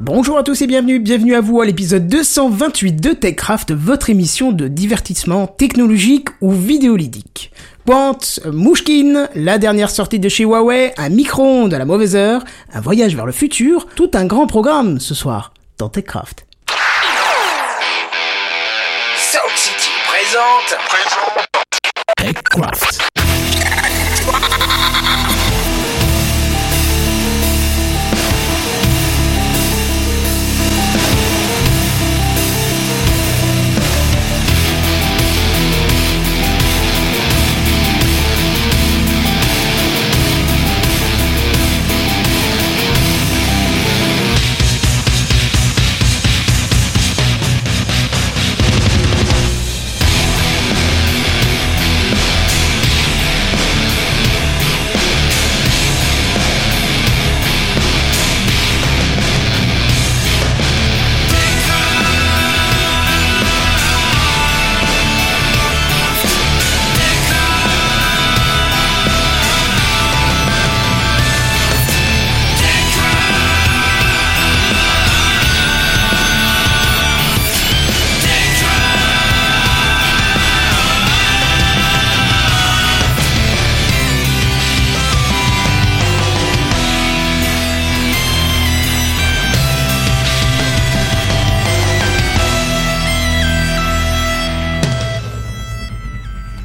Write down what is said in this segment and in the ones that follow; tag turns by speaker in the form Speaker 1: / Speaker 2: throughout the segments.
Speaker 1: Bonjour à tous et bienvenue, bienvenue à vous à l'épisode 228 de TechCraft, votre émission de divertissement technologique ou vidéoludique. Pointe, euh, Mouchkine, la dernière sortie de chez Huawei, un micro-ondes à la mauvaise heure, un voyage vers le futur, tout un grand programme ce soir dans TechCraft.
Speaker 2: Soul City présente. Présente.
Speaker 3: TechCraft.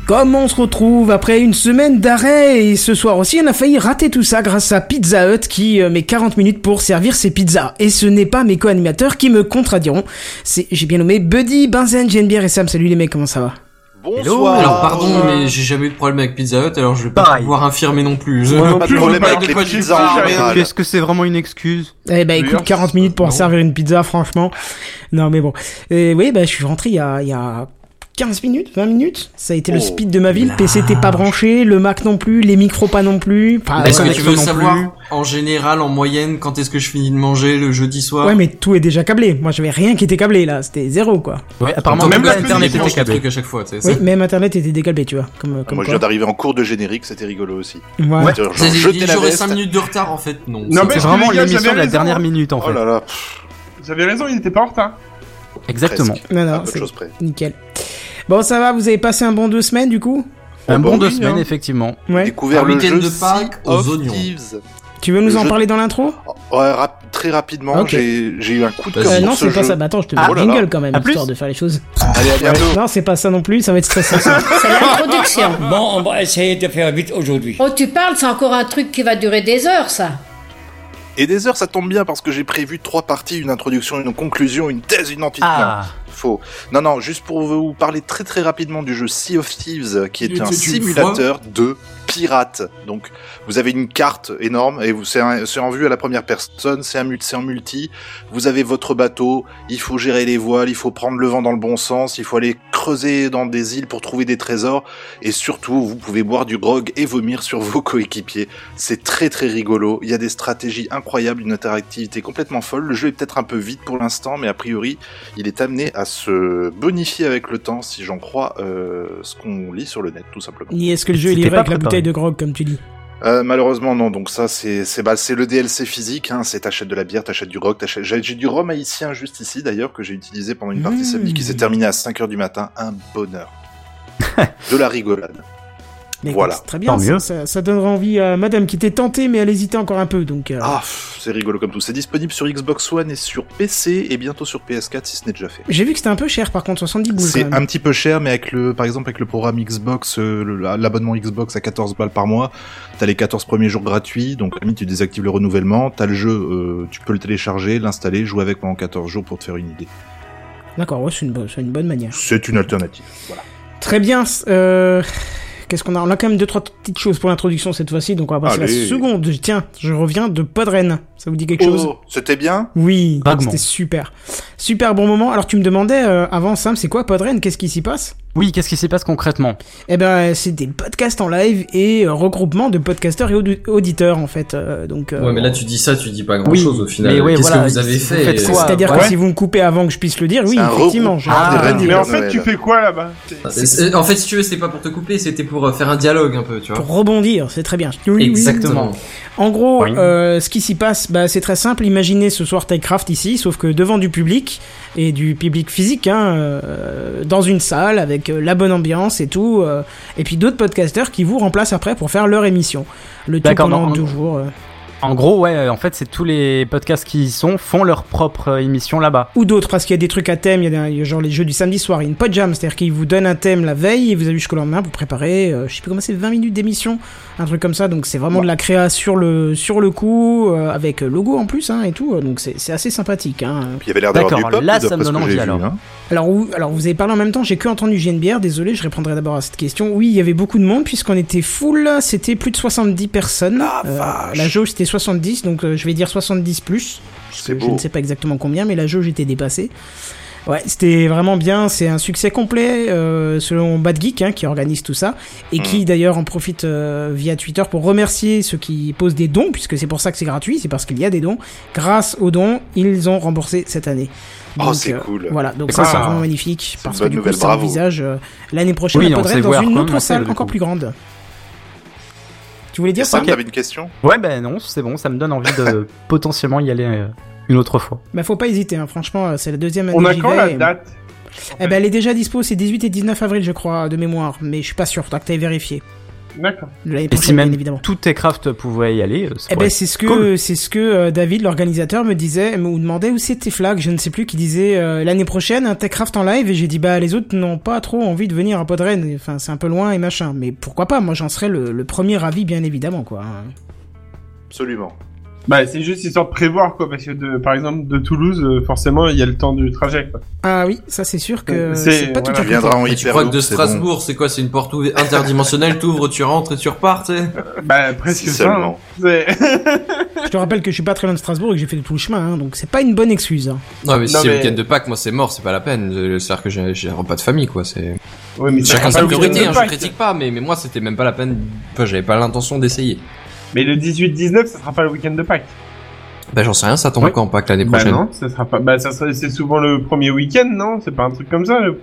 Speaker 1: Comme on se retrouve après une semaine d'arrêt et ce soir aussi on a failli rater tout ça grâce à Pizza Hut qui euh, met 40 minutes pour servir ses pizzas. Et ce n'est pas mes co-animateurs qui me contradiront, c'est j'ai bien nommé Buddy, Benzen, Genebière et Sam. Salut les mecs, comment ça va
Speaker 4: Bonsoir.
Speaker 5: Alors
Speaker 6: Ah,
Speaker 5: pardon, mais j'ai jamais eu de problème avec Pizza Hut, alors je vais pas
Speaker 6: Pareil.
Speaker 5: pouvoir infirmer non plus. Je
Speaker 6: Moi non
Speaker 5: veux
Speaker 6: plus,
Speaker 5: je
Speaker 6: on
Speaker 5: veux
Speaker 6: est
Speaker 5: pas
Speaker 6: pas
Speaker 5: de
Speaker 6: avec
Speaker 5: quoi
Speaker 6: les
Speaker 5: tu
Speaker 6: pizzas en
Speaker 5: parles.
Speaker 6: général.
Speaker 4: Qu'est-ce
Speaker 6: Qu'est-ce
Speaker 4: que c'est vraiment une excuse
Speaker 1: Eh ben
Speaker 4: D'ailleurs,
Speaker 5: hein.
Speaker 1: écoute, 40 minutes pour
Speaker 5: Ah
Speaker 4: non.
Speaker 1: servir une pizza, franchement. Non mais bon. Et oui, bah je suis rentré il y a, il y a 15 minutes, 20 minutes. Ça a été le
Speaker 6: Oh,
Speaker 1: speed de ma vie. Le PC était pas branché, le Mac non plus, les micros pas non plus. Enfin,
Speaker 5: Est-ce
Speaker 1: ouais,
Speaker 5: que tu veux
Speaker 4: non
Speaker 5: savoir
Speaker 4: plus.
Speaker 5: en général, en moyenne, quand est-ce que je finis de manger le jeudi soir
Speaker 1: ouais, mais tout est déjà câblé. Moi, j'avais rien qui était câblé là. C'était zéro quoi.
Speaker 4: Ouais, apparemment
Speaker 5: Apparemment, même
Speaker 4: même
Speaker 6: la
Speaker 5: l'internet
Speaker 4: l'internet
Speaker 6: cuisine,
Speaker 5: était
Speaker 4: était câblé.
Speaker 5: truc à chaque fois, tu sais.
Speaker 1: Oui,
Speaker 5: ça.
Speaker 1: même Internet était décalbé, tu vois. Comme, comme
Speaker 6: Ah, Moi,
Speaker 1: quoi.
Speaker 6: je viens d'arriver en cours de générique, c'était rigolo aussi.
Speaker 1: Voilà.
Speaker 6: Genre,
Speaker 5: C'est- il-
Speaker 6: jeter la
Speaker 5: J'aurais
Speaker 6: veste.
Speaker 5: 5 minutes de retard en fait, non.
Speaker 4: C'est
Speaker 5: c'est-
Speaker 7: mais-
Speaker 5: c'est-
Speaker 4: vraiment
Speaker 7: les gars,
Speaker 4: l'émission
Speaker 7: j'avais
Speaker 4: de la
Speaker 7: raison.
Speaker 4: dernière minute en
Speaker 6: Oh
Speaker 4: fait.
Speaker 6: là là,
Speaker 7: Vous avez raison, il n'était pas en retard.
Speaker 4: Exactement.
Speaker 6: presque.
Speaker 1: Non,
Speaker 6: À
Speaker 1: non,
Speaker 6: peu de
Speaker 1: c'est
Speaker 6: choses près.
Speaker 1: nickel. Bon, ça va. Vous avez passé un bon deux semaines du coup.
Speaker 4: Un
Speaker 6: Oh,
Speaker 4: bon
Speaker 6: bah
Speaker 4: deux
Speaker 6: oui,
Speaker 4: semaines
Speaker 6: hein.
Speaker 4: effectivement.
Speaker 1: Ouais.
Speaker 6: Découvert
Speaker 5: Un
Speaker 6: le
Speaker 5: week-end
Speaker 6: jeu
Speaker 5: de
Speaker 6: Sea
Speaker 5: Pâques aux
Speaker 6: of
Speaker 5: oignons.
Speaker 6: Thieves.
Speaker 1: Tu veux nous
Speaker 6: Le
Speaker 1: en
Speaker 6: jeu-
Speaker 1: parler dans l'intro
Speaker 6: Oh, ouais, rap- très rapidement,
Speaker 1: Ok.
Speaker 6: j'ai- j'ai eu un coup de
Speaker 5: Euh,
Speaker 6: cœur
Speaker 1: Euh,
Speaker 6: pour
Speaker 1: Non,
Speaker 6: ce
Speaker 1: c'est pas
Speaker 6: jeu.
Speaker 1: ça. Bah attends, je te mets
Speaker 6: Ah,
Speaker 1: une
Speaker 6: oh là là.
Speaker 1: gueule quand même,
Speaker 4: À plus
Speaker 1: histoire de faire les choses.
Speaker 6: Allez, à bientôt.
Speaker 1: Non, c'est pas ça non plus. Ça va être stressant. ça.
Speaker 8: C'est l'introduction.
Speaker 9: Bon, on va essayer de faire vite aujourd'hui.
Speaker 8: Oh, tu parles, c'est encore un truc qui va durer des heures, ça.
Speaker 6: Et des heures, ça tombe bien parce que j'ai prévu trois parties, une introduction, une conclusion, une thèse, une anti.
Speaker 4: Ah.
Speaker 6: Non, faux. Non, non, juste pour vous parler très très rapidement du jeu Sea of Thieves, qui
Speaker 5: Il
Speaker 6: est un
Speaker 5: était une
Speaker 6: simulateur de pirates. Donc, vous avez une carte énorme et vous c'est un- c'est en vue à la première personne, c'est un mul- c'est en multi. Vous avez votre bateau, il faut gérer les voiles, il faut prendre le vent dans le bon sens, il faut aller creuser dans des îles pour trouver des trésors et surtout, vous pouvez boire du grog et vomir sur vos coéquipiers. C'est très très rigolo. Il y a des stratégies incroyables, une interactivité complètement folle. Le jeu est peut-être un peu vite pour l'instant, mais a priori, il est amené à se bonifier avec le temps, si j'en crois euh, ce qu'on lit sur le net, tout simplement.
Speaker 1: Ni est-ce que le jeu est
Speaker 4: C'était
Speaker 1: livré
Speaker 4: pas
Speaker 1: avec la
Speaker 4: préparé.
Speaker 1: bouteille de grog, comme tu dis
Speaker 6: Euh, malheureusement, non. Donc ça, c'est c'est bah, c'est le DLC physique. Hein. C'est t'achètes de la bière, t'achètes du rock, t'achètes. J'ai j'ai du rhum haïtien juste ici d'ailleurs que j'ai utilisé pendant une partie
Speaker 1: Mmh.
Speaker 6: samedi qui s'est terminée à 5 heures du matin. Un bonheur. de la rigolade.
Speaker 1: Mais
Speaker 6: Voilà.
Speaker 1: écoute, c'est très bien.
Speaker 4: Tant
Speaker 1: ça-
Speaker 4: mieux.
Speaker 1: Ça, ça donnera envie à madame qui était tentée, mais elle hésitait encore un peu. Donc, euh,
Speaker 6: Ah, pff, c'est rigolo comme tout. C'est disponible sur Xbox One et sur PC et bientôt sur PS4 si ce n'est déjà fait.
Speaker 1: J'ai vu que c'était un peu cher, par contre, 70 boules.
Speaker 6: C'est
Speaker 1: quand même.
Speaker 6: un petit peu cher, mais avec le, par exemple, avec le programme Xbox, euh, le- la- l'abonnement Xbox à 14 balles par mois, t'as les 14 premiers jours gratuits, donc à la limite, tu désactives le renouvellement, t'as le jeu, euh, tu peux le télécharger, l'installer, jouer avec pendant 14 jours pour te faire une idée.
Speaker 1: D'accord, ouais, c'est une, bo- c'est une bonne manière.
Speaker 6: C'est une alternative. Voilà.
Speaker 1: Très bien. c- euh, Qu'est-ce qu'on a On a quand même deux trois petites choses pour l'introduction cette fois-ci, donc on va passer à
Speaker 6: Allez.
Speaker 1: la seconde. Tiens, je reviens de Podren. Ça vous dit quelque chose
Speaker 6: Oh, c'était bien
Speaker 1: Oui,
Speaker 4: Vaguement.
Speaker 1: c'était super. Super bon moment. Alors tu me demandais euh, avant Sam, c'est quoi Podren Qu'est-ce qui s'y passe
Speaker 4: Oui, qu'est-ce qui s'y passe concrètement
Speaker 1: Eh ben, c'est des podcasts en live et euh, regroupement de podcasteurs et audi- auditeurs en fait. euh, donc euh,
Speaker 5: Ouais, mais là tu dis ça, tu dis pas grand
Speaker 4: Oui,
Speaker 5: chose au final.
Speaker 4: mais ouais,
Speaker 5: Qu'est-ce
Speaker 4: voilà,
Speaker 5: que vous avez
Speaker 4: vous
Speaker 5: fait
Speaker 4: faites
Speaker 5: euh,
Speaker 4: quoi
Speaker 1: C'est-à-dire que
Speaker 7: Ouais.
Speaker 1: si vous me coupez avant que je puisse le dire, oui,
Speaker 6: C'est un
Speaker 1: effectivement. je-
Speaker 6: regroupement
Speaker 4: Ah.
Speaker 6: des reines
Speaker 7: Mais en
Speaker 6: d'hiver
Speaker 7: fait,
Speaker 6: Noël.
Speaker 7: tu fais quoi là-bas
Speaker 5: Ah, c'est- c'est- En fait, si tu veux, c'est pas pour te couper, c'était pour euh, faire un dialogue un peu, tu vois.
Speaker 1: Pour rebondir, c'est très bien. Oui, oui, oui.
Speaker 5: Exactement.
Speaker 1: En gros,
Speaker 4: Oui.
Speaker 1: euh, ce qui s'y passe, bah, c'est très simple. Imaginez ce soir Techcraft ici, sauf que devant du public, et du public physique, hein, euh, dans une salle, avec euh, la bonne ambiance et tout, euh, et puis d'autres podcasteurs qui vous remplacent après pour faire leur émission. Le tout
Speaker 4: D'accord,
Speaker 1: pendant
Speaker 4: non, en-
Speaker 1: deux jours. euh,
Speaker 4: En gros, ouais, euh, en fait, c'est tous les podcasts qui y sont font leur propre euh, émission là-bas.
Speaker 1: ou d'autres, parce qu'il y a des trucs à thème, il y, a des- il y a genre les jeux du samedi soir, il y a une pod jam, c'est-à-dire qu'ils vous donnent un thème la veille et vous avez jusqu'au lendemain pour préparer, euh, je sais plus comment c'est, 20 minutes d'émission, un truc comme ça, donc c'est vraiment de la créa sur le, sur le coup, euh, avec logo en plus, hein, et tout, euh, donc c'est c'est assez sympathique. Hein.
Speaker 6: Puis il y avait l'air d'avoir du
Speaker 4: D'accord,
Speaker 6: pop,
Speaker 4: là,
Speaker 6: d'après
Speaker 4: ça me
Speaker 6: ce
Speaker 4: donne
Speaker 6: que j'ai
Speaker 4: envie,
Speaker 6: vu,
Speaker 4: alors.
Speaker 6: hein.
Speaker 1: Alors, où- alors vous avez parlé en même temps, j'ai que entendu JNBR, désolé, je répondrai d'abord à cette question. Oui, il y avait beaucoup de monde puisqu'on était full, c'était plus de 70 personnes.
Speaker 6: Ah,
Speaker 1: Euh, la jauge c'était 70, donc euh, je vais dire 70 plus. parce
Speaker 6: C'est
Speaker 1: que Je
Speaker 6: beau.
Speaker 1: ne sais pas exactement combien, mais la jauge était dépassée. Ouais, c'était vraiment bien, c'est un succès complet euh, selon Bad Geek hein, qui organise tout ça et
Speaker 6: Mm.
Speaker 1: qui d'ailleurs en profite euh, via Twitter pour remercier ceux qui posent des dons puisque c'est pour ça que c'est gratuit, c'est parce qu'il y a des dons. Grâce aux dons, ils ont remboursé cette année.
Speaker 6: Oh,
Speaker 1: Donc, euh,
Speaker 6: c'est cool.
Speaker 1: Voilà, donc
Speaker 4: C'est
Speaker 1: ça
Speaker 4: cool.
Speaker 1: c'est
Speaker 4: Ah.
Speaker 1: vraiment magnifique
Speaker 6: C'est
Speaker 1: parce
Speaker 6: une
Speaker 1: que
Speaker 6: bonne
Speaker 1: du coup
Speaker 6: nouvelle,
Speaker 1: ça
Speaker 6: bravo.
Speaker 1: envisage euh, l'année prochaine
Speaker 4: Oui,
Speaker 1: la
Speaker 4: on
Speaker 1: Podred
Speaker 4: sait
Speaker 1: dans
Speaker 4: voir
Speaker 1: une
Speaker 4: quand
Speaker 1: autre
Speaker 4: même, on sait,
Speaker 1: salle
Speaker 4: du
Speaker 1: encore
Speaker 4: coup.
Speaker 1: plus grande. Tu voulais
Speaker 6: Et
Speaker 1: dire ça
Speaker 6: Sam, t'avais une question
Speaker 4: Ouais, ben non, c'est bon, ça me donne envie de potentiellement y aller euh, une autre fois.
Speaker 1: Bah faut pas hésiter, hein, franchement euh, c'est la deuxième année.
Speaker 7: On
Speaker 1: que
Speaker 7: a
Speaker 1: j'y
Speaker 7: quand
Speaker 1: vais
Speaker 7: la
Speaker 1: et-
Speaker 7: date
Speaker 1: Eh ben elle est déjà dispo, c'est 18 et 19 avril je crois de mémoire, mais je suis pas sûr, faudra que t'ailles vérifier.
Speaker 7: D'accord.
Speaker 1: De L'année
Speaker 4: Et si
Speaker 1: prochaine bien
Speaker 4: même
Speaker 1: évidemment.
Speaker 4: tout Techcraft pouvait y aller, euh, ça
Speaker 1: Eh
Speaker 4: pourrait
Speaker 1: ben
Speaker 4: être
Speaker 1: c'est ce que
Speaker 4: cool.
Speaker 1: c'est ce que euh, David l'organisateur me disait me ou demandait où c'était flag je ne sais plus qui disait euh, l'année prochaine un Techcraft en live et j'ai dit bah les autres n'ont pas trop envie de venir à Podren enfin c'est un peu loin et machin mais pourquoi pas moi j'en serais le, le premier avis bien évidemment quoi hein.
Speaker 6: Absolument.
Speaker 7: Bah, c'est juste histoire de prévoir, quoi, parce que de, par exemple, de Toulouse, euh, forcément, il y a le temps du trajet, quoi.
Speaker 1: ah oui ça c'est sûr que
Speaker 7: Euh,
Speaker 1: c'est
Speaker 7: c'est-
Speaker 1: pas tout
Speaker 7: voilà.
Speaker 1: à
Speaker 6: Tu
Speaker 1: fait
Speaker 6: viendras en
Speaker 5: Mais tu crois que
Speaker 6: hyperloop,
Speaker 5: de
Speaker 6: c'est bon.
Speaker 5: Strasbourg, c'est quoi C'est une porte ouv- interdimensionnelle, t'ouvres, tu rentres et tu repars, tu sais
Speaker 7: Bah, presque
Speaker 6: Si
Speaker 7: ça.
Speaker 6: seulement.
Speaker 7: hein. C'est-
Speaker 1: je te rappelle que je suis pas très loin de Strasbourg et que j'ai fait tout le chemin hein, donc c'est pas une bonne excuse hein.
Speaker 5: Non, mais si
Speaker 7: Non,
Speaker 5: c'est le
Speaker 7: mais-
Speaker 5: week-end de Pâques, moi c'est mort, c'est pas la peine. Euh, C'est-à-dire que j'ai j'ai un repas de famille, quoi. C'est
Speaker 7: Ouais, mais ça
Speaker 5: Chacun
Speaker 7: sera
Speaker 5: sa
Speaker 7: pas le week-end
Speaker 5: priorité,
Speaker 7: de
Speaker 5: hein, je
Speaker 7: Pâques.
Speaker 5: critique pas, mais, mais moi c'était même pas la peine. Enfin, j'avais pas l'intention d'essayer.
Speaker 7: Mais le 18-19, ça sera pas le week-end de Pâques.
Speaker 5: Bah, j'en sais rien, ça tombe
Speaker 7: Ouais.
Speaker 5: quand Pâques l'année
Speaker 7: Bah,
Speaker 5: prochaine
Speaker 7: non, ça sera pas. Bah, ça sera... c'est souvent le premier week-end, non C'est pas un truc comme ça le-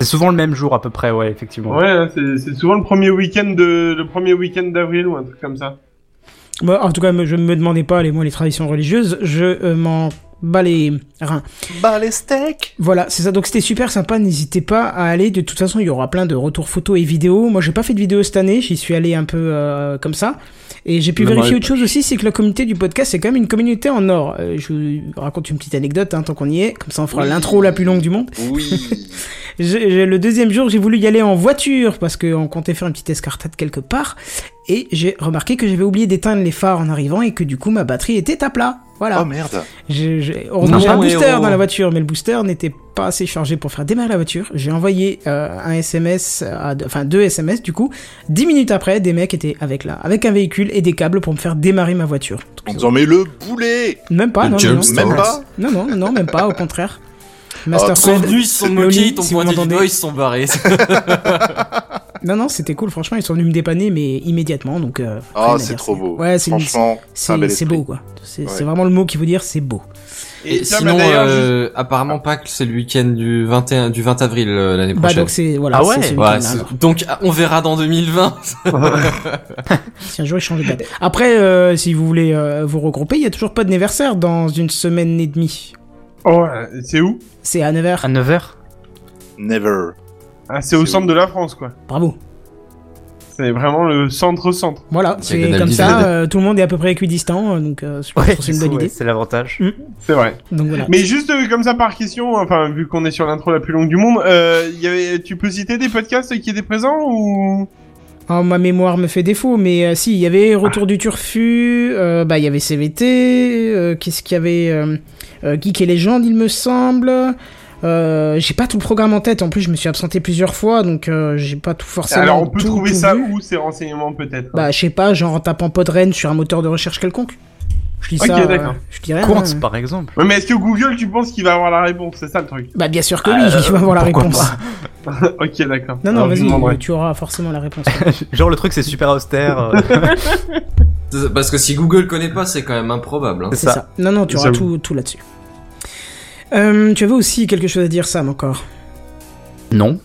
Speaker 4: C'est souvent le même jour à peu près, ouais, effectivement.
Speaker 7: Ouais, hein, c'est c'est souvent le premier week-end de le premier week-end d'avril ou un truc comme ça.
Speaker 1: Bah, en tout cas me- je ne me demandais pas les moi les traditions religieuses je euh, m'en bats les reins
Speaker 6: Bah, les steaks
Speaker 1: Voilà, c'est ça. Donc c'était super sympa. N'hésitez pas à aller. De toute façon, il y aura plein de retours photos et vidéos. Moi, j'ai pas fait de vidéo cette année. J'y suis allé un peu euh, comme ça. Et j'ai pu
Speaker 4: Non,
Speaker 1: vérifier
Speaker 4: ouais,
Speaker 1: autre chose aussi, c'est que la communauté du podcast, c'est quand même une communauté en or. Euh, je vous raconte une petite anecdote, hein, tant qu'on y est. Comme ça, on fera
Speaker 6: Oui.
Speaker 1: l'intro la plus longue du monde.
Speaker 6: Oui.
Speaker 1: J'ai- j'ai- le deuxième jour, j'ai voulu y aller en voiture parce qu'on comptait faire une petite escartade quelque part. Et j'ai remarqué que j'avais oublié d'éteindre les phares en arrivant et que du coup, ma batterie était à plat. Voilà.
Speaker 6: Oh merde.
Speaker 1: J'ai- j'ai- on
Speaker 4: Non,
Speaker 1: avait un
Speaker 4: ouais,
Speaker 1: booster
Speaker 4: oh.
Speaker 1: dans la voiture, mais le booster n'était pas assez chargé pour faire démarrer la voiture. J'ai envoyé euh, un SMS, à- enfin deux SMS du coup. Dix minutes après, des mecs étaient avec là, avec un véhicule et des câbles pour me faire démarrer ma voiture.
Speaker 6: En disant, mais le boulet
Speaker 1: Même pas,
Speaker 5: Le
Speaker 1: non, non, non,
Speaker 5: James
Speaker 6: Même pas
Speaker 1: non, non, non, même pas, au contraire.
Speaker 6: Ah,
Speaker 1: Master
Speaker 6: ils
Speaker 5: Ils sont
Speaker 1: Fred-
Speaker 5: venus, ils se sont
Speaker 1: Loli,
Speaker 5: moqués, ils t'ont
Speaker 1: si vous
Speaker 5: pointé du
Speaker 1: m'entendez.
Speaker 5: doigt, ils se sont barrés.
Speaker 1: Non, non, c'était cool, franchement, ils sont venus me dépanner, mais immédiatement, donc. euh, rien
Speaker 6: Ah,
Speaker 1: à
Speaker 6: c'est
Speaker 1: dire,
Speaker 6: trop beau.
Speaker 1: Ouais, c'est une-
Speaker 6: Franchement, c'est un
Speaker 1: c'est
Speaker 6: bel
Speaker 1: c'est
Speaker 6: esprit.
Speaker 1: beau, quoi. C'est c'est
Speaker 6: Ouais.
Speaker 1: vraiment le mot qu'il faut dire, c'est beau.
Speaker 5: Et
Speaker 7: tiens, bah,
Speaker 5: sinon,
Speaker 7: d'ailleurs, juste-
Speaker 5: euh, apparemment Pâques, c'est le week-end du 21, du 20 avril euh, l'année
Speaker 1: Bah,
Speaker 5: prochaine.
Speaker 1: donc c'est. Voilà,
Speaker 4: Ah ouais
Speaker 1: c'est ce
Speaker 5: Ouais,
Speaker 1: week-end-là,
Speaker 5: c'est-
Speaker 1: alors.
Speaker 5: donc ah, on verra dans 2020.
Speaker 1: Si un jour il change de date. Après, euh, si vous voulez euh, vous regrouper, il y a toujours pas d'anniversaire dans une semaine et demie.
Speaker 7: Oh, euh, c'est où
Speaker 1: C'est à 9h.
Speaker 4: À 9h
Speaker 6: Never.
Speaker 7: Ah, c'est au
Speaker 6: C'est
Speaker 7: centre de la France, quoi.
Speaker 1: Bravo.
Speaker 7: C'est vraiment le centre-centre.
Speaker 1: Voilà,
Speaker 5: C'est
Speaker 1: c'est
Speaker 5: Lionel
Speaker 1: comme
Speaker 5: Disney.
Speaker 1: ça. euh, tout le monde est à peu près équidistant, euh, donc euh, je pense que c'est une bonne idée.
Speaker 4: c'est l'avantage.
Speaker 7: C'est vrai.
Speaker 1: Donc voilà.
Speaker 7: Mais juste euh, comme ça par question, enfin vu qu'on est sur l'intro la plus longue du monde, euh, il y avait, tu peux citer des podcasts qui étaient présents ou
Speaker 1: Ah, ma mémoire me fait défaut, mais euh, si, il y avait
Speaker 7: Ah.
Speaker 1: Retour du Turfu, euh, bah il y avait CVT, euh, qu'est-ce qu'il y avait euh, euh, Geek et Légende, il me semble. Euh, j'ai pas tout le programme en tête, en plus je me suis absenté plusieurs fois, donc euh, j'ai pas tout forcément.
Speaker 7: Alors on peut
Speaker 1: tout-
Speaker 7: trouver
Speaker 1: tout
Speaker 7: ça
Speaker 1: vu.
Speaker 7: où ces renseignements peut-être.
Speaker 1: Bah, je sais pas, genre en tapant Podren sur un moteur de recherche quelconque. Je dis hein.
Speaker 7: Ok,
Speaker 1: ça, euh,
Speaker 7: d'accord.
Speaker 1: je dirais.
Speaker 4: Quartz, par exemple.
Speaker 7: Ouais, mais est-ce que Google, tu penses qu'il va avoir la réponse C'est ça le truc.
Speaker 1: Bah, bien sûr que oui, il va avoir la
Speaker 4: pourquoi
Speaker 1: réponse.
Speaker 7: ok, d'accord.
Speaker 1: Non, non,
Speaker 7: Euh, Alors, je demanderai.
Speaker 1: vas-y, tu auras forcément la réponse.
Speaker 4: Genre le truc c'est super austère. euh,
Speaker 5: Parce que si Google connaît pas, c'est quand même improbable. hein.
Speaker 1: C'est ça. Non, non, tu auras tout,
Speaker 7: J'avoue.
Speaker 1: tout là-dessus. Euh, tu avais aussi quelque chose à dire, Sam, encore.
Speaker 4: non.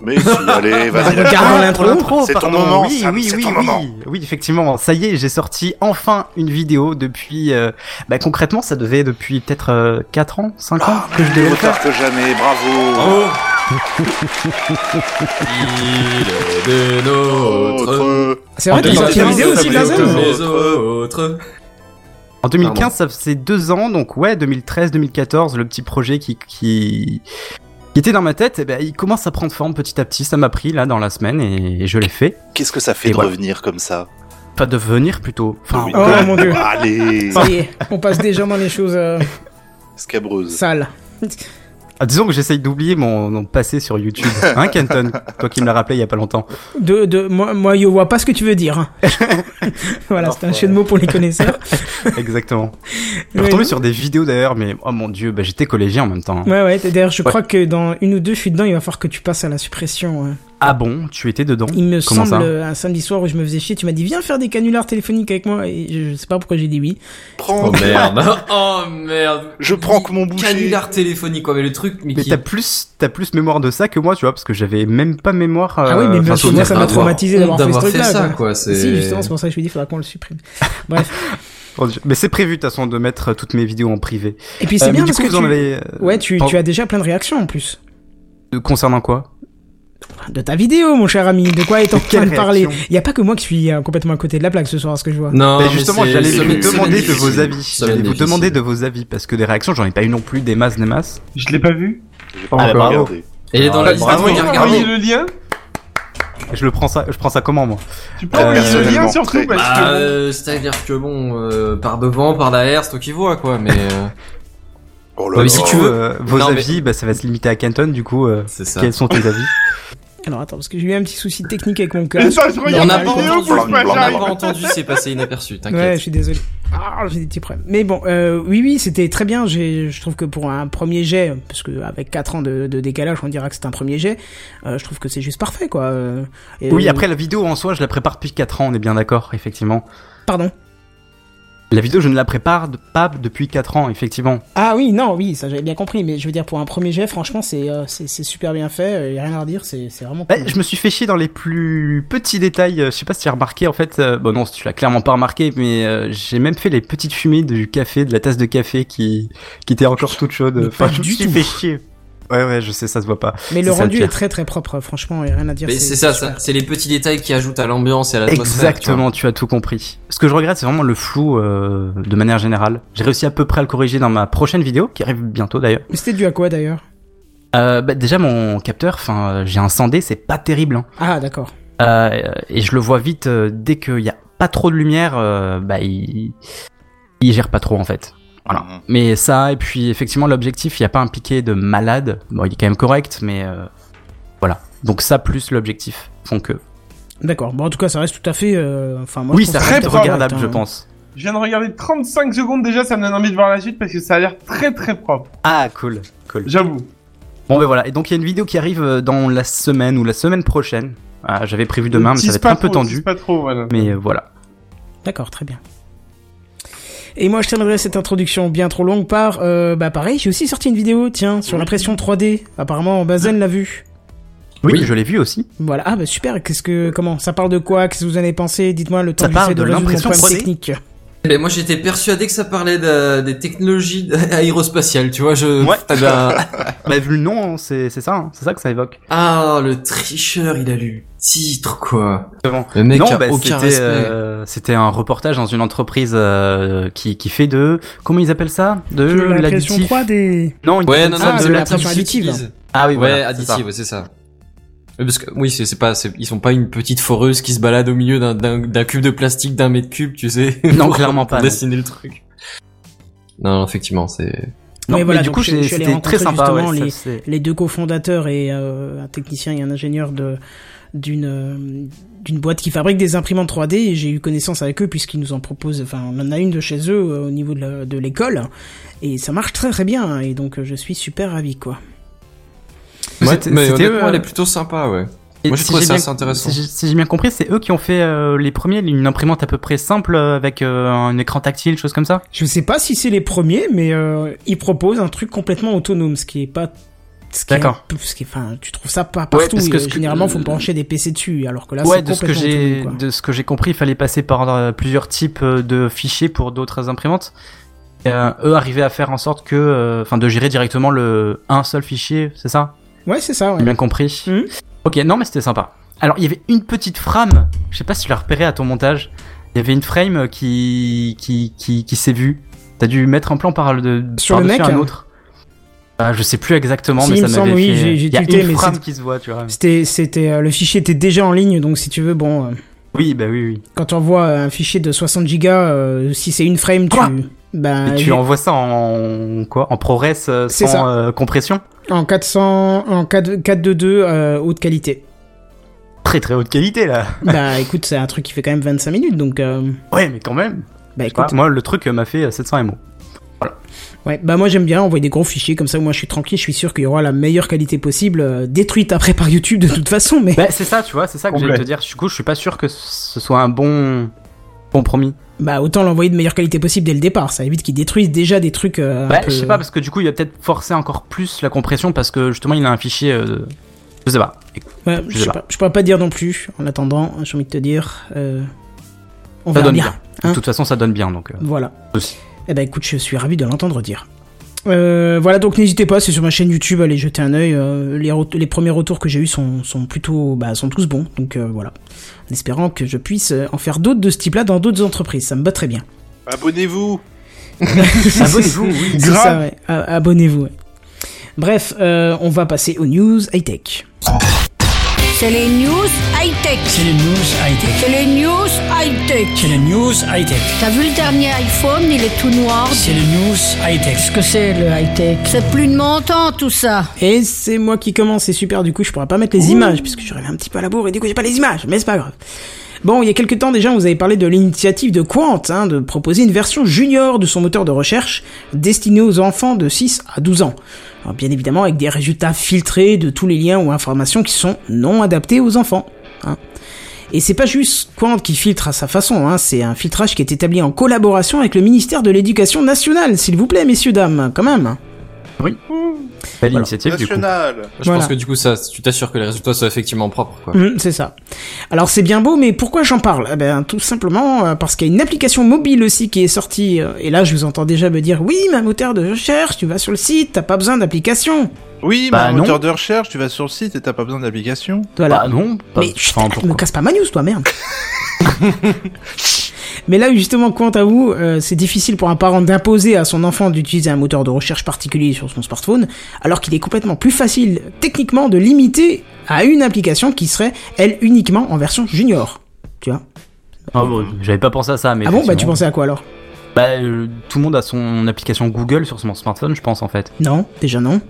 Speaker 6: Mais si, allez, vas-y. la-
Speaker 1: Regarde dans l'intro.
Speaker 6: C'est ton
Speaker 4: Ah, pardon.
Speaker 6: moment,
Speaker 4: Oui,
Speaker 6: Sam,
Speaker 4: oui,
Speaker 6: c'est
Speaker 4: oui,
Speaker 6: ton
Speaker 4: oui,
Speaker 6: moment.
Speaker 4: oui, effectivement. Ça y est, j'ai sorti enfin une vidéo depuis. euh, bah, concrètement, ça devait depuis peut-être 4 ans, 5
Speaker 6: Ah,
Speaker 4: ans que je devais
Speaker 6: Plus
Speaker 4: le faire.
Speaker 6: tard que jamais, bravo.
Speaker 5: Bravo Il est de notre...
Speaker 6: Autre.
Speaker 1: C'est vrai,
Speaker 4: En
Speaker 1: t'as sorti une
Speaker 4: 2015,
Speaker 1: vidéo aussi,
Speaker 4: ça valait
Speaker 1: Blazen
Speaker 4: le
Speaker 5: les autres.
Speaker 4: En 2015,
Speaker 5: Pardon.
Speaker 4: ça faisait deux ans, donc ouais, 2013-2014, le petit projet qui, qui, qui était dans ma tête, eh ben, il commence à prendre forme petit à petit. Ça m'a pris là dans la semaine et, et je l'ai fait.
Speaker 6: Qu'est-ce que ça fait
Speaker 4: Et
Speaker 6: de
Speaker 4: voilà.
Speaker 6: revenir comme ça
Speaker 4: Pas de venir plutôt. Enfin,
Speaker 6: Ah Oui.
Speaker 1: Oh mon dieu.
Speaker 6: Allez,
Speaker 1: Ça y est, on passe déjà dans les choses euh,
Speaker 6: scabreuse.
Speaker 1: sales.
Speaker 4: ah, disons que j'essaye d'oublier mon, mon passé sur YouTube. Hein, Kenton Toi qui me l'as rappelé il y a pas longtemps.
Speaker 1: De, de, moi, moi, je vois pas ce que tu veux dire. hein. voilà, c'est un jeu de mots pour les connaisseurs.
Speaker 4: Exactement. Je suis
Speaker 1: Ouais,
Speaker 4: retombé
Speaker 1: non
Speaker 4: sur des vidéos d'ailleurs, mais oh mon dieu, bah, j'étais collégien en même temps.
Speaker 1: Ouais, ouais, t'es- d'ailleurs, je
Speaker 4: Ouais.
Speaker 1: crois que dans une ou deux, je suis dedans, il va falloir que tu passes à la suppression. ouais.
Speaker 4: Ah bon, tu étais dedans
Speaker 1: Il me
Speaker 4: Comment
Speaker 1: semble,
Speaker 4: ça
Speaker 1: euh, un samedi soir où je me faisais chier, tu m'as dit, viens faire des canulars téléphoniques avec moi, et je, je sais pas pourquoi j'ai dit oui.
Speaker 6: Prends,
Speaker 5: Oh merde Oh merde
Speaker 6: je prends que mon boucher.
Speaker 5: Canular téléphonique, quoi, mais le truc, mais,
Speaker 4: Mais
Speaker 5: qui...
Speaker 4: t'as plus, t'as plus mémoire de ça que moi, tu vois, parce que j'avais même pas mémoire.
Speaker 1: ah oui, mais bien
Speaker 4: euh, enfin,
Speaker 1: sûr, moi, ça m'a
Speaker 5: d'avoir-
Speaker 1: traumatisé d'avoir fait ce
Speaker 5: d'avoir fait
Speaker 1: truc-là.
Speaker 5: ça,
Speaker 1: quoi.
Speaker 5: quoi, c'est-
Speaker 1: Si, justement, c'est pour ça que je me dis, faudra qu'on le supprime. Bref.
Speaker 4: Oh, Dieu. Mais c'est prévu de toute façon de mettre euh, toutes mes vidéos en privé.
Speaker 1: Et puis, c'est
Speaker 4: Euh, mais
Speaker 1: bien
Speaker 4: du
Speaker 1: parce
Speaker 4: coup,
Speaker 1: que
Speaker 4: vous en
Speaker 1: tu-
Speaker 4: avez, euh,
Speaker 1: Ouais, tu,
Speaker 4: pardon.
Speaker 1: tu as déjà plein de réactions en plus.
Speaker 4: Euh, Concernant quoi
Speaker 1: De ta vidéo, mon cher ami, de quoi est en train
Speaker 4: Quelle
Speaker 1: de parler
Speaker 4: réaction
Speaker 1: Il y a pas que moi qui suis euh, complètement à côté de la plaque ce soir, à ce que je vois.
Speaker 5: Non,
Speaker 4: Bah, Justement,
Speaker 5: mais c'est-
Speaker 4: j'allais
Speaker 5: semaine-
Speaker 4: vous demander de
Speaker 5: semaine
Speaker 4: vos
Speaker 5: difficile.
Speaker 4: avis.
Speaker 5: Semaine
Speaker 4: J'allais vous
Speaker 5: difficile.
Speaker 4: demander de vos avis parce que des réactions, j'en ai pas eu non plus des masses, des masses.
Speaker 7: Je l'ai pas vu.
Speaker 6: J'ai
Speaker 7: Ah,
Speaker 6: pas
Speaker 4: bah,
Speaker 6: regardé.
Speaker 5: Et Ah, bah, Il est dans la liste
Speaker 4: Bravo.
Speaker 5: à
Speaker 7: T'as
Speaker 5: regarder.
Speaker 7: envoyé le lien
Speaker 4: Je le prends ça, je prends ça comment moi
Speaker 7: Tu peux
Speaker 4: Euh,
Speaker 7: envoyer le lien
Speaker 6: personnellement,
Speaker 7: surtout
Speaker 6: très-
Speaker 7: parce que...
Speaker 5: Bah, euh, c'est-à-dire que bon, euh, par devant, par derrière, c'est toi qui vois, quoi, mais... euh,
Speaker 6: Oh
Speaker 5: Ouais,
Speaker 6: là
Speaker 5: Bah, mais
Speaker 6: là.
Speaker 5: si
Speaker 4: Du
Speaker 5: tu
Speaker 4: coup,
Speaker 5: veux.
Speaker 4: euh, vos
Speaker 5: Non, mais-
Speaker 4: avis, bah, ça va se limiter à Canton. Du coup, euh,
Speaker 5: c'est ça.
Speaker 4: quels sont tes avis
Speaker 1: Alors attends, parce que j'ai eu un petit souci
Speaker 4: Euh,
Speaker 1: technique avec mon
Speaker 7: Mais
Speaker 1: casque.
Speaker 7: ça, je
Speaker 5: bah, On
Speaker 7: regarde
Speaker 5: n'a
Speaker 7: la
Speaker 5: pas
Speaker 7: vidéo,
Speaker 5: entendu,
Speaker 7: faut que je
Speaker 5: on n'a
Speaker 7: fasse
Speaker 6: Blanc,
Speaker 5: pas
Speaker 7: ça.
Speaker 6: blanc.
Speaker 5: entendu, c'est passé inaperçu,
Speaker 1: Ouais, je
Speaker 5: t'inquiète.
Speaker 1: suis désolé. Ah, j'ai des petits problèmes. Mais bon, euh, oui, oui, c'était très bien. J'ai, je trouve que pour un premier jet, parce que avec 4 ans de, de décalage, on dira que c'est un premier jet. euh, je trouve que c'est juste parfait, quoi. Euh, et-
Speaker 4: Oui, après la vidéo en soi, je la prépare depuis 4 ans. On est bien d'accord, effectivement.
Speaker 1: Pardon.
Speaker 4: La vidéo, je ne la prépare de- pas depuis 4 ans, effectivement.
Speaker 1: Ah oui, non, oui, ça j'avais bien compris. Mais je veux dire, pour un premier jet, franchement, c'est, euh, c'est, c'est super bien fait. Il y a rien à redire. C'est, c'est vraiment.
Speaker 4: Bah,
Speaker 1: cool.
Speaker 4: je me suis fait chier dans les plus petits détails. euh, Je sais pas si tu as remarqué en fait. euh, bon non, tu l'as clairement pas remarqué, mais euh, j'ai même fait les petites fumées du café, de la tasse de café qui qui était encore toute chaude.
Speaker 1: Mais pas
Speaker 4: je me
Speaker 1: du
Speaker 4: suis
Speaker 1: tout.
Speaker 4: fait chier. Ouais ouais, je sais, ça se voit pas.
Speaker 1: Mais le
Speaker 4: c'est ça, le
Speaker 1: rendu
Speaker 4: pire.
Speaker 1: est très très propre. Franchement, il y a rien à dire.
Speaker 5: Mais c'est ça, ça-
Speaker 1: super.
Speaker 5: c'est les petits détails qui ajoutent à l'ambiance et à l'atmosphère. tu vois.
Speaker 4: Exactement, tu as tout compris. Ce que je regrette, c'est vraiment le flou euh, de manière générale. J'ai réussi à peu près à le corriger dans ma prochaine vidéo qui arrive bientôt d'ailleurs.
Speaker 1: Mais c'était dû à quoi d'ailleurs
Speaker 4: Euh, bah, déjà mon capteur, enfin euh, j'ai un 100D, c'est pas terrible. hein.
Speaker 1: Ah d'accord.
Speaker 4: Euh, et je le vois vite euh, dès qu'il n'y a pas trop de lumière, euh, bah il... il gère pas trop en fait. Voilà.
Speaker 6: Mhm.
Speaker 4: Mais ça, et puis effectivement, l'objectif, il n'y a pas un piqué de malade. Bon, il est quand même correct, mais euh, voilà. Donc ça, plus l'objectif, font que.
Speaker 1: D'accord. Bon, en tout cas, ça reste tout à fait. euh, Enfin, moi,
Speaker 4: oui,
Speaker 1: je
Speaker 4: ça
Speaker 1: trouve
Speaker 4: reste
Speaker 1: très
Speaker 4: regardable,
Speaker 1: correct,
Speaker 4: je
Speaker 1: hein.
Speaker 4: pense.
Speaker 7: Je viens de regarder 35 secondes déjà, ça me donne envie de voir la suite parce que ça a l'air très très propre,
Speaker 4: Ah, cool, cool.
Speaker 7: j'avoue.
Speaker 4: Bon, ben voilà. Et donc, il y a une vidéo qui arrive euh, dans la semaine ou la semaine prochaine. Ah, J'avais prévu demain, mais ça va
Speaker 7: Tease
Speaker 4: être
Speaker 7: pas
Speaker 4: un peu
Speaker 7: trop, tease
Speaker 4: tendu.
Speaker 7: pas trop, voilà.
Speaker 4: Mais euh, voilà.
Speaker 1: D'accord, très bien. Et moi, je terminerai cette introduction bien trop longue par, euh, bah pareil, j'ai aussi sorti une vidéo, tiens, sur l'impression 3D. Apparemment,
Speaker 4: Ah.
Speaker 1: Bazen l'a vue.
Speaker 4: Oui,
Speaker 5: Oui.
Speaker 4: je l'ai vu aussi.
Speaker 1: Voilà, ah bah super. Qu'est-ce que, comment, ça parle de quoi Qu'est-ce que vous en avez pensé Dites-moi le temps
Speaker 4: Ça
Speaker 1: que
Speaker 4: parle
Speaker 1: j'essaie
Speaker 4: de
Speaker 1: résoudre mon
Speaker 4: l'impression
Speaker 1: problème
Speaker 4: 3D.
Speaker 1: technique.
Speaker 5: Mais moi j'étais persuadé que ça parlait de- des technologies aérospatiales, tu vois, je...
Speaker 4: Ouais.
Speaker 5: Ah, ben,
Speaker 4: Bah, vu le nom, hein, c'est c'est ça, hein, c'est ça que ça évoque.
Speaker 5: ah, le tricheur, il a lu le titre, quoi.
Speaker 4: Exactement.
Speaker 5: Le mec
Speaker 4: non,
Speaker 5: a
Speaker 4: bah,
Speaker 5: aucun
Speaker 4: c'était
Speaker 5: respect.
Speaker 4: euh, c'était un reportage dans une entreprise euh, qui, qui fait de comment ils appellent ça de
Speaker 1: De l'impression
Speaker 4: Euh, l'additif.
Speaker 1: 3D.
Speaker 4: Non, ils
Speaker 5: Ouais,
Speaker 4: appellent
Speaker 5: non, non,
Speaker 4: ça
Speaker 1: Ah,
Speaker 5: mais
Speaker 1: de
Speaker 5: le
Speaker 1: la
Speaker 5: terme
Speaker 1: pression
Speaker 5: qu'ils
Speaker 1: additive.
Speaker 5: utilisent.
Speaker 4: Ah oui,
Speaker 5: Ouais,
Speaker 4: voilà, c'est ça.
Speaker 5: additive, c'est ça. Oui, Parce que oui, c'est c'est pas, c'est- ils sont pas une petite foreuse qui se balade au milieu d'un- d'un d'un cube de plastique d'un mètre cube, tu sais.
Speaker 4: Non,
Speaker 5: pour-
Speaker 4: clairement pas,
Speaker 5: pour
Speaker 4: non.
Speaker 5: Dessiner le truc. Non, non, effectivement, c'est.
Speaker 1: Mais
Speaker 4: Non, mais,
Speaker 1: voilà,
Speaker 4: du
Speaker 1: donc
Speaker 4: coup,
Speaker 1: je- je
Speaker 4: c'est-
Speaker 1: suis allé
Speaker 4: c'était très
Speaker 1: rencontrer
Speaker 4: sympa. Ouais,
Speaker 1: justement les-
Speaker 4: ça, c'est-
Speaker 1: Les deux cofondateurs et euh, un technicien et un ingénieur de d'une euh, d'une boîte qui fabrique des imprimantes 3D et j'ai eu connaissance avec eux puisqu'ils nous en proposent enfin on en a une de chez eux euh, au niveau de la- de l'école et ça marche très très bien hein, et donc euh, je suis super ravi quoi.
Speaker 4: Ouais,
Speaker 5: C'était- mais
Speaker 4: c'était
Speaker 5: honnêtement,
Speaker 4: eux,
Speaker 5: elle est
Speaker 4: euh,
Speaker 5: plutôt sympa, ouais.
Speaker 4: et
Speaker 5: Moi, je
Speaker 4: si
Speaker 5: trouve
Speaker 4: j'ai
Speaker 5: ça
Speaker 4: bien-
Speaker 5: assez intéressant.
Speaker 4: Si j'ai- si j'ai bien compris, c'est eux qui ont fait euh, les premiers, une imprimante à peu près simple euh, avec euh, un écran tactile, chose comme ça.
Speaker 1: Je sais pas si c'est les premiers mais euh, ils proposent un truc complètement autonome ce qui est pas Ce qui est
Speaker 4: D'accord.
Speaker 1: un peu- ce qui est- Enfin, tu trouves ça pas partout.
Speaker 4: parce que
Speaker 1: euh,
Speaker 4: ce que-
Speaker 1: généralement, faut brancher des PC dessus, alors que là, Ah,
Speaker 4: ouais,
Speaker 1: c'est
Speaker 4: de ce que
Speaker 1: complètement
Speaker 4: j'ai
Speaker 1: autonome, quoi.
Speaker 4: de ce que j'ai compris, il fallait passer par euh, plusieurs types euh, de fichiers pour d'autres imprimantes. Et, euh, eux arrivaient à faire en sorte que, euh, enfin, de gérer directement le un seul fichier, c'est ça
Speaker 1: Ouais, c'est ça.
Speaker 4: J'ai
Speaker 1: Ouais.
Speaker 4: bien compris.
Speaker 1: Mhm.
Speaker 4: Ok, non, mais c'était sympa. Alors, il y avait une petite frame. Je sais pas si tu l'as repérée à ton montage. Il y avait une frame qui qui qui, qui s'est vue. T'as dû mettre un plan par le
Speaker 1: Sur le
Speaker 4: par-dessus
Speaker 1: mec,
Speaker 4: un
Speaker 1: hein.
Speaker 4: autre. Ah, je sais plus exactement,
Speaker 1: Si,
Speaker 4: mais
Speaker 1: il
Speaker 4: ça
Speaker 1: me
Speaker 4: m'avait
Speaker 1: semble, oui,
Speaker 4: fait-
Speaker 1: j'ai- j'ai
Speaker 4: Il y a
Speaker 1: tilté, mais
Speaker 4: une frame
Speaker 1: c'est-
Speaker 4: qui se voit, tu vois.
Speaker 1: C'était, c'était, euh, le fichier était déjà en ligne, donc si tu veux, bon, euh,
Speaker 4: Oui, bah oui, oui.
Speaker 1: quand on voit un fichier de 60 gigas, euh, si c'est une frame,
Speaker 4: Quoi
Speaker 1: tu, ben,
Speaker 4: Et tu
Speaker 1: j'ai-
Speaker 4: envoies ça en quoi En ProRes euh,
Speaker 1: C'est ça.
Speaker 4: sans euh, compression
Speaker 1: en 400, en 4, 422 euh, haute qualité.
Speaker 4: Très très haute qualité là.
Speaker 1: bah, écoute, c'est un truc qui fait quand même 25 minutes, donc, euh,
Speaker 4: Ouais, mais quand
Speaker 1: bah,
Speaker 4: même. Je sais pas,
Speaker 1: écoute.
Speaker 4: moi le truc euh, m'a fait euh, 700 MO.
Speaker 1: Ouais, bah moi j'aime bien envoyer des gros fichiers comme ça, moi je suis tranquille, je suis sûr qu'il y aura la meilleure qualité possible, euh, détruite après par YouTube de toute façon, mais
Speaker 4: Bah c'est ça, tu vois, c'est ça que j'allais
Speaker 7: Complet.
Speaker 4: te dire. Du coup, je suis pas sûr que ce soit un bon compromis.
Speaker 1: bah autant l'envoyer de meilleure qualité possible dès le départ, ça évite qu'ils détruisent déjà des trucs. euh, un
Speaker 4: Bah,
Speaker 1: peu-
Speaker 4: je sais pas, parce que du coup, il va peut-être forcer encore plus la compression parce que justement, il a un fichier. euh, Je sais pas.
Speaker 1: Ouais,
Speaker 4: je
Speaker 1: je,
Speaker 4: sais
Speaker 1: sais
Speaker 4: pas.
Speaker 1: pas, je pourrais pas dire non plus, en attendant, j'ai envie de te dire, euh, on
Speaker 4: Ça
Speaker 1: verra
Speaker 4: donne
Speaker 1: bien.
Speaker 4: bien. De
Speaker 1: Hein
Speaker 4: toute façon, ça donne bien donc. euh,
Speaker 1: Voilà.
Speaker 4: Aussi.
Speaker 1: Eh ben écoute, je suis ravi de l'entendre dire. Euh, voilà, donc n'hésitez pas, c'est sur ma chaîne YouTube, allez jeter un œil. euh, les, ret- les premiers retours que j'ai eus sont, sont plutôt, bah, sont tous bons. Donc euh, voilà, en espérant que je puisse euh, en faire d'autres de ce type-là dans d'autres entreprises, ça me bat très bien.
Speaker 6: Abonnez-vous
Speaker 4: Abonnez-vous, oui.
Speaker 1: C'est
Speaker 7: Grave.
Speaker 1: ça, ouais. A- Abonnez-vous. ouais. Bref, euh, on va passer aux news high tech.
Speaker 10: C'est les news high-tech.
Speaker 9: C'est les news high-tech.
Speaker 10: C'est les news high-tech.
Speaker 9: C'est les news high-tech.
Speaker 10: T'as vu le dernier iPhone, il est tout noir.
Speaker 9: C'est les news high-tech.
Speaker 10: que c'est le high-tech C'est plus de mon temps tout ça.
Speaker 1: Et c'est moi qui commence, c'est super, du coup je pourrais pas mettre les images, puisque je rêvais un petit peu à la bourre, et du coup j'ai pas les images, mais c'est pas grave. Bon, il y a quelques temps déjà, on vous avez parlé de l'initiative de Quant, hein, de proposer une version junior de son moteur de recherche destinée aux enfants de 6 à 12 ans. Alors, bien évidemment avec des résultats filtrés de tous les liens ou informations qui sont non adaptés aux enfants. hein. Et c'est pas juste Quant qui filtre à sa façon, hein, c'est un filtrage qui est établi en collaboration avec le ministère de l'Éducation nationale, s'il vous plaît, messieurs, dames, quand même.
Speaker 4: Belle initiative du coup.
Speaker 6: National
Speaker 5: Je
Speaker 1: Voilà.
Speaker 5: pense que du coup, ça, tu t'assures que les résultats soient effectivement propres,
Speaker 4: Euh,
Speaker 5: quoi.
Speaker 1: Mhm, c'est ça. Alors c'est bien beau, mais pourquoi j'en parle eh ben, Tout simplement euh, parce qu'il y a une application mobile aussi qui est sortie. euh, et là, je vous entends déjà me dire, oui, ma moteur de recherche, tu vas sur le site, t'as pas besoin d'application.
Speaker 6: Oui,
Speaker 4: Bah,
Speaker 6: bah,
Speaker 4: non.
Speaker 6: moteur de recherche, tu vas sur le site et t'as pas besoin d'application.
Speaker 1: Voilà.
Speaker 4: Bah non, pas-
Speaker 1: Ah. mais chut,
Speaker 4: enfin,
Speaker 1: arrête,
Speaker 4: pourquoi
Speaker 1: me casse pas ma news, toi, merde. Mais là, justement, quant à vous, euh, c'est difficile pour un parent d'imposer à son enfant d'utiliser un moteur de recherche particulier sur son smartphone, alors qu'il est complètement plus facile, techniquement, de limiter à une application qui serait, elle, uniquement en version junior. Tu vois
Speaker 4: Ah bon, J'avais pas pensé à ça, mais.
Speaker 1: Ah bon Bah tu
Speaker 4: effectivement.
Speaker 1: pensais à quoi alors
Speaker 4: Bah, euh, tout le monde a son application Google sur son smartphone, je pense en fait.
Speaker 1: Non, déjà non.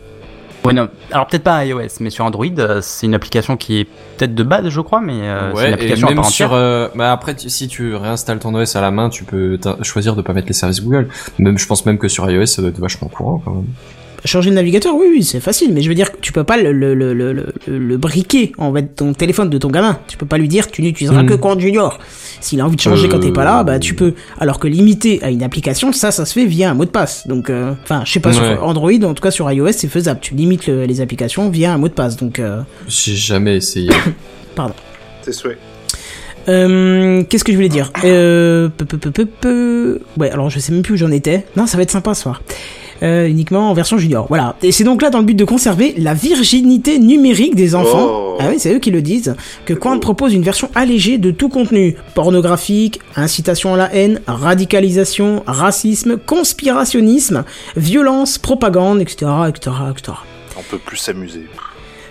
Speaker 4: Ouais, non. Alors peut-être pas iOS, mais sur Android, euh, c'est une application qui est peut-être de base, je crois, mais euh, c'est
Speaker 5: ouais,
Speaker 4: une
Speaker 5: et
Speaker 4: application à
Speaker 5: même
Speaker 4: part
Speaker 5: sur.
Speaker 4: entière.
Speaker 5: euh, bah après, tu- si tu réinstalles ton OS à la main, tu peux t'in- choisir de pas mettre les services Google. Même, je pense même que sur iOS, ça doit être vachement courant quand même.
Speaker 1: Changer le navigateur, oui, oui, c'est facile, mais je veux dire que tu peux pas le, le, le, le, le, le briquer en fait, ton téléphone de ton gamin. Tu peux pas lui dire tu n'utiliseras
Speaker 5: Hmm. Euh.
Speaker 1: que quand junior. S'il a envie de changer quand t'es pas là, bah tu peux. Alors que limiter à une application, ça, ça se fait via un mot de passe. Donc, euh, enfin, je sais pas
Speaker 5: Ouais.
Speaker 1: sur Android, en tout cas sur iOS, c'est faisable. Tu limites le- les applications via un mot de passe. Donc, euh,
Speaker 5: J'ai jamais essayé.
Speaker 6: C'est souhait.
Speaker 1: euh, qu'est-ce que je voulais dire euh, peu, peu, peu, peu, peu. Ouais, alors je sais même plus où j'en étais. Non, ça va être sympa ce soir. Euh, uniquement en version junior. Voilà. Et c'est donc là dans le but de conserver la virginité numérique des enfants.
Speaker 6: Oh.
Speaker 1: Ah oui, c'est eux qui le disent. Que Quant propose une version allégée de tout contenu. Pornographique, incitation à la haine, radicalisation, racisme, conspirationnisme, violence, propagande, etc. etc., etc.
Speaker 6: On peut plus s'amuser.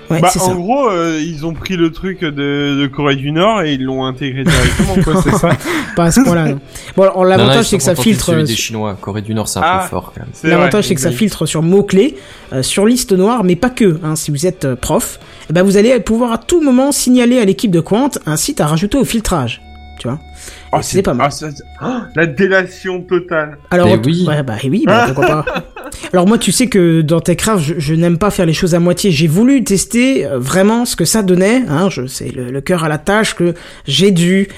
Speaker 1: Ouais,
Speaker 7: Bah,
Speaker 1: c'est
Speaker 7: en
Speaker 1: ça.
Speaker 7: gros, euh, ils ont pris le truc de, de Corée du Nord et ils l'ont intégré directement, quoi, c'est ça.
Speaker 1: Pas à ce point-là. non. Bon, alors
Speaker 5: Non, non, ils
Speaker 1: l'avantage c'est
Speaker 5: sont
Speaker 1: que ça
Speaker 5: contentés de
Speaker 1: filtre.
Speaker 5: celui
Speaker 1: euh,
Speaker 5: des Chinois. Corée du Nord, c'est un
Speaker 7: Ah.
Speaker 5: peu fort quand même.
Speaker 7: C'est
Speaker 1: L'avantage
Speaker 7: vrai.
Speaker 1: c'est que ça filtre sur mots-clés, euh, sur liste noire, mais pas que. hein. si vous êtes euh, prof, eh ben, vous allez pouvoir à tout moment signaler à l'équipe de Quant un site à rajouter au filtrage. Tu vois
Speaker 7: Ah,
Speaker 1: C'est pas mal.
Speaker 7: ah, ça- ah, la délation totale.
Speaker 1: Alors,
Speaker 5: Mais oui.
Speaker 1: ouais, bah, eh oui, bah, pourquoi pas. Alors moi, tu sais que dans Techcraft, je, je n'aime pas faire les choses à moitié. J'ai voulu tester euh, vraiment ce que ça donnait. Hein, je sais le, le cœur à la tâche que j'ai dû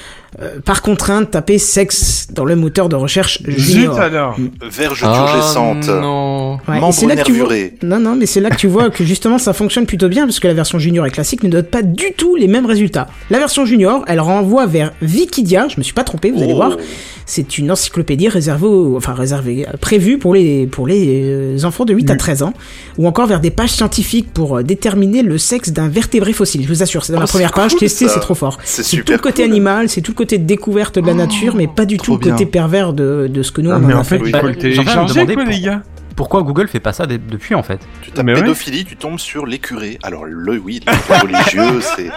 Speaker 1: euh, par contrainte, taper sexe dans le moteur de recherche
Speaker 7: Zut
Speaker 1: Junior.
Speaker 7: alors
Speaker 6: Verge
Speaker 5: Ah,
Speaker 6: turgescente.
Speaker 5: non.
Speaker 1: Ouais, et
Speaker 6: Membre
Speaker 1: c'est là que tu vois...
Speaker 6: nervuré.
Speaker 1: Non, non, mais c'est là que tu vois que justement ça fonctionne plutôt bien parce que la version junior et classique ne donne pas du tout les mêmes résultats. La version junior, elle renvoie vers Wikidia, je me suis pas trompé, vous allez
Speaker 6: Oh.
Speaker 1: voir. C'est une encyclopédie réservée, aux- enfin réservée, euh, prévue pour les, pour les euh, enfants de
Speaker 6: Mm.
Speaker 1: 8 à 13 ans, ou encore vers des pages scientifiques pour euh, déterminer le sexe d'un vertébré fossile. Je vous assure, c'est dans
Speaker 6: Oh,
Speaker 1: la
Speaker 6: c'est
Speaker 1: première page,
Speaker 6: cool,
Speaker 1: testé,
Speaker 6: ça.
Speaker 1: c'est trop fort.
Speaker 6: C'est
Speaker 1: C'est
Speaker 6: super
Speaker 1: tout le côté
Speaker 6: cool. Oh,
Speaker 1: animal, c'est tout le côté découverte de la nature, mais pas du tout
Speaker 6: trop
Speaker 1: le côté
Speaker 6: bien.
Speaker 1: pervers de, de ce que nous
Speaker 7: Ah,
Speaker 1: on
Speaker 7: Mais
Speaker 1: en a
Speaker 7: en fait,
Speaker 1: fait.
Speaker 5: euh,
Speaker 7: il
Speaker 6: Bah,
Speaker 7: faut le
Speaker 4: j'en viens de me
Speaker 7: télécharger
Speaker 4: demander
Speaker 7: quoi, les
Speaker 4: pourquoi.
Speaker 7: gars
Speaker 4: Pourquoi Google fait pas ça dès- depuis en fait
Speaker 6: Tu tapes
Speaker 7: Mais ouais.
Speaker 6: pédophilie, tu tombes sur l'écurie. Alors le oui, le droit religieux, c'est.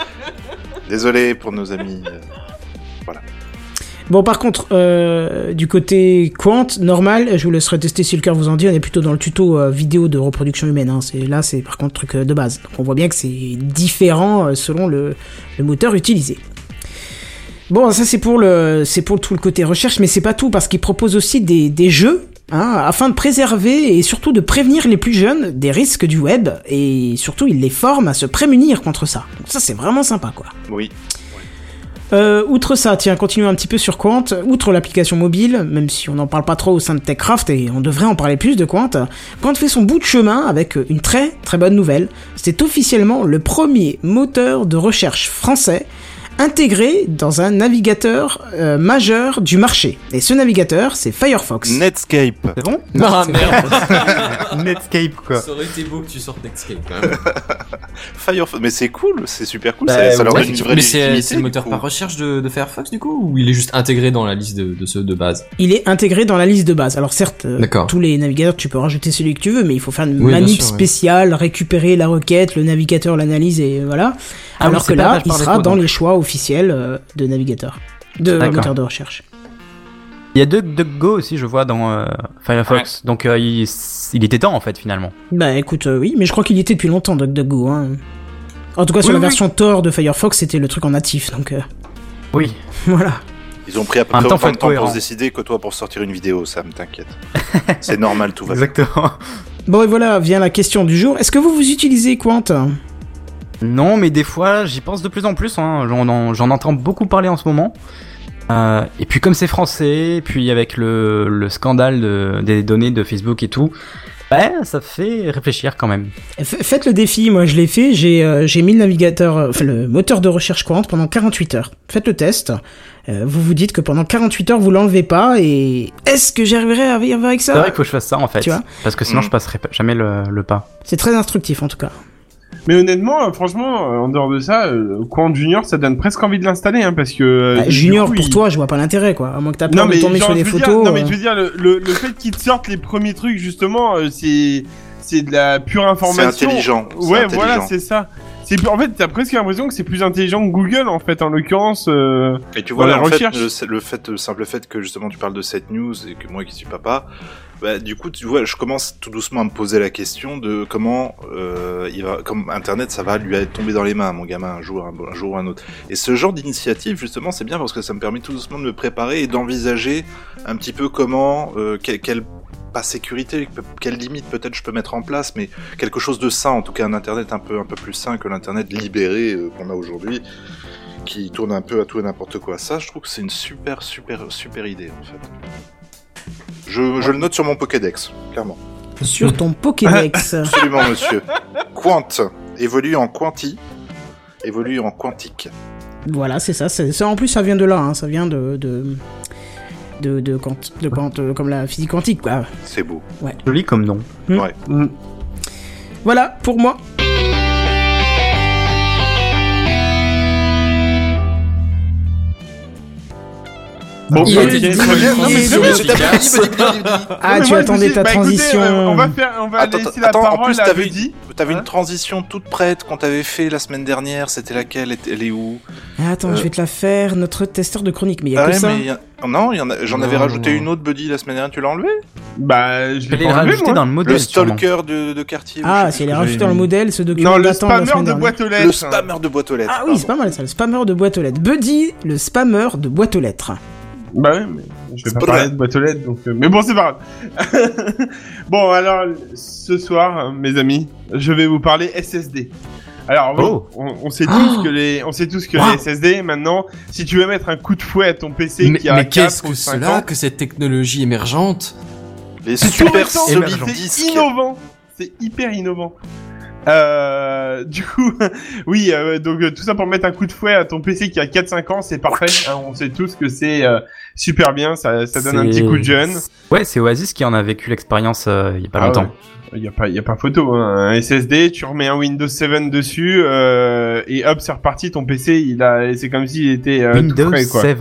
Speaker 6: Désolé pour nos amis. euh,
Speaker 1: Bon, par contre, euh, du côté quant, normal, je vous laisserai tester si le cœur vous en dit. On est plutôt dans le tuto euh, vidéo de reproduction humaine. Hein. C'est, là, c'est par contre truc euh, de base. Donc on voit bien que c'est différent euh, selon le, le moteur utilisé. Bon, ça c'est pour le, c'est pour tout le côté recherche, mais c'est pas tout parce qu'ils proposent aussi des, des jeux. hein, afin de préserver et surtout de prévenir les plus jeunes des risques du web et surtout ils les forment à se prémunir contre ça. Donc ça c'est vraiment sympa quoi.
Speaker 6: Oui.
Speaker 1: Euh, outre ça, tiens, continuons un petit peu sur Quant. Outre l'application mobile, même si on n'en parle pas trop au sein de TechCraft et on devrait en parler plus de Quant, Quant fait son bout de chemin avec une très très bonne nouvelle. C'est officiellement le premier moteur de recherche français intégré dans un navigateur euh, majeur du marché. Et ce navigateur, c'est Firefox.
Speaker 6: Netscape.
Speaker 4: C'est bon
Speaker 5: Ah merde
Speaker 4: Netscape quoi.
Speaker 5: Ça aurait été beau que tu sortes Netscape quand même.
Speaker 6: Firefox. Mais c'est cool, c'est super cool.
Speaker 4: Bah,
Speaker 6: ça, ça leur
Speaker 4: ouais,
Speaker 6: donne une vraie
Speaker 5: Mais c'est
Speaker 6: légitimité.
Speaker 5: c'est le
Speaker 6: du
Speaker 5: moteur
Speaker 6: coup.
Speaker 5: par recherche de, de Firefox du coup Ou il est juste intégré dans la liste de, de ceux de base
Speaker 1: Il est intégré dans la liste de base. Alors certes, euh,
Speaker 5: D'accord.
Speaker 1: tous les navigateurs, tu peux rajouter celui que tu veux, mais il faut faire une
Speaker 5: Oui, bien
Speaker 1: manip
Speaker 5: sûr, ouais.
Speaker 1: spéciale, récupérer la requête, le navigateur l'analyse et voilà.
Speaker 4: Ah oui,
Speaker 1: Alors que
Speaker 4: c'est pas
Speaker 1: là,
Speaker 4: mal
Speaker 1: il
Speaker 4: par
Speaker 1: sera
Speaker 4: défaut,
Speaker 1: dans
Speaker 4: donc.
Speaker 1: les choix officiels euh, de navigateur, de
Speaker 4: D'accord.
Speaker 1: moteur de recherche.
Speaker 4: Il y a DuckDuckGo aussi, je vois, dans euh, Firefox. Donc euh, il, il était temps en fait finalement.
Speaker 1: Bah écoute, euh, oui, mais je crois qu'il y était depuis longtemps, DuckDuckGo. Hein. En tout cas, sur
Speaker 4: Oui,
Speaker 1: la
Speaker 4: oui.
Speaker 1: version Tor de Firefox, c'était le truc en natif, donc euh,
Speaker 4: Oui.
Speaker 1: voilà.
Speaker 6: Ils ont pris à peu
Speaker 4: En
Speaker 6: près
Speaker 4: même temps, faut
Speaker 6: autant de
Speaker 4: être
Speaker 6: temps pour
Speaker 4: cohérent.
Speaker 6: se décider que toi pour sortir une vidéo, Sam, t'inquiète. c'est normal, tout va bien.
Speaker 4: Exactement.
Speaker 1: Bon et voilà, vient la question du jour. Est-ce que vous vous utilisez Quant
Speaker 4: Non, mais des fois, j'y pense de plus en plus. hein. J'en, en- j'en entends beaucoup parler en ce moment. Euh, et puis comme c'est français, puis avec le, le scandale de- des données de Facebook et tout, bah, ça fait réfléchir quand même.
Speaker 1: F- Faites le défi, moi je l'ai fait, j'ai euh, j'ai mis le navigateur, euh, enfin, le moteur de recherche courante pendant 48 heures. Faites le test, Euh, vous vous dites que pendant 48 heures vous l'enlevez pas et est-ce que j'arriverai à vivre avec
Speaker 4: C'est vrai
Speaker 1: ça
Speaker 4: qu'il faut que je fasse ça en fait,
Speaker 1: Tu vois
Speaker 4: parce que sinon
Speaker 6: Mm.
Speaker 4: je passerai pas- jamais le, le pas.
Speaker 1: C'est très instructif en tout cas.
Speaker 7: Mais honnêtement, euh, franchement, euh, en dehors de ça, euh, Quant Junior, ça donne presque envie de l'installer, hein, parce que... euh,
Speaker 1: Bah,
Speaker 7: du
Speaker 1: junior
Speaker 7: coup,
Speaker 1: pour
Speaker 7: il-
Speaker 1: toi, je vois pas l'intérêt quoi, à moins que t'as peur
Speaker 7: Non
Speaker 1: de
Speaker 7: mais,
Speaker 1: tomber
Speaker 7: genre,
Speaker 1: sur des
Speaker 7: je veux
Speaker 1: photos.
Speaker 7: dire, non mais
Speaker 1: euh.
Speaker 7: je veux dire, le, le, le fait qu'ils te sortent les premiers trucs, justement, euh, c'est c'est de la pure
Speaker 6: C'est
Speaker 7: information.
Speaker 6: intelligent. c'est
Speaker 7: Ouais,
Speaker 6: intelligent.
Speaker 7: voilà, c'est ça. C'est plus- en fait, t'as presque l'impression que c'est plus intelligent que Google en fait, en l'occurrence. euh,
Speaker 6: Et tu vois,
Speaker 7: Voilà,
Speaker 6: là, en fait,
Speaker 7: recherche.
Speaker 6: le, c'est le fait, le simple fait que justement tu parles de cette news et que moi qui suis papa, bah, du coup, tu vois, je commence tout doucement à me poser la question de comment, euh, il va, comme Internet, ça va lui tomber dans les mains, mon gamin, un jour, un, un jour ou un autre. Et ce genre d'initiative, justement, c'est bien parce que ça me permet tout doucement de me préparer et d'envisager un petit peu comment, euh, que- quelle pas sécurité, que- quelle limite peut-être je peux mettre en place, mais quelque chose de sain, en tout cas un internet un peu un peu plus sain que l'internet libéré euh, qu'on a aujourd'hui, qui tourne un peu à tout et n'importe quoi. Ça, je trouve que c'est une super, super, super idée, en fait. Je, je le note sur mon Pokédex, clairement.
Speaker 1: Sur ton Pokédex.
Speaker 6: Absolument, monsieur. Quant évolue en quanti, évolue en quantique.
Speaker 1: voilà, c'est ça, c'est- ça. En plus, ça vient de là, hein, ça vient de de de, de Kant, de Kant, euh, comme la physique quantique quoi.
Speaker 6: C'est beau.
Speaker 4: Joli comme nom.
Speaker 7: Mm.
Speaker 1: Voilà pour moi.
Speaker 7: Bon, bah,
Speaker 1: Il
Speaker 7: ok,
Speaker 1: était
Speaker 7: très
Speaker 1: premier,
Speaker 7: bien. Non, mais c'est
Speaker 1: donc-
Speaker 7: bon.
Speaker 1: c'est
Speaker 7: Non,
Speaker 1: Ah,
Speaker 7: mais
Speaker 1: tu
Speaker 7: moi, je me
Speaker 1: attendais
Speaker 7: suis-
Speaker 1: ta
Speaker 7: bah, écoutez,
Speaker 1: transition.
Speaker 7: euh, on va faire, on va
Speaker 6: Attends,
Speaker 7: laisser la
Speaker 6: attends, en
Speaker 7: parole
Speaker 6: plus,
Speaker 7: à
Speaker 6: t'avais-
Speaker 7: Buddy.
Speaker 6: T'avais
Speaker 7: Hein
Speaker 6: une transition toute prête qu'on t'avait fait la semaine dernière. C'était laquelle Elle- Elle est où
Speaker 1: Attends,
Speaker 6: Euh.
Speaker 1: je vais te la faire, notre testeur de chronique, mais il y a
Speaker 6: Ah
Speaker 1: que
Speaker 6: ouais,
Speaker 1: ça.
Speaker 6: mais y a- Non, il y en a- j'en
Speaker 5: Non,
Speaker 6: avais rajouté
Speaker 5: non.
Speaker 6: une autre, Buddy, la semaine dernière. Tu l'as enlevé
Speaker 7: Bah, je
Speaker 4: Je vais
Speaker 7: l'ai
Speaker 4: les
Speaker 7: pas enlevé,
Speaker 4: rajouter
Speaker 7: moi.
Speaker 4: dans le modèle.
Speaker 6: Le
Speaker 4: sûrement.
Speaker 6: stalker de, de quartier.
Speaker 1: Ah,
Speaker 6: je sais
Speaker 1: si elle est
Speaker 6: plus.
Speaker 1: rajoutée dans le modèle, ce document
Speaker 7: Non, le
Speaker 1: datant de la
Speaker 7: spammer
Speaker 1: semaine
Speaker 7: de
Speaker 1: dernière.
Speaker 7: boîte aux lettres.
Speaker 6: Le spammer de boîte aux lettres.
Speaker 1: Ah oui, c'est pas
Speaker 6: pardon.
Speaker 1: mal ça, le spammer de boîte aux lettres. Buddy, le spammer de boîte aux lettres.
Speaker 7: Bah ouais, mais je vais
Speaker 6: C'est
Speaker 7: pas
Speaker 6: pas
Speaker 7: parler
Speaker 6: vrai.
Speaker 7: de boîte aux lettres, donc. euh, Mais bon, c'est pas grave. bon, alors, ce soir, hein, mes amis, je vais vous parler SSD. Alors,
Speaker 4: Oh.
Speaker 7: on, on sait tous que les, on sait tous que les SSD maintenant, si tu veux mettre un coup de fouet à ton PC
Speaker 5: Mais,
Speaker 7: qui a
Speaker 5: mais
Speaker 7: 4
Speaker 5: qu'est-ce
Speaker 7: ou
Speaker 5: que
Speaker 7: 5
Speaker 5: cela
Speaker 7: ans,
Speaker 5: que cette technologie émergente
Speaker 6: Les
Speaker 7: c'est
Speaker 6: super
Speaker 7: intéressant,
Speaker 6: solides
Speaker 7: c'est
Speaker 6: disques.
Speaker 7: innovant, c'est hyper innovant. Euh, du coup, oui, euh, donc euh, tout ça pour mettre un coup de fouet à ton PC qui a 4-5 ans, c'est parfait. hein, on sait tous que c'est euh, super bien, ça, ça donne un petit coup de jeune.
Speaker 4: Ouais, c'est Oasis qui en a vécu l'expérience euh, il y a pas
Speaker 7: Ah
Speaker 4: longtemps.
Speaker 7: Il y a pas, il y a pas photo. hein. Un SSD, tu remets un Windows 7 dessus euh, et hop, c'est reparti. Ton PC, il a, c'est comme s'il était euh, tout
Speaker 4: Windows
Speaker 7: frais, quoi.
Speaker 4: 7.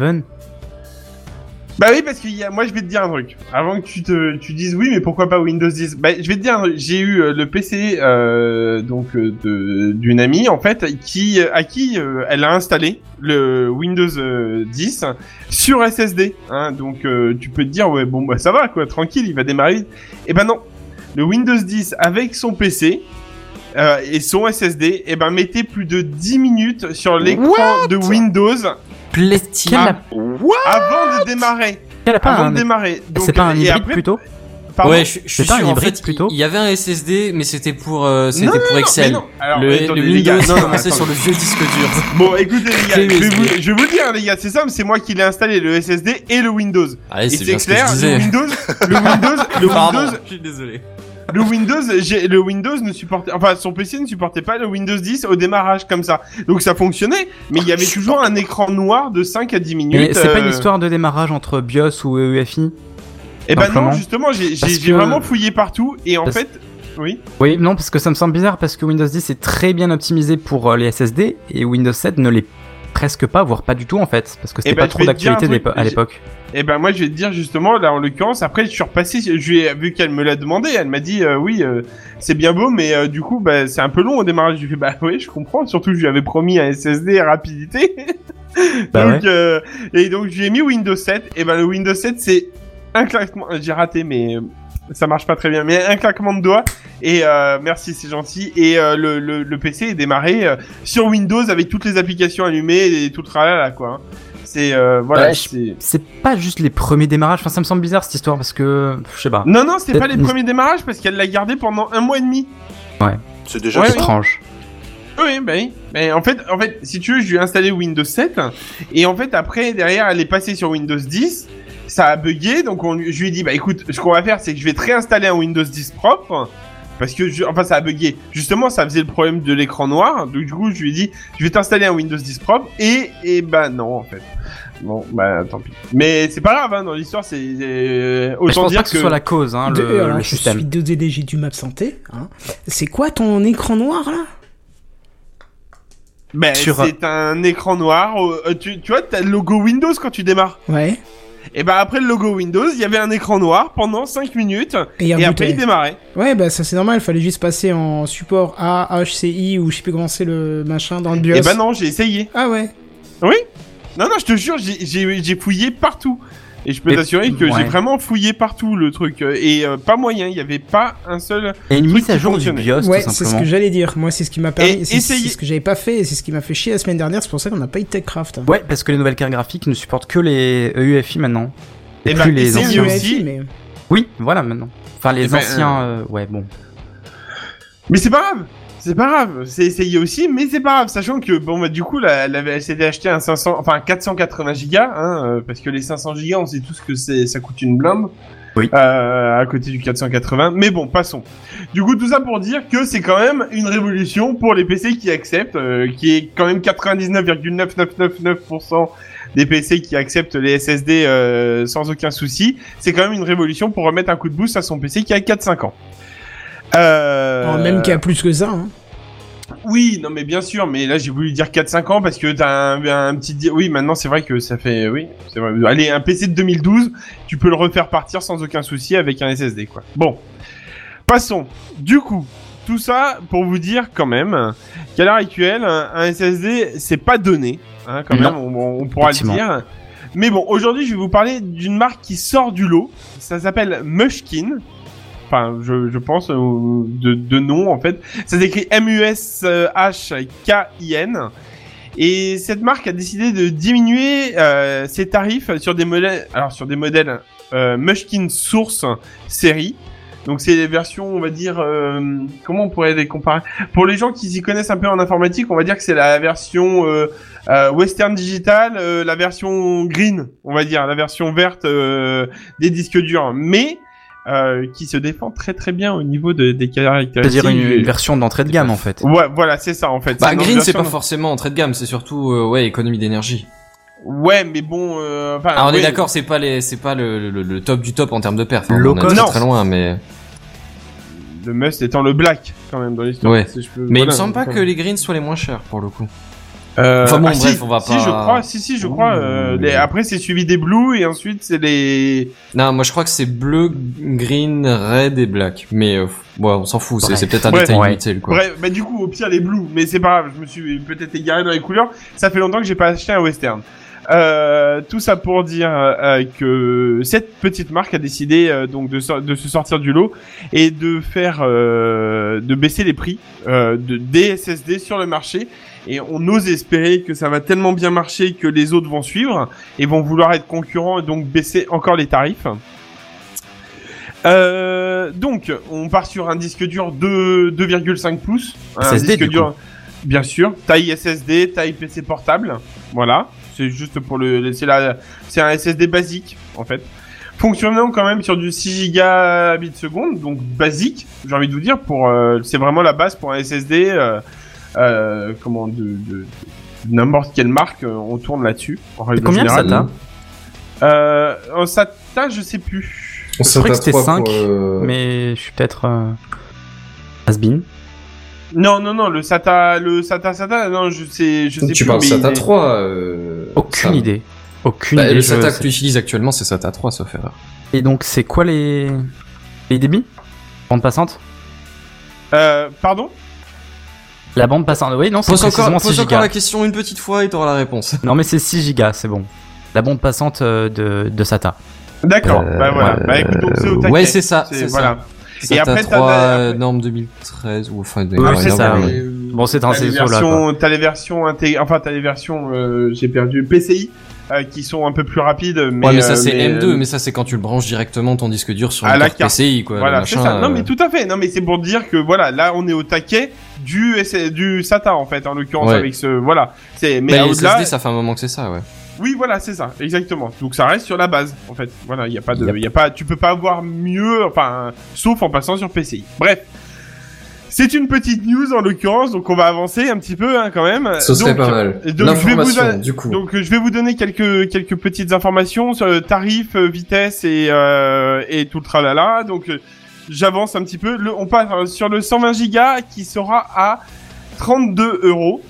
Speaker 7: Bah oui, parce que y a, moi, je vais te dire un truc. Avant que tu te, tu dises oui, mais pourquoi pas Windows 10 Bah, je vais te dire, un truc. j'ai eu euh, le PC euh, donc euh, de- d'une amie en fait, qui, à qui euh, elle a installé le Windows euh, 10 sur SSD. Hein, donc, euh, tu peux te dire ouais, bon, bah ça va quoi, tranquille, il va démarrer vite. Et ben non, le Windows 10 avec son PC. euh, et son SSD, et ben mettez plus de 10 minutes sur l'écran de Windows
Speaker 5: plaît-il
Speaker 7: Ah,
Speaker 6: What
Speaker 7: avant de démarrer.
Speaker 4: Elle a pas
Speaker 7: avant
Speaker 4: un-
Speaker 7: de démarrer. Donc,
Speaker 4: C'est pas un
Speaker 7: et
Speaker 4: hybride
Speaker 7: après-
Speaker 4: plutôt
Speaker 7: pardon
Speaker 5: Ouais, je, je suis
Speaker 4: C'est pas un
Speaker 5: sûr, en
Speaker 4: hybride,
Speaker 5: fait,
Speaker 4: plutôt
Speaker 5: il y avait un SSD, mais c'était pour, euh, c'était
Speaker 7: Non,
Speaker 5: pour
Speaker 7: Mais
Speaker 5: Excel.
Speaker 7: non, alors,
Speaker 5: le,
Speaker 7: attendez,
Speaker 5: le
Speaker 7: les gars,
Speaker 5: Windows
Speaker 7: non, non,
Speaker 5: commençait
Speaker 7: attendez.
Speaker 5: sur le vieux disque dur.
Speaker 7: Bon, écoutez
Speaker 5: Clé
Speaker 7: les gars, je vais,
Speaker 5: USB.
Speaker 7: vous, je vais vous dire les gars, c'est simple, c'est moi qui l'ai installé, le SSD et le Windows.
Speaker 5: Allez,
Speaker 7: et
Speaker 5: Ah c'est bien ce que
Speaker 7: clair,
Speaker 5: je
Speaker 7: le
Speaker 5: disais.
Speaker 7: Windows, le Windows, le
Speaker 5: Pardon,
Speaker 7: Windows,
Speaker 5: je suis désolé.
Speaker 7: le Windows, j'ai- le Windows ne supportait, enfin son PC ne supportait pas le Windows 10 au démarrage comme ça. Donc ça fonctionnait, mais il y avait toujours un écran noir de 5 à 10 minutes.
Speaker 4: Mais c'est pas une
Speaker 7: euh,
Speaker 4: histoire de démarrage entre BIOS ou E EFI
Speaker 7: Eh ben non,
Speaker 4: simplement.
Speaker 7: justement, j'ai j'ai-
Speaker 4: Parce
Speaker 7: j'ai
Speaker 4: que-
Speaker 7: vraiment fouillé partout et en
Speaker 4: Parce-
Speaker 7: fait, oui.
Speaker 4: Oui, non, parce que ça me semble bizarre parce que Windows 10 est très bien optimisé pour euh, les SSD et Windows 7 ne l'est presque pas, voire pas du tout en fait, parce que c'était
Speaker 7: Eh ben,
Speaker 4: pas
Speaker 7: je
Speaker 4: trop
Speaker 7: vais te dire un
Speaker 4: d'actualité
Speaker 7: truc,
Speaker 4: d'épo- à
Speaker 7: j'ai-
Speaker 4: l'époque.
Speaker 7: Et ben moi je vais te dire justement là en l'occurrence après je suis repassé je lui ai vu qu'elle me l'a demandé elle m'a dit euh, oui euh, c'est bien beau mais euh, du coup bah, c'est un peu long au démarrage j'ai fait bah oui je comprends surtout je lui avais promis un SSD et rapidité
Speaker 4: Bah
Speaker 7: donc euh, et donc je lui ai mis Windows 7 et ben le Windows 7 c'est un claquement j'ai raté mais euh, ça marche pas très bien mais un claquement de doigts et euh, merci c'est gentil et euh, le, le, le PC est démarré euh, sur Windows avec toutes les applications allumées et tout le tralala quoi hein. c'est euh, voilà
Speaker 4: Bah, je-
Speaker 7: c'est
Speaker 4: C'est pas juste les premiers démarrages, enfin ça me semble bizarre cette histoire parce que je sais pas,
Speaker 7: Non, non, c'était pas
Speaker 4: Peut-être
Speaker 7: les
Speaker 4: une-
Speaker 7: premiers démarrages parce qu'elle l'a gardé pendant un mois et demi.
Speaker 6: C'est déjà
Speaker 7: Ouais,
Speaker 6: ça.
Speaker 7: oui.
Speaker 4: étrange.
Speaker 7: Oui, bah oui. Mais en fait, en fait, si tu veux, je lui ai installé Windows 7 et en fait, après, derrière, elle est passée sur Windows 10. Ça a bugué, donc on, lui- je lui ai dit, bah écoute, ce qu'on va faire, c'est que je vais te réinstaller un Windows 10 propre. Parce que, je- enfin, ça a bugué. Justement, ça faisait le problème de l'écran noir. Donc, du coup, je lui ai dit, je vais t'installer un Windows 10 propre. Et, et bah non, en fait. Bon, bah tant pis. Mais c'est pas grave, hein, dans l'histoire, c'est. euh,
Speaker 4: Mais je
Speaker 7: autant
Speaker 4: pense
Speaker 7: dire
Speaker 4: pas que, ce soit la cause, hein,
Speaker 1: De-
Speaker 4: le,
Speaker 1: alors,
Speaker 4: le
Speaker 1: je
Speaker 4: système.
Speaker 1: suis désolé, j'ai dû m'absenter. hein. C'est quoi ton écran noir là
Speaker 7: Ben,
Speaker 4: Sur-
Speaker 7: c'est un écran noir. euh, tu, tu vois, t'as le logo Windows quand tu démarres.
Speaker 1: Ouais.
Speaker 7: Et ben après le logo Windows, il y avait un écran noir pendant 5 minutes.
Speaker 1: Et il
Speaker 7: Et,
Speaker 1: y a un bouton.
Speaker 7: après, il démarrait.
Speaker 1: Ouais, bah ça c'est normal, il fallait juste passer en support A, HCI ou je sais plus comment c'est le machin dans le BIOS.
Speaker 7: Et ben non, j'ai essayé.
Speaker 1: Ah ouais.
Speaker 7: Non, non, je te jure, j'ai- j'ai j'ai fouillé partout. Et je peux
Speaker 4: Mais-
Speaker 7: t'assurer que
Speaker 4: ouais.
Speaker 7: j'ai vraiment fouillé partout le truc. euh, Et euh, pas moyen, il y avait pas un seul.
Speaker 4: Et une
Speaker 7: truc
Speaker 4: mise à
Speaker 7: qui
Speaker 4: jour du
Speaker 7: fonctionnait.
Speaker 4: BIOS
Speaker 1: Ouais, c'est
Speaker 4: tout
Speaker 1: ce
Speaker 4: simplement.
Speaker 1: que j'allais dire. Moi, c'est ce qui m'a permis.
Speaker 7: Et
Speaker 1: c'est- C'est
Speaker 7: essayez-
Speaker 1: ce que j'avais pas fait et c'est ce qui m'a fait chier la semaine dernière. C'est pour ça qu'on n'a pas eu de Techcraft.
Speaker 4: Ouais, parce que les nouvelles cartes graphiques ne supportent que les E EUFI maintenant. Et,
Speaker 7: Eh
Speaker 4: plus
Speaker 7: ben,
Speaker 4: les
Speaker 7: essayez
Speaker 1: C'est
Speaker 4: anciens.
Speaker 7: aussi.
Speaker 1: mais...
Speaker 4: Oui, voilà maintenant. Enfin, les
Speaker 7: Eh ben,
Speaker 4: anciens. euh, Ouais, bon.
Speaker 7: Mais c'est pas grave. C'est pas grave, c'est essayé aussi, mais c'est pas grave, sachant que bon bah du coup la, la, elle s'était acheté un 500, enfin 480 gigas, hein, euh, parce que les 500 gigas on sait tous que c'est ça coûte une blinde.
Speaker 4: Oui.
Speaker 7: Euh, à côté du 480, mais bon passons. Du coup tout ça pour dire que c'est quand même une révolution pour les PC qui acceptent, euh, qui est quand même 99,9999% des PC qui acceptent les SSD euh, sans aucun souci. C'est quand même une révolution pour remettre un coup de boost à son PC qui a 4-5 ans. Euh...
Speaker 1: Alors, même qu'il y a plus que ça. hein.
Speaker 7: Oui, non mais bien sûr, mais là j'ai voulu dire 4-5 ans parce que t'as un, un petit... di- Oui, maintenant c'est vrai que ça fait... Oui, c'est vrai. Allez, un PC de 2012, tu peux le refaire partir sans aucun souci avec un SSD, quoi. Bon, passons. Du coup, tout ça pour vous dire quand même qu'à l'heure actuelle, un un SSD, c'est pas donné, hein, quand
Speaker 4: Non.
Speaker 7: même, on, on- on pourra le
Speaker 4: Effectivement.
Speaker 7: dire. Mais bon, aujourd'hui, je vais vous parler d'une marque qui sort du lot. Ça s'appelle Mushkin. Enfin, je, je pense euh, de, de nom en fait. Ça s'écrit M-U-S-H-K-I-N. Et cette marque a décidé de diminuer euh, ses tarifs sur des modèles, alors sur des modèles euh, Mushkin Source série, Donc c'est les versions, on va dire, euh, comment on pourrait les comparer Pour les gens qui s'y connaissent un peu en informatique, on va dire que c'est la version euh, euh, Western Digital, euh, la version green, on va dire, la version verte euh, des disques durs, mais euh, qui se défend très très bien au niveau de- des caractéristiques.
Speaker 4: C'est-à-dire une,
Speaker 7: du-
Speaker 4: une version d'entrée de gamme en fait.
Speaker 7: Ouais, voilà, c'est ça en fait.
Speaker 5: Bah,
Speaker 7: une
Speaker 5: green, c'est
Speaker 7: version-
Speaker 5: pas forcément entrée de gamme, c'est surtout, euh, ouais, économie d'énergie.
Speaker 7: Ouais, mais bon, euh, enfin,
Speaker 5: Ah, on est
Speaker 7: oui.
Speaker 5: d'accord, c'est pas les, c'est pas le, le- le top du top en termes de perf. hein.
Speaker 4: Low
Speaker 5: on est
Speaker 4: cost.
Speaker 5: très,
Speaker 7: Non.
Speaker 5: très loin, mais.
Speaker 7: Le must étant le black quand même dans l'histoire.
Speaker 5: Ouais.
Speaker 7: si je peux-
Speaker 5: Mais il me
Speaker 7: voilà,
Speaker 5: semble pas
Speaker 7: donc,
Speaker 5: que les greens soient les moins chers pour le coup.
Speaker 7: Euh,
Speaker 5: Enfin bon,
Speaker 7: ah,
Speaker 5: bref,
Speaker 7: si,
Speaker 5: on va
Speaker 7: si,
Speaker 5: pas-
Speaker 7: je crois, si, si, je crois. euh, les- Après, c'est suivi des blues et ensuite c'est les.
Speaker 5: Non, moi je crois que c'est bleu, green, red et black. Mais euh, ouais, on s'en fout, c'est
Speaker 4: Bref.
Speaker 5: c'est peut-être un
Speaker 7: Ouais.
Speaker 5: détail
Speaker 4: Ouais.
Speaker 5: inutile quoi.
Speaker 7: Bref, bah du coup, au pire les blues, mais c'est pas grave. Je me suis peut-être égaré dans les couleurs. Ça fait longtemps que j'ai pas acheté un western. Euh, tout ça pour dire euh, que cette petite marque a décidé euh, donc de, so- de se sortir du lot et de faire euh, de baisser les prix euh, de des SSD sur le marché et on ose espérer que ça va tellement bien marcher que les autres vont suivre et vont vouloir être concurrents et donc baisser encore les tarifs. Euh, donc, on part sur un disque dur de 2,5 pouces. Un
Speaker 4: SSD,
Speaker 7: disque
Speaker 4: du
Speaker 7: dur, bien sûr. Taille SSD, taille PC portable. Voilà. C'est juste pour le. C'est la. C'est un SSD basique, en fait. Fonctionnant quand même sur du 6 gigabits seconde, donc basique, j'ai envie de vous dire, pour euh, c'est vraiment la base pour un SSD, euh, euh, comment, de, de, de n'importe quelle marque, euh, on tourne là-dessus. en règle
Speaker 4: Et combien de
Speaker 7: générale.
Speaker 4: SATA
Speaker 7: Euh, en SATA, je sais plus.
Speaker 4: Je croyais que c'était 5,
Speaker 5: euh,
Speaker 4: mais je suis peut-être euh, has-been.
Speaker 7: Non, non, non, le SATA, le SATA, SATA, non, je sais, je sais plus.
Speaker 5: Tu parles
Speaker 7: mais
Speaker 5: SATA
Speaker 7: il est-
Speaker 5: 3. euh,
Speaker 4: Aucune
Speaker 5: ça-
Speaker 4: idée. Aucune
Speaker 5: Bah,
Speaker 4: idée.
Speaker 5: le
Speaker 4: je-
Speaker 5: SATA que
Speaker 4: c'est-
Speaker 5: tu utilises actuellement, c'est SATA 3, sauf erreur.
Speaker 4: Et donc c'est quoi les les débits Bande passante
Speaker 7: Euh, pardon
Speaker 4: La bande passante. Oui, non, c'est
Speaker 5: Pose
Speaker 4: précisément
Speaker 5: encore,
Speaker 4: 6
Speaker 5: pose encore
Speaker 4: gigas.
Speaker 5: la question une petite fois et t'auras la réponse.
Speaker 4: Non, mais c'est 6 gigas, c'est bon. La bande passante euh, de, de SATA.
Speaker 7: D'accord,
Speaker 5: Euh,
Speaker 7: bah voilà. Bah écoute, donc c'est au taquet.
Speaker 5: ouais, c'est ça, c'est
Speaker 7: voilà.
Speaker 5: SATA
Speaker 7: après,
Speaker 5: 3,
Speaker 7: t'as- après-
Speaker 5: euh, norme 2013, ou enfin, des-
Speaker 4: Ouais,
Speaker 5: ouais,
Speaker 4: c'est
Speaker 5: norme,
Speaker 4: ça,
Speaker 5: ouais.
Speaker 4: oui. Bon, c'est un
Speaker 7: euh, T'as les
Speaker 4: CSO là. quoi.
Speaker 7: versions, t'as les versions intég- enfin t'as les versions, euh, j'ai perdu PCI, euh, qui sont un peu plus rapides. Mais,
Speaker 5: Ouais, mais ça
Speaker 7: euh,
Speaker 5: c'est M2,
Speaker 7: euh,
Speaker 5: mais ça c'est quand tu le branches directement ton disque dur sur
Speaker 7: À
Speaker 5: une
Speaker 7: la
Speaker 5: carte
Speaker 7: carte.
Speaker 5: PCI quoi.
Speaker 7: Voilà,
Speaker 5: le
Speaker 7: c'est
Speaker 5: machin,
Speaker 7: ça. Non, mais
Speaker 5: euh,
Speaker 7: tout à fait. Non, mais c'est pour dire que voilà, là, on est au taquet du S- du SATA en fait, en l'occurrence
Speaker 5: Ouais.
Speaker 7: avec ce voilà. C'est mais
Speaker 5: bah, les
Speaker 7: au-delà,
Speaker 5: SSD, ça fait un moment que c'est ça, ouais.
Speaker 7: oui, voilà, c'est ça, exactement. Donc ça reste sur la base en fait. Voilà, il y a pas de,
Speaker 5: Yep.
Speaker 7: il y a pas, tu peux pas avoir mieux, enfin, sauf en passant sur PCI. Bref. C'est une petite news en l'occurrence, donc on va avancer un petit peu hein, quand même. Donc,
Speaker 5: mal.
Speaker 7: donc, je vais L'information, vous a-
Speaker 5: du coup.
Speaker 7: Donc euh, je vais vous donner quelques quelques petites informations sur le tarif, euh, vitesse et euh, et tout le tralala. Donc euh, j'avance un petit peu. Le, on passe euh, sur le 120 gigas qui sera à 32 euros.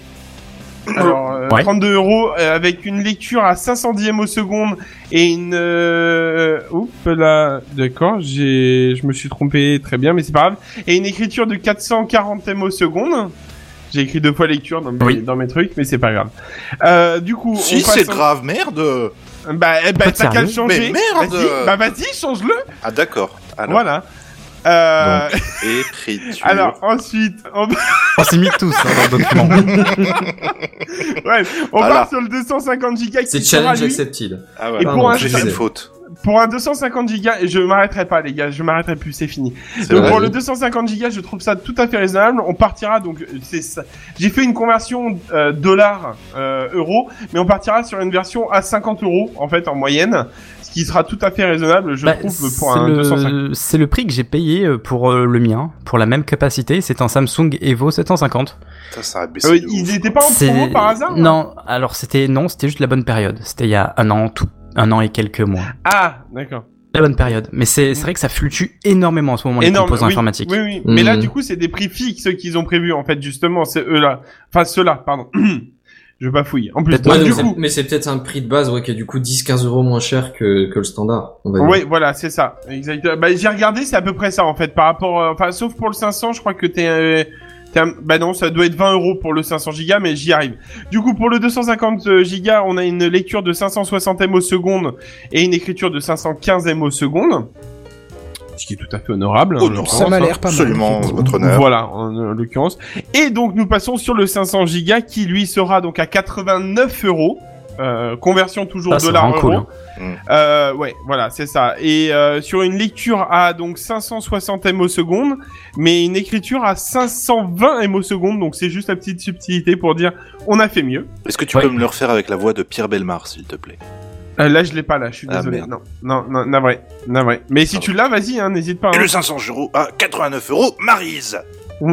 Speaker 7: Alors euh,
Speaker 4: Ouais.
Speaker 7: 32 euros euh, avec une lecture à 500 dixièmes au seconde et une. Euh, oups là, d'accord, j'ai je me suis trompé, très bien, mais c'est pas grave. Et une écriture de 440 m au seconde. J'ai écrit deux fois lecture dans mes,
Speaker 4: Oui.
Speaker 7: dans mes trucs, mais c'est pas grave. Euh, du coup,
Speaker 6: Si,
Speaker 7: on passe
Speaker 6: c'est
Speaker 7: au-
Speaker 6: grave, merde
Speaker 7: Bah, eh ben,
Speaker 4: Pas
Speaker 7: t'as qu'à le
Speaker 4: sérieux.
Speaker 7: changer.
Speaker 6: Mais merde
Speaker 7: Vas-y, bah vas-y, change-le.
Speaker 6: Ah, d'accord. Alors,
Speaker 7: Voilà. Euh,
Speaker 6: écriture.
Speaker 7: alors ensuite, on,
Speaker 4: On s'est mis tous hein, dans le document.
Speaker 7: ouais, on
Speaker 6: Voilà.
Speaker 7: part sur le 250 gigas qui
Speaker 5: C'est
Speaker 7: sera
Speaker 5: challenge
Speaker 7: lui.
Speaker 5: accepted.
Speaker 6: Ah,
Speaker 7: et
Speaker 6: voilà.
Speaker 7: pour
Speaker 5: Pardon,
Speaker 7: un,
Speaker 6: J'ai fait une faute.
Speaker 7: pour un 250 gigas, je m'arrêterai pas les gars, je m'arrêterai plus, c'est fini.
Speaker 6: C'est
Speaker 7: Donc
Speaker 6: vrai.
Speaker 7: pour le 250 gigas, je trouve ça tout à fait raisonnable. On partira donc, c'est ça. j'ai fait une conversion euh, dollar euh, euro, mais on partira sur une version à 50 euros en fait en moyenne, ce qui sera tout à fait raisonnable, je
Speaker 4: Bah,
Speaker 7: trouve,
Speaker 4: c'est
Speaker 7: pour un 250.
Speaker 4: le... c'est le prix que j'ai payé euh, pour euh, le mien, pour la même capacité. C'est un Samsung Evo 750.
Speaker 6: Putain, ça a
Speaker 7: Ah
Speaker 6: baissé.
Speaker 7: oui,
Speaker 6: de ouf.
Speaker 7: ils n'étaient pas en promo par hasard
Speaker 4: Non,
Speaker 5: hein.
Speaker 4: alors c'était non, c'était juste la bonne période. C'était il y a un an, tout, un an et quelques mois.
Speaker 7: Ah, d'accord.
Speaker 4: La bonne période. Mais c'est c'est vrai que ça fluctue énormément en ce moment les
Speaker 7: Énorme.
Speaker 4: composants
Speaker 7: oui,
Speaker 4: informatiques.
Speaker 7: Oui, oui. Mais
Speaker 5: Mhm.
Speaker 6: Mm.
Speaker 7: là, du coup, c'est des prix fixes qu'ils ont prévus, en fait, justement. C'est eux-là. Enfin, ceux-là, pardon. Je bafouille. En plus,
Speaker 4: Peut-être
Speaker 7: donc,
Speaker 4: pas,
Speaker 7: du
Speaker 4: donc,
Speaker 7: coup.
Speaker 5: mais c'est peut-être un prix de base ouais, qui est du coup 10-15 euros moins cher que, que le standard. On va dire.
Speaker 7: Oui, voilà, c'est ça. Exactement. Bah, j'ai regardé, c'est à peu près ça, en fait, par rapport, euh, enfin, sauf pour le 500, je crois que t'es, euh, t'es un- bah non, ça doit être 20 euros pour le 500 gigas, mais j'y arrive. Du coup, pour le 250 euh, gigas, on a une lecture de 560 M au seconde et une écriture de 515 M au seconde. Ce qui est tout à fait honorable. hein,
Speaker 6: Oh,
Speaker 7: en
Speaker 6: non,
Speaker 7: l'occurrence,
Speaker 1: Ça m'a
Speaker 7: hein.
Speaker 1: l'air pas mal.
Speaker 6: Absolument,
Speaker 1: effectivement.
Speaker 6: votre honneur.
Speaker 7: Voilà, en, en l'occurrence. Et donc, nous passons sur le 500 gigas qui, lui, sera donc à 89 euros. euh, conversion toujours
Speaker 4: Ah, c'est
Speaker 7: dollar
Speaker 4: vraiment cool,
Speaker 7: euro.
Speaker 6: hein.
Speaker 7: Euh, ouais, voilà, c'est ça. Et euh, sur une lecture à donc 560 m seconde, mais une écriture à 520 m seconde, donc c'est juste la petite subtilité pour dire on a fait mieux.
Speaker 6: Est-ce que tu
Speaker 5: Ouais.
Speaker 6: peux me le refaire avec la voix de Pierre Belmar, s'il te plaît
Speaker 7: Euh, là, je l'ai pas, là, je suis
Speaker 6: Ah,
Speaker 7: désolé.
Speaker 6: merde.
Speaker 7: non, non, non, navré, navré. Mais si
Speaker 6: Pardon.
Speaker 7: tu l'as, vas-y, hein, n'hésite pas.
Speaker 6: Et
Speaker 7: hein.
Speaker 6: le 500 euros à 89 euros, Marise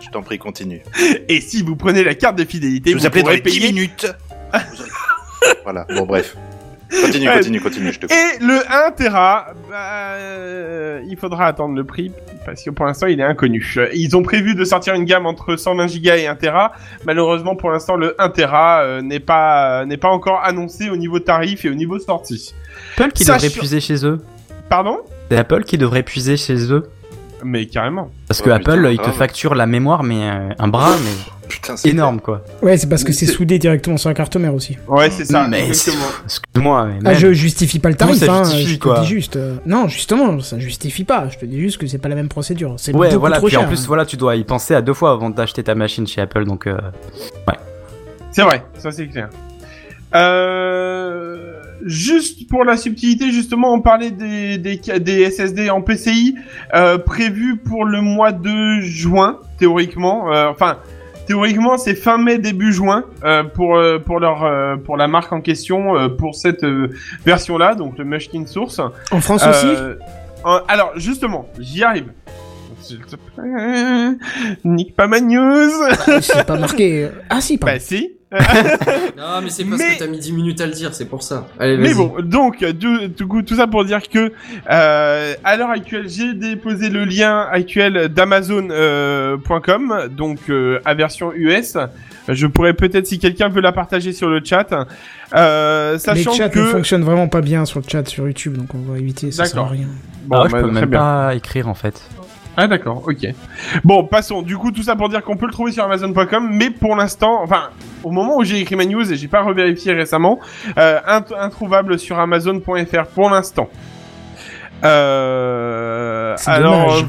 Speaker 6: Je t'en prie, continue.
Speaker 7: Et si vous prenez la carte de fidélité,
Speaker 6: Je vous appelez dans
Speaker 7: pourrez
Speaker 6: les 10
Speaker 7: payer
Speaker 6: minutes Vous aurez- Voilà, bon, bref. Continue,
Speaker 7: Ouais.
Speaker 6: continue, continue, je te coupe.
Speaker 7: Et le 1 Tera, bah, euh, il faudra attendre le prix parce que pour l'instant il est inconnu. Euh, Ils ont prévu de sortir une gamme entre 120 Go et 1 Tera. Malheureusement pour l'instant le 1 Tera euh, n'est pas euh, n'est pas encore annoncé au niveau tarif et au niveau sortie.
Speaker 4: Apple qui
Speaker 7: Ça,
Speaker 4: devrait
Speaker 7: sur-
Speaker 4: puiser chez eux.
Speaker 7: Pardon
Speaker 4: C'est Apple qui devrait puiser chez eux.
Speaker 7: Mais carrément.
Speaker 4: Parce que
Speaker 6: Oh,
Speaker 4: Apple,
Speaker 6: putain,
Speaker 7: ah
Speaker 4: il te
Speaker 6: grave.
Speaker 4: facture la mémoire, mais euh, un bras, mais
Speaker 6: Putain, c'est
Speaker 4: énorme quoi.
Speaker 1: Ouais, c'est parce que
Speaker 7: Mais
Speaker 1: c'est
Speaker 7: c'est-
Speaker 1: soudé directement sur la carte mère aussi.
Speaker 7: Ouais c'est ça.
Speaker 4: Mais c'est-
Speaker 7: exactement.
Speaker 4: Excuse-moi, mais
Speaker 1: Ah,
Speaker 4: même-
Speaker 1: je justifie pas le tarif,
Speaker 4: Comment ça
Speaker 1: hein,
Speaker 4: justifie,
Speaker 1: je te
Speaker 4: quoi
Speaker 1: dis juste. euh, Non, justement, ça justifie pas. Je te dis juste que c'est pas la même procédure. C'est
Speaker 4: Ouais,
Speaker 1: beaucoup
Speaker 4: voilà.
Speaker 1: trop
Speaker 4: Puis
Speaker 1: cher. hein.
Speaker 4: en plus, voilà, tu dois y penser à deux fois avant d'acheter ta machine chez Apple, donc. euh,
Speaker 7: C'est vrai, ça c'est clair. Euh, juste pour la subtilité, justement, on parlait des, des, des SSD en PCI euh, prévus pour le mois de juin, théoriquement. Euh, enfin, théoriquement, c'est fin mai, début juin euh, pour, euh, pour, leur, euh, pour la marque en question, euh, pour cette euh, version-là, donc le Mushkin Source.
Speaker 1: En France aussi
Speaker 7: Euh, euh, alors, justement, j'y arrive. S'il te plaît, nique pas ma news.
Speaker 4: Euh,
Speaker 1: C'est pas marqué. Ah si, pardon.
Speaker 7: bah si.
Speaker 5: Non, mais c'est parce
Speaker 7: Mais-
Speaker 5: que t'as mis 10 minutes à le dire, c'est pour ça. Allez,
Speaker 7: Mais
Speaker 5: vas-y.
Speaker 7: bon, donc du, du coup tout ça pour dire que euh, à l'heure actuelle, j'ai déposé le lien actuel d'Amazon.com, donc euh, à version US. Je pourrais peut-être si quelqu'un veut la partager sur le chat, euh,
Speaker 1: Les
Speaker 7: sachant
Speaker 1: chats ne
Speaker 7: que
Speaker 1: fonctionnent vraiment pas bien sur le chat sur YouTube, donc on va éviter, ça sert à
Speaker 7: D'accord.
Speaker 1: rien.
Speaker 7: bon,
Speaker 4: ah ouais, je
Speaker 7: bah,
Speaker 4: peux
Speaker 7: très
Speaker 4: même
Speaker 7: bien.
Speaker 4: pas écrire en fait.
Speaker 7: Ah d'accord, ok. Bon, passons. Du coup, tout ça pour dire qu'on peut le trouver sur Amazon.com, mais pour l'instant, enfin, au moment où j'ai écrit ma news et j'ai pas revérifié récemment, euh, int- introuvable sur Amazon.fr pour l'instant. Euh,
Speaker 1: C'est
Speaker 7: alors,
Speaker 1: dommage.
Speaker 7: euh,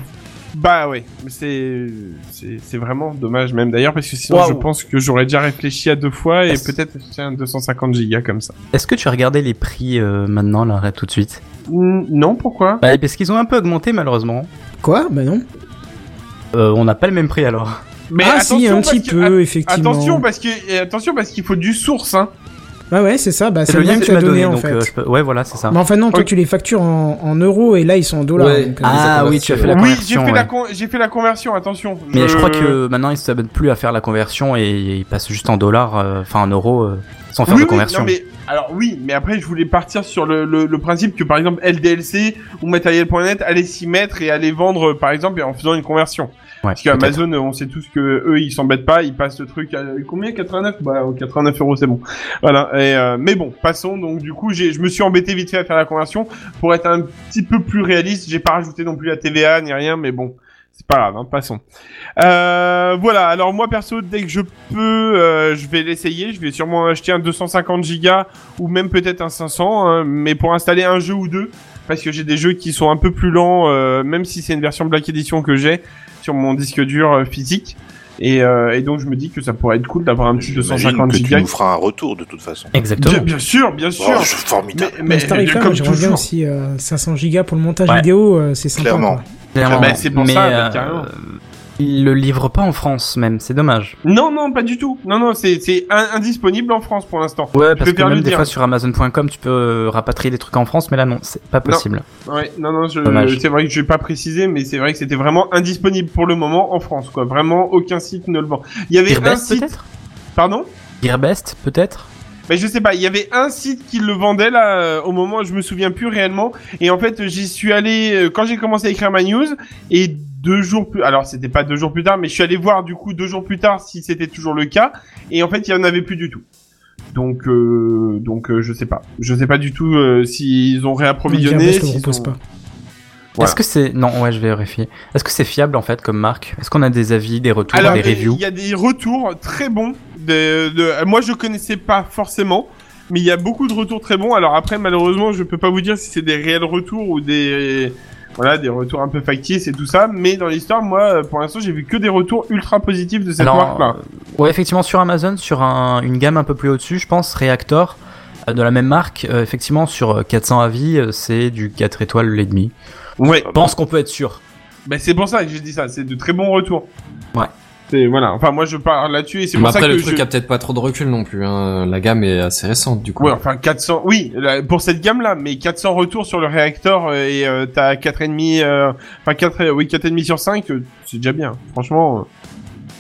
Speaker 7: bah ouais, mais c'est c'est c'est vraiment dommage même d'ailleurs parce que sinon
Speaker 4: Waouh.
Speaker 7: je pense que j'aurais déjà réfléchi à deux fois et
Speaker 1: Ah,
Speaker 4: Est-ce-
Speaker 7: peut-être acheté un 250 gigas comme ça.
Speaker 4: Est-ce que tu as regardé les prix euh, maintenant, là, là, tout de suite
Speaker 7: Mm, Non, pourquoi
Speaker 4: Bah, parce qu'ils ont un peu augmenté, malheureusement.
Speaker 1: Quoi Bah non.
Speaker 4: Euh, on n'a pas le même prix alors.
Speaker 7: Mais
Speaker 1: ah si,
Speaker 7: attention
Speaker 1: un
Speaker 7: parce
Speaker 1: petit
Speaker 7: que-
Speaker 1: peu, effectivement.
Speaker 7: Attention parce que et attention parce qu'il faut du source hein.
Speaker 1: Ah ouais, c'est ça. Bah
Speaker 4: C'est
Speaker 1: c'est
Speaker 4: le lien que tu m'as donné,
Speaker 1: en
Speaker 4: donc.
Speaker 1: fait.
Speaker 4: euh, je peux- Ouais, voilà, c'est ça.
Speaker 1: Mais enfin non, toi
Speaker 7: Ok.
Speaker 1: tu les factures en, en euros et là ils sont en dollars.
Speaker 5: Ouais.
Speaker 1: donc, euh,
Speaker 4: Ah
Speaker 5: Les
Speaker 4: oui, tu as fait la
Speaker 5: conversions,
Speaker 7: Oui, j'ai
Speaker 4: conversion.
Speaker 7: fait, la
Speaker 4: ouais.
Speaker 7: con- j'ai fait la conversion, attention.
Speaker 4: Mais je crois que
Speaker 7: Euh.
Speaker 4: maintenant ils s'abonnent plus à faire la conversion et ils passent juste en dollars, euh, enfin en euros, euh, sans faire
Speaker 7: Oui,
Speaker 4: de
Speaker 7: oui,
Speaker 4: conversion.
Speaker 7: non, mais, alors oui, mais après je voulais partir sur le, le, le principe que par exemple LDLC ou Matériel.net allez s'y mettre et allez vendre euh, par exemple en faisant une conversion.
Speaker 4: Ouais,
Speaker 7: Parce qu'Amazon, on sait tous que eux ils s'embêtent pas, ils passent le truc à combien 89 Bah aux 89 euros c'est bon. Voilà. Et, euh, mais bon, passons. Donc du coup, j'ai- je me suis embêté vite fait à faire la conversion pour être un petit peu plus réaliste. J'ai pas rajouté non plus la TVA ni rien, mais bon. C'est pas grave, hein, passons. Euh, voilà, alors moi perso, dès que je peux, euh, je vais l'essayer. Je vais sûrement acheter un 250 gigas ou même peut-être un 500, hein, mais pour installer un jeu ou deux, parce que j'ai des jeux qui sont un peu plus lents, euh, même si c'est une version Black Edition que j'ai sur mon disque dur euh, physique. Et, euh, et donc je me dis que ça pourrait être cool d'avoir un petit
Speaker 6: J'imagine
Speaker 7: 250
Speaker 6: que tu
Speaker 7: gigas.
Speaker 6: nous feras un retour, de toute façon.
Speaker 4: Exactement.
Speaker 7: Bien, bien sûr, bien sûr.
Speaker 6: Oh, je suis formidable.
Speaker 7: mais
Speaker 1: Star
Speaker 7: mais
Speaker 1: Ifar,
Speaker 7: comme
Speaker 1: j'aimerais bien
Speaker 7: toujours.
Speaker 1: aussi euh, 500 gigas pour le montage
Speaker 4: Ouais.
Speaker 1: vidéo, euh, c'est sympa.
Speaker 6: Clairement.
Speaker 1: quoi.
Speaker 4: Clairement.
Speaker 7: bah, c'est pour
Speaker 4: mais,
Speaker 7: ça, bah,
Speaker 4: euh,
Speaker 7: carrément.
Speaker 4: ils le livrent pas en France même, c'est dommage.
Speaker 7: Non, non, pas du tout. Non, non, c'est c'est in- indisponible en France pour l'instant.
Speaker 4: Ouais,
Speaker 7: parce
Speaker 4: parce
Speaker 7: que
Speaker 4: que
Speaker 7: faire le
Speaker 4: même des
Speaker 7: dire.
Speaker 4: fois sur Amazon.com, tu peux euh, rapatrier des trucs en France, mais là non, c'est pas possible.
Speaker 7: Ouais, non, non, je-
Speaker 4: Dommage.
Speaker 7: c'est vrai que je vais pas préciser, mais c'est vrai que c'était vraiment indisponible pour le moment en France, quoi. Vraiment, aucun site ne le vend. Il y avait un
Speaker 4: Gearbest
Speaker 7: site,
Speaker 4: peut-être
Speaker 7: pardon
Speaker 4: Gearbest peut-être
Speaker 7: Mais je sais pas, il y avait un site qui le vendait là euh, au moment, je me souviens plus réellement. Et en fait, j'y suis allé euh, quand j'ai commencé à écrire ma news et deux jours plus. Alors c'était pas deux jours plus tard, mais je suis allé voir du coup deux jours plus tard si c'était toujours le cas. Et en fait, il y en avait plus du tout. Donc, euh, donc euh, je sais pas, je sais pas du tout euh, s'ils ont réapprovisionné.
Speaker 1: Gearbest le
Speaker 7: s'ils
Speaker 1: propose
Speaker 7: ont-
Speaker 1: pas.
Speaker 7: Voilà.
Speaker 4: Est-ce que c'est non ouais je vais vérifier. Est-ce que c'est fiable en fait comme marque Est-ce qu'on a des avis, des retours,
Speaker 7: Alors,
Speaker 4: des
Speaker 7: il y-
Speaker 4: reviews
Speaker 7: Il y a des retours très bons. De, de- moi, je connaissais pas forcément, mais il y a beaucoup de retours très bons. Alors après, malheureusement, je peux pas vous dire si c'est des réels retours ou des voilà des retours un peu factices et tout ça. Mais dans l'histoire, moi, euh, pour l'instant, j'ai vu que des retours ultra positifs de cette
Speaker 4: Alors,
Speaker 7: marque-là.
Speaker 4: euh, Ouais, effectivement, sur Amazon, sur un- une gamme un peu plus au-dessus, je pense, Reactor, euh, de la même marque, euh, effectivement, sur euh, 400 avis, euh, c'est du 4 étoiles et demi.
Speaker 7: Ouais.
Speaker 4: Je pense qu'on peut être sûr.
Speaker 7: Bah, c'est pour ça que j'ai dit ça, c'est de très bons retours.
Speaker 4: Ouais.
Speaker 7: C'est voilà. Enfin moi je parle là-dessus et c'est
Speaker 5: Mais
Speaker 7: pour ça
Speaker 5: après,
Speaker 7: que
Speaker 5: le truc
Speaker 7: je...
Speaker 5: a peut-être pas trop de recul non plus. Hein. La gamme est assez récente, du coup.
Speaker 7: Ouais, enfin 400 oui, là, pour cette gamme là, mais 400 retours sur le réacteur euh, et euh, t'as 4 et demi euh, enfin 4 euh, oui, 4 et demi sur 5, euh, c'est déjà bien. Franchement, euh,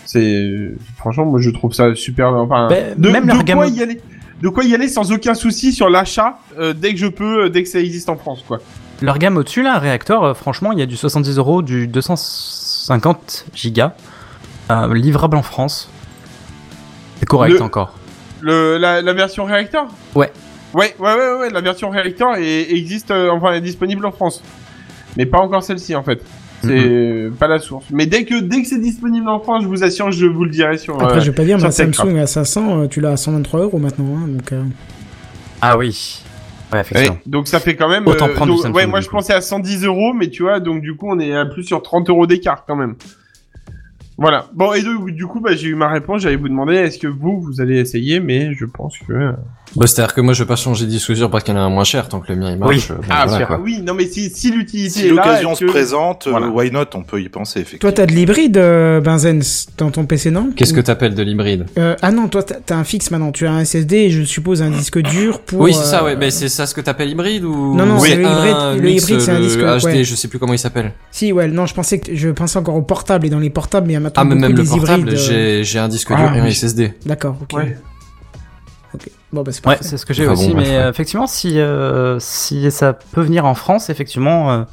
Speaker 7: c'est franchement moi je trouve ça super enfin
Speaker 4: Ben,
Speaker 7: de,
Speaker 4: même
Speaker 7: de
Speaker 4: leur gamme-
Speaker 7: quoi y aller de quoi y aller sans aucun souci sur l'achat euh, dès que je peux, euh, dès que ça existe en France quoi.
Speaker 4: Leur gamme au-dessus, là, Reactor, euh, franchement, il y a du 70 euros, du 250 gigas, euh, livrable en France. C'est correct
Speaker 7: Le-
Speaker 4: encore.
Speaker 7: Le, la, la version réacteur
Speaker 4: Ouais.
Speaker 7: Ouais, ouais, ouais, ouais, la version réacteur est- existe, euh, enfin, elle est disponible en France. Mais pas encore celle-ci, en fait. C'est
Speaker 4: Mhm.
Speaker 7: euh, pas la source. Mais dès que, dès que c'est disponible en France, je vous assure, je vous le dirai sur.
Speaker 1: Après,
Speaker 7: euh,
Speaker 1: je vais pas dire, mais la
Speaker 7: sur Techcraft.
Speaker 1: Samsung à 500, euh, tu l'as à 123 euros maintenant. hein, donc, euh,
Speaker 4: Ah oui. Ouais, effectivement.
Speaker 7: Donc ça fait quand même. euh,
Speaker 4: Autant prendre
Speaker 7: donc-
Speaker 4: du Samsung,
Speaker 7: Ouais, moi
Speaker 4: du
Speaker 7: je
Speaker 4: coup.
Speaker 7: pensais à 110 euros, mais tu vois, donc du coup, on est à plus sur 30 euros d'écart quand même. Voilà. Bon, et donc, du coup, bah, j'ai eu ma réponse. J'allais vous demander, est-ce que vous, vous allez essayer Mais je pense que. euh,
Speaker 5: Bah, c'est-à-dire que moi, je vais pas changer de disclosure parce qu'il y en a un moins cher tant que le mien il marche. euh, bon,
Speaker 7: Ah,
Speaker 5: voilà,
Speaker 7: sûr.
Speaker 5: quoi.
Speaker 7: oui, non, mais si, si l'utilité
Speaker 6: Si
Speaker 7: est là,
Speaker 6: l'occasion
Speaker 7: est-ce
Speaker 6: se
Speaker 7: que-
Speaker 6: présente, euh,
Speaker 7: Voilà.
Speaker 6: why not On peut y penser, effectivement.
Speaker 1: Toi, t'as de l'hybride, euh, Benzen, dans ton PC, non
Speaker 5: Qu'est-ce que t'appelles de l'hybride
Speaker 1: Euh, ah non, toi t'as t'as un fixe maintenant, tu as un SSD et je suppose un disque dur pour.
Speaker 5: Oui, c'est ça,
Speaker 1: euh,
Speaker 5: ouais. Mais c'est ça ce que t'appelles hybride ou
Speaker 1: Non, non,
Speaker 5: ou
Speaker 1: c'est le
Speaker 5: un
Speaker 1: hybride- le
Speaker 5: mix,
Speaker 1: hybride, c'est un
Speaker 5: le
Speaker 1: disque,
Speaker 5: HD,
Speaker 1: ouais.
Speaker 5: je sais plus comment il s'appelle.
Speaker 1: Si, ouais, non, je pensais que je pensais encore au portable et dans les portables, mais il y a maintenant
Speaker 5: Ah, mais
Speaker 1: beaucoup
Speaker 5: même le
Speaker 1: des
Speaker 5: portable,
Speaker 1: hybrides, euh,
Speaker 5: j'ai j'ai un disque
Speaker 7: Ah,
Speaker 5: dur et un
Speaker 7: oui.
Speaker 5: SSD.
Speaker 1: D'accord, ok.
Speaker 7: Ouais.
Speaker 1: Ok, bon bah c'est
Speaker 4: Ouais,
Speaker 1: parfait.
Speaker 4: c'est ce que j'ai
Speaker 5: Enfin, bon,
Speaker 4: aussi,
Speaker 5: bref,
Speaker 4: mais
Speaker 5: ouais.
Speaker 4: euh, effectivement, si, euh, si ça peut venir en France, effectivement, euh,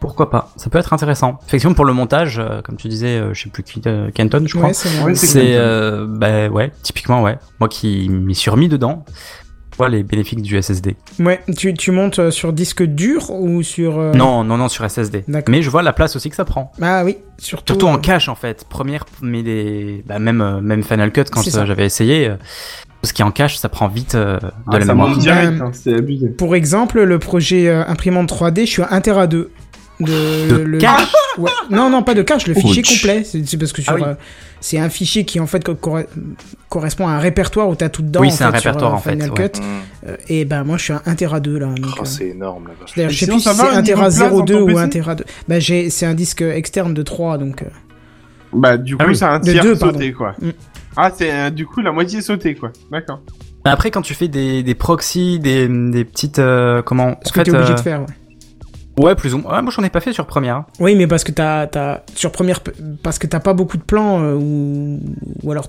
Speaker 4: pourquoi pas Ça peut être intéressant. Effectivement, pour le montage, euh, comme tu disais, euh, je sais plus qui, euh, Kenton, je crois.
Speaker 1: Ouais, c'est vrai.
Speaker 7: Ouais, c'est
Speaker 4: c'est, euh, bah ouais, typiquement, ouais. Moi qui m'y suis remis dedans, vois les bénéfices du SSD.
Speaker 1: Ouais, tu, tu montes euh, sur disque dur ou sur. euh,
Speaker 4: Non, non, non, sur SSD.
Speaker 1: D'accord.
Speaker 4: Mais je vois la place aussi que ça prend.
Speaker 1: Ah oui, surtout.
Speaker 4: Surtout en cache, en fait. Première, mais des, bah, même, euh, même Final Cut, quand
Speaker 1: C'est ça.
Speaker 4: euh, j'avais essayé, euh, tout ce qui est en cache, ça prend vite euh, de
Speaker 7: Ah,
Speaker 4: la
Speaker 7: ça
Speaker 4: mémoire.
Speaker 7: monte direct, hein, c'est abusé.
Speaker 1: Pour exemple, le projet euh, imprimante 3D, je suis à 1 Tera 2. De,
Speaker 4: De
Speaker 1: le-
Speaker 4: cache
Speaker 1: Ouais. Non, non, pas de cache, le fichier
Speaker 5: Ouch.
Speaker 1: complet. C'est c'est parce que sur,
Speaker 4: Ah oui.
Speaker 1: euh, c'est un fichier qui en fait co- corre- correspond à un répertoire où t'as tout dedans.
Speaker 4: Oui,
Speaker 1: en
Speaker 4: c'est un
Speaker 1: fait, sur,
Speaker 4: répertoire,
Speaker 1: euh,
Speaker 4: en fait,
Speaker 1: Final
Speaker 4: ouais.
Speaker 1: Cut.
Speaker 6: Mm.
Speaker 1: Euh, et ben moi je suis à 1 Tera 2 là. donc,
Speaker 6: Oh,
Speaker 1: euh,
Speaker 6: c'est énorme, la vache.
Speaker 1: D'ailleurs, je sais
Speaker 7: sinon,
Speaker 1: plus si
Speaker 7: ça
Speaker 1: c'est
Speaker 7: va au
Speaker 1: 1
Speaker 7: niveau
Speaker 1: Tera
Speaker 7: place dans
Speaker 1: 02
Speaker 7: ton
Speaker 1: ou
Speaker 7: PC
Speaker 1: 1 Tera 2. Bah, j'ai, c'est un disque externe de 3, donc. euh,
Speaker 7: Bah, du coup,
Speaker 4: oui.
Speaker 7: c'est un
Speaker 1: De
Speaker 7: tiers
Speaker 1: deux,
Speaker 7: sauté, quoi.
Speaker 1: Mm.
Speaker 7: Ah, c'est euh, du coup la moitié sautée, quoi. D'accord.
Speaker 4: Mais Après, quand tu fais des, des proxys, des, des petites. euh, comment
Speaker 1: ce
Speaker 4: en
Speaker 1: que
Speaker 4: fait,
Speaker 1: t'es obligé
Speaker 4: euh,
Speaker 1: de faire. ouais.
Speaker 4: Ouais, plus ou moins. Ouais, moi, j'en ai pas fait sur première. hein.
Speaker 1: Oui, mais parce que t'as, t'as sur première, pe- parce que t'as pas beaucoup de plans euh, ou ou alors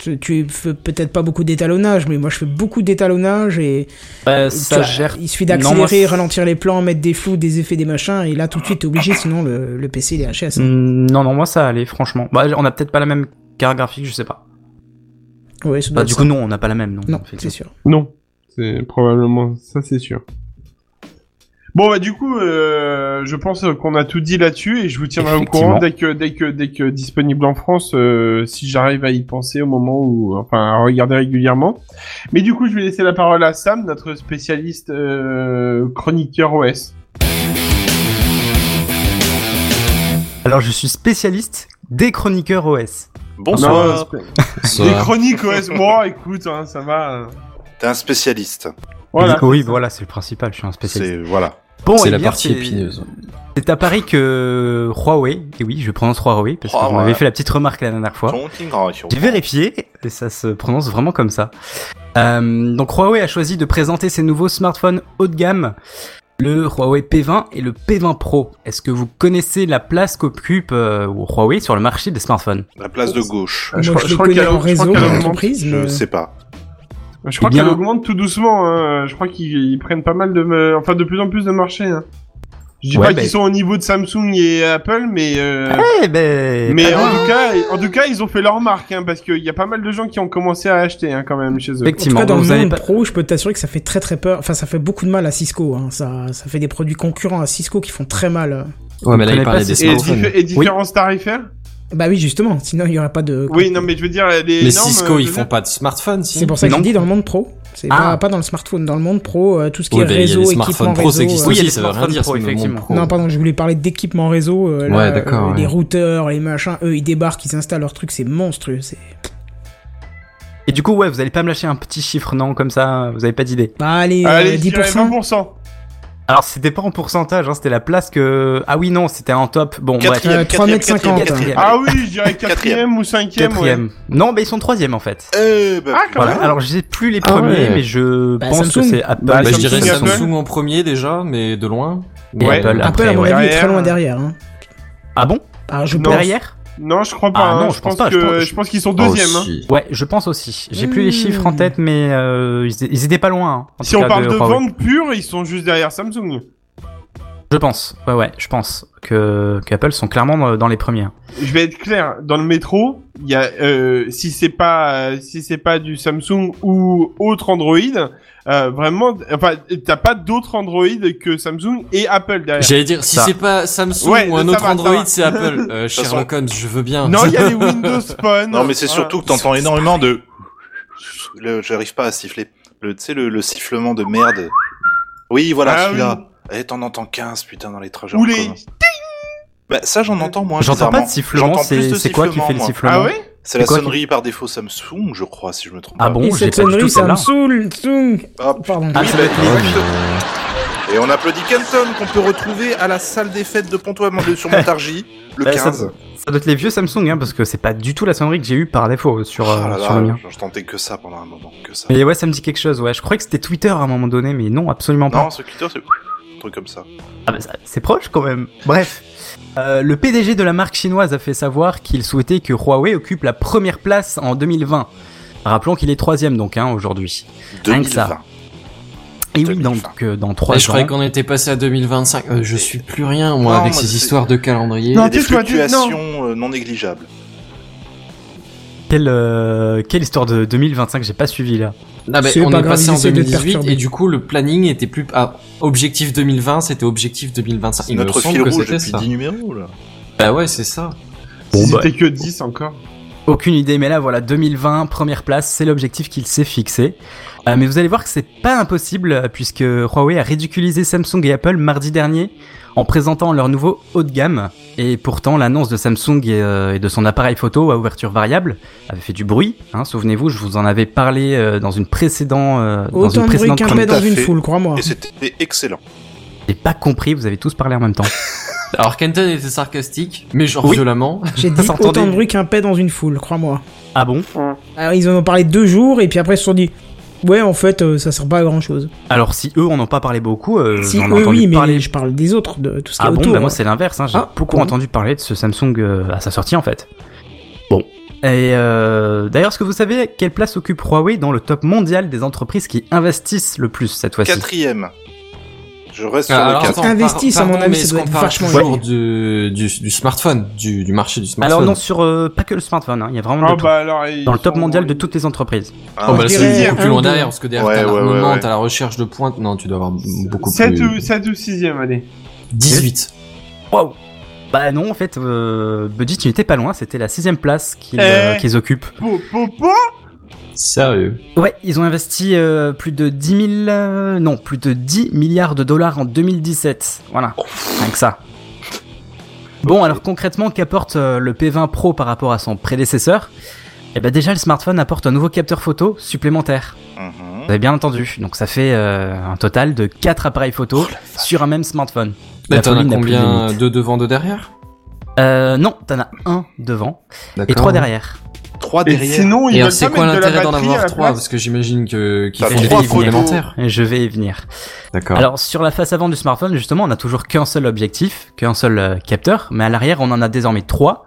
Speaker 1: tu, tu fais peut-être pas beaucoup d'étalonnage, mais moi je fais beaucoup d'étalonnage et
Speaker 4: Bah,
Speaker 1: Euh, tu
Speaker 4: ça
Speaker 1: vois,
Speaker 4: gère.
Speaker 1: il suffit
Speaker 4: Non, moi,
Speaker 1: d'accélérer,
Speaker 4: c'est-
Speaker 1: ralentir les plans, mettre des flous, des effets, des machins et là tout de suite t'es obligé, sinon le, le PC il est HS.
Speaker 4: Mm, Non, non, moi, ça allait, franchement. Bah, on a peut-être pas la même carte graphique, je sais pas.
Speaker 1: Ouais, ça doit
Speaker 4: Bah,
Speaker 1: être
Speaker 4: du
Speaker 1: ça.
Speaker 4: coup, non, on n'a pas la même, non.
Speaker 1: non,
Speaker 4: effectivement.
Speaker 1: c'est sûr.
Speaker 7: Non, c'est probablement ça, c'est sûr. Bon bah du coup, euh, je pense qu'on a tout dit là-dessus et je vous tiendrai au
Speaker 4: Effectivement.
Speaker 7: courant dès que dès que dès que disponible en France, euh, si j'arrive à y penser au moment où, enfin, à regarder régulièrement. Mais du coup, je vais laisser la parole à Sam, notre spécialiste euh, chroniqueur OS.
Speaker 4: Alors, je suis spécialiste des chroniqueurs OS.
Speaker 7: Non,
Speaker 6: Bonsoir.
Speaker 7: spé-
Speaker 5: Ça-
Speaker 7: les chroniques OS. Bon, écoute, hein, ça va. euh.
Speaker 6: T'es un spécialiste.
Speaker 7: Voilà.
Speaker 4: Oui, voilà, c'est le principal, je suis un spécialiste.
Speaker 6: C'est voilà.
Speaker 4: Bon,
Speaker 5: C'est
Speaker 4: eh
Speaker 5: la
Speaker 4: bien,
Speaker 5: partie
Speaker 4: c'est-
Speaker 5: épineuse.
Speaker 4: C'est à Paris que Huawei, et oui, je prononce Huawei, parce que
Speaker 6: Huawei.
Speaker 4: vous m'avez fait la petite remarque la dernière fois. J'ai vérifié, et ça se prononce vraiment comme ça. Euh, donc Huawei a choisi de présenter ses nouveaux smartphones haut de gamme, le Huawei P20 et le P20 Pro. Est-ce que vous connaissez la place qu'occupe euh, Huawei sur le marché des smartphones
Speaker 6: La place de gauche.
Speaker 7: Euh, je
Speaker 1: Moi,
Speaker 7: crois-
Speaker 1: je,
Speaker 7: je
Speaker 1: le
Speaker 7: crois
Speaker 1: connais
Speaker 7: qu'il y a-
Speaker 1: en
Speaker 7: je crois
Speaker 1: réseau,
Speaker 7: qu'il y a
Speaker 1: en
Speaker 7: un
Speaker 1: entreprise.
Speaker 6: Je
Speaker 4: Euh,
Speaker 1: mais-
Speaker 6: sais pas.
Speaker 7: Je crois
Speaker 4: Eh bien-
Speaker 7: qu'elle augmente tout doucement. hein. Je crois qu'ils ils prennent pas mal de, me- enfin, de plus en plus de marchés. hein. Je dis
Speaker 4: Ouais,
Speaker 7: pas
Speaker 4: bah-
Speaker 7: qu'ils sont au niveau de Samsung et Apple, mais euh,
Speaker 4: Eh ben,
Speaker 7: mais
Speaker 4: pas
Speaker 7: en
Speaker 4: mal.
Speaker 7: tout cas, en tout cas, ils ont fait leur marque, hein, parce qu'il y a pas mal de gens qui ont commencé à acheter hein, quand même chez eux.
Speaker 1: En tout
Speaker 4: effectivement,
Speaker 1: cas, dans le
Speaker 4: vous avez
Speaker 1: monde
Speaker 4: pas-
Speaker 1: pro, je peux t'assurer que ça fait très très peur. Enfin, ça fait beaucoup de mal à Cisco. hein. Ça, ça fait des produits concurrents à Cisco qui font très mal. euh.
Speaker 5: Ouais, mais là,
Speaker 4: connais
Speaker 5: il
Speaker 4: pas
Speaker 5: parlait
Speaker 4: ces-
Speaker 5: des
Speaker 7: Et,
Speaker 5: smartphones.
Speaker 7: diffé- et différences tarifaires
Speaker 1: Bah oui, justement. Sinon, il y aurait pas de.
Speaker 7: Oui, non, mais je veux dire, les,
Speaker 5: Les
Speaker 7: normes,
Speaker 5: Cisco,
Speaker 7: euh,
Speaker 5: ils
Speaker 7: je veux
Speaker 5: font
Speaker 7: dire-
Speaker 5: pas de smartphones, si
Speaker 1: C'est pour ça que
Speaker 4: Non.
Speaker 1: je dis dans le monde pro. C'est
Speaker 4: Ah.
Speaker 1: pas, pas dans le smartphone. Dans le monde pro, euh, tout ce qui
Speaker 5: Oui,
Speaker 1: est
Speaker 5: bah, il y a
Speaker 1: réseau,
Speaker 5: les
Speaker 1: équipement
Speaker 5: smartphones pro, ça
Speaker 1: réseau.
Speaker 5: existe
Speaker 1: euh,
Speaker 4: Oui, il y a les
Speaker 5: ça veut rien
Speaker 4: smartphones
Speaker 5: dire,
Speaker 4: pro,
Speaker 5: c'est le monde
Speaker 4: effectivement.
Speaker 5: pro.
Speaker 1: Non, pardon, je voulais parler d'équipement réseau. euh, là,
Speaker 5: Ouais, d'accord,
Speaker 1: euh,
Speaker 5: ouais.
Speaker 1: Les routeurs, les machins, eux, ils débarquent, ils installent leur truc, c'est monstrueux. C'est
Speaker 4: Et du coup, ouais, vous allez pas me lâcher un petit chiffre, non, comme ça, vous avez pas d'idée.
Speaker 1: Bah, allez, euh,
Speaker 7: Allez, je dirais
Speaker 1: 10%.
Speaker 7: 20%.
Speaker 4: Alors, c'était pas en pourcentage, hein, c'était la place que. Ah oui, non, c'était en top. Bon, bref.
Speaker 1: Euh,
Speaker 6: Quatrième, quatrième,
Speaker 1: 3,50.
Speaker 6: quatrième, quatrième.
Speaker 7: Ah oui, je dirais quatrième
Speaker 6: Quatrième.
Speaker 7: ou cinquième. ouais.
Speaker 4: Eh, Quatrième. Non, mais ils sont troisième en fait.
Speaker 6: Eh ben,
Speaker 7: Ah, quand
Speaker 4: Voilà.
Speaker 7: même.
Speaker 4: Alors, j'ai plus les
Speaker 1: Ah ouais.
Speaker 4: premiers, mais je
Speaker 1: Bah,
Speaker 4: pense que
Speaker 1: Samsung.
Speaker 4: c'est Apple.
Speaker 7: Bah,
Speaker 5: Bah, je
Speaker 7: Samsung,
Speaker 5: dirais
Speaker 7: Apple.
Speaker 5: Samsung en premier déjà, mais de loin.
Speaker 4: Et
Speaker 7: Ouais.
Speaker 4: Apple
Speaker 1: Après,
Speaker 4: après.
Speaker 1: à mon
Speaker 4: ouais.
Speaker 1: avis, il est
Speaker 7: Derrière.
Speaker 1: très loin derrière. Hein.
Speaker 4: Ah bon
Speaker 1: Ah, je
Speaker 7: Non.
Speaker 1: pense.
Speaker 4: Derrière
Speaker 7: Non, je crois pas.
Speaker 4: Ah
Speaker 7: hein.
Speaker 4: non,
Speaker 7: je, pense pas, que, je pense, qu'ils
Speaker 5: Oh,
Speaker 7: sont deuxième. hein.
Speaker 4: Ouais, je pense aussi. J'ai plus
Speaker 1: Hmm.
Speaker 4: les chiffres en tête, mais euh, ils, ils étaient pas loin. hein, en
Speaker 7: Si
Speaker 4: tout
Speaker 7: on
Speaker 4: cas,
Speaker 7: parle de
Speaker 4: Huawei.
Speaker 7: vente pure, ils sont juste derrière Samsung.
Speaker 4: Je pense. Ouais, ouais, je pense que qu'Apple sont clairement dans- dans les premiers.
Speaker 7: Je vais être clair, dans le métro, il y a euh, si c'est pas euh, si c'est pas du Samsung ou autre Android, euh, vraiment, enfin, t'as pas d'autre Android que Samsung et Apple derrière.
Speaker 5: J'allais dire, si
Speaker 4: Ça.
Speaker 5: c'est pas Samsung
Speaker 7: Ouais,
Speaker 5: ou un
Speaker 7: ça
Speaker 5: autre
Speaker 7: va, ça
Speaker 5: Android,
Speaker 7: va.
Speaker 5: c'est Apple. Euh, Sherlock Holmes, je veux bien.
Speaker 7: Non, il y a les Windows Phone.
Speaker 6: Non, mais c'est
Speaker 7: Voilà.
Speaker 6: surtout que t'entends énormément de. Le- J'arrive pas à siffler. Le, tu sais, le, le sifflement de merde. Oui, voilà,
Speaker 7: Ah
Speaker 6: celui-là. Eh, t'en entends 15, putain, dans les trajets.
Speaker 7: Ou
Speaker 6: en
Speaker 7: les
Speaker 6: commun. Bah, ça, j'en entends moins.
Speaker 4: Euh, J'entends pas de
Speaker 6: bizarrement.
Speaker 4: sifflement,
Speaker 6: J'entends plus
Speaker 4: c'est
Speaker 6: de
Speaker 4: c'est quoi qui
Speaker 6: sifflement,
Speaker 4: fait le
Speaker 6: moi.
Speaker 4: sifflement
Speaker 7: Ah ouais
Speaker 6: C'est la
Speaker 4: C'est quoi qui-
Speaker 6: sonnerie par défaut Samsung, je crois, si je me trompe
Speaker 4: Ah
Speaker 6: pas.
Speaker 4: bon,
Speaker 1: Et
Speaker 4: j'ai
Speaker 1: cette
Speaker 4: pas du tout
Speaker 1: sonnerie, ça me
Speaker 4: celle-là.
Speaker 1: saoule. Soum,
Speaker 6: Ah,
Speaker 1: Pardon.
Speaker 4: Ah, ça doit être les-
Speaker 6: Et on applaudit Kenton, qu'on peut retrouver à la salle des fêtes de Pontoise sur Montargis, le
Speaker 4: Bah, ça-
Speaker 6: 15.
Speaker 4: Ça doit être les vieux Samsung, hein, parce que c'est pas du tout la sonnerie que j'ai eue par défaut sur, euh,
Speaker 6: Ah là
Speaker 4: sur
Speaker 6: là,
Speaker 4: le mien.
Speaker 6: je tentais que ça pendant un moment, que ça.
Speaker 4: Mais ouais, ça me dit quelque chose, ouais. Je croyais que c'était Twitter à un moment donné, mais non, absolument pas.
Speaker 6: Non, ce clito, c'est un truc comme ça.
Speaker 4: Ah bah, ça- c'est proche quand même. Bref. Euh, le PDG de la marque chinoise a fait savoir qu'il souhaitait que Huawei occupe la première place en 2020. Rappelons qu'il est troisième donc hein, aujourd'hui. Rien que ça.
Speaker 6: 2020.
Speaker 4: Et oui,
Speaker 6: 2020.
Speaker 4: donc euh, dans
Speaker 5: Ouais,
Speaker 4: trois
Speaker 5: je croyais
Speaker 4: ans.
Speaker 5: qu'on était passé à 2025. Euh, je suis plus rien, moi,
Speaker 6: Non,
Speaker 5: avec
Speaker 6: moi,
Speaker 5: ces
Speaker 6: c'est-
Speaker 5: histoires de calendrier.
Speaker 6: Il y
Speaker 7: Non,
Speaker 6: a des
Speaker 7: tu vois, tu- non.
Speaker 6: fluctuations euh, non négligeables.
Speaker 4: Quelle, euh, quelle histoire de 2025, j'ai pas suivi là.
Speaker 5: Non, mais
Speaker 1: C'est
Speaker 5: on
Speaker 1: pas
Speaker 5: est
Speaker 1: grave,
Speaker 5: passé en
Speaker 1: j'essaie de te
Speaker 5: 2018
Speaker 1: perturber.
Speaker 5: et du coup, le planning était plus. Ah, objectif 2020, c'était objectif 2025.
Speaker 6: C'est
Speaker 5: Il me
Speaker 6: notre
Speaker 5: semble
Speaker 6: fil
Speaker 5: que
Speaker 6: rouge
Speaker 5: c'était
Speaker 6: depuis
Speaker 5: ça.
Speaker 6: 10 numéros, là.
Speaker 5: Bah ouais, c'est ça.
Speaker 4: Bon,
Speaker 7: Si
Speaker 4: bah.
Speaker 7: C'était que 10 encore.
Speaker 4: Aucune idée, mais là voilà, 2020, première place, c'est l'objectif qu'il s'est fixé. Euh, mais vous allez voir que c'est pas impossible, euh, puisque Huawei a ridiculisé Samsung et Apple mardi dernier en présentant leur nouveau haut de gamme. Et pourtant, l'annonce de Samsung et, euh, et de son appareil photo à ouverture variable avait fait du bruit. hein. Souvenez-vous, je vous en avais parlé euh, dans une précédente, euh,
Speaker 1: Autant
Speaker 4: dans une
Speaker 1: de bruit
Speaker 4: précédente
Speaker 1: qu'un
Speaker 4: chronique.
Speaker 1: paix dans
Speaker 6: Tout à
Speaker 1: une
Speaker 6: fait.
Speaker 1: foule,
Speaker 7: Ah.
Speaker 1: crois-moi.
Speaker 6: Et c'était excellent.
Speaker 4: Bah, J'ai pas compris, vous avez tous parlé en même temps.
Speaker 5: Alors, Kenton était sarcastique, mais genre
Speaker 4: Oui.
Speaker 5: violemment.
Speaker 1: J'ai dit
Speaker 4: s'entendait.
Speaker 1: autant de bruit qu'un paix dans une foule, crois-moi.
Speaker 4: Ah bon
Speaker 1: Alors, ils en ont parlé deux jours et puis après ils se sont dit Ouais, en fait, euh, ça sert pas à grand chose.
Speaker 4: Alors si eux, on n'en pas parlé beaucoup, euh,
Speaker 1: si
Speaker 4: j'en ai
Speaker 1: eux,
Speaker 4: entendu
Speaker 1: oui, mais
Speaker 4: parler
Speaker 1: je parle des autres, de tout ce qui
Speaker 4: Ah
Speaker 1: est
Speaker 4: bon,
Speaker 1: autour.
Speaker 4: bah moi
Speaker 1: hein.
Speaker 4: c'est l'inverse, hein. j'ai
Speaker 1: Ah,
Speaker 4: beaucoup
Speaker 1: pardon.
Speaker 4: entendu parler de ce Samsung euh, à sa sortie en fait. Bon. Et euh, d'ailleurs, est-ce que vous savez quelle place occupe Huawei dans le top mondial des entreprises qui investissent le plus cette fois-ci
Speaker 6: Quatrième. Je reste sur
Speaker 5: Ah, alors,
Speaker 6: le 4.
Speaker 5: attends, par-
Speaker 1: Investissent, à mon
Speaker 5: pardon,
Speaker 1: avis,
Speaker 5: mais
Speaker 1: ça
Speaker 5: est-ce
Speaker 1: doit
Speaker 5: qu'on
Speaker 1: être
Speaker 5: parle
Speaker 1: vachement
Speaker 5: toujours
Speaker 1: élevé.
Speaker 5: du, du, du smartphone, du, du marché du smartphone.
Speaker 4: Alors non, sur euh, pas que le smartphone, hein, il y a vraiment
Speaker 7: Ah
Speaker 4: de tout.
Speaker 7: bah alors. ils
Speaker 4: dans le top
Speaker 7: sont-
Speaker 4: mondial de toutes les entreprises.
Speaker 5: Oh, bah,
Speaker 1: Je
Speaker 5: c'est
Speaker 1: dirais euh,
Speaker 5: beaucoup
Speaker 1: un ou
Speaker 5: plus loin
Speaker 1: deux.
Speaker 5: derrière, parce que derrière,
Speaker 6: Ouais,
Speaker 5: t'as
Speaker 6: ouais,
Speaker 5: l'armement,
Speaker 6: ouais, ouais.
Speaker 5: t'as la recherche de pointe. Non, tu dois avoir beaucoup
Speaker 7: 7
Speaker 5: plus.
Speaker 7: ou, 7 ou 6ème, allez.
Speaker 5: 18.
Speaker 4: Waouh Bah non, en fait, euh, Buddy, tu n'étais pas loin, c'était la sixième place qu'ils
Speaker 7: Eh.
Speaker 4: euh, qu'ils occupent.
Speaker 7: Po, po, po
Speaker 5: Sérieux.
Speaker 4: Ouais, ils ont investi euh, plus de 10 000, euh, non, plus de 10 milliards de dollars en 2017. Voilà, rien que ça. Bon, alors concrètement, qu'apporte euh, le P20 Pro par rapport à son prédécesseur Eh ben déjà, le smartphone apporte un nouveau capteur photo supplémentaire. Vous avez bien entendu. Donc ça fait euh, un total de 4 appareils photo sur un même smartphone.
Speaker 5: Là,
Speaker 4: La
Speaker 5: t'en as
Speaker 4: folie n'a plus de
Speaker 5: combien
Speaker 4: limite.
Speaker 5: Deux devant, deux derrière
Speaker 4: Euh, non, t'en as un devant et
Speaker 5: D'accord.
Speaker 4: trois derrière.
Speaker 6: 3
Speaker 7: Et
Speaker 6: derrière.
Speaker 7: sinon,
Speaker 5: Ah, Et
Speaker 7: ils veulent
Speaker 5: alors,
Speaker 7: pas
Speaker 5: c'est quoi
Speaker 7: mettre de la
Speaker 5: l'intérêt d'en
Speaker 7: batterie à
Speaker 5: avoir
Speaker 7: la
Speaker 5: trois
Speaker 7: place.
Speaker 5: Parce que j'imagine que qu'ils
Speaker 6: T'as
Speaker 5: font des
Speaker 4: Bah, trois
Speaker 5: prix
Speaker 4: photos.
Speaker 5: complémentaires.
Speaker 4: Je vais y venir.
Speaker 5: D'accord.
Speaker 4: Alors sur la face avant du smartphone, justement, on n'a toujours qu'un seul objectif, qu'un seul euh, capteur, mais à l'arrière, on en a désormais trois.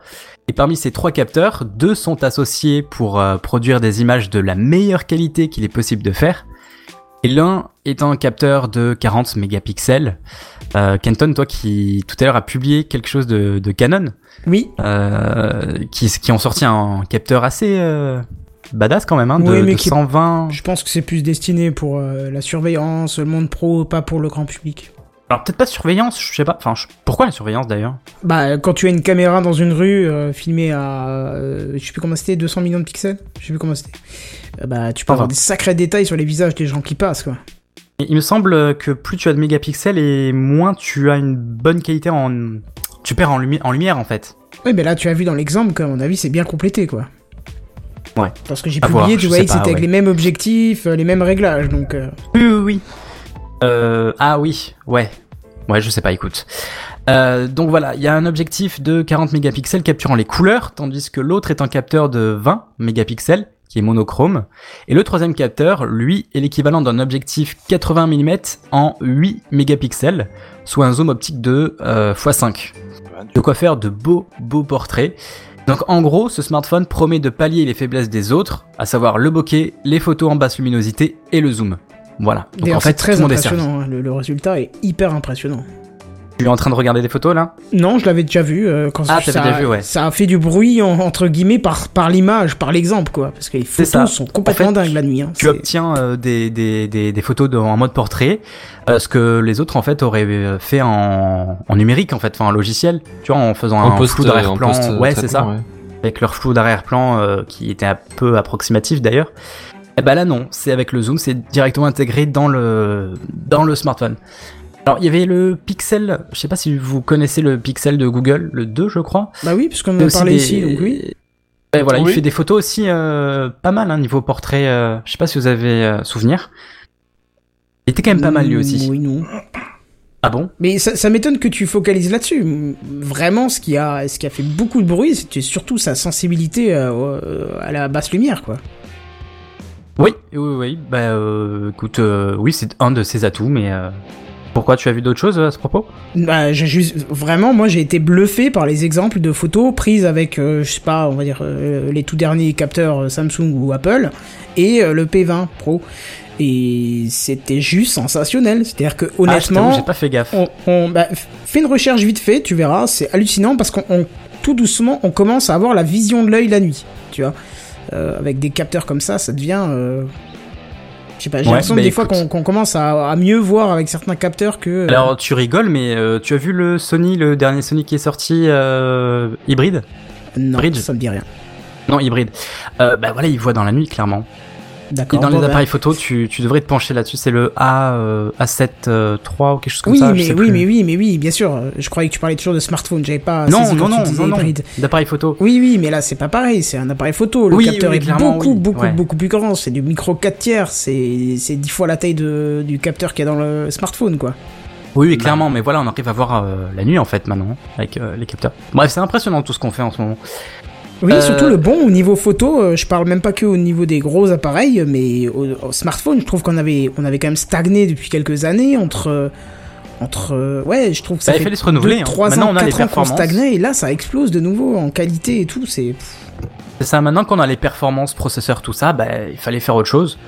Speaker 4: Et parmi ces trois capteurs, deux sont associés pour euh, produire des images de la meilleure qualité qu'il est possible de faire. Et l'un est un capteur de 40 mégapixels. Euh, Kenton, toi qui tout à l'heure a publié quelque chose de, de Canon,
Speaker 1: Oui,
Speaker 4: euh, qui, qui ont sorti un capteur assez euh, badass quand même, hein, de,
Speaker 1: Oui, mais
Speaker 4: de
Speaker 1: qui-
Speaker 4: 120.
Speaker 1: je pense que c'est plus destiné pour euh, la surveillance, le monde pro, pas pour le grand public.
Speaker 4: Alors peut-être pas surveillance, je sais pas. Enfin, je- pourquoi la surveillance d'ailleurs
Speaker 1: Bah, quand tu as une caméra dans une rue euh, filmée à, euh, je sais plus comment c'était, 200 millions de pixels, je sais plus comment c'était. Euh, bah, tu peux
Speaker 4: Ah,
Speaker 1: avoir
Speaker 4: bah.
Speaker 1: des sacrés détails sur les visages des gens qui passent, quoi.
Speaker 4: Et Il me semble que plus tu as de mégapixels et moins tu as une bonne qualité en. Tu perds en, lumi- en lumière en fait.
Speaker 1: Oui, mais là, tu as vu dans l'exemple, qu'à mon avis, c'est bien complété, quoi.
Speaker 4: Ouais.
Speaker 1: Parce que j'ai
Speaker 4: À
Speaker 1: publié,
Speaker 4: voir,
Speaker 1: tu
Speaker 4: je
Speaker 1: vois,
Speaker 4: sais
Speaker 1: que c'était
Speaker 4: pas,
Speaker 1: avec
Speaker 4: ouais.
Speaker 1: les mêmes objectifs, euh, les mêmes réglages, donc. euh,
Speaker 4: Oui, oui, oui. Euh, ah oui, ouais. Ouais, je sais pas, écoute. Euh, donc voilà, il y a un objectif de 40 mégapixels capturant les couleurs, tandis que l'autre est un capteur de 20 mégapixels, qui est monochrome. Et le troisième capteur, lui, est l'équivalent d'un objectif 80 mm en 8 mégapixels, soit un zoom optique de euh, x5.
Speaker 6: Ah,
Speaker 4: De quoi faire de beaux, beaux portraits. Donc en gros, ce smartphone promet de pallier les faiblesses des autres, à savoir le bokeh, les photos en basse luminosité et le zoom. Voilà. Donc
Speaker 1: D'ailleurs,
Speaker 4: en fait,
Speaker 1: c'est
Speaker 4: tout
Speaker 1: très
Speaker 4: le monde est servi.
Speaker 1: impressionnant. hein, Le, le résultat est hyper impressionnant.
Speaker 4: Tu es en train de regarder des photos là
Speaker 1: Non, je l'avais déjà vu euh, quand
Speaker 4: Ah,
Speaker 1: ça,
Speaker 4: t'avais déjà vu, ouais.
Speaker 1: ça a fait du bruit en- entre guillemets par par l'image, par l'exemple quoi, parce que les photos
Speaker 4: ça.
Speaker 1: sont complètement
Speaker 4: En fait,
Speaker 1: dingues la nuit. hein,
Speaker 4: Tu
Speaker 1: c'est-
Speaker 4: obtiens euh, des, des, des, des photos de- en mode portrait, euh, ce que les autres en fait auraient euh, fait en, en numérique en fait, enfin en logiciel, tu vois, en faisant
Speaker 5: En
Speaker 4: un
Speaker 5: post- euh,
Speaker 4: flou
Speaker 5: en post-
Speaker 4: d'arrière-plan. euh, Ouais, c'est ça.
Speaker 5: traitement, ouais.
Speaker 4: Avec leur flou d'arrière-plan euh, qui était un peu approximatif d'ailleurs. Et bah là non, c'est avec le zoom, c'est directement intégré dans le dans le smartphone. Alors il y avait le Pixel, je sais pas si vous connaissez le Pixel de Google, le 2 je crois.
Speaker 1: Bah oui, puisqu'on
Speaker 4: Mais
Speaker 1: en a
Speaker 4: aussi
Speaker 1: parlé
Speaker 4: des-
Speaker 1: ici, donc oui.
Speaker 4: Ouais, voilà,
Speaker 7: Oui.
Speaker 4: il fait des photos aussi euh, pas mal hein, niveau portrait. euh, je sais pas si vous avez euh, souvenir. Il était quand même pas mal lui aussi.
Speaker 1: Oui, non.
Speaker 4: Ah bon
Speaker 1: Mais ça, ça m'étonne que tu focalises là-dessus. M- Vraiment, ce qui a, ce qui a fait beaucoup de bruit, c'était surtout sa sensibilité euh, au- à la basse lumière, quoi.
Speaker 4: Oui, oui, oui. Bah euh, écoute, euh, oui, c'est un de ses atouts, mais euh, pourquoi tu as vu d'autres choses euh, à ce propos
Speaker 1: Bah, j'ai juste, vraiment, moi, j'ai été bluffé par les exemples de photos prises avec, euh, je sais pas, on va dire euh, les tout derniers capteurs euh, Samsung ou Apple et euh, le P20 Pro. Et c'était juste sensationnel. C'est-à-dire que
Speaker 4: Ah, je
Speaker 1: honnêtement,
Speaker 4: t'avoue, j'ai pas fait gaffe.
Speaker 1: on, on- bah, f- fais une recherche vite fait, tu verras, c'est hallucinant parce qu'on on- tout doucement on commence à avoir la vision de l'œil la nuit, tu vois. Euh, avec des capteurs comme ça, ça devient, euh, je sais pas, j'ai
Speaker 4: Ouais,
Speaker 1: l'impression
Speaker 4: bah
Speaker 1: des fois
Speaker 4: écoute.
Speaker 1: qu'on qu'on commence à, à mieux voir avec certains capteurs que. euh,
Speaker 4: Alors tu rigoles, mais euh, tu as vu le Sony, le dernier Sony qui est sorti euh, hybride
Speaker 1: non,
Speaker 4: Bridge.
Speaker 1: ça me dit rien.
Speaker 4: Non, hybride. Euh, bah voilà, il voit dans la nuit clairement. Et
Speaker 1: D'accord.
Speaker 4: dans
Speaker 1: bon,
Speaker 4: les
Speaker 1: bah,
Speaker 4: appareils photo, tu, tu devrais te pencher là-dessus. C'est le A euh, A7 euh, 3 ou quelque chose comme
Speaker 1: bah, oui,
Speaker 4: ça. je
Speaker 1: mais
Speaker 4: sais
Speaker 1: oui,
Speaker 4: plus.
Speaker 1: mais oui, mais oui, bien sûr. Je croyais que tu parlais toujours de smartphone. J'avais pas. saisi
Speaker 4: Non,
Speaker 1: quand tu
Speaker 4: non, non,
Speaker 1: disais
Speaker 4: non, non.
Speaker 1: hybride.
Speaker 4: D'appareil photo.
Speaker 1: Oui, oui, mais là c'est pas pareil. C'est un appareil photo. Le
Speaker 4: Oui,
Speaker 1: capteur
Speaker 4: oui,
Speaker 1: est
Speaker 4: clairement,
Speaker 1: beaucoup,
Speaker 4: oui.
Speaker 1: beaucoup,
Speaker 4: Ouais.
Speaker 1: beaucoup plus grand. C'est du micro 4 tiers. C'est c'est dix fois la taille de, du capteur qu'il y a dans le smartphone, quoi.
Speaker 4: Oui,
Speaker 1: Bah.
Speaker 4: oui, clairement, mais voilà, on arrive à voir euh, la nuit en fait maintenant avec euh, les capteurs. Bref, c'est impressionnant tout ce qu'on fait en ce moment.
Speaker 1: Oui,
Speaker 4: Euh,
Speaker 1: surtout le bon au niveau photo. euh, Je parle même pas que au niveau des gros appareils, mais au, au smartphone, je trouve qu'on avait, on avait quand même stagné depuis quelques années entre. euh, Entre euh, ouais, je trouve que ça
Speaker 4: Bah, il
Speaker 1: fait
Speaker 4: fallait se renouveler, hein.
Speaker 1: 3
Speaker 4: Maintenant,
Speaker 1: ans,
Speaker 4: on a les
Speaker 1: 4 ans qu'on
Speaker 4: performances.
Speaker 1: stagnait et là ça explose de nouveau en qualité et tout. C'est
Speaker 4: C'est ça, maintenant qu'on a les performances, processeurs, tout ça, bah, il fallait faire autre chose.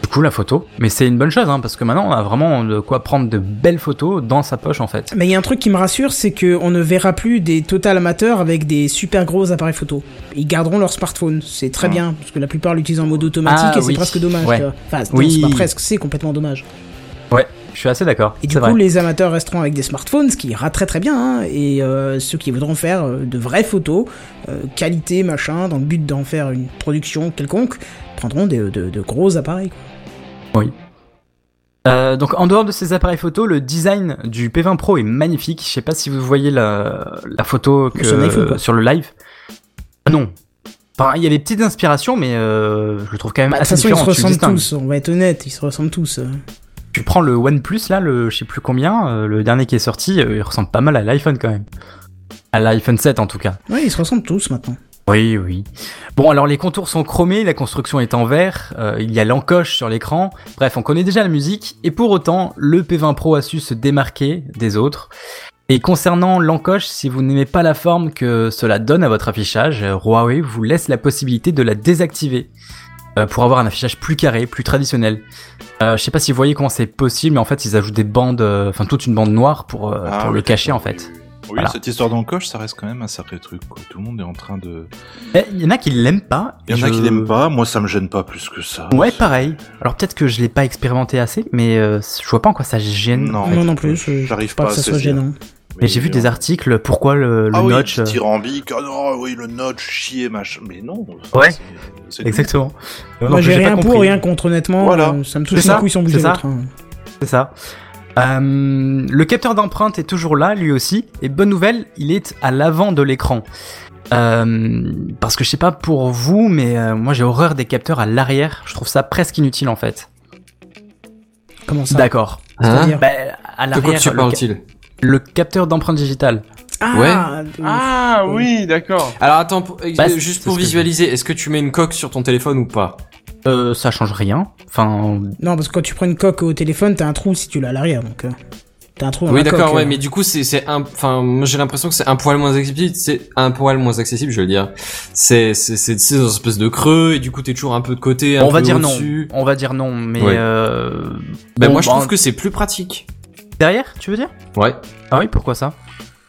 Speaker 4: Du coup, la photo. Mais c'est une bonne chose, hein, parce que maintenant, on a vraiment de quoi prendre de belles photos dans sa poche en fait.
Speaker 1: Mais il y a un truc qui me rassure, c'est que on ne verra plus des total amateurs avec des super gros appareils photo. Ils garderont leur smartphone, c'est très bien, parce que la plupart l'utilisent en mode automatique
Speaker 4: Ah,
Speaker 1: et c'est
Speaker 4: oui.
Speaker 1: presque dommage.
Speaker 4: Ouais.
Speaker 1: tu vois. Enfin, non,
Speaker 4: Oui.
Speaker 1: c'est pas presque, c'est complètement dommage.
Speaker 4: Ouais, je suis assez d'accord.
Speaker 1: Et du
Speaker 4: c'est
Speaker 1: coup,
Speaker 4: vrai.
Speaker 1: les amateurs resteront avec des smartphones, ce qui ira très très bien, hein, et euh, ceux qui voudront faire euh, de vraies photos, euh, qualité, machin, dans le but d'en faire une production quelconque, prendront des, de, de gros appareils. quoi.
Speaker 4: Euh, donc en dehors de ces appareils photo, le design du P20 Pro est magnifique. Je sais pas si vous voyez la, la photo que,
Speaker 1: Sur l'iPhone, quoi.
Speaker 4: sur le live. Ah Non. Enfin, il y a des petites inspirations, mais euh, je le trouve quand même
Speaker 1: Bah, de toute façon,
Speaker 4: assez
Speaker 1: ils
Speaker 4: différent.
Speaker 1: se
Speaker 4: tu le
Speaker 1: ressemblent
Speaker 4: distingues.
Speaker 1: tous, on va être honnête, ils se ressemblent tous. euh.
Speaker 4: Tu prends le OnePlus là, le je sais plus combien, euh, le dernier qui est sorti, euh, il ressemble pas mal à l'iPhone quand même. À l'iPhone 7 en tout cas.
Speaker 1: Ouais, ils se ressemblent tous maintenant.
Speaker 4: Oui, oui. Bon, alors les contours sont chromés, la construction est en vert, euh, il y a l'encoche sur l'écran. Bref, on connaît déjà la musique, et pour autant, le P20 Pro a su se démarquer des autres. Et concernant l'encoche, si vous n'aimez pas la forme que cela donne à votre affichage, euh, Huawei vous laisse la possibilité de la désactiver euh, pour avoir un affichage plus carré, plus traditionnel. Euh, je sais pas si vous voyez comment c'est possible, mais en fait, ils ajoutent des bandes, euh, enfin toute une bande noire pour, euh,
Speaker 6: Ah,
Speaker 4: pour
Speaker 6: oui,
Speaker 4: le cacher en
Speaker 6: d'accord.
Speaker 4: fait.
Speaker 6: Oui,
Speaker 4: Voilà.
Speaker 6: cette histoire d'encoche, ça reste quand même un sacré truc. Quoi. Tout le monde est en train de.
Speaker 4: Eh, Il y en a qui l'aiment pas.
Speaker 6: Il y en a
Speaker 4: je-
Speaker 6: qui l'aiment pas. Moi, ça me gêne pas plus que ça.
Speaker 4: Ah, Ouais, pareil. Alors peut-être que je l'ai pas expérimenté assez, mais euh, je vois pas en quoi ça gêne.
Speaker 6: Non,
Speaker 1: Non, non plus, je-
Speaker 6: j'arrive
Speaker 1: pas
Speaker 6: pas
Speaker 1: que
Speaker 6: à
Speaker 1: ça soit
Speaker 6: saisir.
Speaker 1: gênant.
Speaker 4: Mais j'ai vu des articles pourquoi le, le
Speaker 6: euh, Ah
Speaker 4: notch.
Speaker 6: oui,
Speaker 4: euh,
Speaker 6: tyrambique, ah non, oui, le notch, chier, machin. Mais non. enfin,
Speaker 4: Ouais.
Speaker 6: c'est- c'est-
Speaker 4: Exactement.
Speaker 1: Moi,
Speaker 4: Donc,
Speaker 1: j'ai
Speaker 4: pas
Speaker 1: rien pour,
Speaker 4: compris.
Speaker 1: rien contre, honnêtement.
Speaker 6: Voilà.
Speaker 1: euh, Ça me touche
Speaker 4: C'est
Speaker 1: les
Speaker 4: ça,
Speaker 1: couilles sans
Speaker 4: c'est
Speaker 1: bouger
Speaker 4: ça.
Speaker 1: l'autre. hein.
Speaker 4: C'est ça. Euh, le capteur d'empreinte est toujours là, lui aussi. Et bonne nouvelle, il est à l'avant de l'écran. Euh, parce que je sais pas pour vous, mais euh, moi j'ai horreur des capteurs à l'arrière. Je trouve ça presque inutile en fait.
Speaker 1: Comment ça Ah.
Speaker 4: D'accord.
Speaker 1: C'est-à-dire
Speaker 4: Bah, à
Speaker 5: De quoi
Speaker 4: l'arrière,
Speaker 5: Hein tu
Speaker 4: le
Speaker 5: parles
Speaker 4: ca-
Speaker 5: il
Speaker 4: le capteur d'empreinte digitale.
Speaker 1: Ah, euh,
Speaker 7: Ah oui, d'accord.
Speaker 5: Alors attends, pour- euh,
Speaker 4: Bah, c'est-
Speaker 5: juste
Speaker 4: c'est
Speaker 5: pour
Speaker 4: ce que je-
Speaker 5: visualiser, est-ce que tu mets une coque sur ton téléphone ou pas
Speaker 4: Euh, ça change rien. Enfin,
Speaker 1: Non, parce que quand tu prends une coque au téléphone, t'as un trou si tu l'as à l'arrière, donc. euh, T'as un trou dans
Speaker 5: Oui
Speaker 1: la
Speaker 5: d'accord,
Speaker 1: coque,
Speaker 5: ouais,
Speaker 1: euh.
Speaker 5: mais du coup c'est c'est un, enfin moi j'ai l'impression que c'est un poil moins accessible, c'est un poil moins accessible, je veux dire. C'est c'est c'est c'est dans une espèce de creux et du coup t'es toujours un peu de côté, un
Speaker 4: on va
Speaker 5: peu
Speaker 4: dire non.
Speaker 5: au-dessus.
Speaker 4: On va dire non, mais
Speaker 5: Ouais.
Speaker 4: euh,
Speaker 5: Ben
Speaker 4: bon,
Speaker 5: moi je
Speaker 4: bah,
Speaker 5: trouve que c'est plus pratique.
Speaker 4: derrière, tu veux dire
Speaker 5: Ouais.
Speaker 4: Ah oui, pourquoi ça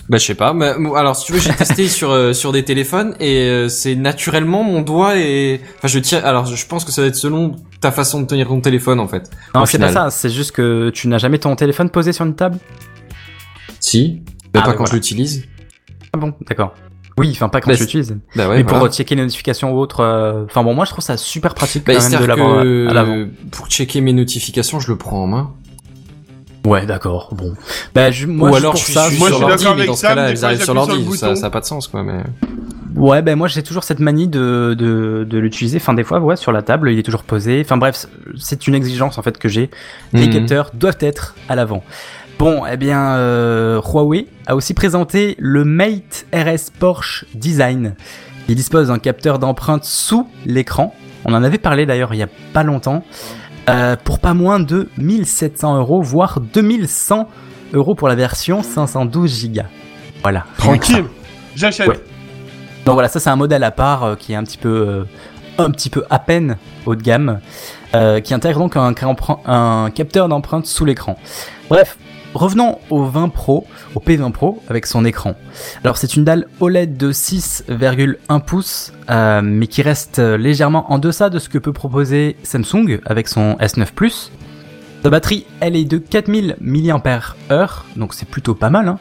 Speaker 5: Bah je sais pas, mais bon, alors si tu veux j'ai testé sur euh, sur des téléphones et euh, c'est naturellement mon doigt et enfin je tiens alors je pense que ça va être selon ta façon de tenir ton téléphone en fait.
Speaker 4: Non,
Speaker 5: Au
Speaker 4: c'est pas
Speaker 5: final.
Speaker 4: ça. C'est juste que tu n'as jamais ton téléphone posé sur une table.
Speaker 5: Si, bah,
Speaker 4: Ah,
Speaker 5: pas
Speaker 4: bah,
Speaker 5: quand
Speaker 4: voilà.
Speaker 5: je l'utilise.
Speaker 4: Ah bon, d'accord. Oui, enfin pas quand
Speaker 5: Bah,
Speaker 4: je l'utilise.
Speaker 5: Bah ouais.
Speaker 4: mais pour
Speaker 5: voilà.
Speaker 4: euh, checker les notifications ou autre. euh, Enfin bon, moi je trouve ça super pratique
Speaker 5: Bah,
Speaker 4: quand même de
Speaker 5: c'est-à-dire
Speaker 4: l'avoir
Speaker 5: que
Speaker 4: à l'avant.
Speaker 5: pour checker mes notifications, je le prends en main.
Speaker 4: Ouais, d'accord. Bon. Bah je, moi
Speaker 5: Ou
Speaker 4: juste
Speaker 5: alors
Speaker 4: pour
Speaker 5: je suis,
Speaker 4: ça,
Speaker 5: je suis
Speaker 7: moi,
Speaker 5: sur
Speaker 7: je suis
Speaker 5: l'ordi,
Speaker 7: d'accord
Speaker 5: mais
Speaker 7: avec
Speaker 5: dans ce
Speaker 7: Sam,
Speaker 5: cas-là,
Speaker 7: des
Speaker 5: elles
Speaker 7: fois,
Speaker 5: arrivent sur
Speaker 7: j'appuie sur le
Speaker 5: l'ordi, ça,
Speaker 7: bouton.
Speaker 5: ça a pas de sens quoi. Mais
Speaker 4: Ouais, ben moi j'ai toujours cette manie de, de, de l'utiliser. Enfin, des fois, ouais, sur la table, il est toujours posé. Enfin, bref, c'est une exigence en fait que j'ai. Les
Speaker 5: Mhm.
Speaker 4: capteurs doivent être à l'avant. Bon, eh bien, euh, Huawei a aussi présenté le Mate RS Porsche Design. Il dispose d'un capteur d'empreinte sous l'écran. On en avait parlé d'ailleurs il y a pas longtemps. Euh, pour pas moins de 1700 euros, voire 2100 euros pour la version 512 Go. Voilà.
Speaker 7: Tranquille. J'achète.
Speaker 4: Ouais. Donc voilà, ça c'est un modèle à part euh, qui est un petit peu, euh, un petit peu à peine haut de gamme, euh, qui intègre donc un, cra- emprunt- un capteur d'empreinte sous l'écran. Bref, revenons au 20 Pro, au P20 Pro avec son écran. Alors c'est une dalle OLED de 6,1 pouces, euh, mais qui reste euh, légèrement en deçà de ce que peut proposer Samsung avec son S9 Plus. Sa batterie, elle est de 4000 mAh, donc c'est plutôt pas mal. Hein.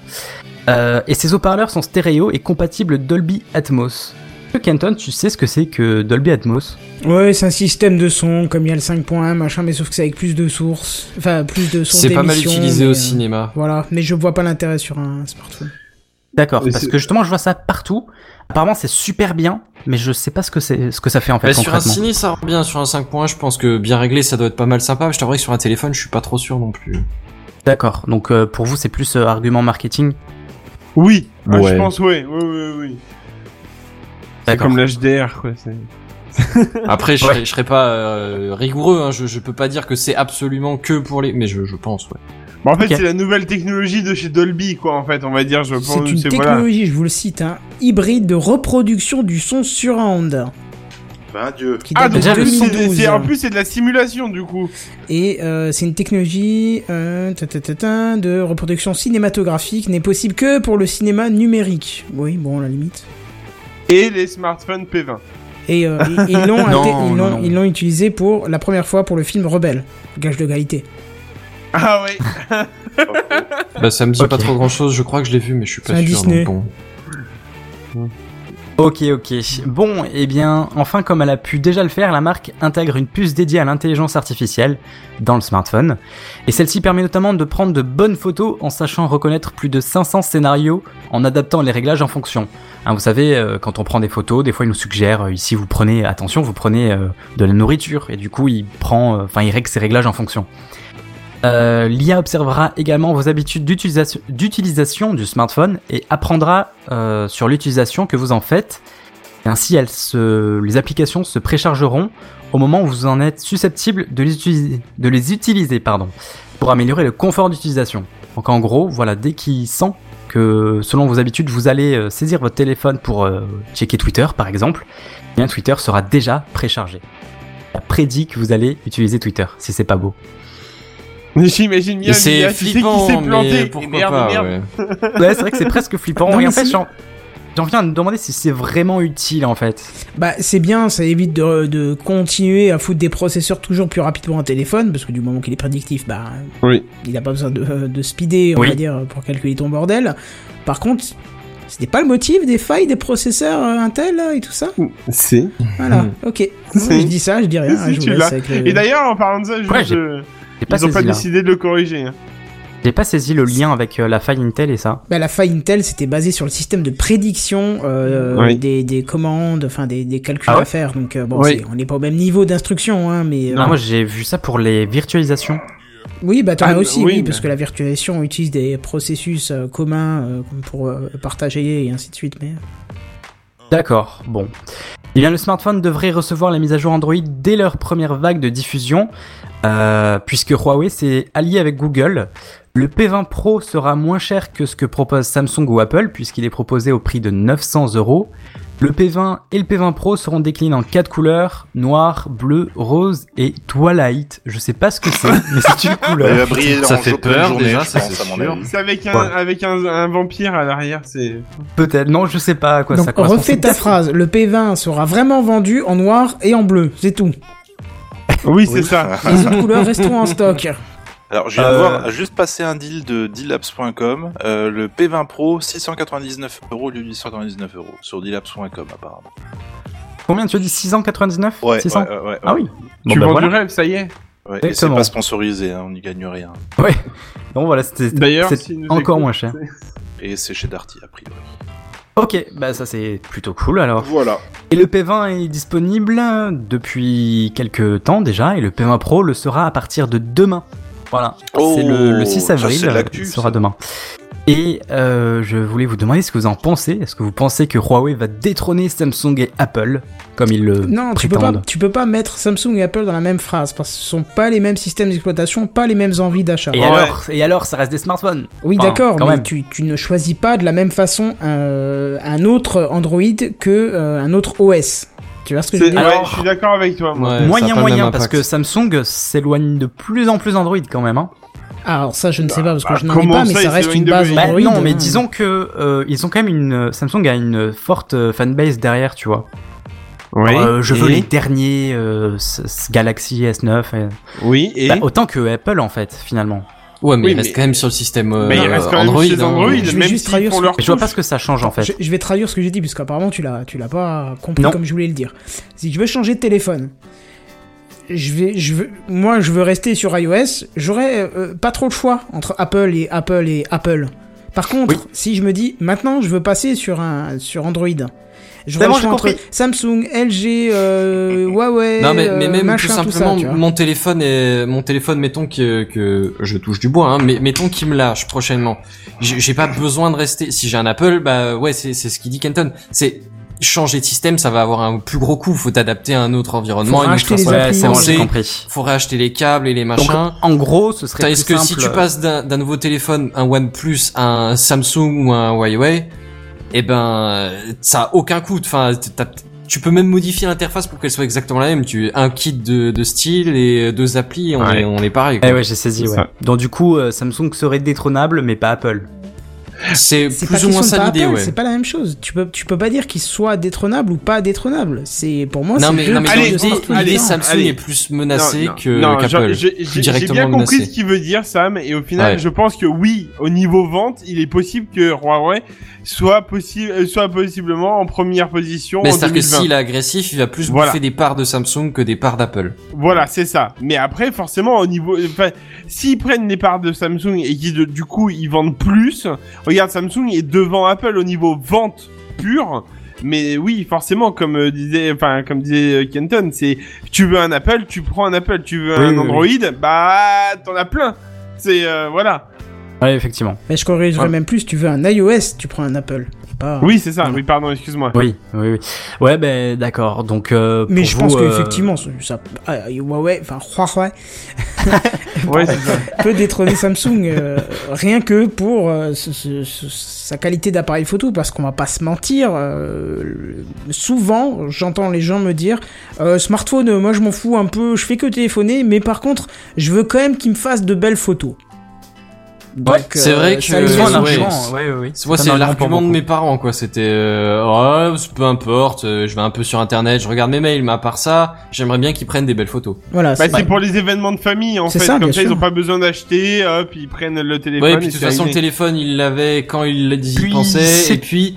Speaker 4: Euh, et ses haut-parleurs sont stéréo et compatibles Dolby Atmos. Est-ce que, Kenton, tu sais ce que c'est que Dolby Atmos
Speaker 1: Ouais, c'est un système de son, comme il y a le 5.1, machin, mais sauf que c'est avec plus de sources. Enfin, plus de sources.
Speaker 5: c'est pas mal
Speaker 1: d'émissions,
Speaker 5: utilisé
Speaker 1: mais,
Speaker 5: au
Speaker 1: euh,
Speaker 5: cinéma.
Speaker 1: Voilà, mais je vois pas l'intérêt sur un smartphone.
Speaker 4: D'accord,
Speaker 7: Et
Speaker 4: parce
Speaker 7: c'est-
Speaker 4: que justement je vois ça partout. Apparemment c'est super bien, mais je sais pas ce que c'est, ce que ça fait en fait
Speaker 5: Bah, sur un
Speaker 4: concrètement.
Speaker 5: ciné, ça revient. Sur un 5.1, je pense que bien réglé, ça doit être pas mal sympa. Je t'avouerai que sur un téléphone, je suis pas trop sûr non plus.
Speaker 4: D'accord, donc euh, pour vous c'est plus euh, argument marketing.
Speaker 7: Oui. Ah, je
Speaker 5: Ouais.
Speaker 7: pense oui, oui, oui, oui. C'est
Speaker 4: D'accord.
Speaker 7: comme l'HDR quoi. c'est-
Speaker 5: Après, je, serais, je serais pas euh, rigoureux. Hein. Je, je peux pas dire que c'est absolument que pour les. Mais je, je pense, ouais.
Speaker 7: Bon, en fait,
Speaker 4: Ok.
Speaker 7: c'est la nouvelle technologie de chez Dolby quoi. En fait, on va dire, je pense.
Speaker 1: C'est une
Speaker 7: Euh, voilà.
Speaker 1: technologie, je vous le cite, hein, hybride de reproduction du son surround.
Speaker 6: Ben Dieu.
Speaker 1: Qui
Speaker 7: Ah
Speaker 1: date
Speaker 7: donc
Speaker 4: Déjà,
Speaker 1: de
Speaker 4: le
Speaker 7: c'est- c'est-
Speaker 1: 2012.
Speaker 7: c'est- en plus c'est de la simulation du coup.
Speaker 1: Et euh, c'est une technologie euh, ta, ta, ta, ta, de reproduction cinématographique, n'est possible que pour le cinéma numérique. Oui, bon, à la limite.
Speaker 7: Et les smartphones P20.
Speaker 1: Et euh, ils- ils l'ont
Speaker 4: Non,
Speaker 1: inté-
Speaker 4: non,
Speaker 1: ils l'ont-
Speaker 4: non.
Speaker 1: ils l'ont utilisé pour la première fois pour le film Rebelle, gage de qualité.
Speaker 7: Ah oui.
Speaker 5: Bah, ça me dit
Speaker 4: Ok.
Speaker 5: pas trop grand chose. Je crois que je l'ai vu, mais je suis pas
Speaker 1: C'est un
Speaker 5: sûr.
Speaker 1: Disney.
Speaker 5: donc bon.
Speaker 4: Ok, ok. Bon, eh bien, enfin, comme elle a pu déjà le faire, la marque intègre une puce dédiée à l'intelligence artificielle dans le smartphone. Et celle-ci permet notamment de prendre de bonnes photos en sachant reconnaître plus de 500 scénarios en adaptant les réglages en fonction. Hein, vous savez, euh, quand on prend des photos, des fois il nous suggère, euh, ici vous prenez, attention, vous prenez euh, de la nourriture. Et du coup, il prend, euh, enfin, il règle ses réglages en fonction. Euh, L'IA observera également vos habitudes d'utilisation- d'utilisation du smartphone et apprendra euh, sur l'utilisation que vous en faites. Et ainsi, elles se- les applications se préchargeront au moment où vous en êtes susceptible de les utiliser, de les utiliser pardon, pour améliorer le confort d'utilisation. Donc en gros, voilà, dès qu'il sent que selon vos habitudes, vous allez euh, saisir votre téléphone pour euh, checker Twitter par exemple, eh bien Twitter sera déjà préchargé. Ça prédit que vous allez utiliser Twitter, si c'est pas beau.
Speaker 7: Mais J'imagine bien.
Speaker 5: Et c'est
Speaker 7: l'IA, tu sais qui
Speaker 5: flippant,
Speaker 7: s'est planté.
Speaker 5: mais
Speaker 7: Et
Speaker 5: pourquoi
Speaker 7: merde,
Speaker 5: pas
Speaker 7: merde.
Speaker 5: ouais.
Speaker 4: Ouais, c'est vrai que c'est presque flippant.
Speaker 1: Non,
Speaker 4: et en
Speaker 1: mais
Speaker 4: fait,
Speaker 1: si.
Speaker 4: j'en, j'en viens à me demander si c'est vraiment utile en fait.
Speaker 1: Bah c'est bien, ça évite de, de continuer à foutre des processeurs toujours plus rapides pour un téléphone, parce que du moment qu'il est prédictif, bah
Speaker 7: Oui.
Speaker 1: il n'a pas besoin de, de speeder, on
Speaker 4: Oui.
Speaker 1: va dire, pour calculer ton bordel. Par contre, c'était pas le motif des failles des processeurs euh, Intel là, et tout ça
Speaker 7: C'est.
Speaker 1: Voilà,
Speaker 5: Hmm.
Speaker 1: ok.
Speaker 7: Si.
Speaker 1: Je dis ça, je dis rien,
Speaker 7: Si,
Speaker 1: hein, je vous
Speaker 7: tu
Speaker 1: laisse
Speaker 7: l'as.
Speaker 1: avec le-
Speaker 7: Et d'ailleurs, en parlant de ça, juste,
Speaker 4: Ouais, j'ai-
Speaker 7: euh,
Speaker 4: J'ai pas
Speaker 7: ils ont
Speaker 4: saisi
Speaker 7: pas
Speaker 4: là.
Speaker 7: décidé de le corriger. hein.
Speaker 4: J'ai pas saisi le lien avec euh, la faille Intel et ça.
Speaker 1: Bah, la faille Intel, c'était basé sur le système de prédiction euh,
Speaker 4: Oui.
Speaker 1: des, des commandes, enfin des, des calculs
Speaker 4: Ah ouais
Speaker 1: à faire. Donc euh, bon,
Speaker 4: Oui.
Speaker 1: c'est- on n'est pas au même niveau d'instruction, hein, mais euh,
Speaker 4: Ah, moi j'ai vu ça pour les virtualisations.
Speaker 1: oui, bah t'en
Speaker 7: Ah,
Speaker 1: as aussi,
Speaker 7: oui,
Speaker 1: oui,
Speaker 7: mais-
Speaker 1: parce que la virtualisation utilise des processus euh, communs euh, comme pour euh, partager et ainsi de suite. Mais
Speaker 4: D'accord, bon. Eh bien, le smartphone devrait recevoir la mise à jour Android dès leur première vague de diffusion, euh, puisque Huawei s'est allié avec Google. Le P20 Pro sera moins cher que ce que propose Samsung ou Apple, puisqu'il est proposé au prix de 900 euros. Le P20 et le P20 Pro seront déclinés en quatre couleurs noir, bleu, rose et Twilight. Je sais pas ce que c'est, mais c'est
Speaker 6: Il
Speaker 4: une
Speaker 6: va
Speaker 4: couleur.
Speaker 6: briller dans
Speaker 5: Ça
Speaker 6: le
Speaker 5: fait
Speaker 6: jeu pour une
Speaker 5: peur,
Speaker 6: journée,
Speaker 5: déjà,
Speaker 6: je
Speaker 5: ça,
Speaker 6: pense,
Speaker 5: c'est
Speaker 6: à mon
Speaker 5: sûr.
Speaker 6: avis.
Speaker 7: C'est avec un,
Speaker 4: Ouais.
Speaker 7: avec un, un vampire à l'arrière, c'est.
Speaker 4: Peut-être. Non, je sais pas à quoi
Speaker 1: Donc
Speaker 4: ça correspond.
Speaker 1: refais ta
Speaker 4: C'est-
Speaker 1: phrase. Le P20 sera vraiment vendu en noir et en bleu, c'est tout.
Speaker 7: Oui, c'est ça.
Speaker 1: Les autres couleurs resteront en stock.
Speaker 6: Alors, je viens
Speaker 4: Euh,
Speaker 6: de voir, juste passer un deal de dealabs.com, euh, le P20 Pro, 699 euros au lieu de 899 euros, sur dealabs.com, apparemment.
Speaker 4: Combien tu as dit 699
Speaker 6: Ouais,
Speaker 4: 600
Speaker 6: ouais, ouais, ouais.
Speaker 4: Ah oui. Bon,
Speaker 7: tu
Speaker 4: bah
Speaker 7: vends
Speaker 4: voilà.
Speaker 7: du rêve, ça y est.
Speaker 6: Ouais, et c'est
Speaker 4: Exactement.
Speaker 6: pas sponsorisé, hein, on n'y gagne rien.
Speaker 4: Ouais. Donc voilà, c'était
Speaker 7: D'ailleurs,
Speaker 4: c'est
Speaker 7: s'ils nous
Speaker 4: encore
Speaker 7: écoutent,
Speaker 4: moins cher.
Speaker 6: Et c'est chez Darty, a priori.
Speaker 4: Ok, bah ça c'est plutôt cool alors.
Speaker 6: Voilà.
Speaker 4: Et le P20 est disponible euh, depuis quelques temps déjà, et le P20 Pro le sera à partir de demain. Voilà,
Speaker 6: Oh,
Speaker 4: c'est le, le 6
Speaker 6: ça,
Speaker 4: avril, euh,
Speaker 6: c'est de l'actu,
Speaker 4: il
Speaker 6: ça.
Speaker 4: sera demain. Et euh, je voulais vous demander ce que vous en pensez. Est-ce que vous pensez que Huawei va détrôner Samsung et Apple, comme ils le
Speaker 1: Non, tu peux, pas,
Speaker 4: prétendent
Speaker 1: tu peux pas mettre Samsung et Apple dans la même phrase parce que ce sont pas les mêmes systèmes d'exploitation, pas les mêmes envies d'achat.
Speaker 4: et,
Speaker 7: Ouais.
Speaker 4: alors, et alors, ça reste des smartphones
Speaker 1: Oui,
Speaker 4: Enfin,
Speaker 1: d'accord,
Speaker 4: quand
Speaker 1: mais
Speaker 4: même.
Speaker 1: tu, tu ne choisis pas de la même façon euh, un autre Android que euh, un autre OS. Tu vois ce que je veux
Speaker 7: C'est-
Speaker 1: dire
Speaker 7: ouais,
Speaker 5: Alors-
Speaker 7: je suis d'accord avec toi, moi.
Speaker 5: Ouais, ça a
Speaker 4: Moyen,
Speaker 5: pas le
Speaker 4: moyen,
Speaker 5: même
Speaker 4: parce que
Speaker 5: impact.
Speaker 4: Samsung s'éloigne de plus en plus Android quand même. Hein.
Speaker 1: Alors ça, je ne sais pas parce que
Speaker 7: bah,
Speaker 1: je n'en ai
Speaker 7: comment
Speaker 1: pas, mais
Speaker 7: ça,
Speaker 1: ça
Speaker 7: ils
Speaker 1: reste
Speaker 7: s'éloignent
Speaker 1: une
Speaker 7: de
Speaker 1: base
Speaker 7: nous
Speaker 4: Bah,
Speaker 1: Android.
Speaker 4: non, mais
Speaker 1: hein.
Speaker 4: disons que euh, ils ont quand même une Samsung a une forte euh, fanbase derrière, tu vois.
Speaker 7: Oui.
Speaker 4: Euh, je veux
Speaker 7: et-
Speaker 4: les derniers euh, s- s- Galaxy S9, euh,
Speaker 7: Oui, et.
Speaker 4: bah, autant que Apple en fait finalement.
Speaker 5: Ouais, mais
Speaker 7: Oui,
Speaker 5: il reste
Speaker 7: mais-
Speaker 5: quand même sur le système euh,
Speaker 7: mais il reste quand
Speaker 5: Android.
Speaker 7: même chez
Speaker 5: hein.
Speaker 7: Android,
Speaker 1: Je vais
Speaker 7: même
Speaker 1: juste
Speaker 7: s'ils
Speaker 1: traduire
Speaker 7: font
Speaker 1: sur-
Speaker 7: leur
Speaker 4: Mais je vois pas
Speaker 7: touche.
Speaker 4: ce que ça
Speaker 5: Bah,
Speaker 4: change en
Speaker 1: Je,
Speaker 4: fait.
Speaker 1: je vais traduire ce que j'ai dit, parce qu'apparemment tu l'as, tu l'as pas compris
Speaker 4: Non.
Speaker 1: comme je voulais le dire. Si je veux changer de téléphone, je vais, je veux, moi je veux rester sur iOS, j'aurais euh, pas trop le choix entre Apple et Apple et Apple. Par contre, si je me dis maintenant je veux passer sur un sur Android, j'aurais
Speaker 4: bon,
Speaker 1: le
Speaker 4: j'ai
Speaker 1: choix entre
Speaker 4: compris.
Speaker 1: Samsung, LG, euh, Huawei,
Speaker 5: Non mais, mais
Speaker 1: euh,
Speaker 5: même
Speaker 1: machin,
Speaker 5: tout
Speaker 1: tout
Speaker 5: simplement
Speaker 1: ça, tu vois.
Speaker 5: mon téléphone est mon téléphone mettons que, que je touche du bois hein, mais mettons qu'il me lâche prochainement j'ai j'ai pas besoin de rester si j'ai un Apple bah ouais c'est c'est ce qu'il dit Kenton c'est changer de système ça va avoir un plus gros coût faut t'adapter à un autre environnement
Speaker 1: Faut
Speaker 5: une autre
Speaker 1: racheter les
Speaker 5: façon de
Speaker 1: applis,
Speaker 4: c'est bon, j'ai
Speaker 5: penser.
Speaker 4: compris.
Speaker 5: faut racheter les câbles et les
Speaker 4: Donc,
Speaker 5: machins
Speaker 4: en gros, ce serait plus
Speaker 5: Tandis que
Speaker 4: simple.
Speaker 5: si tu passes d'un d'un nouveau téléphone, un OnePlus, à un Samsung ou un Huawei, eh ben, euh, ça a aucun coût. Enfin, t- t'as- tu peux même modifier l'interface pour qu'elle soit exactement la même. Tu un kit de, de style et deux applis, on,
Speaker 7: Ouais.
Speaker 5: est, on est pareil. quoi.
Speaker 4: Eh ouais, j'ai saisi.
Speaker 7: C'est
Speaker 4: Ouais.
Speaker 7: ça.
Speaker 4: Donc du coup, euh, Samsung serait détrônable, mais pas Apple.
Speaker 5: C'est
Speaker 1: C'est pas
Speaker 5: plus ou moins
Speaker 1: question de pas
Speaker 5: ça l'idée,
Speaker 1: Apple,
Speaker 5: ouais.
Speaker 1: C'est pas la même chose. Tu peux, tu peux pas dire qu'ils soient détrônables ou pas détrônables. C'est pour moi.
Speaker 5: Non
Speaker 1: c'est
Speaker 5: mais,
Speaker 1: deux
Speaker 5: non mais
Speaker 1: types
Speaker 7: allez,
Speaker 1: de
Speaker 5: dans l'idée,
Speaker 1: smartphones
Speaker 7: allez,
Speaker 5: l'idée
Speaker 1: différents.
Speaker 5: Samsung
Speaker 7: allez.
Speaker 5: est plus menacée
Speaker 7: Non,
Speaker 5: que
Speaker 7: non,
Speaker 5: qu'Apple.
Speaker 7: je- je-
Speaker 5: Plus
Speaker 7: j'ai j'ai
Speaker 5: directement
Speaker 7: bien compris
Speaker 5: menacée.
Speaker 7: ce qu'il veut dire, Sam, et au final,
Speaker 5: Ouais.
Speaker 7: je pense que oui, au niveau vente, il est possible que Huawei soit, possi- euh, soit possiblement en première position
Speaker 5: Mais
Speaker 7: en
Speaker 5: c'est-à-dire que
Speaker 7: 2020.
Speaker 5: s'il est agressif, il va plus
Speaker 7: Voilà.
Speaker 5: bouffer des parts de Samsung que des parts d'Apple.
Speaker 7: Voilà, c'est ça. Mais après, forcément, au niveau, enfin, s'ils prennent les parts de Samsung et qu'ils de- du coup ils vendent plus, regarde, Samsung est devant Apple au niveau vente pure. Mais oui, forcément, comme euh, disait, enfin, comme disait euh, Kenton, c'est tu veux un Apple, tu prends un Apple, tu veux
Speaker 4: Oui,
Speaker 7: un
Speaker 4: oui,
Speaker 7: Android, bah t'en as plein. C'est euh, voilà.
Speaker 4: Ouais, effectivement.
Speaker 1: Mais je corrigerais
Speaker 7: Ouais.
Speaker 1: même plus, tu veux un iOS, tu prends un Apple. Pas-
Speaker 7: Oui, c'est ça.
Speaker 1: Voilà.
Speaker 7: Oui, pardon, excuse-moi.
Speaker 4: Oui, oui, oui. Ouais, ben d'accord. Donc euh,
Speaker 1: Mais
Speaker 4: pour
Speaker 1: je
Speaker 4: vous,
Speaker 1: pense
Speaker 4: euh,
Speaker 1: qu'effectivement, ça- ça, ah, Huawei, enfin Huawei,
Speaker 7: Ouais, c'est ça.
Speaker 1: peut détrôner Samsung euh, rien que pour euh, ce- ce- ce- sa qualité d'appareil photo, parce qu'on va pas se mentir. euh, le- souvent, j'entends les gens me dire euh, smartphone, euh, moi je m'en fous un peu, je fais que téléphoner, mais par contre, je veux quand même qu'ils me fassent de belles photos. Donc, euh,
Speaker 4: Ouais,
Speaker 5: c'est vrai
Speaker 1: ça
Speaker 5: que-
Speaker 1: les
Speaker 4: c'est
Speaker 5: Euh, ouais,
Speaker 4: un
Speaker 1: soigne.
Speaker 4: argument, ouais, ouais, ouais.
Speaker 5: C'est- Moi,
Speaker 4: un
Speaker 5: c'est
Speaker 4: argument pour
Speaker 5: l'argument de
Speaker 4: beaucoup.
Speaker 5: mes parents, quoi. C'était, euh, ouais, c'est peu importe, euh, je vais un peu sur internet, je regarde mes mails, mais à part ça, j'aimerais bien qu'ils prennent des belles photos.
Speaker 1: Voilà,
Speaker 7: Bah,
Speaker 1: c'est-
Speaker 7: c'est pour les événements de famille en
Speaker 1: C'est
Speaker 7: fait.
Speaker 1: ça, bien
Speaker 7: Comme ça, ils
Speaker 1: sûr.
Speaker 7: ont pas besoin d'acheter, hop, ils prennent le téléphone.
Speaker 5: ouais, et puis de
Speaker 7: et
Speaker 5: toute
Speaker 7: c'est
Speaker 5: façon, le
Speaker 7: réglé.
Speaker 5: téléphone, il l'avait quand il y
Speaker 4: Puis,
Speaker 5: pensait,
Speaker 4: c'est-
Speaker 5: et puis,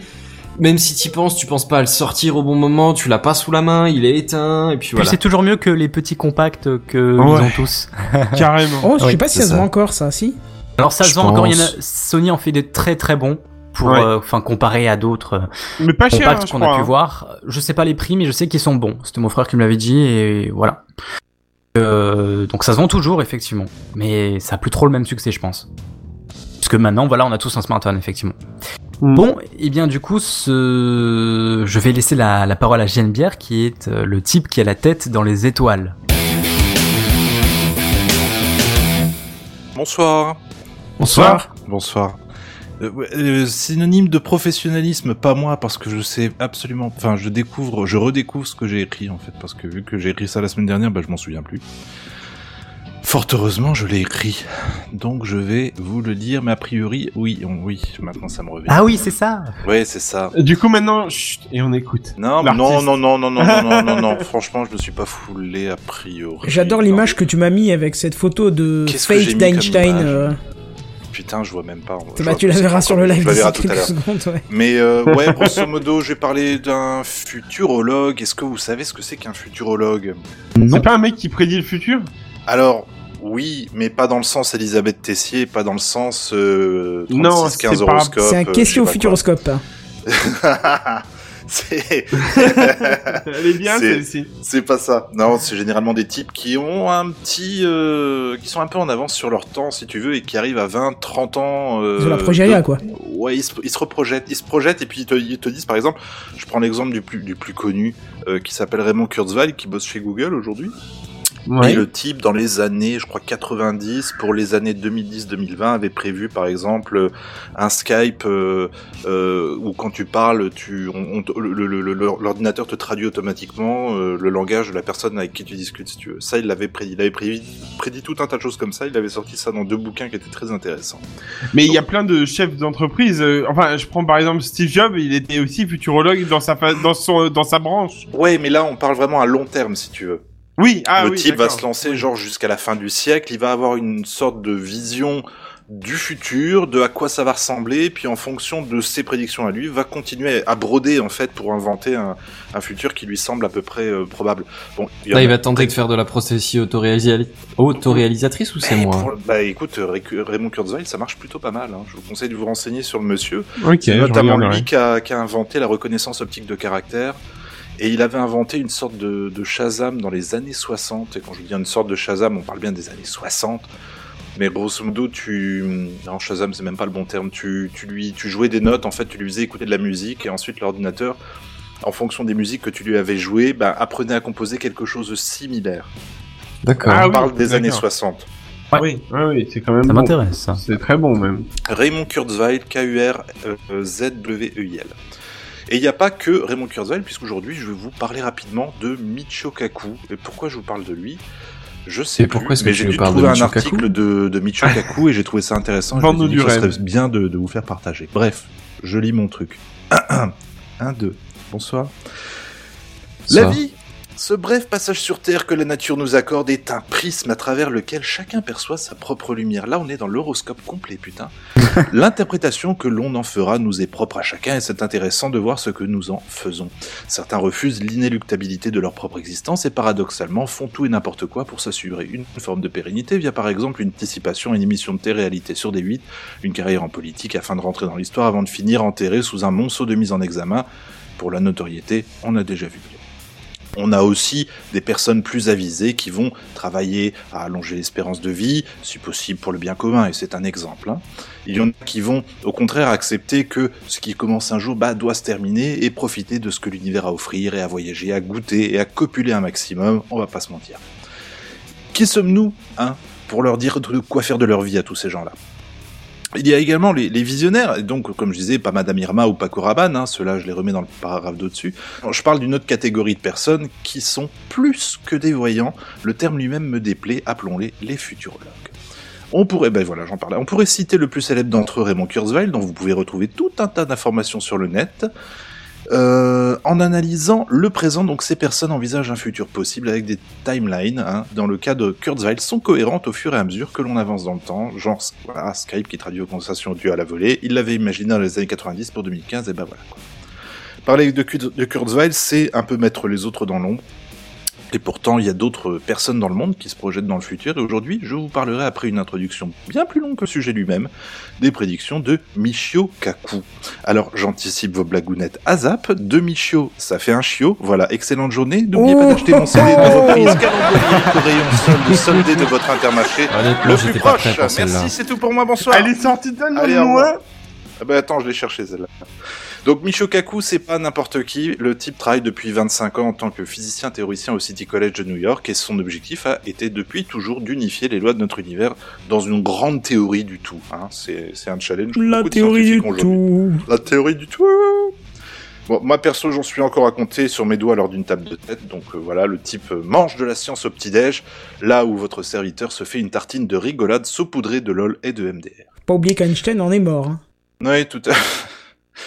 Speaker 5: même si t'y penses, tu penses pas à le sortir au bon moment, tu l'as pas sous la main, il est éteint, et puis
Speaker 4: Puis
Speaker 5: voilà.
Speaker 4: c'est toujours mieux que les petits compacts que
Speaker 7: Ouais.
Speaker 4: ils ont tous.
Speaker 7: carrément.
Speaker 1: Oh, je
Speaker 4: Oui,
Speaker 1: sais pas si
Speaker 4: c'est
Speaker 1: ça se
Speaker 4: ça.
Speaker 1: voit encore, ça, si
Speaker 4: Alors ça se
Speaker 5: Je
Speaker 4: vend encore, il y en a-
Speaker 5: pense.
Speaker 4: Sony en fait des très très bons pour,
Speaker 7: Ouais.
Speaker 4: euh, enfin, comparé à d'autres euh,
Speaker 7: Mais pas cher, hein,
Speaker 4: compacts
Speaker 7: je
Speaker 4: qu'on
Speaker 7: crois,
Speaker 4: a pu
Speaker 7: hein.
Speaker 4: voir. Je sais pas les prix, mais je sais qu'ils sont bons. C'était mon frère qui me l'avait dit et voilà. Euh, donc ça se vend toujours effectivement, mais ça a plus trop le même succès, je pense. Parce que maintenant, voilà, on a tous un smartphone effectivement.
Speaker 7: Mm.
Speaker 4: Bon, et bien du coup, ce... je vais laisser la, la parole à Genebière, qui est euh, le type qui a la tête dans les étoiles.
Speaker 6: Bonsoir.
Speaker 7: Bonsoir.
Speaker 6: Bonsoir. Euh, ouais, euh, synonyme de professionnalisme, pas moi, parce que je sais absolument. Enfin, je découvre, je redécouvre ce que j'ai écrit en fait, parce que vu que j'ai écrit ça la semaine dernière, bah, je m'en souviens plus. Fort heureusement, je l'ai écrit, donc je vais vous le dire. Mais a priori, oui, on- oui, maintenant ça me revient.
Speaker 4: Ah oui, c'est ça.
Speaker 6: Ouais, c'est ça.
Speaker 7: Du coup, maintenant, chut, et on écoute.
Speaker 6: Non,
Speaker 7: L'artiste.
Speaker 6: non, non, non, non, non, non, non, non, non. Franchement, je ne suis pas foulé a priori.
Speaker 1: J'adore
Speaker 6: Non.
Speaker 1: l'image que tu m'as mis avec cette photo de
Speaker 6: Qu'est-ce que j'ai
Speaker 1: fake
Speaker 6: mis comme
Speaker 1: d'Einstein.
Speaker 6: image
Speaker 1: euh,
Speaker 6: Putain, je vois même pas. Je
Speaker 1: bah,
Speaker 6: vois-
Speaker 1: tu la verras sur le live
Speaker 6: Je la
Speaker 1: d'ici
Speaker 6: verrai tout à
Speaker 1: quelques
Speaker 6: l'heure.
Speaker 1: secondes. ouais.
Speaker 6: Mais euh, ouais, grosso modo, je vais parler d'un futurologue. Est-ce que vous savez ce que c'est qu'un futurologue
Speaker 7: C'est pas un mec qui prédit le futur
Speaker 6: Alors, oui, mais pas dans le sens Elisabeth Tessier, pas dans le sens euh,
Speaker 7: Non,
Speaker 6: 36,
Speaker 7: c'est
Speaker 6: 15
Speaker 7: pas-
Speaker 6: horoscope.
Speaker 1: C'est un
Speaker 6: euh,
Speaker 1: question au
Speaker 6: je sais pas
Speaker 1: futuroscope. hein.
Speaker 6: quoi. c'est
Speaker 7: Elle est bien,
Speaker 6: C'est-
Speaker 7: celle-ci.
Speaker 6: c'est pas ça. Non, c'est généralement des types qui ont un petit euh, qui sont un peu en avance sur leur temps si tu veux et qui arrivent à 20 30 ans euh,
Speaker 1: De la progéria,
Speaker 6: de-
Speaker 1: quoi.
Speaker 6: Ouais, ils se, ils se reprojettent, ils se projettent et puis ils te, ils te disent par exemple, je prends l'exemple du plus, du plus connu euh, qui s'appelle Raymond Kurzweil qui bosse chez Google aujourd'hui. Et le type dans les années, je crois 90 pour les années 2010-2020 avait prévu par exemple euh, un Skype euh, euh, où quand tu parles, tu on- on te- le- le- le- le- l'ordinateur te traduit automatiquement euh, le langage de la personne avec qui tu discutes si tu veux. Ça il l'avait prédit, il avait prédit, prédit tout un tas de choses comme ça, il avait sorti ça dans deux bouquins qui étaient très intéressants.
Speaker 7: Mais il y a plein de chefs d'entreprise. euh, enfin, je prends par exemple Steve Jobs, il était aussi futurologue dans sa, fa- dans son, dans sa branche.
Speaker 6: Ouais, mais là on parle vraiment à long terme si tu veux.
Speaker 7: Oui, ah
Speaker 6: le
Speaker 7: oui,
Speaker 6: type va
Speaker 7: d'accord.
Speaker 6: se lancer genre jusqu'à la fin du siècle, il va avoir une sorte de vision du futur, de à quoi ça va ressembler, puis en fonction de ses prédictions à lui, va continuer à broder en fait pour inventer un, un futur qui lui semble à peu près euh, probable. Bon, y en
Speaker 5: Là, il
Speaker 6: a-
Speaker 5: va tenter de faire de la processie autoréalisali- autoréalisatrice ou c'est
Speaker 6: Mais
Speaker 5: moi
Speaker 6: pour- Bah écoute, Ray- Raymond Kurzweil, ça marche plutôt pas mal. hein. Je vous conseille de vous renseigner sur le monsieur.
Speaker 7: Ok,
Speaker 6: C'est
Speaker 7: je
Speaker 6: notamment
Speaker 7: regarderai.
Speaker 6: lui qui a, qui a inventé la reconnaissance optique de caractère. Et il avait inventé une sorte de, de Shazam dans les années 60. Et quand je dis une sorte de Shazam, on parle bien des années 60. Mais grosso modo, tu. Non, Shazam, c'est même pas le bon terme. Tu, tu, lui, tu jouais des notes, en fait, tu lui faisais écouter de la musique. Et ensuite, l'ordinateur, en fonction des musiques que tu lui avais jouées, bah, apprenait à composer quelque chose de similaire.
Speaker 5: D'accord.
Speaker 7: Ah
Speaker 6: on
Speaker 7: oui,
Speaker 6: parle des
Speaker 7: d'accord.
Speaker 6: années 60.
Speaker 4: Ouais.
Speaker 7: Oui, oui, Ah oui, c'est quand même
Speaker 4: Ça
Speaker 7: bon.
Speaker 4: m'intéresse. ça.
Speaker 7: C'est très bon même.
Speaker 6: Raymond Kurzweil, K-U-R-Z-W-E-I-L. E Et il n'y a pas que Raymond Kurzweil, puisqu'aujourd'hui, je vais vous parler rapidement de Michio Kaku. Et pourquoi je vous parle de lui Je sais
Speaker 5: Et pourquoi
Speaker 6: plus,
Speaker 5: est-ce que
Speaker 6: mais
Speaker 5: tu
Speaker 6: j'ai
Speaker 5: nous
Speaker 6: dû
Speaker 5: parles de
Speaker 6: trouver un
Speaker 5: Michio Kaku
Speaker 6: article de, de Michio Kaku et j'ai trouvé ça intéressant. Je me
Speaker 7: Vends-nous
Speaker 6: suis dit
Speaker 7: du
Speaker 6: que ce
Speaker 7: rêve.
Speaker 6: serait bien de, de vous faire partager. Bref, je lis mon truc. Un, deux. Bonsoir.
Speaker 5: Ça.
Speaker 6: La vie ce bref passage sur Terre que la nature nous accorde est un prisme à travers lequel chacun perçoit sa propre lumière. Là, on est dans l'horoscope complet, putain. L'interprétation que l'on en fera nous est propre à chacun et c'est intéressant de voir ce que nous en faisons. Certains refusent l'inéluctabilité de leur propre existence et paradoxalement font tout et n'importe quoi pour s'assurer une forme de pérennité via par exemple une participation à une émission de télé-réalité sur des 8, une carrière en politique afin de rentrer dans l'histoire avant de finir enterré sous un monceau de mise en examen. Pour la notoriété, on a déjà vu. On a aussi des personnes plus avisées qui vont travailler à allonger l'espérance de vie, si possible pour le bien commun, et c'est un exemple. hein. Il y en a qui vont au contraire accepter que ce qui commence un jour bah, doit se terminer et profiter de ce que l'univers a à offrir et à voyager, à goûter et à copuler un maximum, on va pas se mentir. Qui sommes-nous, hein, pour leur dire de quoi faire de leur vie à tous ces gens-là il y a également les, les visionnaires, et donc comme je disais, pas Madame Irma ou Paco Rabanne, hein, ceux-là je les remets dans le paragraphe d'au-dessus. Alors, Je parle d'une autre catégorie de personnes qui sont plus que des voyants. Le terme lui-même me déplaît, appelons-les les futurologues. On pourrait, ben voilà, j'en parlais. On pourrait citer le plus célèbre d'entre eux, Raymond Kurzweil, dont vous pouvez retrouver tout un tas d'informations sur le net. Euh, en analysant le présent, donc ces personnes envisagent un futur possible avec des timelines. hein. dans le cas de Kurzweil, sont cohérentes au fur et à mesure que l'on avance dans le temps. Genre, voilà, Skype qui traduit aux conversations dues à la volée. Il l'avait imaginé dans les années 90 pour 2015, et ben voilà. quoi. Parler de, Kurt- de Kurzweil, c'est un peu mettre les autres dans l'ombre. Et pourtant, il y a d'autres personnes dans le monde qui se projettent dans le futur. Et aujourd'hui, je vous parlerai, après une introduction bien plus longue que le sujet lui-même, des prédictions de Michio Kaku. Alors, j'anticipe vos blagounettes à zap. De Michio, ça fait un chiot. Voilà, excellente journée. N'oubliez pas
Speaker 1: Oh
Speaker 6: d'acheter mon CD de reprise calendrier au rayon solde soldé de votre intermarché.
Speaker 5: Honnêtement,
Speaker 6: Le plus
Speaker 5: j'étais pas
Speaker 6: proche.
Speaker 5: prêt pour celle-là.
Speaker 6: Merci, c'est tout pour moi. Bonsoir.
Speaker 7: Elle est sortie d'un
Speaker 6: Allez, au
Speaker 7: mois.
Speaker 6: Ah bah attends, je l'ai cherché celle-là. Donc Michio Kaku, c'est pas n'importe qui. Le type travaille depuis 25 ans en tant que physicien théoricien au City College de New York et son objectif a été depuis toujours d'unifier les lois de notre univers dans une grande théorie du tout. hein. C'est c'est un challenge. pour
Speaker 1: La
Speaker 6: beaucoup de
Speaker 1: théorie du
Speaker 6: scientifiques aujourd'hui.
Speaker 1: tout.
Speaker 6: La théorie du tout. Bon, moi perso, j'en suis encore à compter sur mes doigts lors d'une table de tête. Donc euh, voilà, le type euh, mange de la science au petit-déj, là où votre serviteur se fait une tartine de rigolade saupoudrée de LOL et de MDR.
Speaker 1: Pas oublier qu'Einstein en est mort. hein.
Speaker 6: Oui, tout à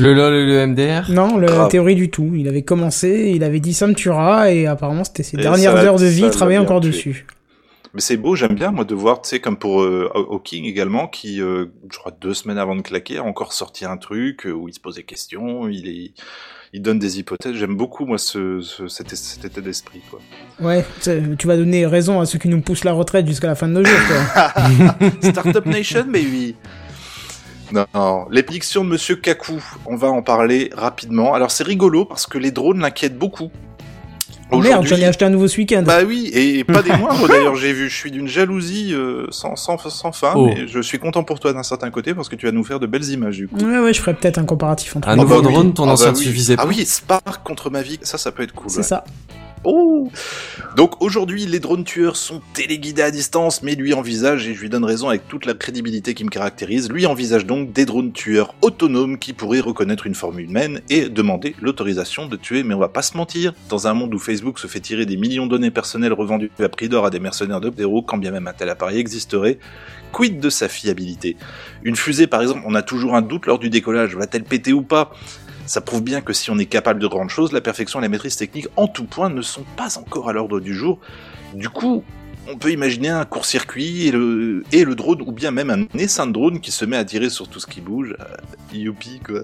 Speaker 5: Le LOL et le MDR
Speaker 1: Non, la
Speaker 6: Grave.
Speaker 1: théorie du tout. Il avait commencé, il avait dit ça me tuera, et apparemment c'était ses
Speaker 6: Et
Speaker 1: dernières
Speaker 6: ça l'a-
Speaker 1: heures de vie,
Speaker 6: ça
Speaker 1: il travaillait
Speaker 6: l'a bien
Speaker 1: encore
Speaker 6: tué.
Speaker 1: dessus.
Speaker 6: Mais c'est beau, j'aime bien moi de voir, tu sais, comme pour euh, Haw- Hawking également, qui, euh, je crois, deux semaines avant de claquer, a encore sorti un truc euh, où il se pose des questions, il, est, il donne des hypothèses. J'aime beaucoup moi ce, ce- cet, es- cet état d'esprit. quoi.
Speaker 1: Ouais, tu tu vas donner raison à ceux qui nous poussent la retraite jusqu'à la fin de nos jours, quoi.
Speaker 6: Startup Nation, baby non, non, les prédictions de Monsieur Kaku, on va en parler rapidement. Alors c'est rigolo parce que les drones l'inquiètent beaucoup.
Speaker 1: Oh, Merde, j'en ai
Speaker 6: Aujourd'hui-
Speaker 1: acheté un nouveau ce week-end.
Speaker 6: Bah oui, et pas des moindres d'ailleurs, j'ai vu. Je suis d'une jalousie euh, sans, sans, sans fin,
Speaker 5: Oh.
Speaker 6: mais je suis content pour toi d'un certain côté parce que tu vas nous faire de belles images du coup.
Speaker 1: Ouais, ouais, je ferai peut-être un comparatif entre
Speaker 5: Un
Speaker 1: les
Speaker 5: nouveau
Speaker 1: deux.
Speaker 6: oui.
Speaker 5: drone, ton
Speaker 6: Ah
Speaker 5: ancien
Speaker 6: bah oui.
Speaker 5: suffisait pas.
Speaker 6: Ah oui, Spark contre ma vie, ça, ça peut être cool.
Speaker 1: C'est
Speaker 6: ouais.
Speaker 1: ça.
Speaker 6: Oh Donc aujourd'hui, les drones tueurs sont téléguidés à distance, mais lui envisage, et je lui donne raison avec toute la crédibilité qui me caractérise, lui envisage donc des drones tueurs autonomes qui pourraient reconnaître une forme humaine et demander l'autorisation de tuer, mais on va pas se mentir, dans un monde où Facebook se fait tirer des millions de données personnelles revendues à prix d'or à des mercenaires de zéro, quand bien même un tel appareil existerait, quid de sa fiabilité Une fusée par exemple, on a toujours un doute lors du décollage, va-t-elle péter ou pas ça prouve bien que si on est capable de grandes choses, la perfection et la maîtrise technique en tout point ne sont pas encore à l'ordre du jour. Du coup, on peut imaginer un court-circuit et le, et le drone, ou bien même un essaim de drone qui se met à tirer sur tout ce qui bouge. Euh, youpi, quoi.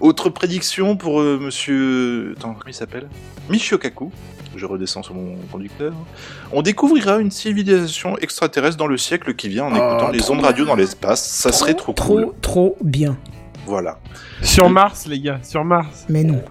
Speaker 6: Autre prédiction pour euh, monsieur. Attends, comment il s'appelle Michio Kaku. Je redescends sur mon conducteur. On découvrira une civilisation extraterrestre dans le siècle qui vient en écoutant les ondes radio dans l'espace. Ça serait trop,
Speaker 1: Trop,
Speaker 6: cool.
Speaker 1: trop bien.
Speaker 6: Voilà.
Speaker 7: Sur Mars, les gars, sur Mars.
Speaker 1: Mais non.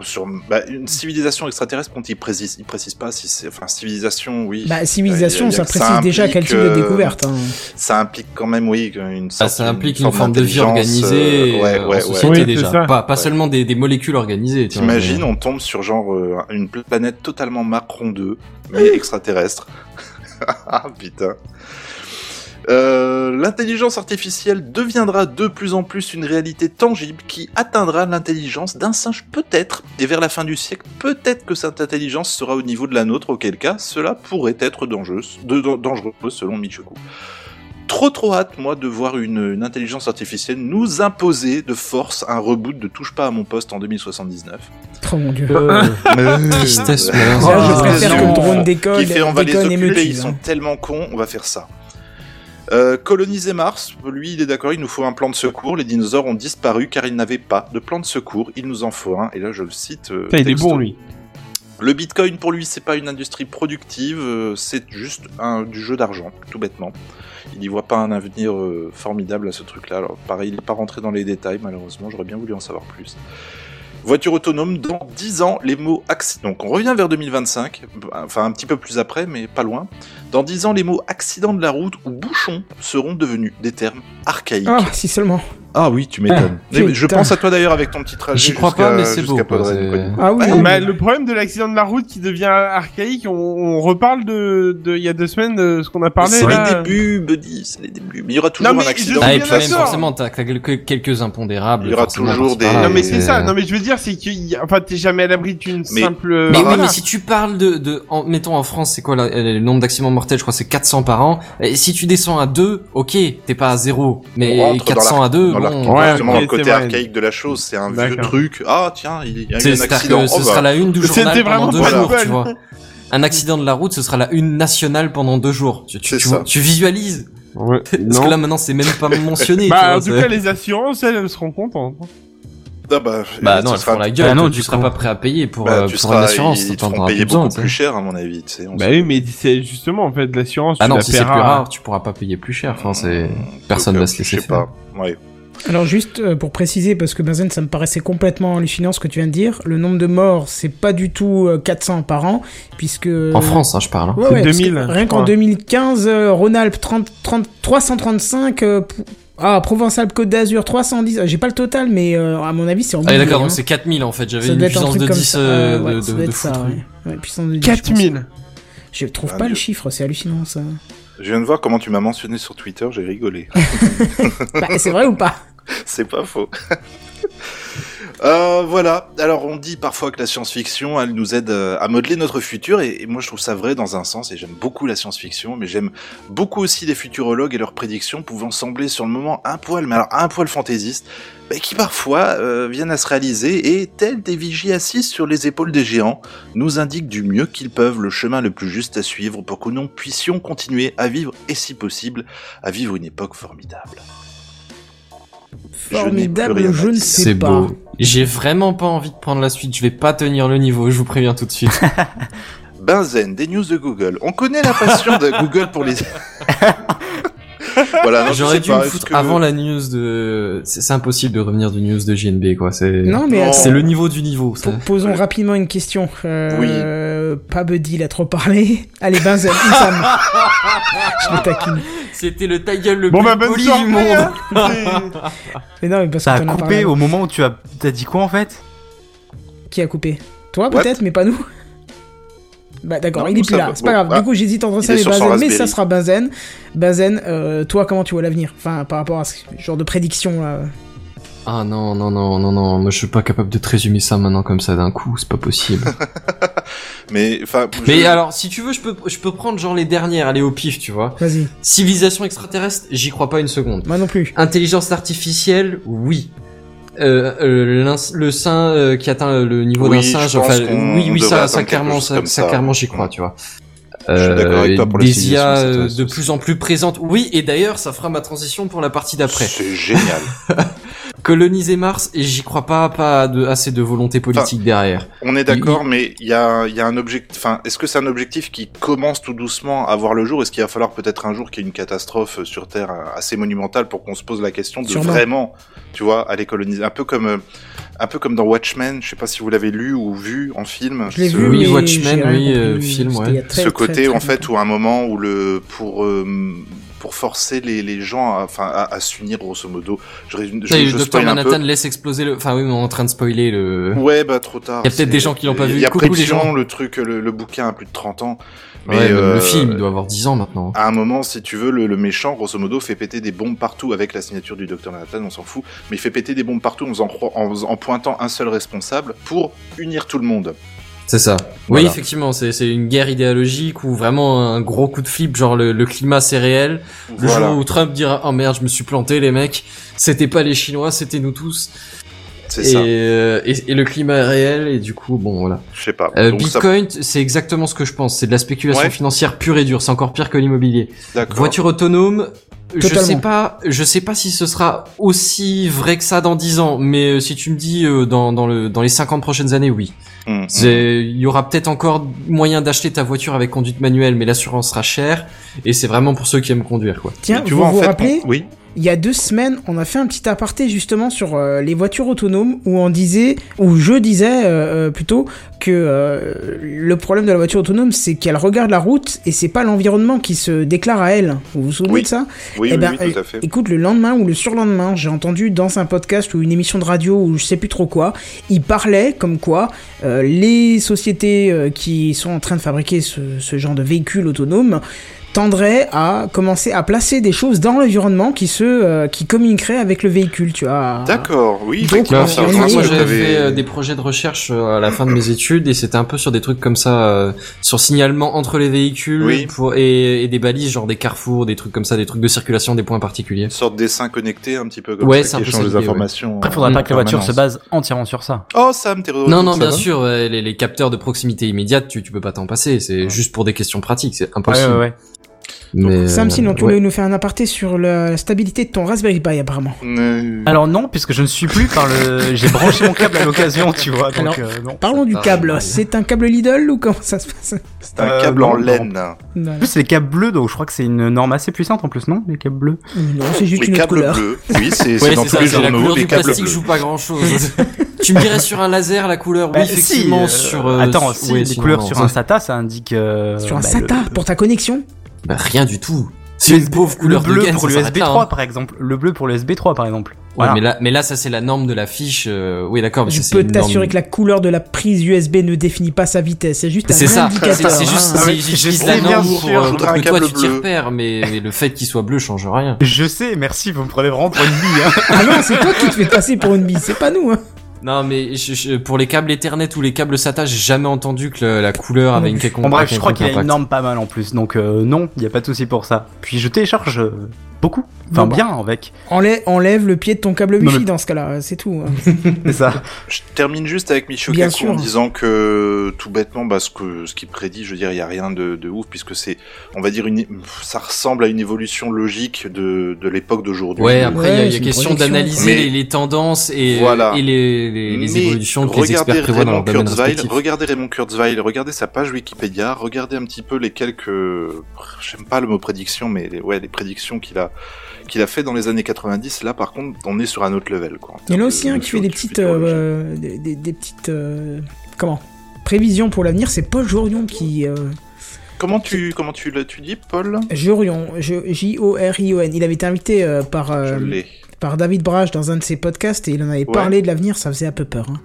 Speaker 6: sur bah, une civilisation extraterrestre quand il précise il précise pas si c'est enfin civilisation oui
Speaker 1: Bah, civilisation,
Speaker 6: Il y a- il y
Speaker 1: ça
Speaker 6: a que ça
Speaker 1: précise déjà quel
Speaker 6: implique,
Speaker 1: type de
Speaker 6: euh,
Speaker 1: découverte. hein.
Speaker 6: ça implique quand même oui Ah, une sorte,
Speaker 5: Bah, ça implique une
Speaker 6: sorte
Speaker 5: forme de vie
Speaker 6: d'intelligence,
Speaker 5: organisée
Speaker 6: euh,
Speaker 5: euh,
Speaker 6: ouais
Speaker 5: en
Speaker 6: ouais ouais
Speaker 5: société
Speaker 7: Oui, c'est
Speaker 5: déjà.
Speaker 7: ça.
Speaker 5: Pas, pas
Speaker 6: Ouais.
Speaker 5: seulement des, des molécules organisées. tu vois,
Speaker 6: t'imagines on tombe sur genre euh, une planète totalement Macron 2 mais extraterrestre ah putain Euh, L'intelligence artificielle deviendra de plus en plus une réalité tangible qui atteindra l'intelligence d'un singe peut-être, et vers la fin du siècle, peut-être que cette intelligence sera au niveau de la nôtre, auquel cas cela pourrait être dangereux, de- de- dangereux selon Michiko. Trop trop hâte, moi, de voir une, une intelligence artificielle nous imposer de force un reboot de Touche pas à mon poste en 2079.
Speaker 1: Oh mon dieu.
Speaker 5: mais- Euh, Tristesse, malheur.
Speaker 1: Là, je
Speaker 5: Ah,
Speaker 1: préfère que le drone décolle,
Speaker 6: euh, qui fait on va les
Speaker 1: déconne et me
Speaker 6: occuper, ils
Speaker 1: tue.
Speaker 6: sont
Speaker 1: hein.
Speaker 6: tellement cons, on va faire ça. Euh, coloniser Mars, lui il est d'accord, il nous faut un plan de secours, les dinosaures ont disparu car ils n'avaient pas de plan de secours, il nous en faut un, et là je le cite. euh,
Speaker 7: Putain, il est
Speaker 6: texto.
Speaker 7: bon, lui.
Speaker 6: Le bitcoin pour lui c'est pas une industrie productive, euh, c'est juste un, du jeu d'argent, tout bêtement. Il n'y voit pas un avenir euh, formidable à ce truc-là, alors pareil il n'est pas rentré dans les détails malheureusement, j'aurais bien voulu en savoir plus. Voiture autonome, dans 10 ans, les mots accident. Donc on revient vers 2025, enfin un petit peu plus après, mais pas loin. Dans 10 ans, les mots accident de la route ou bouchon seront devenus des termes archaïques.
Speaker 1: Ah, si seulement.
Speaker 6: Ah oui, tu m'étonnes.
Speaker 1: putain.
Speaker 6: je pense à toi d'ailleurs avec ton petit trajet.
Speaker 5: J'y crois
Speaker 6: jusqu'à-
Speaker 5: pas, mais c'est beau.
Speaker 6: jusqu'à
Speaker 5: quoi,
Speaker 6: Podren,
Speaker 5: c'est-
Speaker 6: quoi.
Speaker 1: Ah oui.
Speaker 7: Bah, le problème de l'accident de la route qui devient archaïque, on, on reparle de, de il y a deux semaines de ce qu'on a parlé.
Speaker 6: C'est
Speaker 7: là.
Speaker 6: les débuts, Buddy, c'est les débuts. Mais il y aura toujours
Speaker 7: Non, mais
Speaker 6: un accident.
Speaker 7: je-
Speaker 5: Ah, et
Speaker 7: Bien
Speaker 5: puis même,
Speaker 7: sûr.
Speaker 5: forcément, t'as t'as quelques, quelques impondérables.
Speaker 6: Il y aura
Speaker 5: forcément,
Speaker 6: toujours
Speaker 5: par-ci,
Speaker 6: des-
Speaker 5: par-là,
Speaker 7: Non mais
Speaker 6: Et-
Speaker 7: c'est ça. Non mais je veux dire c'est que y a- enfin t'es jamais à l'abri d'une
Speaker 6: Mais-
Speaker 7: simple. euh,
Speaker 5: Mais oui,
Speaker 6: Voilà.
Speaker 5: mais si tu parles de, de en, mettons en France, c'est quoi la- le nombre d'accidents mortels Je crois que c'est 400 par an. Et si tu descends à 2, ok, t'es pas à 0.
Speaker 6: On
Speaker 5: Mais
Speaker 6: rentre dans
Speaker 5: 400 à 2,
Speaker 6: Dans l'arc-
Speaker 5: bon,
Speaker 7: Ouais,
Speaker 6: dans justement,
Speaker 7: ok,
Speaker 6: le
Speaker 7: c'est
Speaker 6: côté
Speaker 7: vrai.
Speaker 6: archaïque de la chose, c'est un vieux
Speaker 7: D'accord.
Speaker 6: truc. Ah tiens, il y a eu
Speaker 5: C'est-
Speaker 6: un
Speaker 5: c'est-à-dire
Speaker 6: accident.
Speaker 5: que ce
Speaker 6: Oh,
Speaker 5: sera
Speaker 6: bah,
Speaker 5: la une du
Speaker 7: C'était
Speaker 5: journal pendant
Speaker 7: vraiment
Speaker 5: deux
Speaker 6: pas
Speaker 5: jours,
Speaker 7: de
Speaker 5: tu vois. Un accident de la route, ce sera la une nationale pendant deux jours. Tu, tu,
Speaker 6: C'est
Speaker 5: tu vois,
Speaker 6: ça.
Speaker 5: tu visualises Parce que là maintenant c'est même pas mentionné. tu
Speaker 7: Bah
Speaker 5: vois,
Speaker 7: en tout
Speaker 5: c'est-
Speaker 7: cas les assurances elles, elles seront contentes. hein.
Speaker 6: Ah bah,
Speaker 5: Bah
Speaker 6: et
Speaker 5: non,
Speaker 6: ça
Speaker 5: elles
Speaker 6: sera-
Speaker 5: feront la gueule.
Speaker 4: Bah non,
Speaker 5: toi,
Speaker 4: du
Speaker 5: tu seras
Speaker 4: coup.
Speaker 5: pas prêt à payer pour,
Speaker 6: bah,
Speaker 5: euh,
Speaker 6: tu
Speaker 5: pour une
Speaker 6: seras,
Speaker 5: assurance.
Speaker 6: ils te
Speaker 5: t'en
Speaker 6: feront
Speaker 5: auras
Speaker 6: payer
Speaker 5: besoin,
Speaker 6: beaucoup
Speaker 5: tu sais.
Speaker 6: plus cher, à mon avis, tu sais. on
Speaker 7: Bah
Speaker 6: sait.
Speaker 7: oui, mais c'est justement en fait l'assurance.
Speaker 5: Ah
Speaker 7: tu
Speaker 5: non,
Speaker 7: la
Speaker 5: si c'est plus
Speaker 7: paieras-
Speaker 5: rare, tu pourras pas payer plus cher. Enfin, c'est personne
Speaker 6: Donc,
Speaker 5: va
Speaker 6: euh,
Speaker 5: se laisser
Speaker 6: Je sais
Speaker 5: faire.
Speaker 6: pas. Ouais.
Speaker 1: Alors juste euh, pour préciser, parce que Benzen, ça me paraissait complètement hallucinant ce que tu viens de dire, le nombre de morts, c'est pas du tout euh, 400 par an, puisque...
Speaker 5: En France, hein, je parle. hein.
Speaker 1: Ouais,
Speaker 7: C'est
Speaker 1: ouais, parce que
Speaker 7: 2000, je
Speaker 1: Rien qu'en
Speaker 7: crois.
Speaker 1: 2015, euh, Rhône-Alpes 30, 30, 335, euh, P- ah, Provence-Alpes-Côte d'Azur 310, ah, j'ai pas le total, mais euh, à mon avis c'est en
Speaker 5: Ah,
Speaker 1: milliers,
Speaker 5: d'accord,
Speaker 1: hein.
Speaker 5: donc c'est 4000 en fait. J'avais
Speaker 1: Ça
Speaker 5: une
Speaker 1: doit être un
Speaker 5: puissance
Speaker 1: truc
Speaker 5: de
Speaker 1: comme
Speaker 5: 10
Speaker 1: ça.
Speaker 5: euh, de,
Speaker 1: Ouais,
Speaker 5: de,
Speaker 1: ça doit
Speaker 5: de
Speaker 1: être ça,
Speaker 5: foutre.
Speaker 1: ouais. Ouais, puissance de 10, je pense.
Speaker 7: 4000
Speaker 1: Je trouve
Speaker 6: Ah,
Speaker 1: pas le
Speaker 6: Dieu.
Speaker 1: chiffre, c'est hallucinant ça.
Speaker 6: Je viens de voir comment tu m'as mentionné sur Twitter, j'ai rigolé.
Speaker 1: Bah, c'est vrai ou pas
Speaker 6: C'est pas faux. Euh, voilà. Alors on dit parfois que la science-fiction, elle nous aide euh, à modeler notre futur, et, et moi je trouve ça vrai dans un sens, et j'aime beaucoup la science-fiction, mais j'aime beaucoup aussi les futurologues et leurs prédictions pouvant sembler sur le moment un poil, mais alors un poil fantaisiste, mais qui parfois euh, viennent à se réaliser et, tels des vigies assises sur les épaules des géants, nous indiquent du mieux qu'ils peuvent le chemin le plus juste à suivre pour que nous puissions continuer à vivre, et si possible, à vivre une époque formidable. Je n'ai plus rien
Speaker 1: Formidable,
Speaker 6: à
Speaker 1: je ne
Speaker 6: dire.
Speaker 1: sais
Speaker 5: C'est
Speaker 1: pas.
Speaker 5: beau. J'ai vraiment pas envie de prendre la suite. Je vais pas tenir le niveau. Je vous préviens tout de suite.
Speaker 6: Benzen, des news de Google. On connaît la passion de Google pour les. voilà,
Speaker 7: Ah,
Speaker 6: non, je
Speaker 5: J'aurais
Speaker 6: sais
Speaker 5: dû
Speaker 6: pas,
Speaker 5: me
Speaker 6: est-ce
Speaker 5: foutre
Speaker 6: que-
Speaker 5: avant la news de. C'est c'est impossible de revenir du news de JNB quoi. C'est.
Speaker 1: Non, mais
Speaker 6: Non.
Speaker 1: attends.
Speaker 5: C'est le niveau du niveau.
Speaker 1: Po-
Speaker 5: Ça.
Speaker 1: Posons rapidement une question. Euh, Pas Buddy, il a trop parlé. Allez, Benzen, Sam. je le taquine.
Speaker 5: C'était le ta gueule le
Speaker 7: Bon
Speaker 5: plus
Speaker 7: bah bonne
Speaker 5: poli
Speaker 7: soirée
Speaker 5: du monde.
Speaker 7: hein. C'est-
Speaker 1: Mais non, mais parce
Speaker 4: Ça
Speaker 1: que
Speaker 4: a
Speaker 1: t'en as
Speaker 4: coupé
Speaker 1: parlé.
Speaker 4: au moment où tu as, t'as dit quoi en fait
Speaker 1: Qui a coupé Toi,
Speaker 6: What
Speaker 1: peut-être, mais pas nous. Bah d'accord,
Speaker 6: Non,
Speaker 1: il est
Speaker 6: nous,
Speaker 1: plus
Speaker 6: ça
Speaker 1: là,
Speaker 6: va.
Speaker 1: c'est pas grave.
Speaker 6: Bon, ah.
Speaker 1: Du coup, j'hésite entre
Speaker 6: Il
Speaker 1: ça
Speaker 6: est
Speaker 1: et
Speaker 6: sur son
Speaker 1: Benzen, mais
Speaker 6: Raspberry.
Speaker 1: ça sera Benzen. Benzen, euh, toi, comment tu vois l'avenir Enfin, par rapport à ce genre de prédiction là.
Speaker 5: Ah non non non non non. Moi je suis pas capable de te résumer ça maintenant comme ça d'un coup. C'est pas possible.
Speaker 6: Mais enfin, je-
Speaker 5: mais alors si tu veux, je peux je peux prendre genre les dernières. Aller au pif, tu vois.
Speaker 1: Vas-y,
Speaker 5: Civilisation extraterrestre. J'y crois pas une seconde.
Speaker 1: moi non plus.
Speaker 5: Intelligence artificielle, oui. Euh, euh, l'ins- le sein euh, qui atteint le niveau
Speaker 6: Oui,
Speaker 5: d'un
Speaker 6: je pense
Speaker 5: singe, enfin,
Speaker 6: qu'on
Speaker 5: oui, oui,
Speaker 6: devrait
Speaker 5: ça,
Speaker 6: atteindre
Speaker 5: ça
Speaker 6: quelque
Speaker 5: clairement,
Speaker 6: chose
Speaker 5: ça,
Speaker 6: comme
Speaker 5: ça,
Speaker 6: ça.
Speaker 5: clairement, j'y crois, tu vois.
Speaker 6: Je suis d'accord avec toi pour la
Speaker 5: des
Speaker 6: civilisation,
Speaker 5: IA
Speaker 6: ça
Speaker 5: euh,
Speaker 6: t'intéresse
Speaker 5: de
Speaker 6: aussi.
Speaker 5: plus en plus présentes. Oui, et d'ailleurs, ça fera ma transition pour la partie d'après.
Speaker 6: c'est génial.
Speaker 5: Coloniser Mars, et j'y crois pas, pas de, assez de volonté politique derrière.
Speaker 6: On est d'accord, mais il y a, il y a un objectif. Enfin, est-ce que c'est un objectif qui commence tout doucement à voir le jour Est-ce qu'il va falloir peut-être un jour qu'il y ait une catastrophe sur Terre euh, assez monumentale pour qu'on se pose la question de
Speaker 1: Sûrement.
Speaker 6: vraiment, tu vois, aller coloniser Un peu comme, euh, un peu comme dans Watchmen. Je sais pas si vous l'avez lu ou vu en film.
Speaker 1: Je l'ai
Speaker 6: ce-
Speaker 1: vu.
Speaker 5: Oui,
Speaker 1: mais
Speaker 5: Watchmen,
Speaker 1: j'ai rien
Speaker 5: oui,
Speaker 1: compris.
Speaker 5: euh, film,
Speaker 1: C'était
Speaker 5: ouais.
Speaker 1: il y a très,
Speaker 6: ce
Speaker 1: très,
Speaker 6: côté
Speaker 1: très
Speaker 6: en fait
Speaker 1: longtemps.
Speaker 6: où à un moment où le pour euh, pour forcer les, les gens à, enfin à, à s'unir grosso modo je résume je,
Speaker 5: Ça y est,
Speaker 6: je
Speaker 5: le docteur
Speaker 6: spoil un
Speaker 5: Manhattan
Speaker 6: peu
Speaker 5: laisse exploser le, enfin oui, mais on est en train de spoiler le...
Speaker 6: ouais bah trop tard
Speaker 5: Il y a peut-être
Speaker 6: c'est-
Speaker 5: des gens qui l'ont pas vu.
Speaker 6: il y a
Speaker 5: Coucou, les
Speaker 6: Prévision,
Speaker 5: gens.
Speaker 6: le truc le, le bouquin a plus de 30 ans mais
Speaker 5: Ouais, même
Speaker 6: euh,
Speaker 5: le film, il doit avoir 10 ans maintenant.
Speaker 6: à un moment, si tu veux, le, le méchant, grosso modo, fait péter des bombes partout avec la signature du docteur Manhattan, on s'en fout, mais il fait péter des bombes partout en, faisant cro- en, en pointant un seul responsable pour unir tout le monde.
Speaker 5: C'est ça.
Speaker 6: Voilà.
Speaker 5: Oui, effectivement, c'est c'est une guerre idéologique ou vraiment un gros coup de flip, genre le, le climat c'est réel. Le
Speaker 6: Voilà.
Speaker 5: jour où Trump dira oh merde, je me suis planté les mecs, c'était pas les Chinois, c'était nous tous.
Speaker 6: C'est
Speaker 5: Et,
Speaker 6: ça.
Speaker 5: euh, et, et le climat est réel et du coup bon voilà.
Speaker 6: Je sais pas.
Speaker 5: Euh,
Speaker 6: Donc ça-
Speaker 5: Bitcoin, c'est exactement ce que je pense. C'est de la spéculation
Speaker 6: Ouais.
Speaker 5: financière pure et dure. C'est encore pire que l'immobilier.
Speaker 6: d'accord.
Speaker 5: Voiture autonome. Je
Speaker 1: Totalement.
Speaker 5: sais pas, je sais pas si ce sera aussi vrai que ça dans 10 ans, mais euh, si tu me dis euh, dans, dans, le, dans les 50 prochaines années, oui.
Speaker 6: Hum, hum.
Speaker 5: C'est- Il y aura peut-être encore moyen d'acheter ta voiture avec conduite manuelle, mais l'assurance sera chère. Et c'est vraiment pour ceux qui aiment conduire, quoi.
Speaker 1: Tiens,
Speaker 6: Mais
Speaker 1: vous vous
Speaker 6: on-
Speaker 1: rappelez
Speaker 6: Oui.
Speaker 1: Il y a deux semaines, on a fait un petit aparté justement sur euh, les voitures autonomes où on disait, où je disais euh, euh, plutôt que euh, le problème de la voiture autonome, c'est qu'elle regarde la route et c'est pas l'environnement qui se déclare à elle. Vous vous souvenez
Speaker 6: Oui.
Speaker 1: de ça
Speaker 6: Oui,
Speaker 1: Eh
Speaker 6: oui,
Speaker 1: ben,
Speaker 6: oui, tout à fait.
Speaker 1: Écoute, le lendemain ou le surlendemain, j'ai entendu dans un podcast ou une émission de radio ou je sais plus trop quoi, il parlait comme quoi euh, les sociétés euh, qui sont en train de fabriquer ce, ce genre de véhicules autonomes tendraient à commencer à placer des choses dans l'environnement qui se euh, qui communiqueraient avec le véhicule, tu vois.
Speaker 6: D'accord, oui.
Speaker 1: Donc,
Speaker 6: effectivement,
Speaker 1: on
Speaker 6: c'est
Speaker 1: a
Speaker 6: un
Speaker 1: une
Speaker 6: truc
Speaker 1: idée.
Speaker 5: moi,
Speaker 6: que
Speaker 5: j'avais
Speaker 6: t'avais-
Speaker 5: fait euh, des projets de recherche euh, à la fin de mes études et c'était un peu sur des trucs comme ça, euh, sur signalement entre les véhicules
Speaker 6: Oui.
Speaker 5: pour, et, et des balises, genre des carrefours, des trucs comme ça, des trucs de circulation, des points particuliers.
Speaker 6: Une sorte de dessin connecté, un petit peu comme
Speaker 5: Ouais, c'est
Speaker 6: ça,
Speaker 5: un
Speaker 6: qui
Speaker 5: peu
Speaker 6: échange
Speaker 5: ça
Speaker 6: des
Speaker 5: l'idée,
Speaker 6: informations.
Speaker 4: Après, faudrait
Speaker 5: Mm,
Speaker 4: pas que la voiture se
Speaker 6: batte.
Speaker 4: base entièrement sur ça.
Speaker 6: Oh, Sam, t'es re-
Speaker 5: Non, non,
Speaker 6: ça
Speaker 5: bien
Speaker 6: va
Speaker 5: sûr, euh, les, les capteurs de proximité immédiate, tu, tu peux pas t'en passer. C'est juste pour des questions pratiques, c'est impossible.
Speaker 4: ouais.
Speaker 5: Mais, euh,
Speaker 1: Sam, sinon, tu
Speaker 5: ouais.
Speaker 1: voulais nous faire un aparté sur la stabilité de ton Raspberry Pi, apparemment.
Speaker 6: Euh,
Speaker 4: Alors non, puisque je ne suis plus par le. J'ai branché mon câble à l'occasion, tu vois. Donc,
Speaker 1: Alors,
Speaker 4: euh, non.
Speaker 1: Parlons du
Speaker 5: Ah,
Speaker 1: câble.
Speaker 5: ouais.
Speaker 1: C'est un câble Lidl ou comment ça se passe
Speaker 6: C'est un
Speaker 4: Euh,
Speaker 6: câble
Speaker 4: non,
Speaker 6: en
Speaker 4: non.
Speaker 6: laine.
Speaker 1: Voilà.
Speaker 4: En plus, c'est les câbles bleus, donc je crois que c'est une norme assez puissante en plus, non Les câbles bleus.
Speaker 1: Non, c'est juste
Speaker 6: Les
Speaker 1: une autre
Speaker 6: câbles
Speaker 1: couleur.
Speaker 6: bleus. Oui, c'est c'est
Speaker 5: Ouais,
Speaker 6: dans
Speaker 5: c'est
Speaker 6: tous
Speaker 5: ça,
Speaker 6: les
Speaker 5: c'est la
Speaker 6: journaux,
Speaker 5: couleur
Speaker 6: les
Speaker 5: du
Speaker 6: câbles
Speaker 5: plastique
Speaker 6: bleus.
Speaker 5: joue pas grand chose. tu me dirais sur un laser la couleur, oui,
Speaker 4: Bah, si,
Speaker 5: effectivement,
Speaker 4: euh,
Speaker 5: sur. euh,
Speaker 4: Attends,
Speaker 5: sur-
Speaker 4: si
Speaker 5: ouais,
Speaker 4: les
Speaker 5: sinon,
Speaker 4: couleurs
Speaker 5: non.
Speaker 4: sur un SATA, ça indique. euh,
Speaker 1: Sur un
Speaker 4: bah, le-
Speaker 1: SATA pour ta connexion
Speaker 5: Bah, rien du tout. C'est une pauvre
Speaker 4: Le
Speaker 5: couleur de
Speaker 4: bleu
Speaker 5: gaine,
Speaker 4: pour
Speaker 5: ça s'arrête
Speaker 4: l'USB
Speaker 5: là,
Speaker 4: 3
Speaker 5: hein.
Speaker 4: par exemple. Le bleu pour l'USB 3 par exemple.
Speaker 5: Ouais,
Speaker 4: Voilà.
Speaker 5: mais là, mais là, ça c'est la norme de la fiche. euh, Oui, d'accord. mais
Speaker 1: Je
Speaker 5: ça, c'est
Speaker 1: peux
Speaker 5: une
Speaker 1: t'assurer
Speaker 5: norme-
Speaker 1: que la couleur de la prise USB ne définit pas sa vitesse. C'est juste un
Speaker 5: C'est ça, c'est
Speaker 1: indicateur.
Speaker 5: c'est juste,
Speaker 1: hein.
Speaker 5: c'est
Speaker 4: ouais,
Speaker 5: j'utilise
Speaker 4: je
Speaker 5: la
Speaker 4: sais
Speaker 6: bien
Speaker 5: norme pour,
Speaker 6: sûr,
Speaker 5: euh,
Speaker 6: je
Speaker 5: pour
Speaker 6: voudrais
Speaker 5: que
Speaker 6: un
Speaker 5: toi
Speaker 6: câble
Speaker 5: tu t'y
Speaker 6: bleu.
Speaker 5: repères, mais, mais le fait qu'il soit bleu change rien.
Speaker 4: Je sais, merci, vous me prenez vraiment pour une bille. hein.
Speaker 1: Ah non, c'est toi qui te fais passer pour une bille, c'est pas nous. Hein.
Speaker 5: Non, mais je- je- pour les câbles Ethernet ou les câbles SATA, j'ai jamais entendu que le- la couleur avait une quelconque.
Speaker 4: Bon, bref,
Speaker 5: un
Speaker 4: je crois qu'il y a
Speaker 5: quelconque
Speaker 4: une
Speaker 5: impact.
Speaker 4: norme pas mal en plus, donc euh, non, il n'y a pas de souci pour ça. Puis je télécharge euh, beaucoup, enfin
Speaker 1: Bon, bah.
Speaker 4: bien avec,
Speaker 1: Enlève, enlève le pied de ton câble
Speaker 4: Non,
Speaker 1: wifi
Speaker 4: mais-
Speaker 1: dans ce cas-là, c'est tout. hein.
Speaker 4: c'est ça.
Speaker 6: Je termine juste avec Michio
Speaker 1: Bien
Speaker 6: Kaku en
Speaker 1: sûr.
Speaker 6: disant que tout bêtement, bah, ce que ce qu'il prédit, je veux dire, il y a rien de, de ouf puisque c'est, on va dire, une, ça ressemble à une évolution logique de, de l'époque d'aujourd'hui.
Speaker 5: Ouais, après, il y a-
Speaker 1: Ouais,
Speaker 5: il y
Speaker 1: c'est
Speaker 5: a
Speaker 1: une
Speaker 5: question
Speaker 1: projection.
Speaker 5: d'analyser
Speaker 6: Mais-
Speaker 5: les, les tendances et,
Speaker 6: Voilà.
Speaker 5: et les, les, les
Speaker 6: Mais
Speaker 5: évolutions que les
Speaker 6: regardez
Speaker 5: experts prévoient dans
Speaker 6: Raymond
Speaker 5: leur domaine
Speaker 6: Kurzweil,
Speaker 5: respectif.
Speaker 6: regardez Raymond Kurzweil, regardez sa page Wikipédia, regardez un petit peu les quelques, j'aime pas le mot prédiction, mais les, ouais, les prédictions qu'il a, qu'il a fait dans les années 90. Là, par contre, on est sur un autre level, quoi. en
Speaker 1: Il y en a
Speaker 6: termes
Speaker 1: aussi
Speaker 6: de-
Speaker 1: un
Speaker 6: de
Speaker 1: qui fait des
Speaker 6: fut-
Speaker 1: petites,
Speaker 6: futurologie.
Speaker 1: euh, des, des- des petites, euh, comment Prévisions pour l'avenir, c'est Paul Jorion qui. euh,
Speaker 6: Comment tu, comment tu l'as, tu dis, Paul?
Speaker 1: Jorion, je- J-O-R-I-O-N. Il avait été invité euh, par, euh,
Speaker 6: Je l'ai.
Speaker 1: par David Brage dans un de ses podcasts et il en avait
Speaker 6: Ouais.
Speaker 1: parlé de l'avenir, ça faisait un peu peur. hein.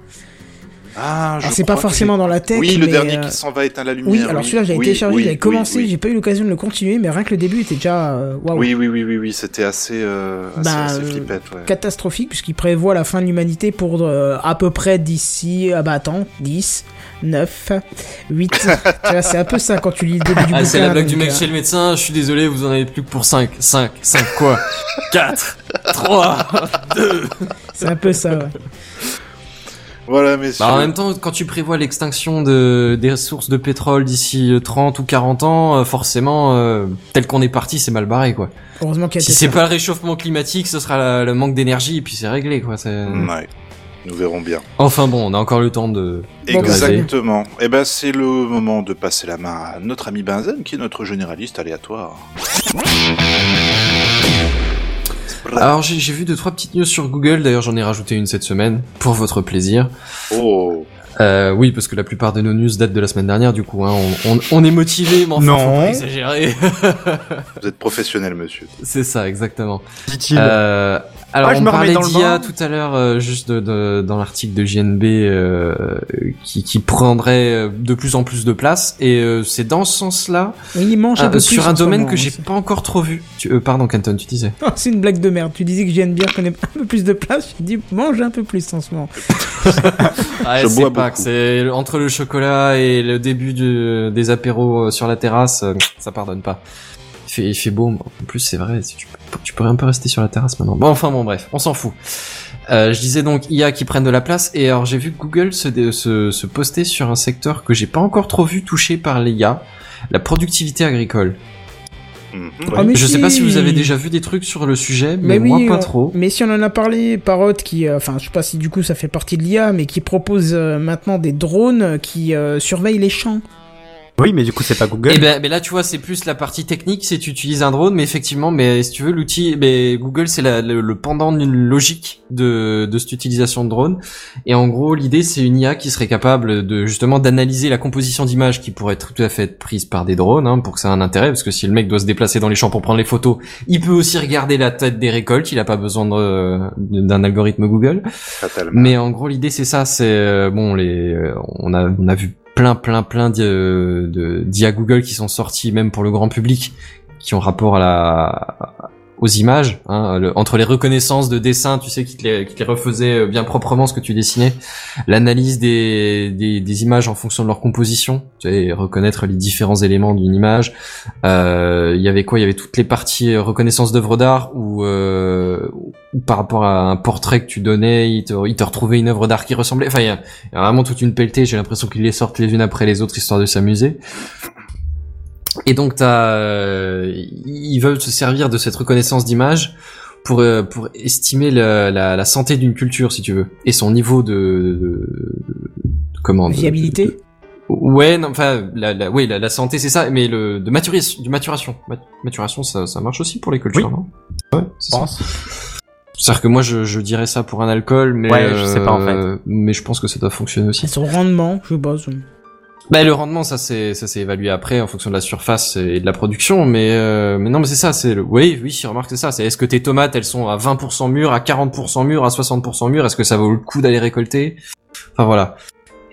Speaker 6: Ah, je
Speaker 1: Alors c'est pas
Speaker 6: crois que j'ai-
Speaker 1: forcément dans la tech.
Speaker 6: Oui, le
Speaker 1: mais,
Speaker 6: dernier
Speaker 1: euh,
Speaker 6: qui s'en va éteint la lumière.
Speaker 1: Oui, alors celui-là, j'avais
Speaker 6: euh, Oui,
Speaker 1: téléchargé,
Speaker 6: oui,
Speaker 1: j'avais
Speaker 6: oui,
Speaker 1: commencé,
Speaker 6: oui.
Speaker 1: j'ai pas eu l'occasion de le continuer, mais rien que le début était déjà euh, waouh,
Speaker 6: Oui, oui, oui, oui, oui, c'était assez, euh, assez,
Speaker 1: Bah,
Speaker 6: assez
Speaker 1: euh,
Speaker 6: flippette, ouais.
Speaker 1: catastrophique, puisqu'il prévoit la fin de l'humanité pour euh, à peu près d'ici, ah bah attends, 10, 9, 8. tu vois, c'est un peu ça quand tu lis le début du
Speaker 5: Ah,
Speaker 1: bouquin,
Speaker 5: c'est la blague
Speaker 1: donc,
Speaker 5: du mec
Speaker 1: euh,
Speaker 5: chez le médecin, je suis désolé, vous en avez plus que pour 5. 5, 5 quoi 4, 3.
Speaker 1: C'est un peu ça, ouais.
Speaker 6: Voilà, messieurs.
Speaker 5: Bah, en même temps, quand tu prévois l'extinction de, des ressources de pétrole d'ici euh, 30 ou 40 ans, euh, forcément, euh, tel qu'on est parti, c'est mal barré, quoi.
Speaker 1: Heureusement qu'il y a
Speaker 5: Si
Speaker 1: Tesla.
Speaker 5: c'est pas le réchauffement climatique, ce sera la- le manque d'énergie, et puis c'est réglé, quoi. c'est-
Speaker 6: Ouais. Nous verrons bien.
Speaker 5: Enfin bon, on a encore le temps de...
Speaker 1: Bon, bah, c'est bien.
Speaker 6: Exactement. Et ben, c'est le moment de passer la main à notre ami Benzen, qui est notre généraliste aléatoire.
Speaker 5: Alors j'ai j'ai vu deux trois petites news sur Google. D'ailleurs j'en ai rajouté une cette semaine pour votre plaisir.
Speaker 6: Oh.
Speaker 5: Euh, oui parce que la plupart de nos news datent de la semaine dernière. Du coup hein, on, on, on est motivé, mais enfin,
Speaker 4: Non.
Speaker 5: faut pas exagérer.
Speaker 6: Vous êtes professionnel, monsieur.
Speaker 5: C'est ça exactement.
Speaker 4: Dit-il.
Speaker 5: Euh, alors
Speaker 4: Ah, je
Speaker 5: on
Speaker 4: me remets
Speaker 5: parlait
Speaker 4: dans le
Speaker 5: d'IA
Speaker 4: bain.
Speaker 5: tout à l'heure euh, juste de- de- dans l'article de JNB euh, qui, qui prendrait euh, de plus en plus de place et euh, c'est dans ce sens-là
Speaker 1: Oui, il mange un
Speaker 5: ah,
Speaker 1: peu plus
Speaker 5: sur
Speaker 1: en
Speaker 5: un
Speaker 1: ce
Speaker 5: domaine
Speaker 1: moment,
Speaker 5: que j'ai
Speaker 1: hein,
Speaker 5: pas encore trop vu. Tu, euh, pardon Canton tu disais.
Speaker 1: c'est- C'est une blague de merde. Tu disais que JNB prenait un peu plus de place. Je dis mange un peu plus en ce moment.
Speaker 5: Ouais,
Speaker 6: Je
Speaker 5: c'est
Speaker 6: bois
Speaker 5: pas
Speaker 6: beaucoup.
Speaker 5: que c'est entre le chocolat et le début du- des apéros euh, sur la terrasse, euh, ça pardonne pas. Il fait, il fait beau. En plus, c'est vrai. si Tu, peux- tu pourrais un peu rester sur la terrasse maintenant. Bon, enfin bon, bref, on s'en fout. Euh, je disais donc IA qui prennent de la place. Et alors, j'ai vu Google se, dé- se, se poster sur un secteur que j'ai pas encore trop vu touché par l'IA, la productivité agricole.
Speaker 6: Mhm.
Speaker 1: Ah, mais
Speaker 5: je sais pas si vous avez
Speaker 1: si. Bah
Speaker 5: déjà vu des trucs sur le sujet, mais, moi
Speaker 1: oui,
Speaker 5: pas
Speaker 1: on-
Speaker 5: trop.
Speaker 1: Mais si on en a parlé, Parrot qui, euh, enfin, je sais pas si du coup ça fait partie de l'IA, mais qui propose euh, maintenant des drones qui euh, surveillent les champs.
Speaker 4: Oui, mais du coup, c'est pas Google.
Speaker 5: Eh ben, mais là, tu vois, c'est plus la partie technique, c'est tu utilises un drone, mais effectivement, mais si tu veux, l'outil, mais Google, c'est la- le, le pendant d'une logique de, de cette utilisation de drone. Et en gros, l'idée, c'est une IA qui serait capable de, justement, d'analyser la composition d'images qui pourrait être tout à fait être prise par des drones, hein, pour que ça ait un intérêt, parce que si le mec doit se déplacer dans les champs pour prendre les photos, il peut aussi regarder la tête des récoltes, il a pas besoin de- d'un algorithme Google.
Speaker 6: Fatalement.
Speaker 5: Mais en gros, l'idée c'est ça, c'est euh, bon, les, euh, on a on a vu plein plein plein d'IA de, d'IA Google qui sont sortis même pour le grand public, qui ont rapport à la aux images, hein, le- entre les reconnaissances de dessins, tu sais, qui te, les, qui te les refaisaient euh, bien proprement ce que tu dessinais, l'analyse des, des, des images en fonction de leur composition, tu sais, reconnaître les différents éléments d'une image. Euh, Il y avait quoi Il y avait toutes les parties euh, reconnaissance d'œuvres d'art où, euh, où par rapport à un portrait que tu donnais, il te, il te retrouvait une œuvre d'art qui ressemblait. Enfin, il y, a il y a vraiment toute une pelletée. J'ai l'impression qu'ils les sortent les unes après les autres histoire de s'amuser. Et donc t'as, euh, ils veulent se servir de cette reconnaissance d'image pour euh, pour estimer la, la, la santé d'une culture, si tu veux, et son niveau de, de, de- comment de-
Speaker 1: Viabilité
Speaker 5: Ouais, non, enfin, la, la, oui, la, la santé, c'est ça, mais le de maturation, de maturation, Ma- maturation, ça, ça marche aussi pour les cultures,
Speaker 4: Oui.
Speaker 5: non Ouais, c'est ça. C'est-à-dire que moi, je, je dirais ça pour un alcool, mais
Speaker 4: Ouais, je sais pas, en fait.
Speaker 5: euh, mais je pense que ça doit fonctionner aussi.
Speaker 1: C'est son rendement, je sais pas. son-
Speaker 5: Bah, le rendement, ça c'est ça c'est évalué après en fonction de la surface et de la production, mais euh, mais non, mais c'est ça, c'est le oui oui, si remarque c'est ça, c'est est-ce que tes tomates elles sont à 20% mûres, à 40% mûres, à 60% mûres, est-ce que ça vaut le coup d'aller récolter Enfin voilà.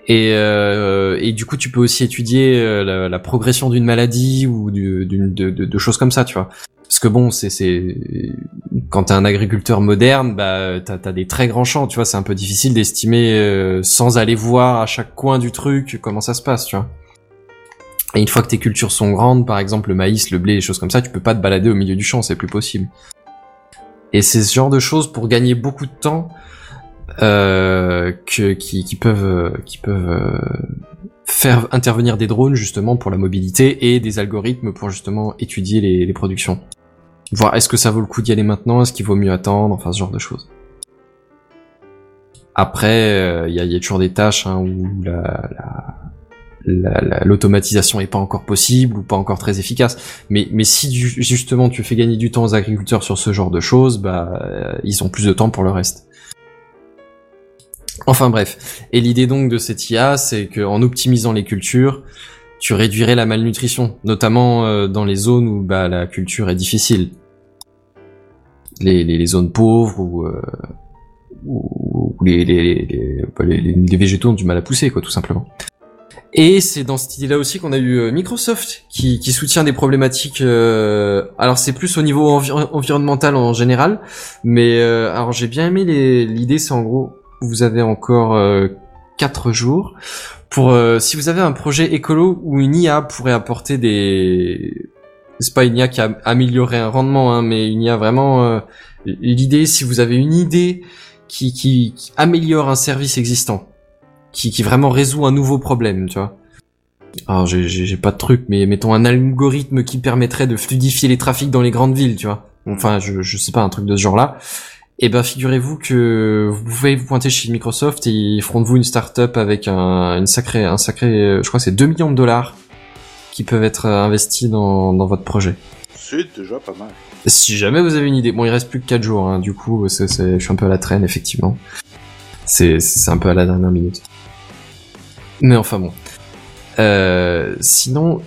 Speaker 5: Et euh, et du coup tu peux aussi étudier euh, la, la progression d'une maladie ou du- d'une de, de, de choses comme ça, tu vois. Parce que bon, c'est c'est quand t'es un agriculteur moderne, bah t'as as des très grands champs, tu vois. C'est un peu difficile d'estimer euh, sans aller voir à chaque coin du truc comment ça se passe, tu vois. Et une fois que tes cultures sont grandes, par exemple le maïs, le blé, les choses comme ça, tu peux pas te balader au milieu du champ, c'est plus possible. Et c'est ce genre de choses pour gagner beaucoup de temps euh, que, qui, qui peuvent euh, qui peuvent euh, faire intervenir des drones justement pour la mobilité et des algorithmes pour justement étudier les, les productions. Voir est-ce que ça vaut le coup d'y aller maintenant, est-ce qu'il vaut mieux attendre, enfin ce genre de choses. Après, il y, a, y a toujours des tâches hein, où la- la- la- la- l'automatisation est pas encore possible ou pas encore très efficace. Mais, mais si du- justement tu fais gagner du temps aux agriculteurs sur ce genre de choses, bah euh, ils ont plus de temps pour le reste. Enfin bref. Et l'idée donc de cette IA, c'est qu'en optimisant les cultures, tu réduirais la malnutrition, notamment euh, dans les zones où bah, la culture est difficile. Les, les, les zones pauvres où, euh, où- où les, les, les, bah, les, les- les végétaux ont du mal à pousser, quoi, tout simplement. Et c'est dans cette idée-là aussi qu'on a eu euh, Microsoft qui, qui soutient des problématiques. euh, alors c'est plus au niveau envi- environnemental en général, mais euh, alors j'ai bien aimé les- l'idée, c'est en gros vous avez encore euh, quatre jours pour euh, si vous avez un projet écolo où une IA pourrait apporter des c'est pas une IA qui a amélioré un rendement hein, mais une IA vraiment euh, l'idée si vous avez une idée qui, qui, qui améliore un service existant qui, qui vraiment résout un nouveau problème tu vois alors j'ai- j'ai j'ai pas de truc mais mettons un algorithme qui permettrait de fluidifier les trafics dans les grandes villes tu vois enfin je, je sais pas un truc de ce genre là eh ben, figurez-vous que vous pouvez vous pointer chez Microsoft et ils feront de vous une start-up avec un, une sacrée, un sacré, euh, je crois que c'est 2 millions de dollars qui peuvent être euh, investis dans, dans votre projet.
Speaker 6: C'est déjà pas mal.
Speaker 5: Si jamais vous avez une idée, bon, il reste plus que 4 jours, hein, du coup, c'est- c'est- je suis un peu à la traîne, effectivement. C'est c'est un peu à la dernière minute. Mais enfin bon. Euh, sinon,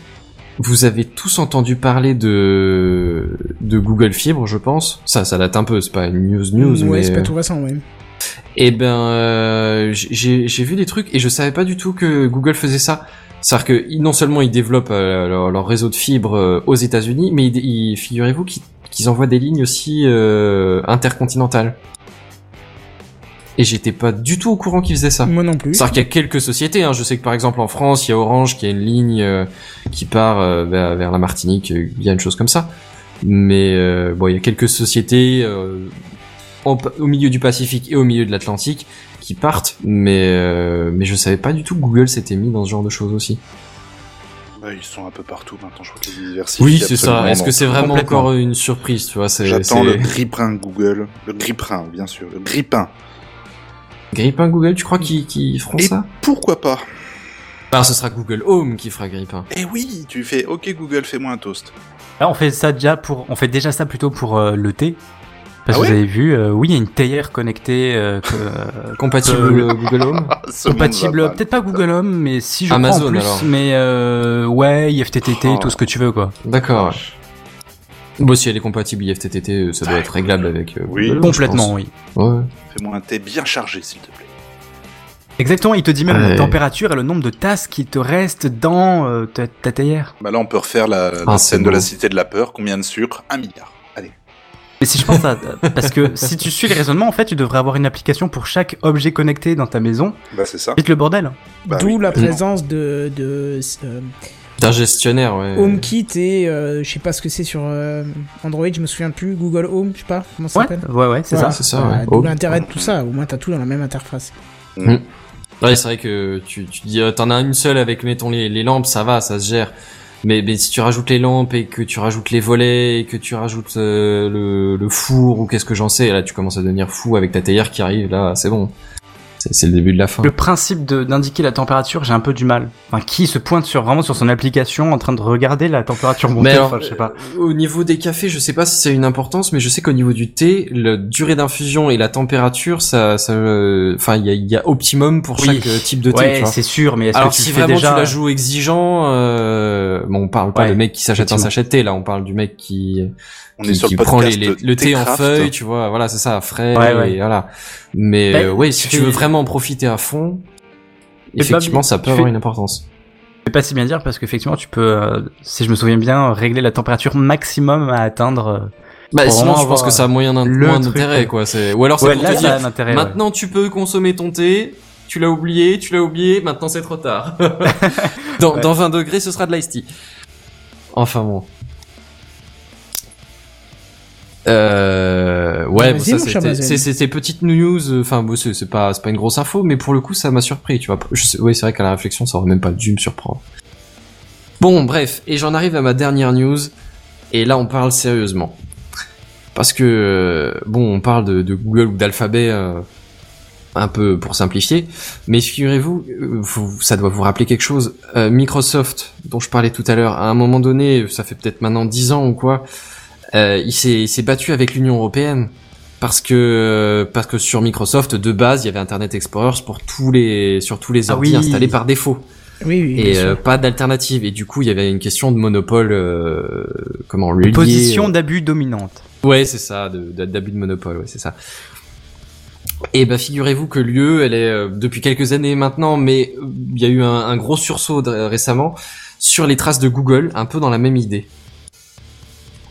Speaker 5: vous avez tous entendu parler de, de Google Fibre, je pense. Ça, ça date un peu, c'est pas une news news,
Speaker 1: ouais,
Speaker 5: mais...
Speaker 1: c'est pas tout récent, ouais.
Speaker 5: Eh ben, euh, j'ai j'ai vu des trucs et je savais pas du tout que Google faisait ça. C'est-à-dire que ils- non seulement ils développent euh, leur, leur réseau de fibres euh, aux États-Unis, mais ils, ils- figurez-vous qu'ils qu'ils envoient des lignes aussi euh, intercontinentales. Et j'étais pas du tout au courant qu'ils faisaient ça.
Speaker 1: Moi non plus.
Speaker 5: C'est-à-dire qu'il y a quelques sociétés. Hein. Je sais que par exemple en France, il y a Orange qui a une ligne euh, qui part euh, vers, vers la Martinique euh, via une chose comme ça. Mais euh, bon, il y a quelques sociétés euh, en- au milieu du Pacifique et au milieu de l'Atlantique qui partent. Mais euh, mais je savais pas du tout que Google s'était mis dans ce genre de choses aussi.
Speaker 6: Bah, ils sont un peu partout maintenant, je crois qu'ils diversifient.
Speaker 5: Oui, c'est ça.
Speaker 6: absolument
Speaker 5: Est-ce que
Speaker 6: dans-
Speaker 5: c'est vraiment
Speaker 6: complètement.
Speaker 5: encore une surprise, tu vois C'est
Speaker 6: J'attends le
Speaker 5: c'est-
Speaker 6: grippin Google. Le grippin, bien sûr. Le grippin.
Speaker 5: Grippin hein, Google, tu crois qu'ils qu'ils feront
Speaker 6: Et
Speaker 5: ça
Speaker 6: pourquoi pas
Speaker 5: Bah, ce sera Google Home qui fera hein. Grippin.
Speaker 6: Eh oui, tu fais OK Google, fais-moi un toast.
Speaker 4: Là, Ah, on fait ça déjà pour, on fait déjà ça plutôt pour euh, le thé. Parce
Speaker 6: Ah
Speaker 4: que
Speaker 6: ouais
Speaker 4: vous avez vu, euh, oui, il y a une théière connectée euh, que- euh,
Speaker 5: Compatible
Speaker 4: Euh,
Speaker 5: Google Home.
Speaker 6: Ah, ce monde va
Speaker 4: compatible,
Speaker 6: mal.
Speaker 4: peut-être pas Google Home, mais si je
Speaker 5: Amazon,
Speaker 4: prends en plus,
Speaker 5: alors.
Speaker 4: mais euh, ouais, IFTTT,
Speaker 6: Oh.
Speaker 4: tout ce que tu veux quoi.
Speaker 5: D'accord. Bon, si elle est compatible IFTTT, euh, ça doit être réglable avec. euh,
Speaker 6: Oui,
Speaker 5: Google,
Speaker 4: Complètement, oui.
Speaker 5: je pense. Ouais.
Speaker 6: Fais-moi un thé bien chargé, s'il te plaît.
Speaker 4: Exactement, il te dit même
Speaker 5: Ouais.
Speaker 4: la température et le nombre de tasses qui te restent dans euh, ta, ta théière.
Speaker 6: Bah là, on peut refaire la, la
Speaker 5: Ah, c'est
Speaker 6: scène de
Speaker 5: beau.
Speaker 6: la Cité de la Peur. Combien de sucre Un milliard. Allez.
Speaker 4: Mais si je pense à... Parce que si tu suis le raisonnement, en fait, tu devrais avoir une application pour chaque objet connecté dans ta maison.
Speaker 6: Bah, c'est ça.
Speaker 4: Vite le bordel. hein.
Speaker 6: Bah
Speaker 1: D'où
Speaker 6: oui,
Speaker 1: la
Speaker 6: complètement.
Speaker 1: présence de, de euh,
Speaker 5: D'un gestionnaire, ouais.
Speaker 1: HomeKit et euh, je sais pas ce que c'est sur euh, Android, je me souviens plus, Google Home, je sais pas comment ça
Speaker 4: Ouais,
Speaker 1: s'appelle.
Speaker 4: ouais, ouais, c'est
Speaker 1: Voilà.
Speaker 4: ça.
Speaker 5: c'est ça, ouais.
Speaker 1: D'où
Speaker 5: Home.
Speaker 1: l'intérêt de tout ça, au moins t'as tout dans la même interface.
Speaker 5: ah, Ouais, c'est vrai que tu, tu dis, euh, t'en as une seule avec, mettons, les, les lampes, ça va, ça se gère. Mais, mais si tu rajoutes les lampes et que tu rajoutes les volets et que tu rajoutes euh, le, le four ou qu'est-ce que j'en sais, là tu commences à devenir fou avec ta théière qui arrive, là c'est bon. C'est c'est le début de la fin.
Speaker 4: Le principe de- d'indiquer la température, j'ai un peu du mal. Enfin, qui se pointe sur vraiment sur son application en train de regarder la température monter
Speaker 5: Mais alors, euh,
Speaker 4: enfin, je sais pas.
Speaker 5: Au niveau des cafés, je sais pas si ça a une importance, mais je sais qu'au niveau du thé, la durée d'infusion et la température, ça, ça, euh, enfin, il y a, il y a optimum pour
Speaker 4: Oui.
Speaker 5: chaque euh, type de thé. tu
Speaker 4: ouais,
Speaker 5: vois.
Speaker 4: c'est sûr, mais est-ce
Speaker 5: Alors
Speaker 4: que tu
Speaker 5: si
Speaker 4: le fais
Speaker 5: vraiment
Speaker 4: déjà euh,
Speaker 5: tu la joues exigeant, euh, bon, on parle pas
Speaker 4: Ouais,
Speaker 5: de mec qui s'achète un
Speaker 4: effectivement.
Speaker 5: sachet de thé, là, on parle du mec qui,
Speaker 6: On
Speaker 5: qui,
Speaker 6: est sur
Speaker 5: qui
Speaker 6: le
Speaker 5: prend les-
Speaker 6: podcast
Speaker 5: les- le thé en
Speaker 6: Techcraft.
Speaker 5: feuille, tu vois, voilà, c'est ça, frais,
Speaker 4: Ouais, ouais.
Speaker 5: et voilà. Mais
Speaker 4: Ben,
Speaker 5: euh, ouais, si
Speaker 4: tu
Speaker 5: tu
Speaker 4: fais-
Speaker 5: veux vraiment en profiter à fond,
Speaker 4: Et pas-
Speaker 5: effectivement, ça
Speaker 4: tu
Speaker 5: peut avoir
Speaker 4: fais-
Speaker 5: une importance.
Speaker 4: Je sais pas si bien dire parce qu'effectivement, tu peux, euh, si je me souviens bien, régler la température maximum à atteindre. euh,
Speaker 5: Bah,
Speaker 4: Pour
Speaker 5: sinon,
Speaker 4: vraiment
Speaker 5: je pense
Speaker 4: avoir
Speaker 5: que ça a moyen d'int-
Speaker 4: le
Speaker 5: moins
Speaker 4: truc,
Speaker 5: d'intérêt,
Speaker 4: ouais.
Speaker 5: quoi. C'est... Ou alors,
Speaker 4: euh,
Speaker 5: c'est
Speaker 4: Ouais,
Speaker 5: pour
Speaker 4: là,
Speaker 5: te
Speaker 4: ça a
Speaker 5: dire,
Speaker 4: un intérêt. ouais.
Speaker 5: maintenant, tu peux consommer ton thé, tu l'as oublié, tu l'as oublié, maintenant, c'est trop tard. dans,
Speaker 4: Ouais.
Speaker 5: dans 20 degrés, ce sera de l'ice tea. Enfin, bon. Euh, ouais, bon,
Speaker 1: Vas-y,
Speaker 5: ça,
Speaker 1: mon cher
Speaker 5: c'était,
Speaker 1: Bazen.
Speaker 5: c'est, c'est- c'est petite news, euh, enfin, bon, c'est, c'est pas, c'est pas une grosse info, mais pour le coup, ça m'a surpris, tu vois. Je sais- ouais, c'est vrai qu'à la réflexion, ça aurait même pas dû me surprendre. Bon, bref, et j'en arrive à ma dernière news, et là, on parle sérieusement. Parce que, euh, bon, on parle de, de Google ou d'Alphabet, euh, un peu pour simplifier, mais figurez-vous, euh, vous- ça doit vous rappeler quelque chose, euh, Microsoft, dont je parlais tout à l'heure, à un moment donné, ça fait peut-être maintenant 10 ans ou quoi, euh, il s'est il s'est battu avec l'Union Européenne. Parce que euh, parce que sur Microsoft de base il y avait Internet Explorer pour tous les sur tous les
Speaker 4: Ah
Speaker 5: ordi
Speaker 4: oui.
Speaker 5: installés par défaut
Speaker 1: Oui, oui. bien
Speaker 5: et
Speaker 1: sûr.
Speaker 5: euh, pas d'alternative et du coup il y avait une question de monopole euh, comment relié,
Speaker 4: Position d'abus dominante.
Speaker 5: Ouais, c'est ça, de- de- d'abus de, monopole, ouais, c'est ça. Et bah figurez-vous que l'UE, elle est euh, depuis quelques années maintenant, mais euh, il y a eu un, un gros sursaut de- euh, récemment sur les traces de Google, un peu dans la même idée.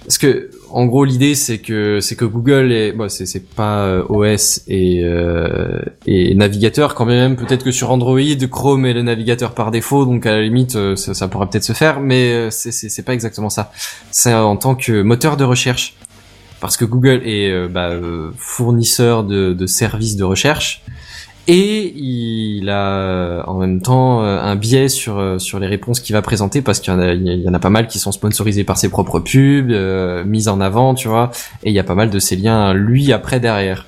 Speaker 5: Parce que en gros l'idée c'est que c'est que Google est bon, c'est c'est pas euh, OS et euh, et navigateur quand bien même peut-être que sur Android Chrome est le navigateur par défaut donc à la limite euh, ça, ça pourrait peut-être se faire mais euh, c'est c'est c'est pas exactement ça. C'est en tant que moteur de recherche parce que Google est euh, bah, euh, fournisseur de, de services de recherche et il a euh, en même temps euh, un biais sur euh, sur les réponses qu'il va présenter parce qu'il y en a il y en a pas mal qui sont sponsorisés par ses propres pubs euh, mises en avant tu vois et il y a pas mal de ces liens lui après derrière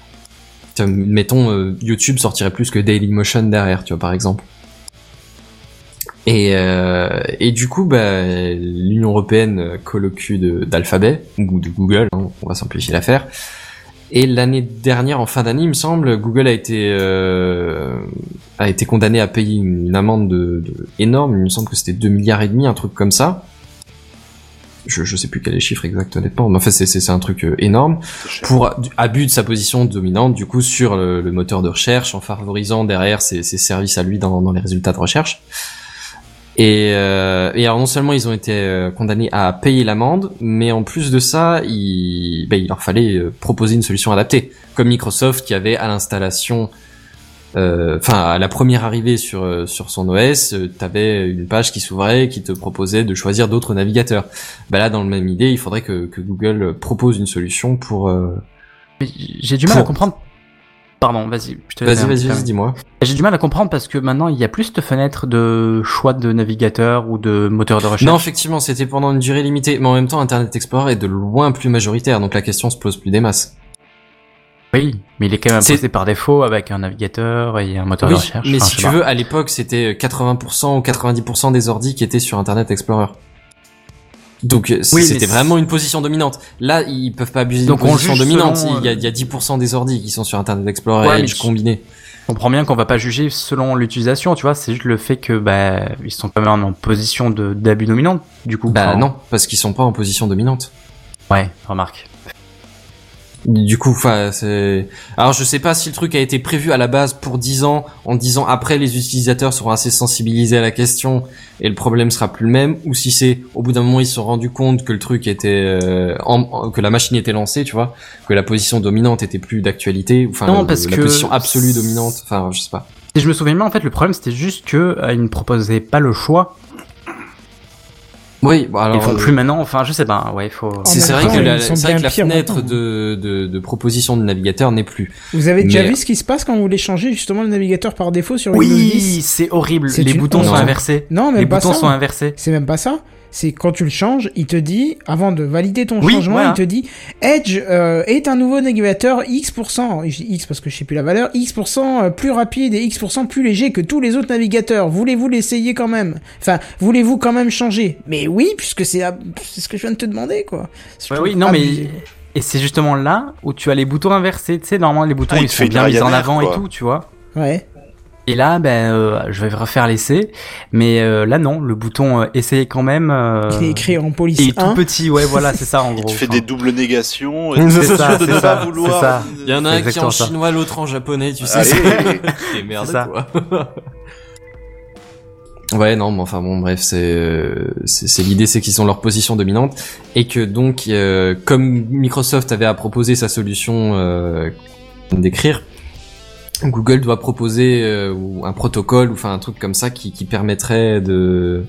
Speaker 5: Tiens, mettons euh, YouTube sortirait plus que Dailymotion derrière tu vois par exemple et, euh, et du coup, bah, l'Union européenne colle au cul de- d'Alphabet ou de Google, hein, on va simplifier l'affaire. Et l'année dernière, en fin d'année, il me semble, Google a été euh, a été condamné à payer une, une amende de, de- énorme. Il me semble que c'était 2 milliards et demi, un truc comme ça. Je, je sais plus quel est le chiffre exact honnêtement, mais enfin c'est c'est c'est un truc euh, énorme pour a- du- abus de sa position dominante du coup sur le, le moteur de recherche en favorisant derrière ses, ses services à lui dans, dans les résultats de recherche. Et, euh, et alors non seulement ils ont été euh, condamnés à payer l'amende, mais en plus de ça, il, ben, il leur fallait euh, proposer une solution adaptée, comme Microsoft qui avait à l'installation, euh, enfin à la première arrivée sur euh, sur son OS, euh, t'avais une page qui s'ouvrait qui te proposait de choisir d'autres navigateurs. Bah là, dans le même idée, il faudrait que, que Google propose une solution pour. euh,
Speaker 4: Mais J'ai du mal
Speaker 5: Pour-
Speaker 4: à comprendre. Pardon, vas-y. je te laisse
Speaker 5: Vas-y,
Speaker 4: un petit
Speaker 5: vas-y,
Speaker 4: peu.
Speaker 5: vas-y, dis-moi.
Speaker 4: J'ai du mal à comprendre parce que maintenant il y a plus cette fenêtre de choix de navigateur ou de moteur de recherche.
Speaker 5: Non, effectivement, c'était pendant une durée limitée, mais en même temps, Internet Explorer est de loin plus majoritaire, donc la question se pose plus des masses.
Speaker 4: oui, mais il est quand même
Speaker 5: C'est-
Speaker 4: imposé par défaut avec un navigateur et un moteur
Speaker 5: oui,
Speaker 4: de recherche.
Speaker 5: mais
Speaker 4: Enfin,
Speaker 5: si
Speaker 4: je
Speaker 5: tu
Speaker 4: sais pas.
Speaker 5: veux, à l'époque, c'était euh, 80% ou 90% des ordi qui étaient sur Internet Explorer. Donc euh,
Speaker 4: mais
Speaker 5: c'était
Speaker 4: c'est-
Speaker 5: vraiment une position dominante. Là, ils peuvent pas abuser d'une
Speaker 4: Donc, on
Speaker 5: position
Speaker 4: juge
Speaker 5: dominante.
Speaker 4: selon,
Speaker 5: Il, y a,
Speaker 4: euh,
Speaker 5: il y a 10% des ordi qui sont sur Internet Explorer
Speaker 4: Ouais,
Speaker 5: et
Speaker 4: mais
Speaker 5: Edge
Speaker 4: tu-
Speaker 5: combinés.
Speaker 4: Je comprends bien qu'on va pas juger selon l'utilisation, tu vois. C'est juste le fait que bah ils sont pas mal en position de d'abus dominante, du coup.
Speaker 5: Bah
Speaker 4: Enfin,
Speaker 5: non, parce qu'ils sont pas en position dominante.
Speaker 4: Ouais, remarque.
Speaker 5: Du coup, enfin, c'est. Alors, je sais pas si le truc a été prévu à la base pour 10 ans, en 10 ans après, les utilisateurs seront assez sensibilisés à la question et le problème sera plus le même, ou si c'est au bout d'un moment ils se sont rendus compte que le truc était, euh, en- en- que la machine était lancée, tu vois, que la position dominante était plus d'actualité, ou enfin,
Speaker 4: Non,
Speaker 5: le-
Speaker 4: parce
Speaker 5: la
Speaker 4: que-
Speaker 5: position absolue dominante, enfin, je sais pas.
Speaker 4: Si je me souviens bien, en fait, le problème c'était juste que euh, ils ne proposaient pas le choix.
Speaker 5: Oui, bon, alors.
Speaker 4: ils font
Speaker 5: euh,
Speaker 4: plus maintenant. Enfin, je sais pas. Ouais, il faut.
Speaker 1: En
Speaker 5: C'est c'est
Speaker 1: même
Speaker 5: vrai
Speaker 1: temps,
Speaker 5: que la,
Speaker 1: ils sont
Speaker 5: c'est vrai
Speaker 1: bien
Speaker 5: que la
Speaker 1: pires
Speaker 5: fenêtre
Speaker 1: maintenant.
Speaker 5: de, de, de proposition de navigateur n'est plus.
Speaker 1: Vous avez déjà
Speaker 5: mais-
Speaker 1: vu ce qui se passe quand vous voulez changer justement le navigateur par défaut sur Windows 10
Speaker 4: Oui, c'est horrible.
Speaker 1: C'est
Speaker 4: Les
Speaker 1: une
Speaker 4: boutons sont
Speaker 5: honte.
Speaker 4: inversés.
Speaker 1: Non, même
Speaker 4: Les
Speaker 1: pas
Speaker 4: boutons
Speaker 1: ça. hein.
Speaker 4: sont inversés.
Speaker 1: C'est même pas ça. c'est quand tu le changes, il te dit, avant de valider ton
Speaker 4: Oui,
Speaker 1: changement,
Speaker 4: voilà.
Speaker 1: il te dit, Edge euh, est un nouveau navigateur X%, et je dis X parce que je sais plus la valeur, X% euh, plus rapide et X% plus léger que tous les autres navigateurs. Voulez-vous l'essayer quand même Enfin, voulez-vous quand même changer Mais oui, puisque c'est la- c'est ce que je viens de te demander, quoi. Je
Speaker 4: Ouais,
Speaker 1: trouve
Speaker 4: oui, non, mais.
Speaker 1: abusé.
Speaker 4: Et c'est justement là où tu as les boutons inversés. Tu sais, normalement, les boutons
Speaker 6: Ah, il
Speaker 4: ils
Speaker 6: te
Speaker 4: sont
Speaker 6: fait une
Speaker 4: bien mis en
Speaker 6: Ryanair,
Speaker 4: avant
Speaker 6: quoi.
Speaker 4: et tout, tu vois.
Speaker 1: Ouais.
Speaker 4: Et là, ben, euh, je vais refaire l'essai. Mais euh, là, non, le bouton euh, essayer quand même. euh,
Speaker 1: Il est écrit en police
Speaker 4: il est
Speaker 1: 1.
Speaker 4: tout petit, ouais, voilà, c'est ça en
Speaker 6: Il
Speaker 4: gros.
Speaker 6: te fait
Speaker 4: Enfin,
Speaker 6: des doubles négations. Et
Speaker 4: C'est
Speaker 6: t'es
Speaker 4: ça,
Speaker 6: sûr de
Speaker 4: c'est
Speaker 6: ne
Speaker 4: ça,
Speaker 6: pas
Speaker 4: c'est
Speaker 6: vouloir. Mm.
Speaker 4: ça.
Speaker 5: Il y en a
Speaker 4: C'est
Speaker 5: un qui est en
Speaker 4: exactement ça.
Speaker 5: chinois, l'autre en japonais, tu sais.
Speaker 6: Allez.
Speaker 5: Et merde,
Speaker 4: C'est ça.
Speaker 5: quoi. ouais, non, mais enfin bon, bref, c'est euh, c'est c'est l'idée, c'est qu'ils ont leur position dominante et que donc, euh, comme Microsoft avait à proposer sa solution euh, qu'on vient d'écrire, Google doit proposer euh, ou un protocole ou enfin un truc comme ça qui, qui permettrait de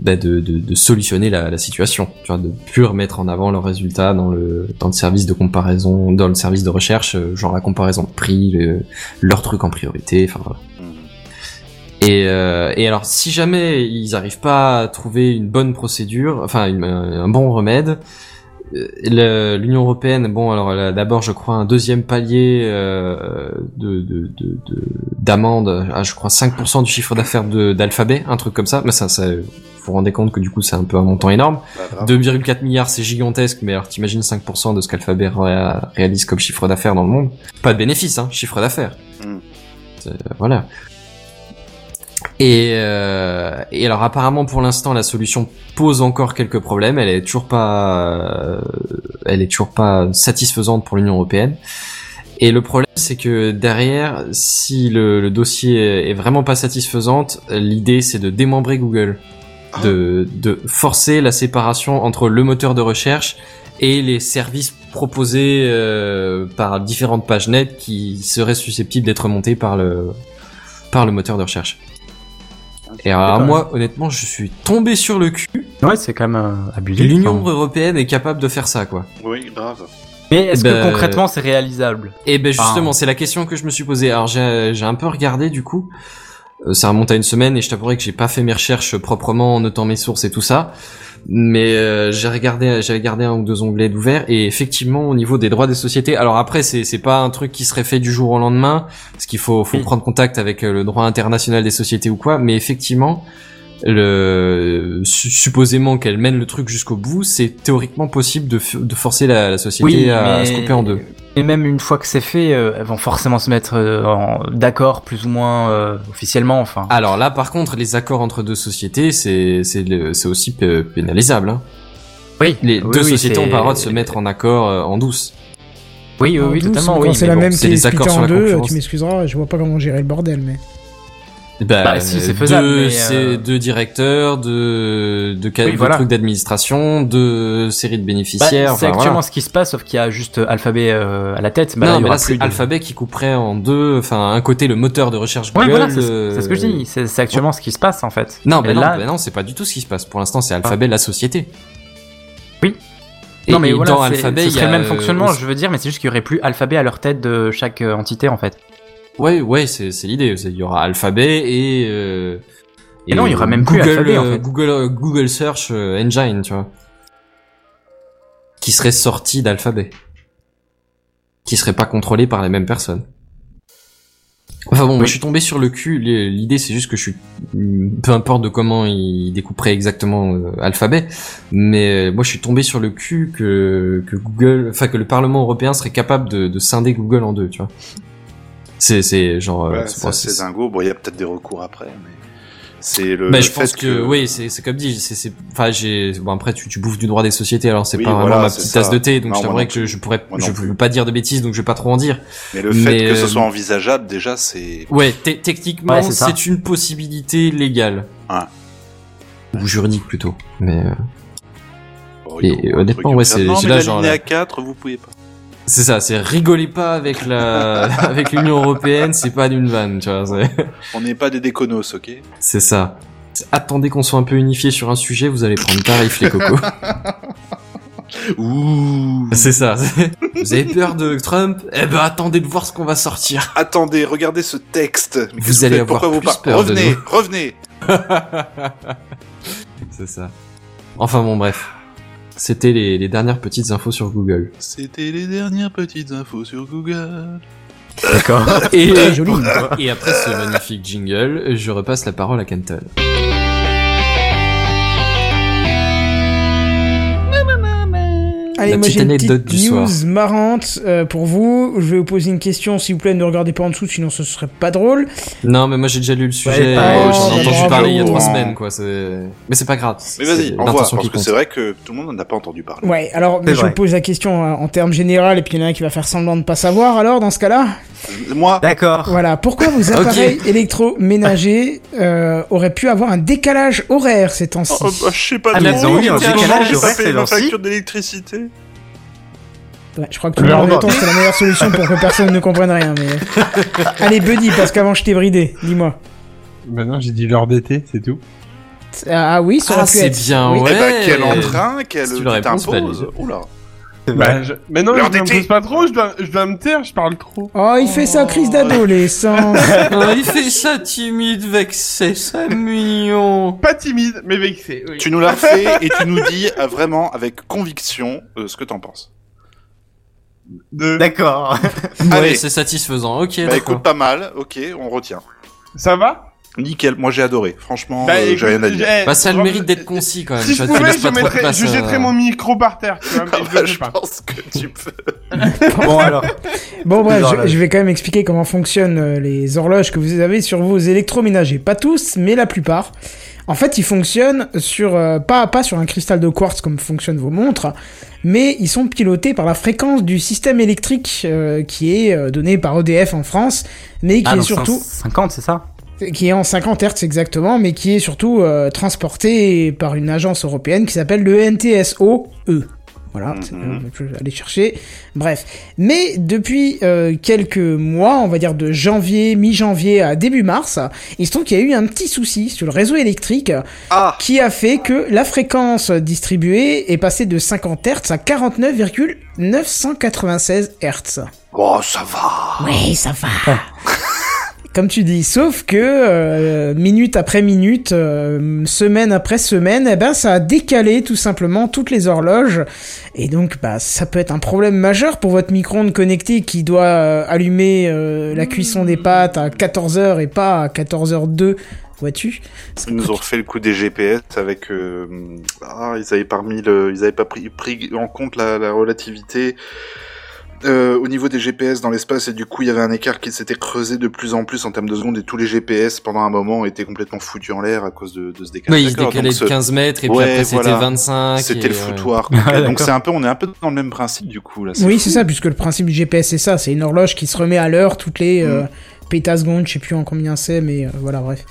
Speaker 5: bah, de, de, de solutionner la, la situation, tu vois, de plus remettre en avant leurs résultats dans le dans le service de comparaison, dans le service de recherche, euh, genre la comparaison de prix, le, leur truc en priorité. Enfin voilà.
Speaker 6: Mm.
Speaker 5: Et, euh, et alors, si jamais ils n'arrivent pas à trouver une bonne procédure, enfin une- un bon remède, euh, le- l'Union européenne, bon, alors elle a d'abord, je crois, un deuxième palier euh, de de- de- de- d'amende, à, je crois 5% du chiffre d'affaires de- d'Alphabet, un truc comme ça. Mais ça, ça, vous vous rendez compte que du coup, c'est un peu un montant énorme.
Speaker 6: Bah, grave.
Speaker 5: 2,4 milliards, c'est gigantesque, mais alors t'imagines 5% de ce qu'Alphabet ré- réalise comme chiffre d'affaires dans le monde. Pas de bénéfice, hein, chiffre d'affaires.
Speaker 6: Mm.
Speaker 5: C'est- euh, Voilà. Et, euh, et alors apparemment pour l'instant la solution pose encore quelques problèmes. Elle est toujours pas, euh, elle est toujours pas satisfaisante pour l'Union européenne. Et le problème c'est que derrière, si le, le dossier est vraiment pas satisfaisante, l'idée c'est de démembrer Google de, de forcer la séparation entre le moteur de recherche et les services proposés euh, par différentes pages net qui seraient susceptibles d'être montés par le par le moteur de recherche. Et alors
Speaker 4: quand
Speaker 5: moi honnêtement je suis tombé sur le cul.
Speaker 4: Ouais, c'est quand même euh, abusé.
Speaker 5: L'Union
Speaker 4: enfin.
Speaker 5: européenne est capable de faire ça quoi.
Speaker 6: Oui, grave.
Speaker 4: Mais est-ce
Speaker 5: Ben-
Speaker 4: que concrètement c'est réalisable
Speaker 5: Et ben justement
Speaker 4: Ah.
Speaker 5: c'est la question que je me suis posée. Alors j'ai j'ai un peu regardé du coup. Euh, Ça remonte à une semaine et je t'avouerai que j'ai pas fait mes recherches proprement en notant mes sources et tout ça. mais euh, j'ai regardé j'avais gardé un ou deux onglets d'ouvert et effectivement au niveau des droits des sociétés alors après c'est c'est pas un truc qui serait fait du jour au lendemain parce qu'il faut faut
Speaker 4: Oui.
Speaker 5: prendre contact avec euh, le droit international des sociétés ou quoi mais effectivement le su- supposément qu'elle mène le truc jusqu'au bout c'est théoriquement possible de, f- de forcer la, la société à
Speaker 4: mais-
Speaker 5: se couper en deux
Speaker 4: Et même une fois que c'est fait, euh, elles vont forcément se mettre euh, en- d'accord, plus ou moins euh, officiellement, enfin.
Speaker 5: alors là par contre les accords entre deux sociétés c'est c'est le- c'est aussi p- pénalisable hein.
Speaker 4: oui,
Speaker 5: les
Speaker 4: oui,
Speaker 5: deux
Speaker 4: oui,
Speaker 5: sociétés ont
Speaker 4: c'est-
Speaker 5: pas le droit de se mettre en accord euh, en douce
Speaker 4: Oui, oui,
Speaker 1: En
Speaker 4: oui,
Speaker 1: douce,
Speaker 4: totalement,
Speaker 1: Ah, quand
Speaker 4: oui.
Speaker 1: c'est
Speaker 4: mais
Speaker 1: la
Speaker 4: bon.
Speaker 1: même
Speaker 5: c'est
Speaker 1: qui est
Speaker 5: des
Speaker 1: splitée
Speaker 5: accords sur
Speaker 1: en
Speaker 5: la
Speaker 1: deux, euh,
Speaker 5: concurrence.
Speaker 1: tu m'excuseras, je vois pas comment gérer le bordel, mais.
Speaker 4: Bah, si, c'est faisable,
Speaker 5: Eh ben, Deux,
Speaker 4: mais, euh,
Speaker 5: c'est- deux directeurs, deux, deux, cas-
Speaker 4: Oui,
Speaker 5: deux
Speaker 4: voilà.
Speaker 5: trucs d'administration, deux séries de
Speaker 4: Bah, c'est
Speaker 5: bénéficiaires. enfin,
Speaker 4: actuellement
Speaker 5: voilà.
Speaker 4: ce qui se passe, sauf qu'il y a juste euh, Alphabet euh, à la tête. Bah,
Speaker 5: non,
Speaker 4: il y
Speaker 5: mais
Speaker 4: aura
Speaker 5: là, c'est
Speaker 4: plus de-
Speaker 5: Alphabet qui couperait en deux, enfin, un côté le moteur de recherche
Speaker 4: Ouais,
Speaker 5: Google.
Speaker 4: voilà, c'est ce-
Speaker 5: euh,
Speaker 4: c'est ce que je dis. C'est c'est actuellement ce qui se passe en fait.
Speaker 5: Non,
Speaker 4: Et
Speaker 5: mais
Speaker 4: là, Ah.
Speaker 5: non, bah non, c'est pas du tout ce qui se passe. Pour l'instant, c'est Alphabet, la société.
Speaker 4: Oui.
Speaker 5: Et,
Speaker 4: non, mais
Speaker 5: et
Speaker 4: voilà,
Speaker 5: dans
Speaker 4: c'est-
Speaker 5: Alphabet,
Speaker 4: ce
Speaker 5: il y
Speaker 4: serait le
Speaker 5: a
Speaker 4: même
Speaker 5: euh,
Speaker 4: fonctionnement, je veux dire, mais c'est juste qu'il y aurait plus Alphabet à leur tête de chaque euh, entité en fait.
Speaker 5: Ouais, ouais, c'est c'est l'idée. c'est- Il y aura Alphabet et. euh,
Speaker 4: Et non, il y aura même plus
Speaker 5: Google,
Speaker 4: Alphabet, en
Speaker 5: euh,
Speaker 4: fait.
Speaker 5: Google, euh, Google Search euh, Engine, tu vois, qui serait sorti d'Alphabet, qui serait pas contrôlé par les mêmes personnes. Enfin bon, moi, je suis tombé sur le cul. L- L'idée, c'est juste que je suis, peu importe de comment ils découperaient exactement euh, Alphabet, mais euh, moi, je suis tombé sur le cul que que Google, enfin que le Parlement européen serait capable de, de scinder Google en deux, tu vois. C'est c'est genre. euh,
Speaker 6: Ouais,
Speaker 5: c'est-
Speaker 6: ça,
Speaker 5: c'est-
Speaker 6: c'est dingo. Bon, il y a peut-être des recours après, mais c'est le.
Speaker 5: bah,
Speaker 6: Euh, le
Speaker 5: je pense
Speaker 6: fait
Speaker 5: que, oui, c'est c'est comme dit, c'est c'est enfin j'ai bon après tu, tu bouffes du droit des sociétés alors c'est
Speaker 6: Oui,
Speaker 5: pas vraiment
Speaker 6: voilà,
Speaker 5: ma
Speaker 6: c'est
Speaker 5: petite
Speaker 6: ça.
Speaker 5: tasse de thé
Speaker 6: Non,
Speaker 5: donc je
Speaker 6: moi
Speaker 5: t'avouerai
Speaker 6: non
Speaker 5: que je, je pourrais
Speaker 6: Moi
Speaker 5: je
Speaker 6: non plus.
Speaker 5: peux pas dire de bêtises donc je vais pas trop en dire.
Speaker 6: Mais le fait
Speaker 5: mais,
Speaker 6: que ce
Speaker 5: euh,
Speaker 6: soit envisageable, déjà, c'est.
Speaker 5: Ouais, te- techniquement
Speaker 4: Ouais, c'est ça.
Speaker 5: c'est une possibilité légale.
Speaker 6: Ah.
Speaker 5: Ou juridique plutôt. Mais euh,
Speaker 6: Oh,
Speaker 5: et-
Speaker 6: il faut
Speaker 5: et
Speaker 6: un
Speaker 5: honnêtement,
Speaker 6: truc comme
Speaker 5: ouais,
Speaker 6: ça.
Speaker 5: c'est-
Speaker 6: Non,
Speaker 5: c'est
Speaker 6: mais
Speaker 5: là,
Speaker 6: la
Speaker 5: genre,
Speaker 6: ligne
Speaker 5: là.
Speaker 6: à 4, vous pouvez pas.
Speaker 5: c'est ça, c'est rigolez pas avec la avec l'Union européenne, c'est pas d'une vanne, tu vois, c'est-
Speaker 6: On n'est pas des déconnos, ok
Speaker 5: c'est ça. Attendez qu'on soit un peu unifié sur un sujet, vous allez prendre tarif les cocos.
Speaker 6: Ouh
Speaker 5: c'est ça. c'est- Vous avez peur de Trump Eh ben attendez de voir ce qu'on va sortir.
Speaker 6: Attendez, regardez ce texte. Mais
Speaker 5: Vous
Speaker 6: qu'est-ce que
Speaker 5: allez
Speaker 6: faites
Speaker 5: avoir
Speaker 6: Pourquoi vous
Speaker 5: plus
Speaker 6: par-
Speaker 5: peur de
Speaker 6: Revenez,
Speaker 5: nous.
Speaker 6: revenez
Speaker 5: C'est ça. Enfin bon, bref. C'était les, les dernières petites infos sur Google.
Speaker 6: C'était les dernières petites infos sur Google.
Speaker 4: D'accord.
Speaker 5: Et,
Speaker 1: joli.
Speaker 5: et après ce magnifique jingle, je repasse la parole à Kenton.
Speaker 1: Allez,
Speaker 5: La
Speaker 1: moi j'ai
Speaker 5: petite
Speaker 1: une
Speaker 5: anecdote
Speaker 1: petite
Speaker 5: du soir.
Speaker 1: news marrante euh, pour vous. Je vais vous poser une question, s'il vous plaît, ne regardez pas en dessous, sinon ce serait pas drôle.
Speaker 5: Non, mais moi j'ai déjà lu le sujet,
Speaker 4: pas
Speaker 5: euh,
Speaker 6: aussi,
Speaker 5: j'en ai entendu
Speaker 1: bravo.
Speaker 5: parler il y a trois
Speaker 6: Hein.
Speaker 5: semaines, quoi. c'est- Mais c'est pas grave.
Speaker 6: Mais vas-y,
Speaker 5: c'est
Speaker 6: au revoir,
Speaker 5: l'intention
Speaker 6: parce
Speaker 5: qui
Speaker 6: que c'est
Speaker 5: compte.
Speaker 6: vrai que tout le monde n'a pas entendu parler.
Speaker 1: Ouais, alors mais
Speaker 4: C'est
Speaker 1: je vous
Speaker 4: vrai.
Speaker 1: pose la question euh, en termes généraux, et puis il y en a un qui va faire semblant de pas savoir, alors dans ce cas-là
Speaker 6: Moi,
Speaker 4: D'accord.
Speaker 1: Voilà, pourquoi vos
Speaker 5: Ok.
Speaker 1: appareils électroménagers euh, auraient pu avoir un décalage horaire ces temps-ci
Speaker 6: Oh, bah, je sais pas
Speaker 4: Ah, mais ils ont eu un
Speaker 6: Tiens,
Speaker 4: décalage
Speaker 6: j'ai pas
Speaker 4: horaire
Speaker 6: payé
Speaker 4: ces
Speaker 6: ma
Speaker 4: temps-ci.
Speaker 6: facture d'électricité.
Speaker 1: Ouais, Je crois que tout le monde en même temps, c'est la meilleure solution pour que personne ne comprenne rien. Mais... euh. Allez, Buddy, parce qu'avant je t'ai bridé, dis-moi.
Speaker 7: Bah non, j'ai dit l'heure d'été, c'est tout.
Speaker 1: Ah oui, ça aurait
Speaker 5: Ah,
Speaker 1: pu
Speaker 5: c'est
Speaker 1: être.
Speaker 5: bien,
Speaker 1: Oui.
Speaker 5: ouais.
Speaker 6: Eh ben, quel emprunt, quel
Speaker 5: C'est une
Speaker 6: tu
Speaker 5: réponse
Speaker 6: t'imposes.
Speaker 5: valide.
Speaker 6: Oula.
Speaker 7: Bah, je... Mais non, je
Speaker 6: L'heure d'été.
Speaker 7: m'impose pas trop, je dois, je dois me taire, je parle trop.
Speaker 1: Oh, il fait sa crise d'adolescence.
Speaker 5: Oh, il fait ça timide, vexé, ça mignon.
Speaker 7: Pas timide, mais vexé. oui.
Speaker 6: Tu nous la refais et tu nous dis euh, vraiment avec conviction euh, ce que t'en penses.
Speaker 5: Euh,
Speaker 7: De...
Speaker 4: D'accord.
Speaker 5: Ouais,
Speaker 6: Allez,
Speaker 5: c'est satisfaisant. Ok,
Speaker 6: bah
Speaker 5: d'accord.
Speaker 6: écoute, pas mal, ok, on retient.
Speaker 7: Ça va
Speaker 6: Nickel, moi j'ai adoré,
Speaker 5: Oh,
Speaker 6: franchement,
Speaker 7: Bah,
Speaker 6: euh,
Speaker 7: écoute,
Speaker 6: j'ai rien à dire.
Speaker 7: j'ai-
Speaker 5: Bah, ça a le
Speaker 7: Rob,
Speaker 5: mérite d'être concis quand même.
Speaker 7: Si
Speaker 5: tu
Speaker 7: je
Speaker 5: vois, tu
Speaker 7: pouvais,
Speaker 5: laisses
Speaker 7: je,
Speaker 5: pas trop de
Speaker 7: mettrais,
Speaker 5: place euh.
Speaker 7: je
Speaker 5: à-
Speaker 7: jetterais mon micro par terre, tu vois, mais
Speaker 6: Ah
Speaker 7: je
Speaker 6: bah,
Speaker 7: le fais
Speaker 6: je
Speaker 7: pas.
Speaker 6: pense que tu peux.
Speaker 4: Bon alors.
Speaker 1: Bon bref,
Speaker 4: Dans la-
Speaker 1: je, je vais quand même expliquer comment fonctionnent euh, les horloges que vous avez sur vos électroménagers. Pas tous, mais la plupart. En fait, ils fonctionnent sur euh, pas à pas sur un cristal de quartz comme fonctionnent vos montres, mais ils sont pilotés par la fréquence du système électrique euh, qui est euh, donné par EDF en France, mais qui
Speaker 4: Ah,
Speaker 1: est
Speaker 4: donc
Speaker 1: surtout
Speaker 4: 50, c'est ça
Speaker 1: qui est en 50 Hz exactement, mais qui est surtout euh, transporté par une agence européenne qui s'appelle le NTSO-E. E. Voilà,
Speaker 6: Mhm.
Speaker 1: c'est- euh, je vais aller chercher. Bref. Mais depuis euh, quelques mois, on va dire de janvier, mi-janvier à début mars, il se trouve qu'il y a eu un petit souci sur le réseau électrique
Speaker 6: Ah
Speaker 1: qui a fait que la fréquence distribuée est passée de 50 Hz à 49,996 Hz.
Speaker 6: Oh, ça va
Speaker 1: Ouais, ça va. Comme tu dis, sauf que euh, minute après minute, euh, semaine après semaine, eh ben ça a décalé tout simplement toutes les horloges et donc bah ça peut être un problème majeur pour votre micro-ondes connecté qui doit euh, allumer euh, la cuisson des pâtes à 14h et pas à 14h02, vois-tu
Speaker 6: Ils nous ont refait le coup des GPS avec. euh, Ah, ils avaient, parmi le... ils avaient pas pris, pris en compte la, la relativité. euh, au niveau des GPS dans l'espace, et du coup, il y avait un écart qui s'était creusé de plus en plus en termes de secondes, et tous les GPS pendant un moment étaient complètement foutus en l'air à cause de, de ce décalage.
Speaker 5: Oui, il se
Speaker 6: D'accord,
Speaker 5: décalait
Speaker 6: donc ce-
Speaker 5: de 15 mètres et puis
Speaker 6: Ouais,
Speaker 5: après c'était
Speaker 6: voilà.
Speaker 5: 25.
Speaker 6: C'était
Speaker 5: et,
Speaker 6: le
Speaker 5: euh,
Speaker 6: foutoir.
Speaker 4: Ouais,
Speaker 6: quoi. Donc
Speaker 4: d'accord.
Speaker 6: c'est un peu, on est un peu dans le même principe du coup là. c'est
Speaker 1: Oui,
Speaker 6: fou.
Speaker 1: c'est ça, puisque le principe du GPS, c'est ça. C'est une horloge qui se remet à l'heure toutes les euh,
Speaker 6: Mm.
Speaker 1: pétasecondes, je sais plus en combien c'est, mais euh, voilà, bref.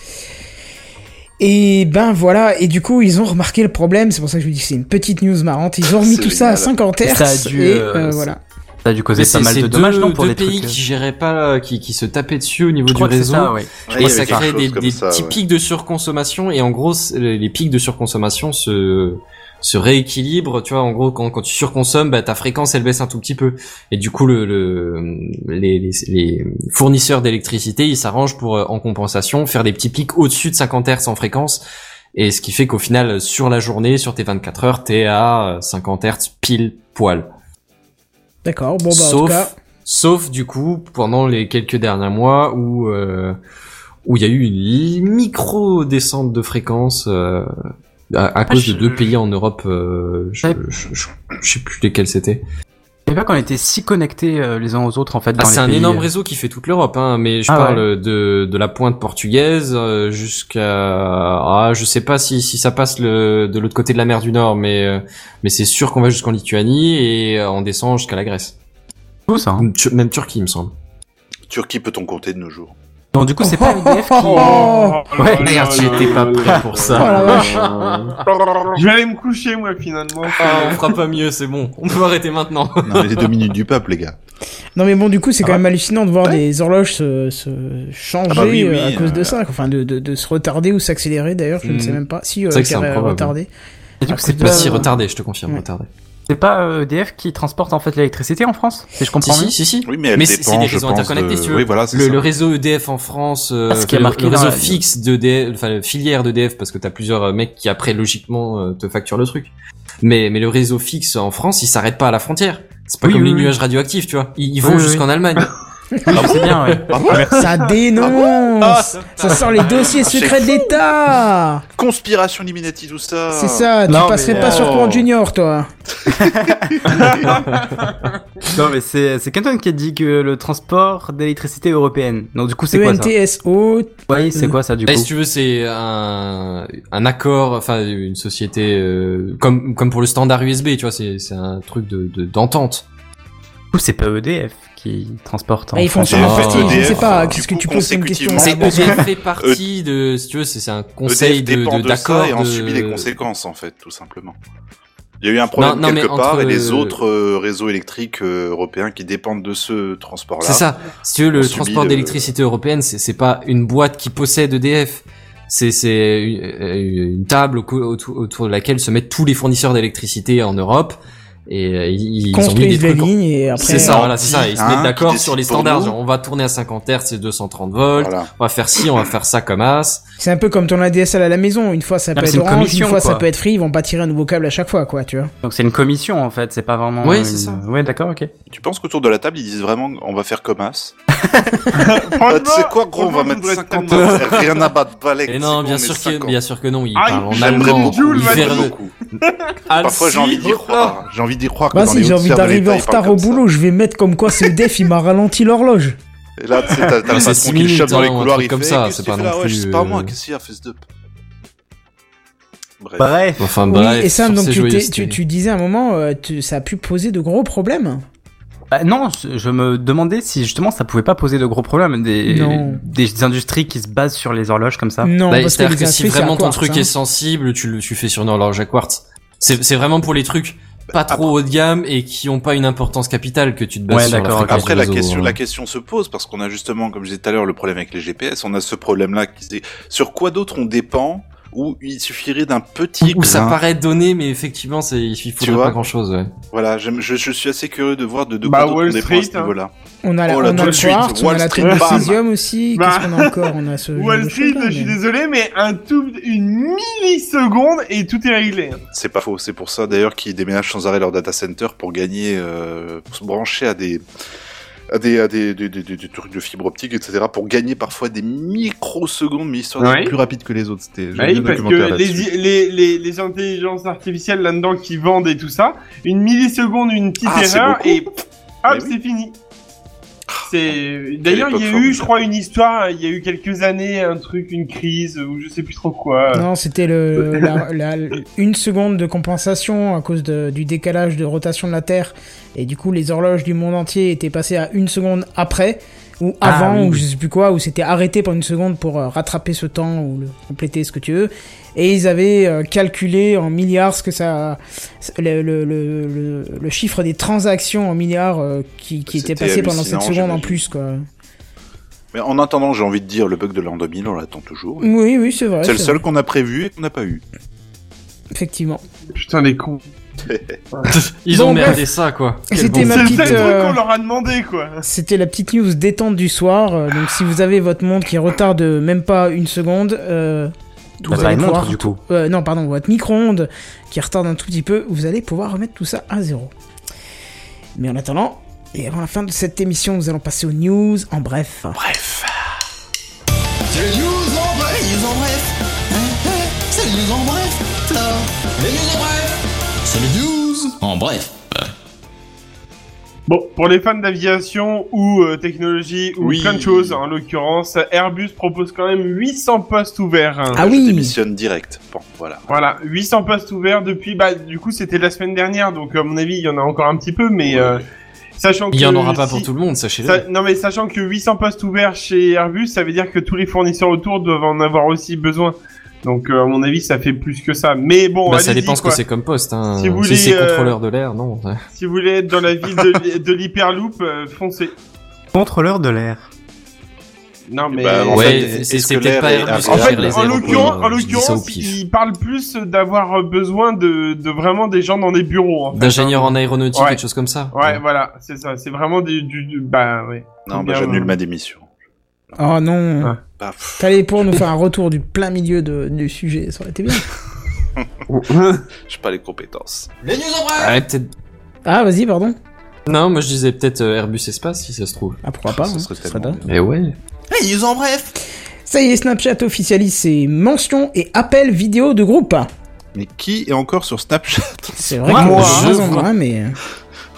Speaker 1: Et ben voilà, et du coup, ils ont remarqué le problème, c'est pour ça que je vous dis que c'est une petite news marrante. Ils ont remis
Speaker 6: C'est
Speaker 1: tout ça à
Speaker 6: génial.
Speaker 1: 50 Hz.
Speaker 4: Et ça a dû,
Speaker 1: et,
Speaker 4: euh,
Speaker 1: euh,
Speaker 4: ça-
Speaker 1: voilà.
Speaker 4: Ça a dû
Speaker 5: mais
Speaker 4: causer
Speaker 5: c'est
Speaker 4: pas mal
Speaker 5: c'est
Speaker 4: de dommages,
Speaker 5: deux,
Speaker 4: non, pour
Speaker 5: deux
Speaker 4: les
Speaker 5: pays
Speaker 4: trucs.
Speaker 5: qui géraient pas, euh, qui, qui se tapaient dessus au niveau
Speaker 4: Je
Speaker 5: du
Speaker 4: crois que c'est
Speaker 5: réseau.
Speaker 4: ça, oui.
Speaker 6: Ouais, Ah, il y
Speaker 5: et
Speaker 6: avait
Speaker 5: ça
Speaker 6: quelque
Speaker 5: crée
Speaker 6: chose
Speaker 5: des,
Speaker 6: comme
Speaker 5: des
Speaker 6: ça,
Speaker 5: petits
Speaker 6: ouais.
Speaker 5: pics de surconsommation et en gros c'est- les les pics de surconsommation se se rééquilibrent tu vois en gros quand, quand tu surconsommes bah, ta fréquence elle baisse un tout petit peu et du coup le, le les, les, les fournisseurs d'électricité ils s'arrangent pour euh, en compensation faire des petits pics au-dessus de 50 Hz en fréquence et ce qui fait qu'au final sur la journée sur tes 24 heures t'es à euh, 50 Hz pile poil
Speaker 1: D'accord, bon bah en tout
Speaker 5: sauf,
Speaker 1: cas.
Speaker 5: sauf du coup pendant les quelques derniers mois où euh, où il y a eu une micro descente de fréquence euh, à, à cause
Speaker 4: Ah, je-
Speaker 5: de deux pays en Europe, euh, je,
Speaker 4: Ouais.
Speaker 5: je, je- je sais plus lesquels c'était.
Speaker 4: Je savais pas qu'on était si connectés euh, les uns aux autres en fait.
Speaker 5: Ah,
Speaker 4: dans les
Speaker 5: c'est un
Speaker 4: pays,
Speaker 5: énorme
Speaker 4: euh,
Speaker 5: réseau qui fait toute l'Europe, hein, mais je
Speaker 4: Ah
Speaker 5: parle de, de la pointe portugaise euh, jusqu'à ah, je sais pas si, si ça passe le, de l'autre côté de la mer du Nord, mais euh, mais c'est sûr qu'on va jusqu'en Lituanie et euh, on descend jusqu'à la Grèce,
Speaker 4: tout ça. hein.
Speaker 5: Ou Tu- même Turquie, il me semble.
Speaker 6: Turquie peut-on compter de nos jours
Speaker 4: Donc du coup, c'est pas EDF qui.
Speaker 1: Oh,
Speaker 4: Ouais,
Speaker 5: Merde, j'étais pas prêt pour ça.
Speaker 1: Oh la vache.
Speaker 4: Ah.
Speaker 7: Je vais aller me coucher, moi, finalement.
Speaker 5: Ah, on fera pas mieux, c'est bon. On peut arrêter maintenant.
Speaker 6: Non, mais les deux minutes du peuple, les gars.
Speaker 1: Non mais bon, du coup, c'est quand
Speaker 4: Ah.
Speaker 1: même hallucinant de voir
Speaker 6: Ouais.
Speaker 1: des horloges se, se changer
Speaker 6: Ah bah oui, oui,
Speaker 1: euh, à cause de
Speaker 6: euh.
Speaker 1: ça, enfin de, de, de se retarder ou s'accélérer d'ailleurs, je ne
Speaker 5: Mm.
Speaker 1: sais même pas. Si, euh,
Speaker 5: C'est vrai que c'est
Speaker 1: carré-
Speaker 5: improbable.
Speaker 1: retardé.
Speaker 4: Et du coup,
Speaker 1: Ah,
Speaker 4: c'est
Speaker 1: c'est
Speaker 4: pas.
Speaker 5: Bah si, retardé, je te confirme,
Speaker 1: Ouais.
Speaker 5: retardé.
Speaker 4: C'est pas euh, EDF qui transporte en fait l'électricité en France Si je comprends bien
Speaker 5: Si, si, si, si.
Speaker 6: Oui, mais elle
Speaker 5: Mais c'est-
Speaker 6: dépend,
Speaker 5: c'est des
Speaker 6: je
Speaker 5: réseaux
Speaker 6: pense,
Speaker 5: interconnectés,
Speaker 6: de-
Speaker 5: si tu veux.
Speaker 6: Oui, voilà, c'est
Speaker 5: Le,
Speaker 6: ça.
Speaker 5: le réseau EDF en France, euh,
Speaker 4: Parce qu'il y a
Speaker 5: le-
Speaker 4: marqué
Speaker 5: le
Speaker 4: dans
Speaker 5: réseau
Speaker 4: la-
Speaker 5: fixe d'EDF, enfin le filière d'EDF, parce que t'as plusieurs euh, mecs qui après logiquement euh, te facturent le truc. Mais mais le réseau fixe en France, il s'arrête pas à la frontière. C'est pas
Speaker 4: Oui,
Speaker 5: comme
Speaker 4: oui,
Speaker 5: les
Speaker 4: oui.
Speaker 5: nuages radioactifs, tu vois. Ils, ils
Speaker 4: Oui,
Speaker 5: vont
Speaker 4: oui,
Speaker 5: jusqu'en Allemagne.
Speaker 4: Oui, je sais bien, ouais.
Speaker 6: Ah bon Ah,
Speaker 1: Ça dénonce Ça sent les dossiers secrets de l'État
Speaker 6: Conspiration Illuminati, tout ça.
Speaker 1: C'est ça, tu
Speaker 4: Non, mais-
Speaker 1: passerais pas sur
Speaker 6: Oh.
Speaker 1: Courant Junior, toi
Speaker 4: Non, mais c'est c'est Canton qui a dit que le transport d'électricité européenne. Donc, du coup, c'est
Speaker 1: E
Speaker 4: quoi ça
Speaker 1: ENTSO,
Speaker 4: Oui, c'est quoi ça du
Speaker 5: Là, si
Speaker 4: coup
Speaker 5: tu veux, c'est un, un accord, enfin une société euh, comme comme pour le standard USB, tu vois. C'est c'est un truc de de- d'entente.
Speaker 4: Du coup, c'est pas EDF qui transporte en
Speaker 1: bah, ils font
Speaker 4: France.
Speaker 1: ça en
Speaker 6: en fait,
Speaker 1: partie, je ne
Speaker 6: EDF,
Speaker 1: sais pas,
Speaker 6: euh,
Speaker 1: qu'est-ce que
Speaker 6: du
Speaker 1: tu
Speaker 6: coup,
Speaker 1: poses une question
Speaker 6: consécutivement,
Speaker 5: c'est
Speaker 6: bon,
Speaker 5: EDF fait partie de, si tu veux, c'est c'est un conseil
Speaker 6: Euh, EDF dépend
Speaker 5: de
Speaker 6: de,
Speaker 5: de-
Speaker 6: ça
Speaker 5: d'accord.
Speaker 6: et en
Speaker 5: de-
Speaker 6: subit les conséquences, en fait, tout simplement. Il y a eu un problème
Speaker 5: Non, non, mais
Speaker 6: quelque part
Speaker 5: entre-
Speaker 6: et les autres euh, réseaux électriques euh, européens qui dépendent de ce transport-là.
Speaker 5: C'est ça. Si tu veux,
Speaker 6: On
Speaker 5: le
Speaker 6: subit
Speaker 5: transport
Speaker 6: le-
Speaker 5: d'électricité européenne, c'est c'est pas une boîte qui possède EDF. C'est c'est une- euh, une table au cou- autour, autour de laquelle se mettent tous les fournisseurs d'électricité en Europe et euh, ils, ils ont mis des
Speaker 1: Construisent les
Speaker 5: trucs. en-
Speaker 1: lignes et après...
Speaker 5: C'est ça, voilà, c'est ça. Ils se
Speaker 6: Hein,
Speaker 5: mettent
Speaker 6: qui
Speaker 5: d'accord
Speaker 6: décide
Speaker 5: sur les
Speaker 6: pour
Speaker 5: standards.
Speaker 6: nous.
Speaker 5: Genre, on va tourner à 50 Hz, c'est 230 volts.
Speaker 6: Voilà.
Speaker 5: On va faire ci, on va faire ça comme as.
Speaker 1: C'est un peu comme ton ADSL à la maison, une fois ça peut
Speaker 4: mais
Speaker 1: être
Speaker 4: c'est une
Speaker 1: orange, une
Speaker 4: commission,
Speaker 1: fois ça
Speaker 4: quoi.
Speaker 1: peut être free, ils vont pas tirer un nouveau câble à chaque fois, quoi, tu vois.
Speaker 4: Donc, c'est une commission en fait, c'est pas vraiment.
Speaker 5: Oui,
Speaker 4: une-
Speaker 5: c'est ça.
Speaker 4: Ouais, d'accord, ok.
Speaker 6: Tu penses qu'autour de la table, ils disent vraiment on va faire comme As
Speaker 7: Franchement,
Speaker 5: Ah,
Speaker 6: Bah, Tu sais quoi, gros, on va
Speaker 7: franchement,
Speaker 6: mettre
Speaker 7: je voudrais
Speaker 6: 50
Speaker 7: tellement-
Speaker 6: heures, rien à battre, Valek.
Speaker 5: Et non, bien sûr que, bien sûr que non. Ils
Speaker 7: Ah,
Speaker 5: parlent en
Speaker 6: J'aimerais
Speaker 5: allemand.
Speaker 6: beaucoup,
Speaker 7: Jules,
Speaker 5: ils
Speaker 7: va
Speaker 6: j'aimerais
Speaker 7: dire-
Speaker 5: verlent-
Speaker 6: beaucoup.
Speaker 5: Ah,
Speaker 6: Parfois, j'ai
Speaker 5: si,
Speaker 6: envie d'y
Speaker 5: oh,
Speaker 6: croire. J'ai envie d'y croire que
Speaker 1: Bah
Speaker 6: dans
Speaker 1: si,
Speaker 6: les
Speaker 1: j'ai envie
Speaker 6: hautes-sphères de
Speaker 1: d'arriver en
Speaker 6: l'État, ils parlent
Speaker 1: retard au
Speaker 6: comme ça.
Speaker 1: boulot, je vais mettre comme quoi ce def il m'a ralenti l'horloge.
Speaker 6: Et là, tu sais, t'as t'as
Speaker 5: Mais
Speaker 6: le
Speaker 5: c'est
Speaker 6: patron qui
Speaker 5: six
Speaker 6: le chope
Speaker 5: minutes,
Speaker 6: dans les
Speaker 5: hein, un
Speaker 6: couloirs,
Speaker 5: truc
Speaker 6: il
Speaker 5: comme
Speaker 6: fait
Speaker 5: ça,
Speaker 6: Qu'est-ce
Speaker 5: c'est
Speaker 6: que tu
Speaker 5: pas
Speaker 6: fais
Speaker 5: non
Speaker 6: là Ouais,
Speaker 5: plus,
Speaker 6: c'est pas
Speaker 5: euh,
Speaker 6: moi, qu'est-ce qu'il y a, fils de. Bref.
Speaker 4: Bref.
Speaker 5: Enfin,
Speaker 1: Oui,
Speaker 5: bref.
Speaker 1: et Sam,
Speaker 5: bah,
Speaker 1: donc
Speaker 5: sur ces
Speaker 1: tu, t'es-
Speaker 5: joyeusetés.
Speaker 1: tu, tu disais à un moment, euh, tu- ça a pu poser de gros problèmes.
Speaker 4: Bah, non, je je me demandais si justement ça pouvait pas poser de gros problèmes des,
Speaker 1: Non. Mm.
Speaker 4: des industries qui se basent sur les horloges comme ça.
Speaker 1: Non,
Speaker 5: Bah,
Speaker 1: parce que
Speaker 5: C'est-à-dire
Speaker 1: les
Speaker 5: que si
Speaker 1: inscrits, c'est
Speaker 5: vraiment
Speaker 1: à
Speaker 5: ton
Speaker 1: quartz,
Speaker 5: truc
Speaker 1: hein.
Speaker 5: est sensible, tu le tu fais sur une horloge à quartz. C'est c'est vraiment pour les trucs pas trop haut de gamme et qui ont pas une importance capitale que tu te bases
Speaker 4: Ouais,
Speaker 5: sur la
Speaker 4: d'accord,
Speaker 5: fréquence
Speaker 6: Après,
Speaker 5: du
Speaker 6: la
Speaker 5: réseau,
Speaker 6: question,
Speaker 5: hein.
Speaker 6: la question se pose parce qu'on a justement, comme je disais tout à l'heure, le problème avec les GPS. On a ce problème-là qui c'est sur quoi d'autre on dépend où il suffirait d'un petit.
Speaker 5: Où ça
Speaker 6: grain.
Speaker 5: paraît donné, mais effectivement, c'est il
Speaker 6: Tu
Speaker 5: faudrait
Speaker 6: vois
Speaker 5: pas grand chose. Ouais.
Speaker 6: Voilà, j'aime- je, je suis assez curieux de voir de, de
Speaker 7: Bah,
Speaker 6: quoi d'autre on
Speaker 7: Wall
Speaker 6: dépend à ce
Speaker 7: Street, hein.
Speaker 6: niveau-là.
Speaker 1: On a, la,
Speaker 6: Oh
Speaker 1: on
Speaker 6: là,
Speaker 1: a
Speaker 6: tout
Speaker 1: le
Speaker 6: de suite,
Speaker 1: quartz, on a
Speaker 6: Wall
Speaker 1: la
Speaker 6: Street,
Speaker 1: triple
Speaker 6: bam.
Speaker 1: cesium aussi.
Speaker 7: Bah.
Speaker 1: Qu'est-ce qu'on a encore On a ce. genre
Speaker 7: Wall
Speaker 1: de
Speaker 7: Street,
Speaker 1: choses-là,
Speaker 7: je suis
Speaker 1: mais-
Speaker 7: désolé, mais un tout, une milliseconde et tout est réglé.
Speaker 6: C'est pas faux. C'est pour ça d'ailleurs qu'ils déménagent sans arrêt leur data center pour gagner, euh, pour se brancher à des à des, à des, des, des- des- des trucs de fibre optique, etc. pour gagner parfois des microsecondes, mais histoire d'être
Speaker 7: Oui.
Speaker 6: plus rapide que les autres. C'était j'ai
Speaker 7: Bah Ah Oui,
Speaker 6: vu un
Speaker 7: parce
Speaker 6: documentaire
Speaker 7: que les,
Speaker 6: là-dessus.
Speaker 7: les, les, les intelligences artificielles là-dedans qui vendent et tout ça, une milliseconde, une petite
Speaker 6: Ah, c'est
Speaker 7: erreur
Speaker 6: beaucoup.
Speaker 7: et pff, hop,
Speaker 6: Mais oui. Ah,
Speaker 7: c'est fini. C'est d'ailleurs
Speaker 6: époque
Speaker 7: il y a eu,
Speaker 6: formidable.
Speaker 7: je crois, une histoire. Il y a eu quelques années un truc, une crise ou je sais plus trop
Speaker 6: Euh.
Speaker 7: quoi.
Speaker 1: Non, c'était le la, la- une seconde de compensation à cause de- du décalage de rotation de la Terre et du coup les horloges du monde entier étaient passées à une seconde après ou
Speaker 4: Ah,
Speaker 1: avant
Speaker 4: oui.
Speaker 1: ou je sais plus quoi ou c'était arrêté pendant une seconde pour euh, rattraper ce temps ou le compléter ce que tu veux et ils avaient euh, calculé en milliards ce que ça le, le, le, le- le chiffre des transactions en milliards euh, qui, qui était
Speaker 6: Bah, C'était
Speaker 1: passé pendant cette
Speaker 6: hallucinant,
Speaker 1: seconde en
Speaker 6: j'imagine.
Speaker 1: plus quoi.
Speaker 6: Mais en attendant, j'ai envie de dire le bug de l'an 2000, on l'attend toujours.
Speaker 1: Oui oui c'est vrai.
Speaker 6: c'est le
Speaker 1: c'est
Speaker 6: seul
Speaker 1: vrai.
Speaker 6: qu'on a prévu et qu'on n'a pas eu.
Speaker 1: Effectivement.
Speaker 7: Putain les cons.
Speaker 5: Ils
Speaker 1: Bon,
Speaker 5: ont
Speaker 1: bref.
Speaker 5: merdé ça, quoi. Quel
Speaker 1: C'était
Speaker 5: bon
Speaker 1: ma
Speaker 7: C'est le
Speaker 1: petite,
Speaker 7: seul
Speaker 1: euh,
Speaker 7: truc qu'on leur a demandé quoi.
Speaker 1: C'était la petite news détente du soir. Euh, Donc si vous avez votre montre qui retarde même pas une seconde, euh, vous
Speaker 4: Bah, pas
Speaker 1: allez
Speaker 4: une montre,
Speaker 1: pouvoir-
Speaker 4: du coup.
Speaker 1: euh, non pardon, votre micro-ondes qui retarde un tout petit peu, vous allez pouvoir remettre tout ça à zéro. Mais en attendant, et avant la fin de cette émission, nous allons passer aux news en bref.
Speaker 3: Hein, C'est le news en bref.
Speaker 7: Bon, pour les fans d'aviation ou euh, technologie ou
Speaker 6: Oui.
Speaker 7: plein de choses, en l'occurrence, Airbus propose quand même 800 postes ouverts. hein.
Speaker 1: Ah
Speaker 6: Je
Speaker 1: oui,
Speaker 6: démissionne direct. Bon, voilà.
Speaker 7: Voilà, 800 postes ouverts depuis, bah, du coup, c'était la semaine dernière, donc à mon avis, il y en a encore un petit peu, mais euh, sachant que.
Speaker 5: Il y en aura pas
Speaker 7: si-
Speaker 5: pour tout le monde, sachez-le.
Speaker 7: ça- non, mais sachant que 800 postes ouverts chez Airbus, ça veut dire que tous les fournisseurs autour doivent en avoir aussi besoin. Donc, euh, à mon avis, ça fait plus que ça. Mais bon,
Speaker 5: Bah, ça
Speaker 7: allez-y,
Speaker 5: dépend ce que
Speaker 7: quoi.
Speaker 5: c'est comme poste. Hein.
Speaker 7: Si vous
Speaker 5: Si c'est
Speaker 7: voulez, euh,
Speaker 5: contrôleur de l'air, non.
Speaker 7: Si vous voulez être dans la ville de, l'hy- de l'hyperloop, euh, foncez.
Speaker 4: Contrôleur de l'air.
Speaker 7: Non, mais.
Speaker 6: Bah, en
Speaker 5: Ouais,
Speaker 6: fait,
Speaker 5: c'est-
Speaker 6: est-ce
Speaker 5: c'est
Speaker 6: que
Speaker 5: peut-être
Speaker 6: l'air
Speaker 5: pas
Speaker 6: est-
Speaker 5: Airbus,
Speaker 7: En
Speaker 5: Sur
Speaker 7: fait,
Speaker 5: les
Speaker 7: en
Speaker 5: aéroports,
Speaker 7: l'occurrence,
Speaker 5: euh,
Speaker 7: en
Speaker 5: je dis ça au
Speaker 7: l'occurrence,
Speaker 5: pif.
Speaker 7: il parle plus d'avoir euh, besoin de, de vraiment des gens dans des bureaux. En fait,
Speaker 5: D'ingénieur en aéronautique,
Speaker 7: Ouais.
Speaker 5: quelque chose comme ça.
Speaker 7: hein. Ouais, voilà, c'est ça. C'est vraiment du, du, du- bah ouais.
Speaker 6: Non,
Speaker 7: Faut
Speaker 6: bah,
Speaker 7: bien-
Speaker 6: j'annule ma démission.
Speaker 1: Oh non.
Speaker 7: Ah.
Speaker 6: Bah, pff,
Speaker 1: T'allais pour nous faire un retour du plein milieu de- du sujet, ça aurait été bien.
Speaker 6: j'ai pas les compétences.
Speaker 3: Les news en bref
Speaker 5: Ouais, peut-être.
Speaker 1: Ah, vas-y, pardon.
Speaker 5: Non, moi je disais peut-être euh, Airbus Espace si ça se trouve.
Speaker 1: Ah, pourquoi pas
Speaker 6: Ça
Speaker 1: hein,
Speaker 6: serait
Speaker 1: ça
Speaker 6: tellement
Speaker 1: donne.
Speaker 5: Mais ouais.
Speaker 3: Les news en bref
Speaker 1: Ça y est, Snapchat officialise ses mentions et appels vidéo de groupe.
Speaker 6: Mais qui est encore sur Snapchat
Speaker 1: C'est vrai
Speaker 7: Moi,
Speaker 1: que
Speaker 7: moi,
Speaker 1: j'ai
Speaker 5: je
Speaker 1: raison,
Speaker 5: vois.
Speaker 1: hein, mais...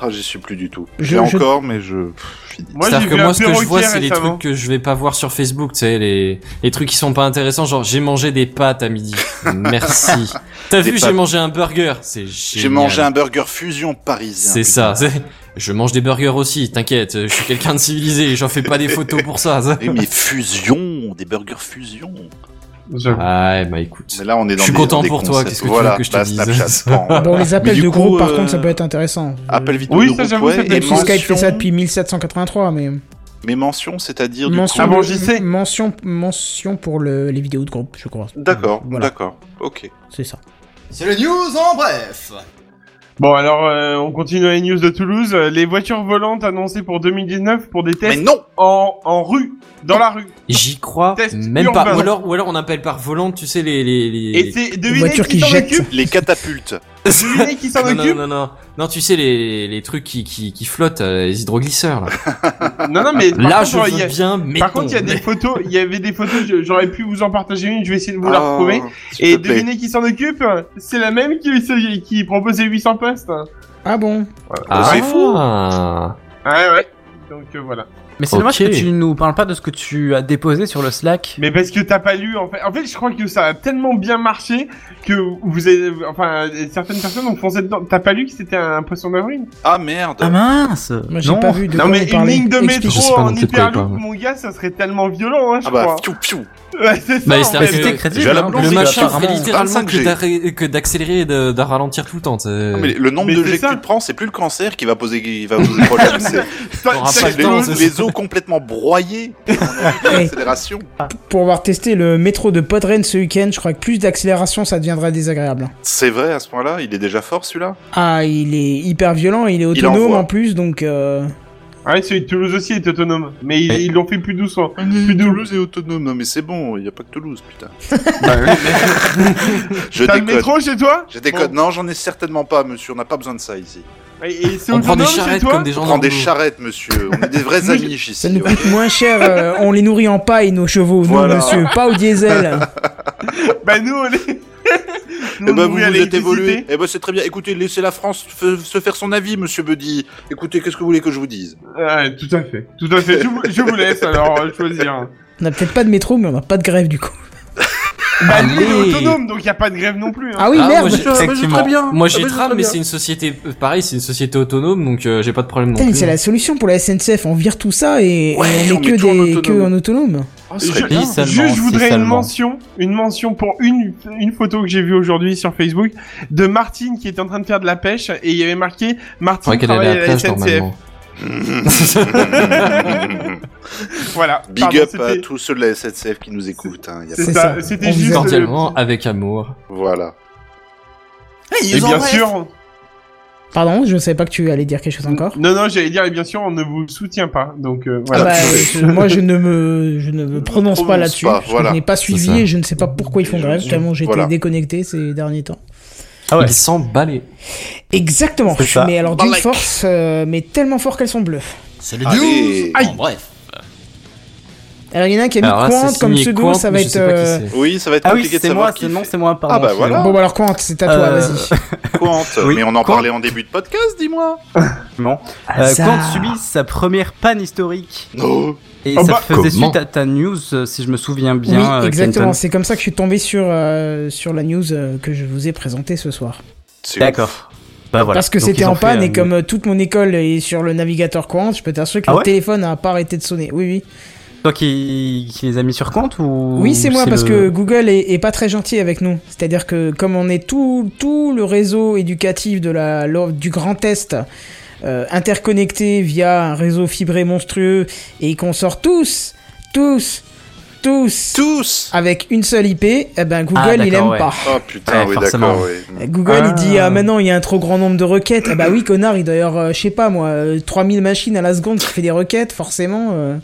Speaker 6: Ah, j'y suis plus du tout.
Speaker 1: Je-
Speaker 6: J'ai
Speaker 1: je-
Speaker 6: encore, mais je. pff, fini.
Speaker 7: Moi, j'ai
Speaker 5: C'est-à-dire que
Speaker 7: vu
Speaker 5: moi
Speaker 7: un
Speaker 5: ce que je vois
Speaker 7: perroquet
Speaker 5: c'est les
Speaker 7: récemment.
Speaker 5: trucs que je vais pas voir sur Facebook, tu sais, les... les trucs qui sont pas intéressants, genre j'ai mangé des pâtes à midi. Merci. T'as
Speaker 6: Des
Speaker 5: vu, j'ai
Speaker 6: pâtes.
Speaker 5: mangé un burger. C'est génial.
Speaker 6: J'ai mangé un burger fusion parisien.
Speaker 5: C'est
Speaker 6: putain.
Speaker 5: ça. c'est- Je mange des burgers aussi, t'inquiète, je suis quelqu'un de civilisé, j'en fais pas des photos pour ça. ça.
Speaker 6: Eh, mais fusion, des burgers fusion.
Speaker 7: J'avoue.
Speaker 5: Ouais, bah écoute.
Speaker 6: Mais là, on est dans
Speaker 5: Je suis
Speaker 6: des-
Speaker 5: content
Speaker 6: dans des
Speaker 5: pour toi,
Speaker 6: concepts.
Speaker 5: qu'est-ce que tu
Speaker 6: Voilà,
Speaker 5: veux que je te
Speaker 6: bah,
Speaker 5: dise
Speaker 6: Snapchat, bon, voilà.
Speaker 1: Dans les appels
Speaker 6: du
Speaker 1: de
Speaker 6: coup,
Speaker 1: groupe, par
Speaker 6: euh,
Speaker 1: contre, ça peut être intéressant.
Speaker 6: Appel vidéo.
Speaker 7: Oui,
Speaker 6: de
Speaker 7: ça,
Speaker 6: groupe,
Speaker 7: j'avoue,
Speaker 6: ouais,
Speaker 7: ça peut
Speaker 6: et
Speaker 1: Même si
Speaker 7: être-
Speaker 1: Skype fait
Speaker 6: mention-
Speaker 1: ça depuis 1783, mais...
Speaker 6: Mais mention, c'est-à-dire du
Speaker 1: Mention,
Speaker 7: Ah
Speaker 6: coup.
Speaker 7: bon, j'y sais.
Speaker 1: mention, mention pour le- les vidéos de groupe, je crois.
Speaker 6: D'accord,
Speaker 1: Voilà,
Speaker 6: d'accord. Ok.
Speaker 1: c'est ça.
Speaker 3: C'est les news en bref
Speaker 7: Bon, alors, euh, on continue les news de Toulouse. Euh, Les voitures volantes annoncées pour 2019 pour des
Speaker 6: Mais
Speaker 7: tests
Speaker 6: non
Speaker 7: en, en rue, dans la rue.
Speaker 5: J'y crois
Speaker 7: Test
Speaker 5: même
Speaker 7: urbain.
Speaker 5: pas. Ou alors, ou alors on appelle par volante, tu sais, les... les, les...
Speaker 7: Et c'est devinez
Speaker 1: voitures
Speaker 7: qui
Speaker 1: qui
Speaker 7: s'en
Speaker 1: jettent.
Speaker 7: occupe.
Speaker 6: Les catapultes.
Speaker 7: Devinez qui s'en
Speaker 5: non, non,
Speaker 7: occupe.
Speaker 5: non, non, non, tu sais les, les trucs qui, qui, qui flottent, euh, les hydroglisseurs. Là,
Speaker 7: Non, non, mais par
Speaker 5: là
Speaker 7: contre,
Speaker 5: je
Speaker 7: il y
Speaker 5: veux
Speaker 7: a-
Speaker 5: bien, mais
Speaker 7: Par contre, il y a des photos, il y avait des photos, je- j'aurais pu vous en partager une, je vais essayer de vous la
Speaker 5: Oh.
Speaker 6: Ah,
Speaker 7: retrouver.
Speaker 6: s'il
Speaker 7: Et
Speaker 6: te plaît.
Speaker 7: devinez qui s'en occupe C'est la même qui, qui proposait 800 postes. Ouais,
Speaker 1: Ah bon
Speaker 5: Ah,
Speaker 6: c'est fou.
Speaker 7: ouais. Donc euh, voilà.
Speaker 4: Mais c'est
Speaker 5: Ok.
Speaker 4: dommage que tu nous parles pas de ce que tu as déposé sur le Slack.
Speaker 7: Mais parce que t'as pas lu, en fait. En fait, je crois que ça a tellement bien marché que vous avez. Enfin, certaines personnes ont foncé dedans. T'as pas lu que c'était un poisson d'avril
Speaker 6: Ah merde.
Speaker 4: Ah mince
Speaker 1: Moi, j'ai
Speaker 4: Non.
Speaker 1: pas vu de
Speaker 7: Non,
Speaker 1: quoi
Speaker 7: mais
Speaker 1: vous
Speaker 7: une
Speaker 1: parlez.
Speaker 7: ligne de
Speaker 1: Explique-
Speaker 5: Je sais
Speaker 7: métro
Speaker 5: pas
Speaker 7: en
Speaker 5: non plus de quoi il
Speaker 7: hyperloop,
Speaker 5: parle.
Speaker 7: mon gars, ça serait tellement violent, hein, je
Speaker 6: Ah bah,
Speaker 7: crois.
Speaker 6: piou piou.
Speaker 7: Ouais, c'est ça.
Speaker 5: Bah,
Speaker 7: en
Speaker 5: c'est-à-dire
Speaker 7: fait.
Speaker 5: que-
Speaker 4: C'était
Speaker 6: j'ai
Speaker 4: crédible.
Speaker 6: la
Speaker 4: hein.
Speaker 6: blanche,
Speaker 5: Le
Speaker 6: Euh, c'est
Speaker 5: machin
Speaker 6: apparemment-
Speaker 5: ferait littéralement
Speaker 6: apparemment que
Speaker 5: que d'arrê- que d'accélérer et de, de ralentir tout le temps. t'sais.
Speaker 6: Non, mais le nombre
Speaker 7: Mais
Speaker 6: de
Speaker 7: c'est
Speaker 6: jets que
Speaker 7: ça.
Speaker 6: tu prends, c'est plus le cancer qui va poser, qui va poser problème. C'est
Speaker 5: T'auras
Speaker 7: Ça-
Speaker 6: c'est
Speaker 5: pas le
Speaker 6: les,
Speaker 5: temps,
Speaker 7: ça-
Speaker 5: c'est
Speaker 6: les
Speaker 5: ça.
Speaker 6: os complètement broyés.
Speaker 1: Eh,
Speaker 6: Accélération.
Speaker 1: pour avoir testé le métro de Podren ce week-end, je crois que plus d'accélération, ça deviendrait désagréable.
Speaker 6: C'est vrai à ce point-là. Il est déjà fort celui-là.
Speaker 1: Ah, il est hyper violent, il est
Speaker 6: Il
Speaker 1: autonome
Speaker 6: envoie.
Speaker 1: en plus, donc... Euh...
Speaker 7: Ouais, celui de Toulouse aussi est autonome. Mais ils
Speaker 5: Et-
Speaker 7: ils l'ont fait plus doucement.
Speaker 6: Plus Toulouse est autonome. Non mais c'est bon. Il n'y a pas que Toulouse, putain. Je
Speaker 7: T'as le
Speaker 6: déconne.
Speaker 7: métro chez toi
Speaker 6: Je déconne. Non, j'en ai certainement pas, monsieur. On n'a pas besoin de ça ici.
Speaker 7: Et- Et c'est
Speaker 5: On prend des
Speaker 7: autonome chez
Speaker 5: charrettes
Speaker 7: toi
Speaker 5: comme des gens
Speaker 6: On prend des
Speaker 5: normaux.
Speaker 6: charrettes, monsieur. On est des vrais amiches
Speaker 1: Ça
Speaker 6: ici.
Speaker 1: nous coûte moins cher, euh, on les nourrit en paille, nos chevaux. Non,
Speaker 6: Voilà.
Speaker 1: monsieur, pas au diesel.
Speaker 7: Bah nous, on est...
Speaker 6: Eh ben, vous vous êtes évolué.
Speaker 7: évolué.
Speaker 6: Eh ben, c'est très bien. Écoutez, laissez la France f- se faire son avis, monsieur Buddy. Écoutez, qu'est-ce que vous voulez que je vous dise
Speaker 7: tout à fait, tout à fait. Je vous, je vous laisse alors euh, choisir.
Speaker 1: On n'a peut-être pas de métro, mais on n'a pas de grève du coup.
Speaker 7: Bah lui, il est
Speaker 5: Allez.
Speaker 7: autonome, donc il y a pas de grève non plus. Hein.
Speaker 1: Ah oui,
Speaker 5: Ah,
Speaker 1: merde
Speaker 5: moi, j'ai-
Speaker 1: putain,
Speaker 5: exactement.
Speaker 6: bien.
Speaker 5: Moi
Speaker 6: Ah,
Speaker 5: j'ai
Speaker 6: bah, je
Speaker 5: tram,
Speaker 6: très
Speaker 5: mais
Speaker 6: bien.
Speaker 5: c'est une société euh, pareil, c'est une société autonome, donc euh, j'ai pas de problème non plus.
Speaker 1: c'est la solution pour la SNCF, on vire tout ça et,
Speaker 6: Ouais,
Speaker 1: et on
Speaker 6: on
Speaker 1: est que,
Speaker 6: met tout en
Speaker 1: des,
Speaker 6: autonome.
Speaker 1: que en autonome.
Speaker 6: Oh,
Speaker 7: Je,
Speaker 6: ce serait
Speaker 5: bien.
Speaker 7: juste,
Speaker 5: Si
Speaker 7: je voudrais une
Speaker 5: seulement.
Speaker 7: mention, une mention pour une, une photo que j'ai vue aujourd'hui sur Facebook de Martine qui était en train de faire de la pêche et il y avait marqué Martine
Speaker 5: Faudrait qu'elle aille
Speaker 7: travaille
Speaker 5: à la plage
Speaker 7: SNCF.
Speaker 5: normalement.
Speaker 7: Voilà.
Speaker 6: Big
Speaker 7: Pardon,
Speaker 6: up à
Speaker 7: c'était-
Speaker 6: tous ceux de la SNCF qui nous écoutent. Hein. Y a
Speaker 7: C'est
Speaker 1: C'est
Speaker 7: ça,
Speaker 1: ça.
Speaker 7: c'était
Speaker 1: On
Speaker 7: juste. euh,
Speaker 1: vous
Speaker 7: le-
Speaker 5: Cordialement, avec amour.
Speaker 6: pas- Voilà.
Speaker 3: Les
Speaker 7: Et
Speaker 3: news en
Speaker 7: bien
Speaker 3: bref
Speaker 7: sûr,
Speaker 1: Pardon, je ne savais pas que tu allais dire quelque chose encore.
Speaker 7: non, non, j'allais dire, et bien sûr, on ne vous soutient pas. Donc euh,
Speaker 1: Ah
Speaker 7: voilà.
Speaker 1: bah, je- moi, je ne me, je ne me prononce pas
Speaker 6: prononce
Speaker 1: là-dessus.
Speaker 6: pas,
Speaker 1: parce que
Speaker 6: voilà.
Speaker 1: Je n'ai pas
Speaker 5: C'est ça.
Speaker 1: suivi et je ne sais pas pourquoi ils font
Speaker 6: Je-
Speaker 1: grève,
Speaker 6: je-
Speaker 1: tellement j'ai
Speaker 6: voilà.
Speaker 1: été déconnecté ces derniers temps.
Speaker 4: Ah ouais.
Speaker 5: Ils s'en balaient.
Speaker 1: Exactement.
Speaker 4: C'est ça.
Speaker 1: Mais alors, d'une
Speaker 6: Balek.
Speaker 1: force, euh, mais tellement fort qu'elles sont bleues.
Speaker 3: C'est les
Speaker 6: Allez.
Speaker 3: news
Speaker 7: Aïe.
Speaker 3: en bref
Speaker 1: Alors, il y en a un qui a mis
Speaker 5: Alors là,
Speaker 1: Quant
Speaker 5: c'est
Speaker 1: comme
Speaker 5: signé
Speaker 1: pseudo,
Speaker 5: Quant,
Speaker 1: ça va
Speaker 5: mais je
Speaker 1: être.
Speaker 5: sais pas qui
Speaker 1: euh,
Speaker 5: c'est.
Speaker 6: Oui, ça va être
Speaker 4: Ah oui,
Speaker 6: compliqué de
Speaker 4: c'est
Speaker 6: savoir
Speaker 4: moi,
Speaker 6: qui
Speaker 4: c'est non,
Speaker 6: fait.
Speaker 4: c'est moi, pardon.
Speaker 6: Ah bah
Speaker 4: c'est
Speaker 6: voilà.
Speaker 4: moi.
Speaker 1: Bon, bah alors, Quant, c'est à toi,
Speaker 4: Euh,
Speaker 1: vas-y.
Speaker 6: Quant.
Speaker 4: Oui,
Speaker 6: Mais on en
Speaker 4: Quant.
Speaker 6: parlait en début de podcast, dis-moi.
Speaker 4: Bon. Euh, Quant subit sa première panne historique.
Speaker 6: Non.
Speaker 4: Et
Speaker 7: Oh
Speaker 4: ça
Speaker 7: bah,
Speaker 4: faisait
Speaker 5: comment
Speaker 4: suite à ta news, euh, si je me souviens bien. euh,
Speaker 1: oui, exactement.
Speaker 4: Kenton.
Speaker 1: C'est comme ça que je suis tombé sur, euh, sur la news euh, que je vous ai présentée ce soir.
Speaker 6: C'est-
Speaker 4: D'accord. Bah voilà.
Speaker 1: Parce que
Speaker 4: Donc,
Speaker 1: c'était
Speaker 4: ils ont
Speaker 1: en
Speaker 4: fait,
Speaker 1: panne
Speaker 4: euh,
Speaker 1: et comme euh, toute mon école est sur le navigateur Quant, je peux t'assurer que
Speaker 4: Ah
Speaker 1: le
Speaker 4: ouais
Speaker 1: téléphone n'a pas arrêté de sonner. Oui, oui.
Speaker 4: Toi qui, qui les as mis sur compte ou
Speaker 1: Oui, c'est moi parce
Speaker 4: le-
Speaker 1: que Google est, est pas très gentil avec nous. C'est-à-dire que comme on est tout tout le réseau éducatif de la l'offre- du Grand Est euh, interconnecté via un réseau fibré monstrueux et qu'on sort tous tous, tous,
Speaker 6: Tous
Speaker 1: avec une seule IP, eh ben Google il aime
Speaker 4: Ah, d'accord, ouais.
Speaker 1: pas.
Speaker 6: Oh putain,
Speaker 4: Ouais,
Speaker 6: oui,
Speaker 4: forcément.
Speaker 6: d'accord, oui.
Speaker 1: Google
Speaker 4: Ah.
Speaker 1: il dit ah, maintenant il y a un trop grand nombre de requêtes. Ah bah oui connard, il doit y avoir, euh, je sais pas moi, euh, 3000 machines à la seconde qui fait des requêtes, forcément euh,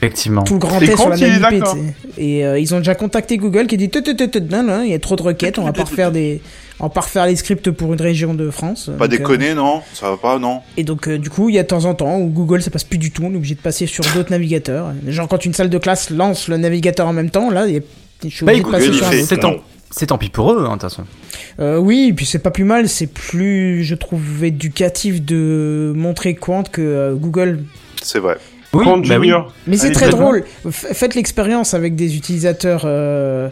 Speaker 4: Effectivement.
Speaker 1: tout le grand
Speaker 7: Et
Speaker 1: test sur la
Speaker 7: quand il
Speaker 1: même
Speaker 7: est
Speaker 1: IP.
Speaker 7: d'accord.
Speaker 1: tu sais. Et euh, ils ont déjà contacté Google qui dit Tut, tut, tut, tut, non, non, il y a trop de requêtes, on va pas refaire des on va pas refaire les scripts pour une région de France.
Speaker 6: Pas
Speaker 1: Donc, euh,
Speaker 6: déconner, non Ça va pas, non
Speaker 1: Et donc, euh, du coup, il y a de temps en temps où Google ça passe plus du tout, on est obligé de passer sur d'autres navigateurs. Genre, quand une salle de classe lance le navigateur en même temps, là, il y a- je suis
Speaker 4: Bah
Speaker 1: obligé
Speaker 4: écoute,
Speaker 1: de passer
Speaker 6: Google,
Speaker 1: sur un
Speaker 6: il fait-
Speaker 1: autre.
Speaker 4: c'est tant,
Speaker 6: Non.
Speaker 4: c'est tant pis pour eux, hein, de toute façon.
Speaker 1: Euh, oui, et puis c'est pas plus mal, c'est plus, je trouve, éducatif de montrer Quant que euh, Google.
Speaker 6: C'est vrai.
Speaker 4: Oui,
Speaker 7: Prendre
Speaker 4: bah oui.
Speaker 7: Junior.
Speaker 1: Mais c'est
Speaker 7: Allez,
Speaker 1: très
Speaker 7: complètement.
Speaker 1: drôle. F- faites l'expérience avec des utilisateurs. euh,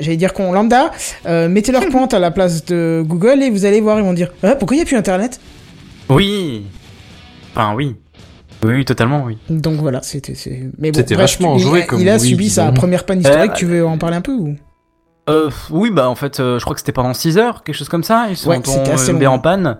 Speaker 1: J'allais dire qu'on lambda, Euh, mettez leur Quant à la place de Google et vous allez voir, ils vont dire Ah, pourquoi il n'y a plus internet
Speaker 4: Oui. Enfin, oui. Oui, totalement, oui.
Speaker 1: Donc voilà, c'était. c'est- Mais bon,
Speaker 5: C'était
Speaker 1: bref,
Speaker 5: vachement
Speaker 1: tu- il
Speaker 5: enjoué
Speaker 1: a-
Speaker 5: comme
Speaker 1: Il a
Speaker 5: oui,
Speaker 1: subi sa
Speaker 5: disons.
Speaker 1: première panne historique,
Speaker 4: Euh,
Speaker 1: tu veux en parler un peu ou
Speaker 4: Euh, pff, oui, bah en fait, euh, je crois que c'était pendant 6 heures, quelque chose comme ça. Ils sont
Speaker 1: Ouais,
Speaker 4: tombés
Speaker 1: c'était assez long.
Speaker 4: en panne.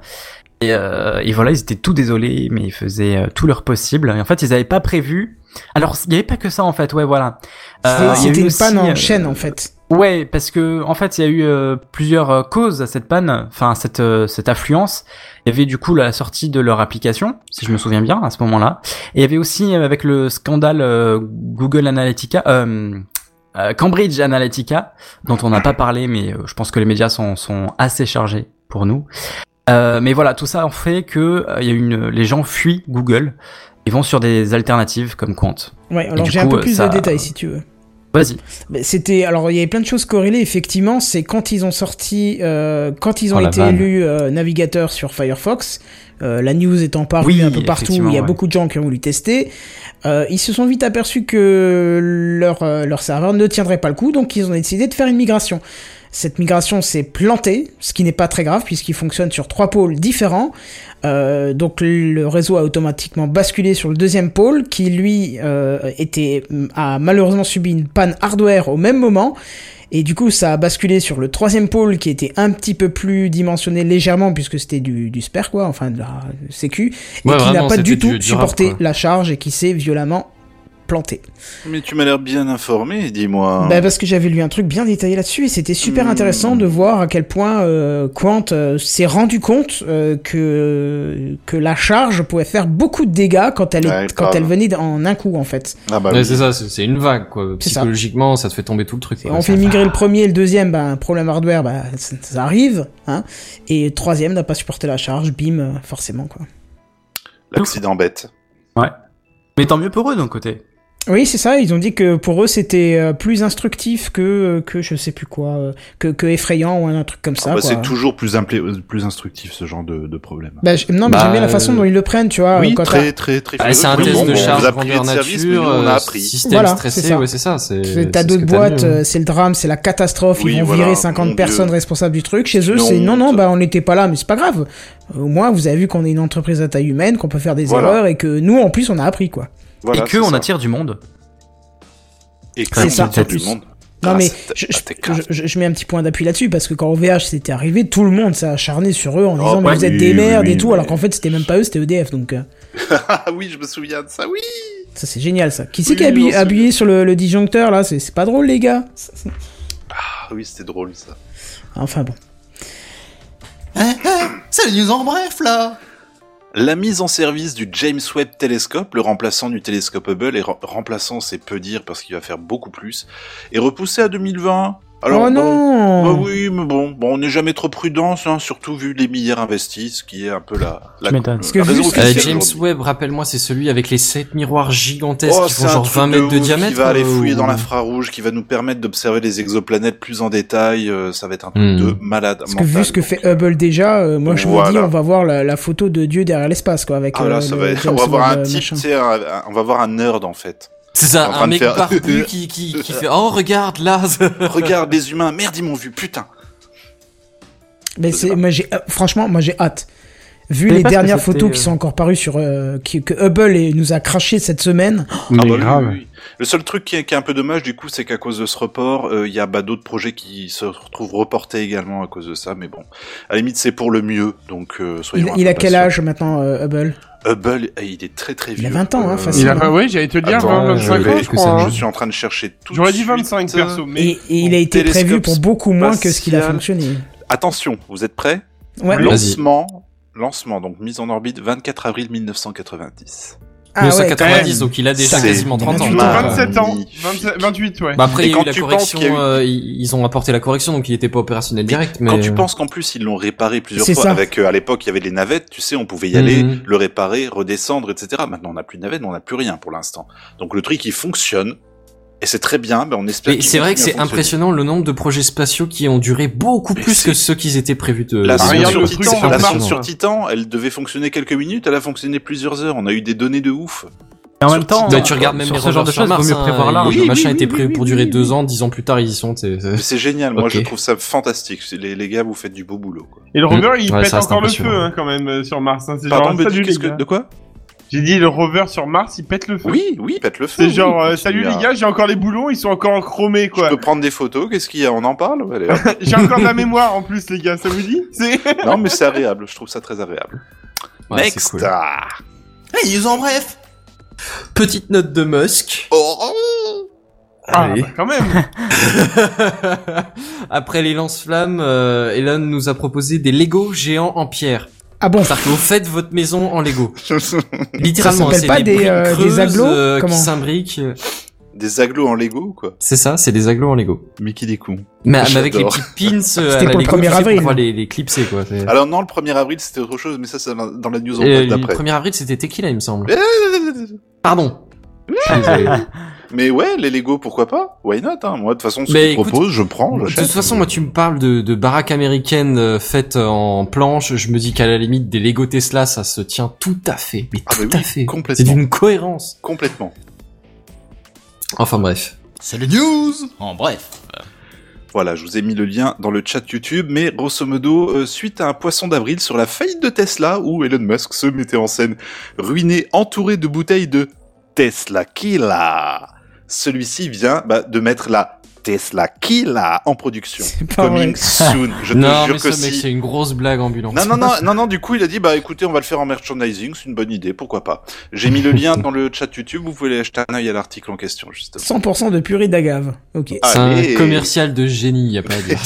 Speaker 4: Et, euh, et voilà, ils étaient tout désolés, mais ils faisaient euh, tout leur possible. Et en fait, ils n'avaient pas prévu. Alors, il n'y avait pas que ça, en fait, ouais, voilà. Euh, il y a
Speaker 1: C'était
Speaker 4: eu
Speaker 1: une
Speaker 4: aussi,
Speaker 1: panne hein. en
Speaker 4: euh,
Speaker 1: chaîne en fait.
Speaker 4: Ouais, parce que en fait, il y a eu euh, plusieurs euh, causes à cette panne, enfin à cette euh, cette affluence. Il y avait du coup la sortie de leur application, si je me souviens bien, à ce moment-là. Et il y avait aussi euh, avec le scandale euh, Google Analytica, euh, euh, Cambridge Analytica, dont on n'a pas parlé, mais euh, je pense que les médias sont sont assez chargés pour nous. Euh, mais voilà, tout ça en fait que euh, il y a une, les gens fuient Google et vont sur des alternatives comme Quant.
Speaker 1: Ouais, alors
Speaker 4: du
Speaker 1: j'ai un
Speaker 4: coup,
Speaker 1: peu
Speaker 4: euh,
Speaker 1: plus
Speaker 4: ça-
Speaker 1: de détails si tu veux.
Speaker 4: Vas-y.
Speaker 1: Mais C'était alors il y avait plein de choses corrélées effectivement. C'est quand ils ont sorti, euh, quand ils ont
Speaker 4: Oh, la
Speaker 1: été
Speaker 4: vanne.
Speaker 1: élus euh, navigateurs sur Firefox, euh, la news étant parue
Speaker 4: Oui,
Speaker 1: un peu partout, il y a
Speaker 4: effectivement, ouais.
Speaker 1: beaucoup de gens qui ont voulu tester. Euh, ils se sont vite aperçus que leur euh, leur serveur ne tiendrait pas le coup, donc ils ont décidé de faire une migration. Cette migration s'est plantée, ce qui n'est pas très grave puisqu'il fonctionne sur trois pôles différents. Euh, donc le réseau a automatiquement basculé sur le deuxième pôle qui lui euh, était a malheureusement subi une panne hardware au même moment. Et du coup, ça a basculé sur le troisième pôle qui était un petit peu plus dimensionné légèrement puisque c'était du, du spare quoi, enfin de la sécu, et
Speaker 5: Ouais,
Speaker 1: qui n'a
Speaker 5: vraiment,
Speaker 1: pas du
Speaker 5: c'était
Speaker 1: tout
Speaker 5: du- du rap,
Speaker 1: supporté
Speaker 5: quoi.
Speaker 1: la charge et qui s'est violemment planté.
Speaker 6: Mais tu m'as l'air bien informé, dis-moi.
Speaker 1: Bah parce que j'avais lu un truc bien détaillé là-dessus et c'était super
Speaker 6: Hmm.
Speaker 1: intéressant de voir à quel point euh, Quant euh, s'est rendu compte euh, que que la charge pouvait faire beaucoup de dégâts quand elle est-
Speaker 6: Ouais,
Speaker 1: quand
Speaker 6: grave.
Speaker 1: elle venait d- en un coup en fait.
Speaker 6: ah bah
Speaker 5: Ouais,
Speaker 6: oui.
Speaker 5: c'est ça, c'est c'est une vague, quoi.
Speaker 1: C'est ça.
Speaker 5: Psychologiquement, ça te fait tomber tout le truc.
Speaker 1: Et
Speaker 5: quoi.
Speaker 1: on
Speaker 5: Ça
Speaker 1: fait migrer le premier et le deuxième, bah, un problème hardware, bah ça, ça arrive, hein. Et le troisième n'a pas supporté la charge, bim, euh, forcément quoi.
Speaker 6: L'accident bête.
Speaker 4: Mais tant mieux pour eux d'un côté.
Speaker 1: Oui, c'est ça. Ils ont dit que pour eux c'était euh, plus instructif que euh, que je sais plus quoi, euh, que que effrayant ou un truc comme ça.
Speaker 6: Ah bah,
Speaker 1: quoi.
Speaker 6: c'est toujours plus, implé- plus instructif ce genre de, de problème.
Speaker 1: Bah, j- non, mais
Speaker 5: Bah,
Speaker 1: j'aime bien la façon
Speaker 5: euh,
Speaker 1: dont ils le prennent, tu
Speaker 4: Ah,
Speaker 1: vois.
Speaker 6: oui,
Speaker 1: quand t'as-
Speaker 6: très, très, très.
Speaker 5: Ah, c'est un
Speaker 6: Oui,
Speaker 5: test
Speaker 6: bon,
Speaker 5: de
Speaker 6: bon,
Speaker 5: charge,
Speaker 6: vous a privé
Speaker 5: grandeur
Speaker 6: de
Speaker 5: nature,
Speaker 6: service, mais nous, on a
Speaker 5: euh,
Speaker 6: appris.
Speaker 5: Système
Speaker 1: Voilà, c'est
Speaker 5: stressé,
Speaker 1: ça.
Speaker 5: ouais, c'est ça. C'est
Speaker 1: C'est- T'as
Speaker 5: c'est ce
Speaker 1: d'autres
Speaker 5: que t'as hein. de
Speaker 1: boîtes,
Speaker 5: mieux.
Speaker 1: euh, c'est le drame, c'est la catastrophe.
Speaker 6: Oui,
Speaker 1: ils vont
Speaker 6: voilà,
Speaker 1: virer
Speaker 6: mon
Speaker 1: 50
Speaker 6: Dieu.
Speaker 1: personnes responsables du truc. Chez eux,
Speaker 6: Non,
Speaker 1: c'est non, non,
Speaker 6: ça-
Speaker 1: bah on n'était pas là, mais c'est pas grave. Au moins, vous avez vu qu'on est une entreprise à taille humaine, qu'on peut faire des
Speaker 6: Voilà.
Speaker 1: erreurs et que nous, en plus, on a appris quoi.
Speaker 6: Voilà,
Speaker 4: et
Speaker 6: c'est
Speaker 4: que on
Speaker 6: ça.
Speaker 4: attire du monde.
Speaker 6: Et
Speaker 4: C'est
Speaker 6: que on
Speaker 1: ça.
Speaker 6: attire du monde.
Speaker 1: Non
Speaker 6: Ah,
Speaker 1: mais
Speaker 6: c'est-
Speaker 1: je,
Speaker 6: ah,
Speaker 1: je-
Speaker 6: t'es classe.
Speaker 1: je- je- je mets un petit point d'appui là-dessus parce que quand OVH c'était arrivé, tout le monde s'est acharné sur eux en disant mais
Speaker 4: ouais,
Speaker 1: vous êtes
Speaker 6: Oh, bah oui,
Speaker 1: des
Speaker 6: oui,
Speaker 1: merdes et
Speaker 6: oui,
Speaker 1: tout,
Speaker 6: mais-
Speaker 1: alors qu'en fait c'était même pas eux, c'était EDF donc euh,
Speaker 6: Ah oui, je me souviens de ça, oui.
Speaker 1: ça c'est génial ça. Qui c'est
Speaker 6: Oui,
Speaker 1: qui est
Speaker 6: oui,
Speaker 1: habillé,
Speaker 6: on se-
Speaker 1: habillé sur le, le disjoncteur là C'est c'est pas drôle les gars.
Speaker 6: Ah oui, c'était drôle ça.
Speaker 1: Enfin bon.
Speaker 3: Eh, eh, c'est les news en bref là.
Speaker 6: La mise en service du James Webb Telescope, le remplaçant du télescope Hubble, et re- remplaçant c'est peu dire parce qu'il va faire beaucoup plus, est repoussé à 2020. Alors,
Speaker 1: oh
Speaker 6: bon,
Speaker 1: non
Speaker 6: Bah oui, mais bon, bon on n'est jamais trop prudent, hein, surtout vu les milliards investis, ce qui est un peu la, la,
Speaker 4: Tu m'étonnes.
Speaker 1: Parce que
Speaker 6: la
Speaker 1: vu
Speaker 6: raison
Speaker 1: ce que
Speaker 5: Euh,
Speaker 6: officielle
Speaker 5: James
Speaker 6: aujourd'hui.
Speaker 5: Webb, rappelle-moi, c'est celui avec les 7 miroirs gigantesques
Speaker 6: Oh,
Speaker 5: qui
Speaker 6: c'est
Speaker 5: font
Speaker 6: un
Speaker 5: genre
Speaker 6: truc
Speaker 5: 20 mètres de,
Speaker 6: ouf
Speaker 5: diamètre.
Speaker 6: Qui va aller fouiller
Speaker 5: euh,
Speaker 6: dans l'infrarouge, qui va nous permettre d'observer les exoplanètes plus en détail. euh, ça va être un truc
Speaker 5: Hmm.
Speaker 6: de malade.
Speaker 1: Parce que
Speaker 6: mental,
Speaker 1: vu ce que
Speaker 6: donc,
Speaker 1: fait
Speaker 6: euh,
Speaker 1: Hubble déjà, euh, moi je
Speaker 6: Voilà.
Speaker 1: me dis on va voir la, la photo de Dieu derrière l'espace quoi avec
Speaker 6: Ah
Speaker 1: euh,
Speaker 6: là, ça
Speaker 1: le
Speaker 6: va être-
Speaker 1: James
Speaker 6: on va voir
Speaker 1: Webb,
Speaker 6: un type,
Speaker 1: machin.
Speaker 6: tu sais, un- un- on va voir un nerd en fait. en
Speaker 5: C'est ça,
Speaker 6: train
Speaker 5: un
Speaker 6: de
Speaker 5: mec
Speaker 6: faire-
Speaker 5: barbu qui, qui, qui fait Oh, regarde là
Speaker 6: Regarde les humains, merde ils m'ont vu, putain.
Speaker 1: Mais
Speaker 6: Je sais
Speaker 1: c'est
Speaker 6: pas.
Speaker 1: moi j'ai euh, franchement moi j'ai hâte. Vu
Speaker 4: Je savais
Speaker 1: les
Speaker 4: pas ce que
Speaker 1: dernières
Speaker 4: c'était,
Speaker 1: photos qui
Speaker 4: euh.
Speaker 1: sont encore parues sur euh, qui- que Hubble et- nous a craché cette semaine,
Speaker 6: Ah
Speaker 7: Mais
Speaker 6: bah oui,
Speaker 7: grave.
Speaker 6: oui, oui. Le seul truc qui est, qui est un peu dommage du coup, c'est qu'à cause de ce report, euh, il y a bah, d'autres projets qui se retrouvent reportés également à cause de ça. Mais bon, à la limite c'est pour le mieux, donc euh, soyons.
Speaker 1: il,
Speaker 6: un
Speaker 1: il
Speaker 6: peu
Speaker 1: a quel
Speaker 6: patients.
Speaker 1: âge maintenant euh, Hubble
Speaker 6: Hubble, eh, il est très très
Speaker 1: Il
Speaker 6: vieux.
Speaker 1: a 20 ans, hein,
Speaker 6: Euh,
Speaker 1: facile.
Speaker 7: Il a pas, oui, j'allais te dire,
Speaker 6: Attends,
Speaker 7: 20, 25
Speaker 6: je
Speaker 7: ans,
Speaker 6: vais-
Speaker 7: je crois. hein.
Speaker 6: Je suis en train de chercher tout
Speaker 7: J'aurais
Speaker 6: de
Speaker 7: dit 25
Speaker 6: suite. euh,
Speaker 7: perso, mais.
Speaker 1: Et, et il a été
Speaker 6: Télescope
Speaker 1: prévu pour beaucoup moins que ce qu'il a
Speaker 6: spatial.
Speaker 1: fonctionné.
Speaker 6: Attention, vous êtes prêts
Speaker 1: Ouais.
Speaker 5: Oui.
Speaker 6: Lancement, lancement, donc mise en orbite 24 avril 1990.
Speaker 1: Ah ouais.
Speaker 5: 1990, donc il a déjà
Speaker 6: C'est
Speaker 5: quasiment 30 ans.
Speaker 6: magnifique.
Speaker 5: quoi.
Speaker 7: 27 ans,
Speaker 6: Magnifique.
Speaker 7: 27 28, ouais.
Speaker 5: Bah après,
Speaker 6: Et
Speaker 5: il y a
Speaker 6: quand
Speaker 5: eu la
Speaker 6: tu penses
Speaker 5: correction,
Speaker 6: qu'il y a eu-
Speaker 5: euh, ils ils ont apporté la correction, donc il était pas opérationnel direct. Mais euh,
Speaker 6: Quand tu penses qu'en plus ils l'ont réparé plusieurs
Speaker 1: C'est
Speaker 6: fois,
Speaker 1: ça.
Speaker 6: avec euh, à l'époque il y avait les navettes, tu sais, on pouvait y aller,
Speaker 5: Mhm.
Speaker 6: le réparer, redescendre, etc. Maintenant on n'a plus de navettes, on n'a plus rien pour l'instant. Donc le truc il fonctionne et c'est très bien, ben on espère.
Speaker 5: Mais
Speaker 6: qu'il
Speaker 5: c'est vrai que
Speaker 6: continue à
Speaker 5: c'est
Speaker 6: fonctionner.
Speaker 5: impressionnant le nombre de projets spatiaux qui ont duré beaucoup
Speaker 6: Mais
Speaker 5: plus
Speaker 6: c'est-
Speaker 5: que ceux qui étaient prévus de.
Speaker 6: La
Speaker 5: de-
Speaker 7: sonde
Speaker 6: sonde
Speaker 7: Ah, regarde
Speaker 6: sur,
Speaker 7: le
Speaker 5: de-
Speaker 7: truc,
Speaker 6: Titan,
Speaker 7: on
Speaker 6: la
Speaker 7: repart.
Speaker 6: sonde sur Titan, elle devait fonctionner quelques minutes, elle a fonctionné plusieurs heures. On a eu des données de ouf.
Speaker 4: Et en
Speaker 6: Sur
Speaker 4: même temps,
Speaker 5: Bah, tu regardes même
Speaker 4: sur
Speaker 5: les
Speaker 4: ce genre de choses,
Speaker 5: Mars,
Speaker 4: vaut mieux
Speaker 5: hein,
Speaker 4: prévoir là.
Speaker 5: Le
Speaker 6: Oui,
Speaker 5: machin
Speaker 6: oui,
Speaker 5: était
Speaker 6: oui,
Speaker 5: prévu
Speaker 6: oui,
Speaker 5: pour
Speaker 6: oui,
Speaker 5: durer
Speaker 6: oui.
Speaker 5: deux ans, dix ans plus tard ils y sont. t'es-
Speaker 6: Mais C'est génial, moi
Speaker 5: Ok.
Speaker 6: je trouve ça fantastique. C'est- Les, les gars, vous faites du beau boulot. Quoi.
Speaker 7: Et le rover, il
Speaker 5: Ouais,
Speaker 7: pète
Speaker 5: ça, c'est
Speaker 7: encore le
Speaker 5: impressionnant.
Speaker 7: feu, hein, quand même, euh, sur Mars. hein. C'est
Speaker 6: Pardon,
Speaker 7: genre,
Speaker 6: mais
Speaker 7: salut les
Speaker 6: qu'est-ce que-
Speaker 7: gars.
Speaker 6: de quoi
Speaker 7: J'ai dit, le rover sur Mars, il pète le feu.
Speaker 6: Oui, oui, pète le feu.
Speaker 7: C'est
Speaker 6: oui,
Speaker 7: genre, euh,
Speaker 6: continue
Speaker 7: salut
Speaker 6: à-
Speaker 7: les gars, j'ai encore les boulons, ils sont encore chromés,
Speaker 6: Je
Speaker 7: quoi.
Speaker 6: peux prendre des photos, qu'est-ce qu'il y a On en parle Ouais, allez, hop.
Speaker 7: J'ai encore de la mémoire, en plus, les gars, ça vous dit? C'est...
Speaker 6: Non, mais c'est agréable, je trouve ça très agréable.
Speaker 5: Ouais, c'est
Speaker 6: Next
Speaker 5: cool.
Speaker 6: ah.
Speaker 3: Eh, ils en bref
Speaker 5: Petite note de Musk.
Speaker 6: Oh, oh.
Speaker 7: Ah,
Speaker 5: Allez.
Speaker 7: bah, quand même.
Speaker 5: Après les lance-flammes, euh, Elon nous a proposé des Lego géants en pierre.
Speaker 1: Ah bon
Speaker 5: C'est-à-dire que vous faites votre maison en Lego.
Speaker 1: Ça
Speaker 5: Littéralement,
Speaker 1: s'appelle
Speaker 5: c'est
Speaker 1: pas
Speaker 5: des,
Speaker 1: des,
Speaker 5: briques
Speaker 1: euh, des
Speaker 5: creuses,
Speaker 1: agglos
Speaker 5: euh, qui
Speaker 1: Comment
Speaker 5: s'imbriquent.
Speaker 6: Des aglos en Lego ou quoi
Speaker 5: C'est ça, c'est des agglos en Lego.
Speaker 6: Mais qui des cons.
Speaker 5: Mais, mais avec les
Speaker 6: J'adore.
Speaker 5: petites pins euh, à
Speaker 1: C'était
Speaker 5: la
Speaker 1: pour le
Speaker 5: Lego,
Speaker 1: 1er
Speaker 5: tu sais,
Speaker 1: avril.
Speaker 5: pour pouvoir les, les clipser quoi. C'est-
Speaker 6: Alors non, le 1er avril c'était autre chose, mais ça c'est dans dans Ah, la news en
Speaker 5: Et
Speaker 6: presse
Speaker 5: le
Speaker 6: d'après. Eh,
Speaker 5: 1er avril c'était Tequila il me semble. Pardon.
Speaker 6: Mais ouais, les Lego pourquoi pas Why not hein Moi de toute façon, ce
Speaker 5: Mais
Speaker 6: qu'ils
Speaker 5: écoute,
Speaker 6: proposent, je prends,
Speaker 5: De
Speaker 6: j'achète.
Speaker 5: toute façon, moi, tu me parles de, de baraques américaines euh, faites en planche. Je me dis qu'à la limite, des Lego Tesla, ça se tient tout à fait. Mais
Speaker 6: Ah bah
Speaker 5: tout
Speaker 6: oui,
Speaker 5: à fait. C'est
Speaker 6: complètement.
Speaker 5: d'une cohérence.
Speaker 6: Complètement.
Speaker 5: Enfin bref.
Speaker 3: C'est les news En bref.
Speaker 6: Voilà, je vous ai mis le lien dans le chat YouTube, mais grosso modo, euh, suite à un poisson d'avril sur la faillite de Tesla, où Elon Musk se mettait en scène, ruiné, entouré de bouteilles de Tesla Killa. Celui-ci vient bah, de mettre la Tesla Killa en production.
Speaker 1: C'est pas vrai.
Speaker 6: Coming soon, je te
Speaker 5: non,
Speaker 6: jure
Speaker 5: mais ce
Speaker 6: que
Speaker 5: mec,
Speaker 6: si.
Speaker 5: c'est une grosse blague ambulante.
Speaker 6: Non, non, non, non, non, du coup, il a dit, bah, écoutez, on va le faire en merchandising, c'est une bonne idée, pourquoi pas. J'ai mis le lien dans le chat YouTube, vous pouvez aller jeter un œil à l'article en question, justement.
Speaker 1: 100% de purée d'agave. Ok.
Speaker 5: C'est
Speaker 6: Allez.
Speaker 5: un commercial de génie, y a pas à dire.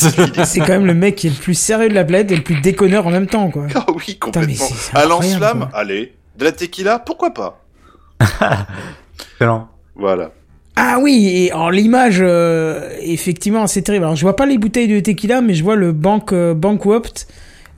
Speaker 1: C'est quand même le mec qui est le plus sérieux de la planète et le plus déconneur en même temps, quoi.
Speaker 6: Ah oui,
Speaker 1: mais
Speaker 6: complètement.
Speaker 1: c'est- c'est
Speaker 6: À
Speaker 1: incroyable,
Speaker 6: lance-flamme, allez. De la tequila, pourquoi pas
Speaker 4: Excellent.
Speaker 6: Voilà.
Speaker 1: Ah oui, et alors l'image, euh, effectivement, c'est terrible. Alors je vois pas les bouteilles de tequila, mais je vois le bank, euh, bankrupt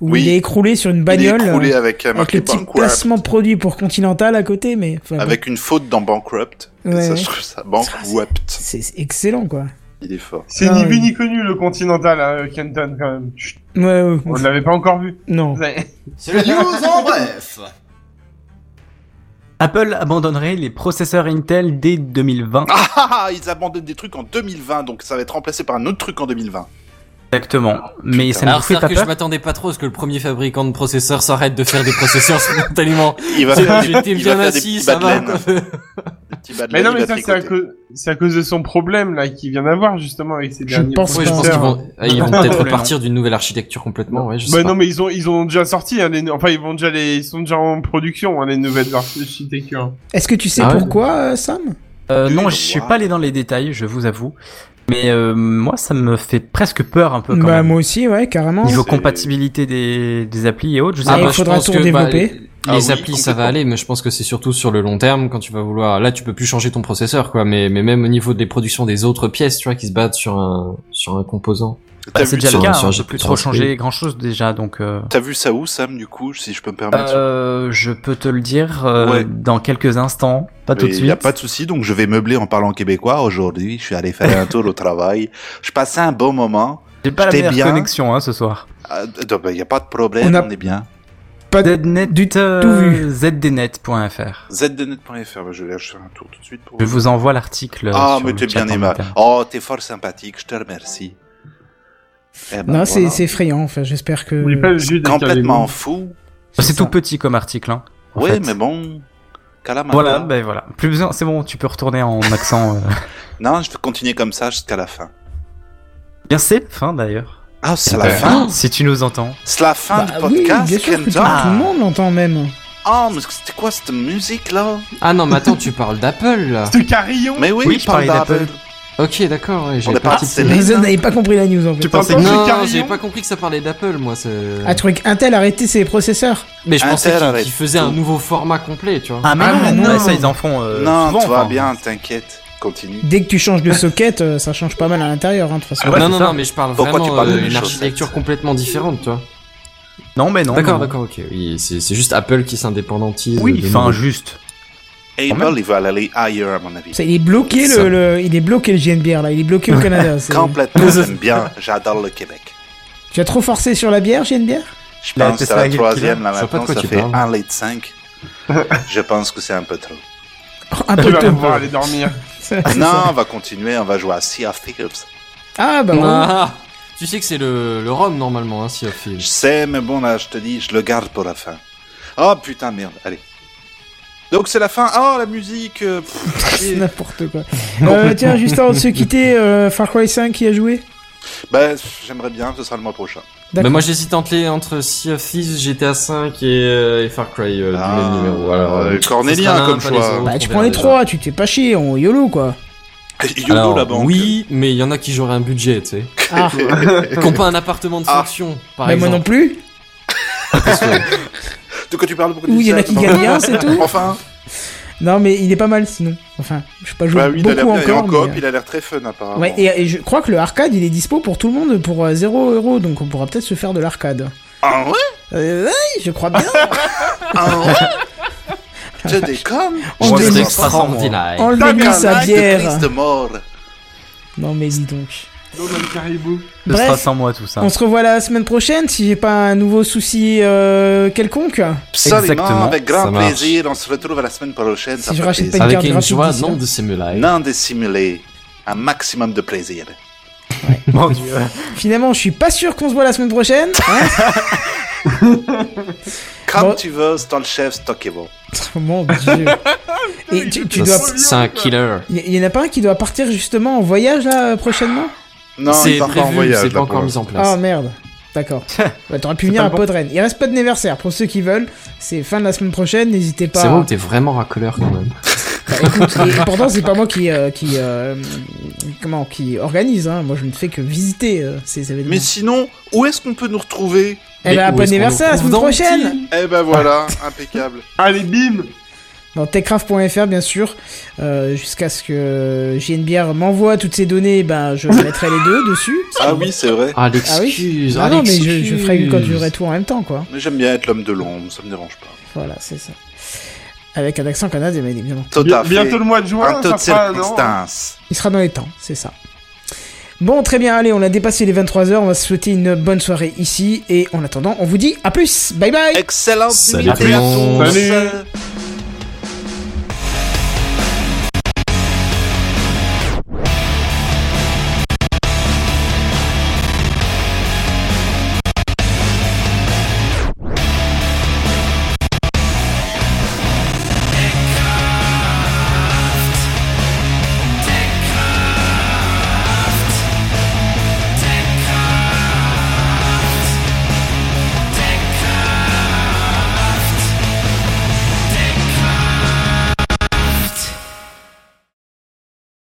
Speaker 1: où
Speaker 6: Oui.
Speaker 1: il est écroulé sur une bagnole.
Speaker 6: il est écroulé
Speaker 1: euh,
Speaker 6: avec, un
Speaker 1: avec
Speaker 6: marqué
Speaker 1: le petit
Speaker 6: bankrupt,
Speaker 1: placement produit pour Continental à côté, mais enfin, bon,
Speaker 6: avec une faute dans bankrupt. Et
Speaker 1: Ouais,
Speaker 6: ça,
Speaker 1: ouais.
Speaker 6: je trouve ça bankrupt.
Speaker 1: c'est c'est excellent quoi.
Speaker 6: Il est fort.
Speaker 7: C'est
Speaker 1: Ah,
Speaker 7: ni vu
Speaker 1: oui.
Speaker 7: ni connu, le Continental, hein, Kenton, quand même. Chut,
Speaker 1: Ouais, ouais,
Speaker 7: on
Speaker 1: ouais.
Speaker 7: ne l'avait pas encore vu.
Speaker 1: non.
Speaker 3: C'est les news en bref
Speaker 4: Apple abandonnerait les processeurs Intel dès 2020.
Speaker 6: Ah, ah, ah, ils abandonnent des trucs en 2020, donc ça va être remplacé par un autre truc en 2020.
Speaker 4: Exactement. Mais ça ne vous
Speaker 5: Alors,
Speaker 4: fait
Speaker 5: c'est
Speaker 4: pas
Speaker 5: que je
Speaker 4: peur.
Speaker 5: m'attendais pas trop à ce que le premier fabricant de processeurs s'arrête de faire des processeurs spontanément.
Speaker 6: Il va faire des,
Speaker 5: J'étais
Speaker 6: il va
Speaker 5: bien
Speaker 6: faire des
Speaker 5: assis,
Speaker 6: petits
Speaker 5: ça
Speaker 6: bas de
Speaker 5: va.
Speaker 6: laine.
Speaker 5: quoi.
Speaker 6: Des petits bas de
Speaker 7: Mais
Speaker 6: laine,
Speaker 7: non,
Speaker 6: il
Speaker 7: mais
Speaker 6: va
Speaker 7: ça, c'est à,
Speaker 6: tricoter.
Speaker 7: cause... c'est à cause de son problème, là, qu'il vient d'avoir, justement, avec ces
Speaker 1: Je
Speaker 7: derniers.
Speaker 1: pense
Speaker 5: Ouais, je pense
Speaker 1: Spencer.
Speaker 5: qu'ils vont, ils vont peut-être
Speaker 4: Problème.
Speaker 5: repartir d'une nouvelle architecture complètement. Ouais, je sais
Speaker 7: Bah
Speaker 5: pas.
Speaker 7: non mais ils ont ils ont déjà sorti hein, les... enfin ils vont déjà les ils sont déjà en production hein, les nouvelles architectures.
Speaker 1: Est-ce que tu sais
Speaker 5: Ah ouais.
Speaker 1: pourquoi, euh, Sam
Speaker 4: Euh, non,
Speaker 6: Wow.
Speaker 4: je
Speaker 5: bah.
Speaker 4: suis pas allé dans les détails, je vous avoue. Mais euh, moi, ça me fait presque peur un peu quand
Speaker 1: Bah
Speaker 4: même.
Speaker 1: moi aussi, ouais, carrément.
Speaker 4: Niveau
Speaker 6: C'est-
Speaker 4: compatibilité des, des applis et autres, je sais
Speaker 1: Ah,
Speaker 4: pas.
Speaker 1: il faudra tout redévelopper.
Speaker 5: bah, les
Speaker 6: Ah oui,
Speaker 5: applis, ça
Speaker 6: complètement.
Speaker 5: va aller, mais je pense que c'est surtout sur le long terme quand tu vas vouloir. Là, tu peux plus changer ton processeur, quoi. Mais, mais même au niveau des productions des autres pièces, tu vois, qui se battent sur un sur un composant.
Speaker 6: T'as
Speaker 4: Bah, c'est
Speaker 6: vu,
Speaker 4: déjà
Speaker 6: ça-
Speaker 4: le
Speaker 5: sur-
Speaker 4: cas,
Speaker 5: sur
Speaker 4: hein,
Speaker 5: un
Speaker 4: je
Speaker 5: jeu
Speaker 4: peux
Speaker 5: plus
Speaker 4: trop
Speaker 5: sur
Speaker 4: changer
Speaker 5: SP.
Speaker 4: grand chose déjà, donc euh,
Speaker 6: t'as vu ça où, Sam, du coup, si je peux me permettre
Speaker 4: euh, je peux te le dire euh,
Speaker 6: Ouais.
Speaker 4: dans quelques instants, pas tout de
Speaker 6: Il
Speaker 4: suite.
Speaker 6: n'y a pas de souci, donc je vais meubler en parlant québécois. Aujourd'hui, je suis allé faire un tour au travail. Je passais un bon moment. Euh,
Speaker 4: J'ai pas la
Speaker 6: J'étais bien.
Speaker 4: meilleure connexion hein, ce soir.
Speaker 6: Il n'y a pas de problème,
Speaker 1: On
Speaker 6: on,
Speaker 1: a-
Speaker 6: est bien.
Speaker 4: Zdnet,
Speaker 1: du tout vu.
Speaker 4: euh, zdnet.fr.
Speaker 6: Zdnet.fr, bah, je vais aller faire un tour tout de suite pour.
Speaker 4: Je vous envoie l'article.
Speaker 6: Ah,
Speaker 4: sur
Speaker 6: mais
Speaker 4: le
Speaker 6: t'es
Speaker 4: chat
Speaker 6: bien
Speaker 4: en
Speaker 6: aimable.
Speaker 4: interne.
Speaker 6: Oh, t'es fort sympathique, je te remercie. Eh ben,
Speaker 1: Non, c'est
Speaker 6: voilà.
Speaker 1: c'est effrayant. Enfin, j'espère que.
Speaker 7: N'oubliez pas le jeu des
Speaker 6: complètement
Speaker 7: Calégos.
Speaker 6: fou.
Speaker 4: C'est tout
Speaker 1: ça.
Speaker 4: petit comme article. Hein, en
Speaker 6: Oui,
Speaker 4: fait.
Speaker 6: mais bon. Calamata.
Speaker 4: Voilà, ben voilà. Plus besoin, c'est bon, tu peux retourner en accent euh,
Speaker 6: Non, je vais continuer comme ça jusqu'à la fin.
Speaker 4: bien c'est fin d'ailleurs. ben.
Speaker 6: Ah, c'est la fin
Speaker 4: Si tu nous entends.
Speaker 6: C'est la fin
Speaker 1: Bah
Speaker 6: du
Speaker 1: oui,
Speaker 6: podcast,
Speaker 1: bien sûr que tout,
Speaker 6: Kenton
Speaker 1: tout le monde l'entend même.
Speaker 6: Ah, mais c'était quoi cette musique là
Speaker 5: Ah non, mais attends, tu parles d'Apple là.
Speaker 7: Ce carillon
Speaker 6: Mais oui,
Speaker 4: Oui,
Speaker 6: je
Speaker 4: je
Speaker 6: parle
Speaker 4: parlais
Speaker 6: d'Apple.
Speaker 5: Ok, d'accord, ouais,
Speaker 6: On
Speaker 5: j'ai
Speaker 6: est
Speaker 5: pas
Speaker 6: parti de
Speaker 5: compris.
Speaker 6: Céline.
Speaker 1: Vous n'avez pas compris la news en fait.
Speaker 4: Tu pensais
Speaker 7: T'entends
Speaker 4: que...
Speaker 7: ce
Speaker 5: Non,
Speaker 7: carillon
Speaker 5: j'ai pas compris que ça parlait d'apple, moi. c'est-
Speaker 4: Ah,
Speaker 1: Un truc, Intel a arrêté ses processeurs.
Speaker 5: Mais je
Speaker 6: Intel,
Speaker 5: pensais qu'il
Speaker 6: arrête
Speaker 5: qu'il faisait
Speaker 6: tout.
Speaker 5: un nouveau format complet, tu vois.
Speaker 4: Ah, mais
Speaker 7: Ah,
Speaker 4: non,
Speaker 7: mais
Speaker 4: non,
Speaker 7: non.
Speaker 4: ça ils en font euh,
Speaker 6: non,
Speaker 4: souvent,
Speaker 6: tu vas
Speaker 4: enfin.
Speaker 6: bien, t'inquiète. Continue.
Speaker 1: Dès que tu changes de socket, euh, ça change pas mal à l'intérieur, hein, de toute façon.
Speaker 4: Ah ouais,
Speaker 5: non,
Speaker 4: c'est
Speaker 5: non,
Speaker 4: ça.
Speaker 5: non, mais je parle
Speaker 6: Pourquoi tu
Speaker 5: vraiment
Speaker 6: parles de
Speaker 5: euh,
Speaker 6: mes
Speaker 5: d'une
Speaker 6: chaussettes
Speaker 5: architecture complètement différente, tu vois.
Speaker 4: Non, mais non.
Speaker 5: D'accord,
Speaker 4: non.
Speaker 5: d'accord, ok. Oui, c'est c'est juste Apple qui s'indépendantise.
Speaker 4: Oui,
Speaker 5: de
Speaker 4: enfin
Speaker 5: nouveau.
Speaker 4: juste.
Speaker 6: Apple,
Speaker 4: même.
Speaker 6: il va aller ailleurs, à mon avis.
Speaker 1: Ça, il est bloqué
Speaker 5: Ça.
Speaker 1: le, le- il est bloqué le GNBR là, il est bloqué au Canada. c'est-
Speaker 6: Complètement, j'aime bien. J'adore le Québec.
Speaker 1: Tu as trop forcé sur la bière, GNBR
Speaker 6: Je
Speaker 4: La
Speaker 6: pense que c'est
Speaker 4: Tesla
Speaker 6: la
Speaker 4: Killer.
Speaker 6: troisième, là,
Speaker 5: Je vois pas de
Speaker 6: maintenant,
Speaker 5: quoi
Speaker 6: ça
Speaker 5: tu
Speaker 6: fait
Speaker 5: parles.
Speaker 6: 1 litre 5. Je pense que c'est un peu trop.
Speaker 1: Oh, Un
Speaker 7: Tu
Speaker 1: peu
Speaker 7: vas
Speaker 1: tôt.
Speaker 7: pouvoir aller dormir.
Speaker 6: Ah, Non, on va continuer, on va jouer à Sea of Thieves.
Speaker 1: Ah bah ouais.
Speaker 5: Ah, tu sais que c'est le, le ROM normalement, hein, si of
Speaker 6: Je
Speaker 5: Thieves.
Speaker 6: sais, mais bon, là, je te dis, je le garde pour la fin. Oh, putain, merde, allez. Donc, c'est la fin. Oh, la musique. euh, pff,
Speaker 1: C'est
Speaker 6: et-
Speaker 1: n'importe quoi. Euh, tiens, juste avant de se quitter, euh, Far Cry 5 qui a joué
Speaker 6: bah, j'aimerais bien, ce sera le mois prochain.
Speaker 5: Bah,
Speaker 1: D'accord.
Speaker 5: moi j'hésite entre, les- entre Sea of Thieves, GTA 5 et, euh, et Far Cry euh,
Speaker 6: Ah,
Speaker 5: du même numéro. Alors,
Speaker 6: euh,
Speaker 5: euh,
Speaker 6: Cornélien,
Speaker 5: ça sera l'un,
Speaker 6: comme
Speaker 5: pas
Speaker 6: choix.
Speaker 5: les autres,
Speaker 1: Bah tu
Speaker 5: on
Speaker 1: prends les
Speaker 5: verra
Speaker 1: trois, tu te fais pas chier, on YOLO quoi.
Speaker 6: Yodo,
Speaker 5: déjà. Alors,
Speaker 6: Euh, la banque.
Speaker 5: Oui, mais il y en a qui joueraient un budget, tu sais.
Speaker 1: Ah,
Speaker 5: qui ont pas un appartement de
Speaker 6: Ah.
Speaker 5: fonction, par
Speaker 1: mais moi non
Speaker 5: exemple.
Speaker 1: plus.
Speaker 6: De quoi tu parles Pourquoi tu
Speaker 1: Ou il
Speaker 6: dis
Speaker 1: y en
Speaker 6: ça
Speaker 1: a qui
Speaker 6: Attends.
Speaker 1: gagnent rien, c'est tout.
Speaker 6: Enfin,
Speaker 1: Non mais il est pas mal sinon. Enfin, je sais pas jouer
Speaker 6: bah oui, il a
Speaker 1: beaucoup
Speaker 6: l'air bien.
Speaker 1: encore.
Speaker 6: Et en coop,
Speaker 1: mais, euh,
Speaker 6: il a l'air très fun, apparemment.
Speaker 1: Ouais, et, et je crois que le arcade il est dispo pour tout le monde pour euh, 0 euro, donc on pourra peut-être se faire de l'arcade.
Speaker 6: Ah ouais
Speaker 1: Euh, ouais, je crois bien.
Speaker 6: Ah ouais Je déconne
Speaker 1: On
Speaker 6: Je
Speaker 1: dé-
Speaker 6: déconne.
Speaker 5: extraordinaire.
Speaker 1: Enlevez-lui sa
Speaker 6: Carnac de
Speaker 1: bière.
Speaker 6: Christ mort.
Speaker 1: Non mais dis donc.
Speaker 7: L'eau dans le caribou.
Speaker 4: Ce sera
Speaker 1: Bref,
Speaker 4: sans moi tout ça.
Speaker 1: on se revoit la semaine prochaine si j'ai pas un nouveau souci euh, quelconque.
Speaker 6: Absolument,
Speaker 4: Exactement,
Speaker 6: avec grand
Speaker 5: ça marche.
Speaker 6: plaisir. On se retrouve la semaine prochaine.
Speaker 1: Si
Speaker 6: ça
Speaker 1: je
Speaker 6: fait
Speaker 1: rachète
Speaker 6: plaisir.
Speaker 1: pas
Speaker 5: Avec
Speaker 1: Une
Speaker 5: une
Speaker 1: carte
Speaker 5: joie
Speaker 1: gratuite,
Speaker 5: non
Speaker 1: hein.
Speaker 5: dissimulée.
Speaker 6: Non dissimulé. Un maximum de plaisir.
Speaker 4: Mon Dieu.
Speaker 1: Finalement, je suis pas sûr qu'on se voit la semaine prochaine. hein.
Speaker 6: Comme
Speaker 1: Bon.
Speaker 6: tu veux, c'est toi le chef, c'est toi qui vas.
Speaker 1: Mon dieu. Et tu, tu
Speaker 5: Ça,
Speaker 1: dois.
Speaker 5: c'est- C'est un killer.
Speaker 1: Il y en a pas un qui doit partir justement en voyage là euh, prochainement
Speaker 6: Non,
Speaker 5: C'est
Speaker 6: il part pas en
Speaker 5: prévu,
Speaker 6: voyage.
Speaker 5: c'est
Speaker 6: là,
Speaker 5: pas
Speaker 6: pour
Speaker 5: encore
Speaker 6: le-
Speaker 5: mis en place.
Speaker 1: Ah merde. D'accord. Bah, T'aurais pu venir
Speaker 4: pas
Speaker 1: à
Speaker 4: bon.
Speaker 1: Podren. Il reste pas d'anniversaire pour ceux qui veulent. C'est fin de la semaine prochaine. N'hésitez pas.
Speaker 5: C'est bon, t'es vraiment racoleur quand même.
Speaker 1: Bah, écoute, et pourtant c'est pas moi qui euh, qui euh, comment qui organise. Hein. Moi je ne fais que visiter euh, ces événements.
Speaker 6: Mais sinon, où est-ce qu'on peut nous retrouver
Speaker 1: eh ben
Speaker 5: Mais où
Speaker 1: bon
Speaker 5: est-ce qu'on
Speaker 1: anniversaire la
Speaker 5: nous
Speaker 1: semaine
Speaker 5: retrouve dans
Speaker 1: prochaine.
Speaker 6: Eh ben voilà, impeccable.
Speaker 7: Allez, bim
Speaker 1: dans techcraft.fr bien sûr euh, jusqu'à ce que JNBR m'envoie toutes ces données ben je mettrai les deux dessus
Speaker 6: Ah oui, c'est vrai.
Speaker 5: Ah
Speaker 1: Ah oui.
Speaker 5: l'excuse,
Speaker 1: Ah
Speaker 5: ah,
Speaker 1: non mais je, je ferai quand
Speaker 5: l'excuse.
Speaker 1: j'aurai tout en même temps quoi
Speaker 6: Mais j'aime bien être l'homme de l'ombre, ça me dérange pas.
Speaker 1: voilà c'est ça avec un accent canadien bien évidemment
Speaker 6: Tout
Speaker 7: Bien-
Speaker 6: à fait.
Speaker 7: Bientôt le mois de juin,
Speaker 6: En
Speaker 7: ça
Speaker 6: toute
Speaker 7: fera un an.
Speaker 6: circonstance.
Speaker 1: il sera dans les temps c'est ça bon très bien allez on a dépassé les 23h on va se souhaiter une bonne soirée ici et en attendant on vous dit à plus bye bye
Speaker 6: Excellente
Speaker 5: Salut
Speaker 6: nuit
Speaker 5: tout le
Speaker 6: à
Speaker 5: monde.
Speaker 6: tous.
Speaker 7: Salut.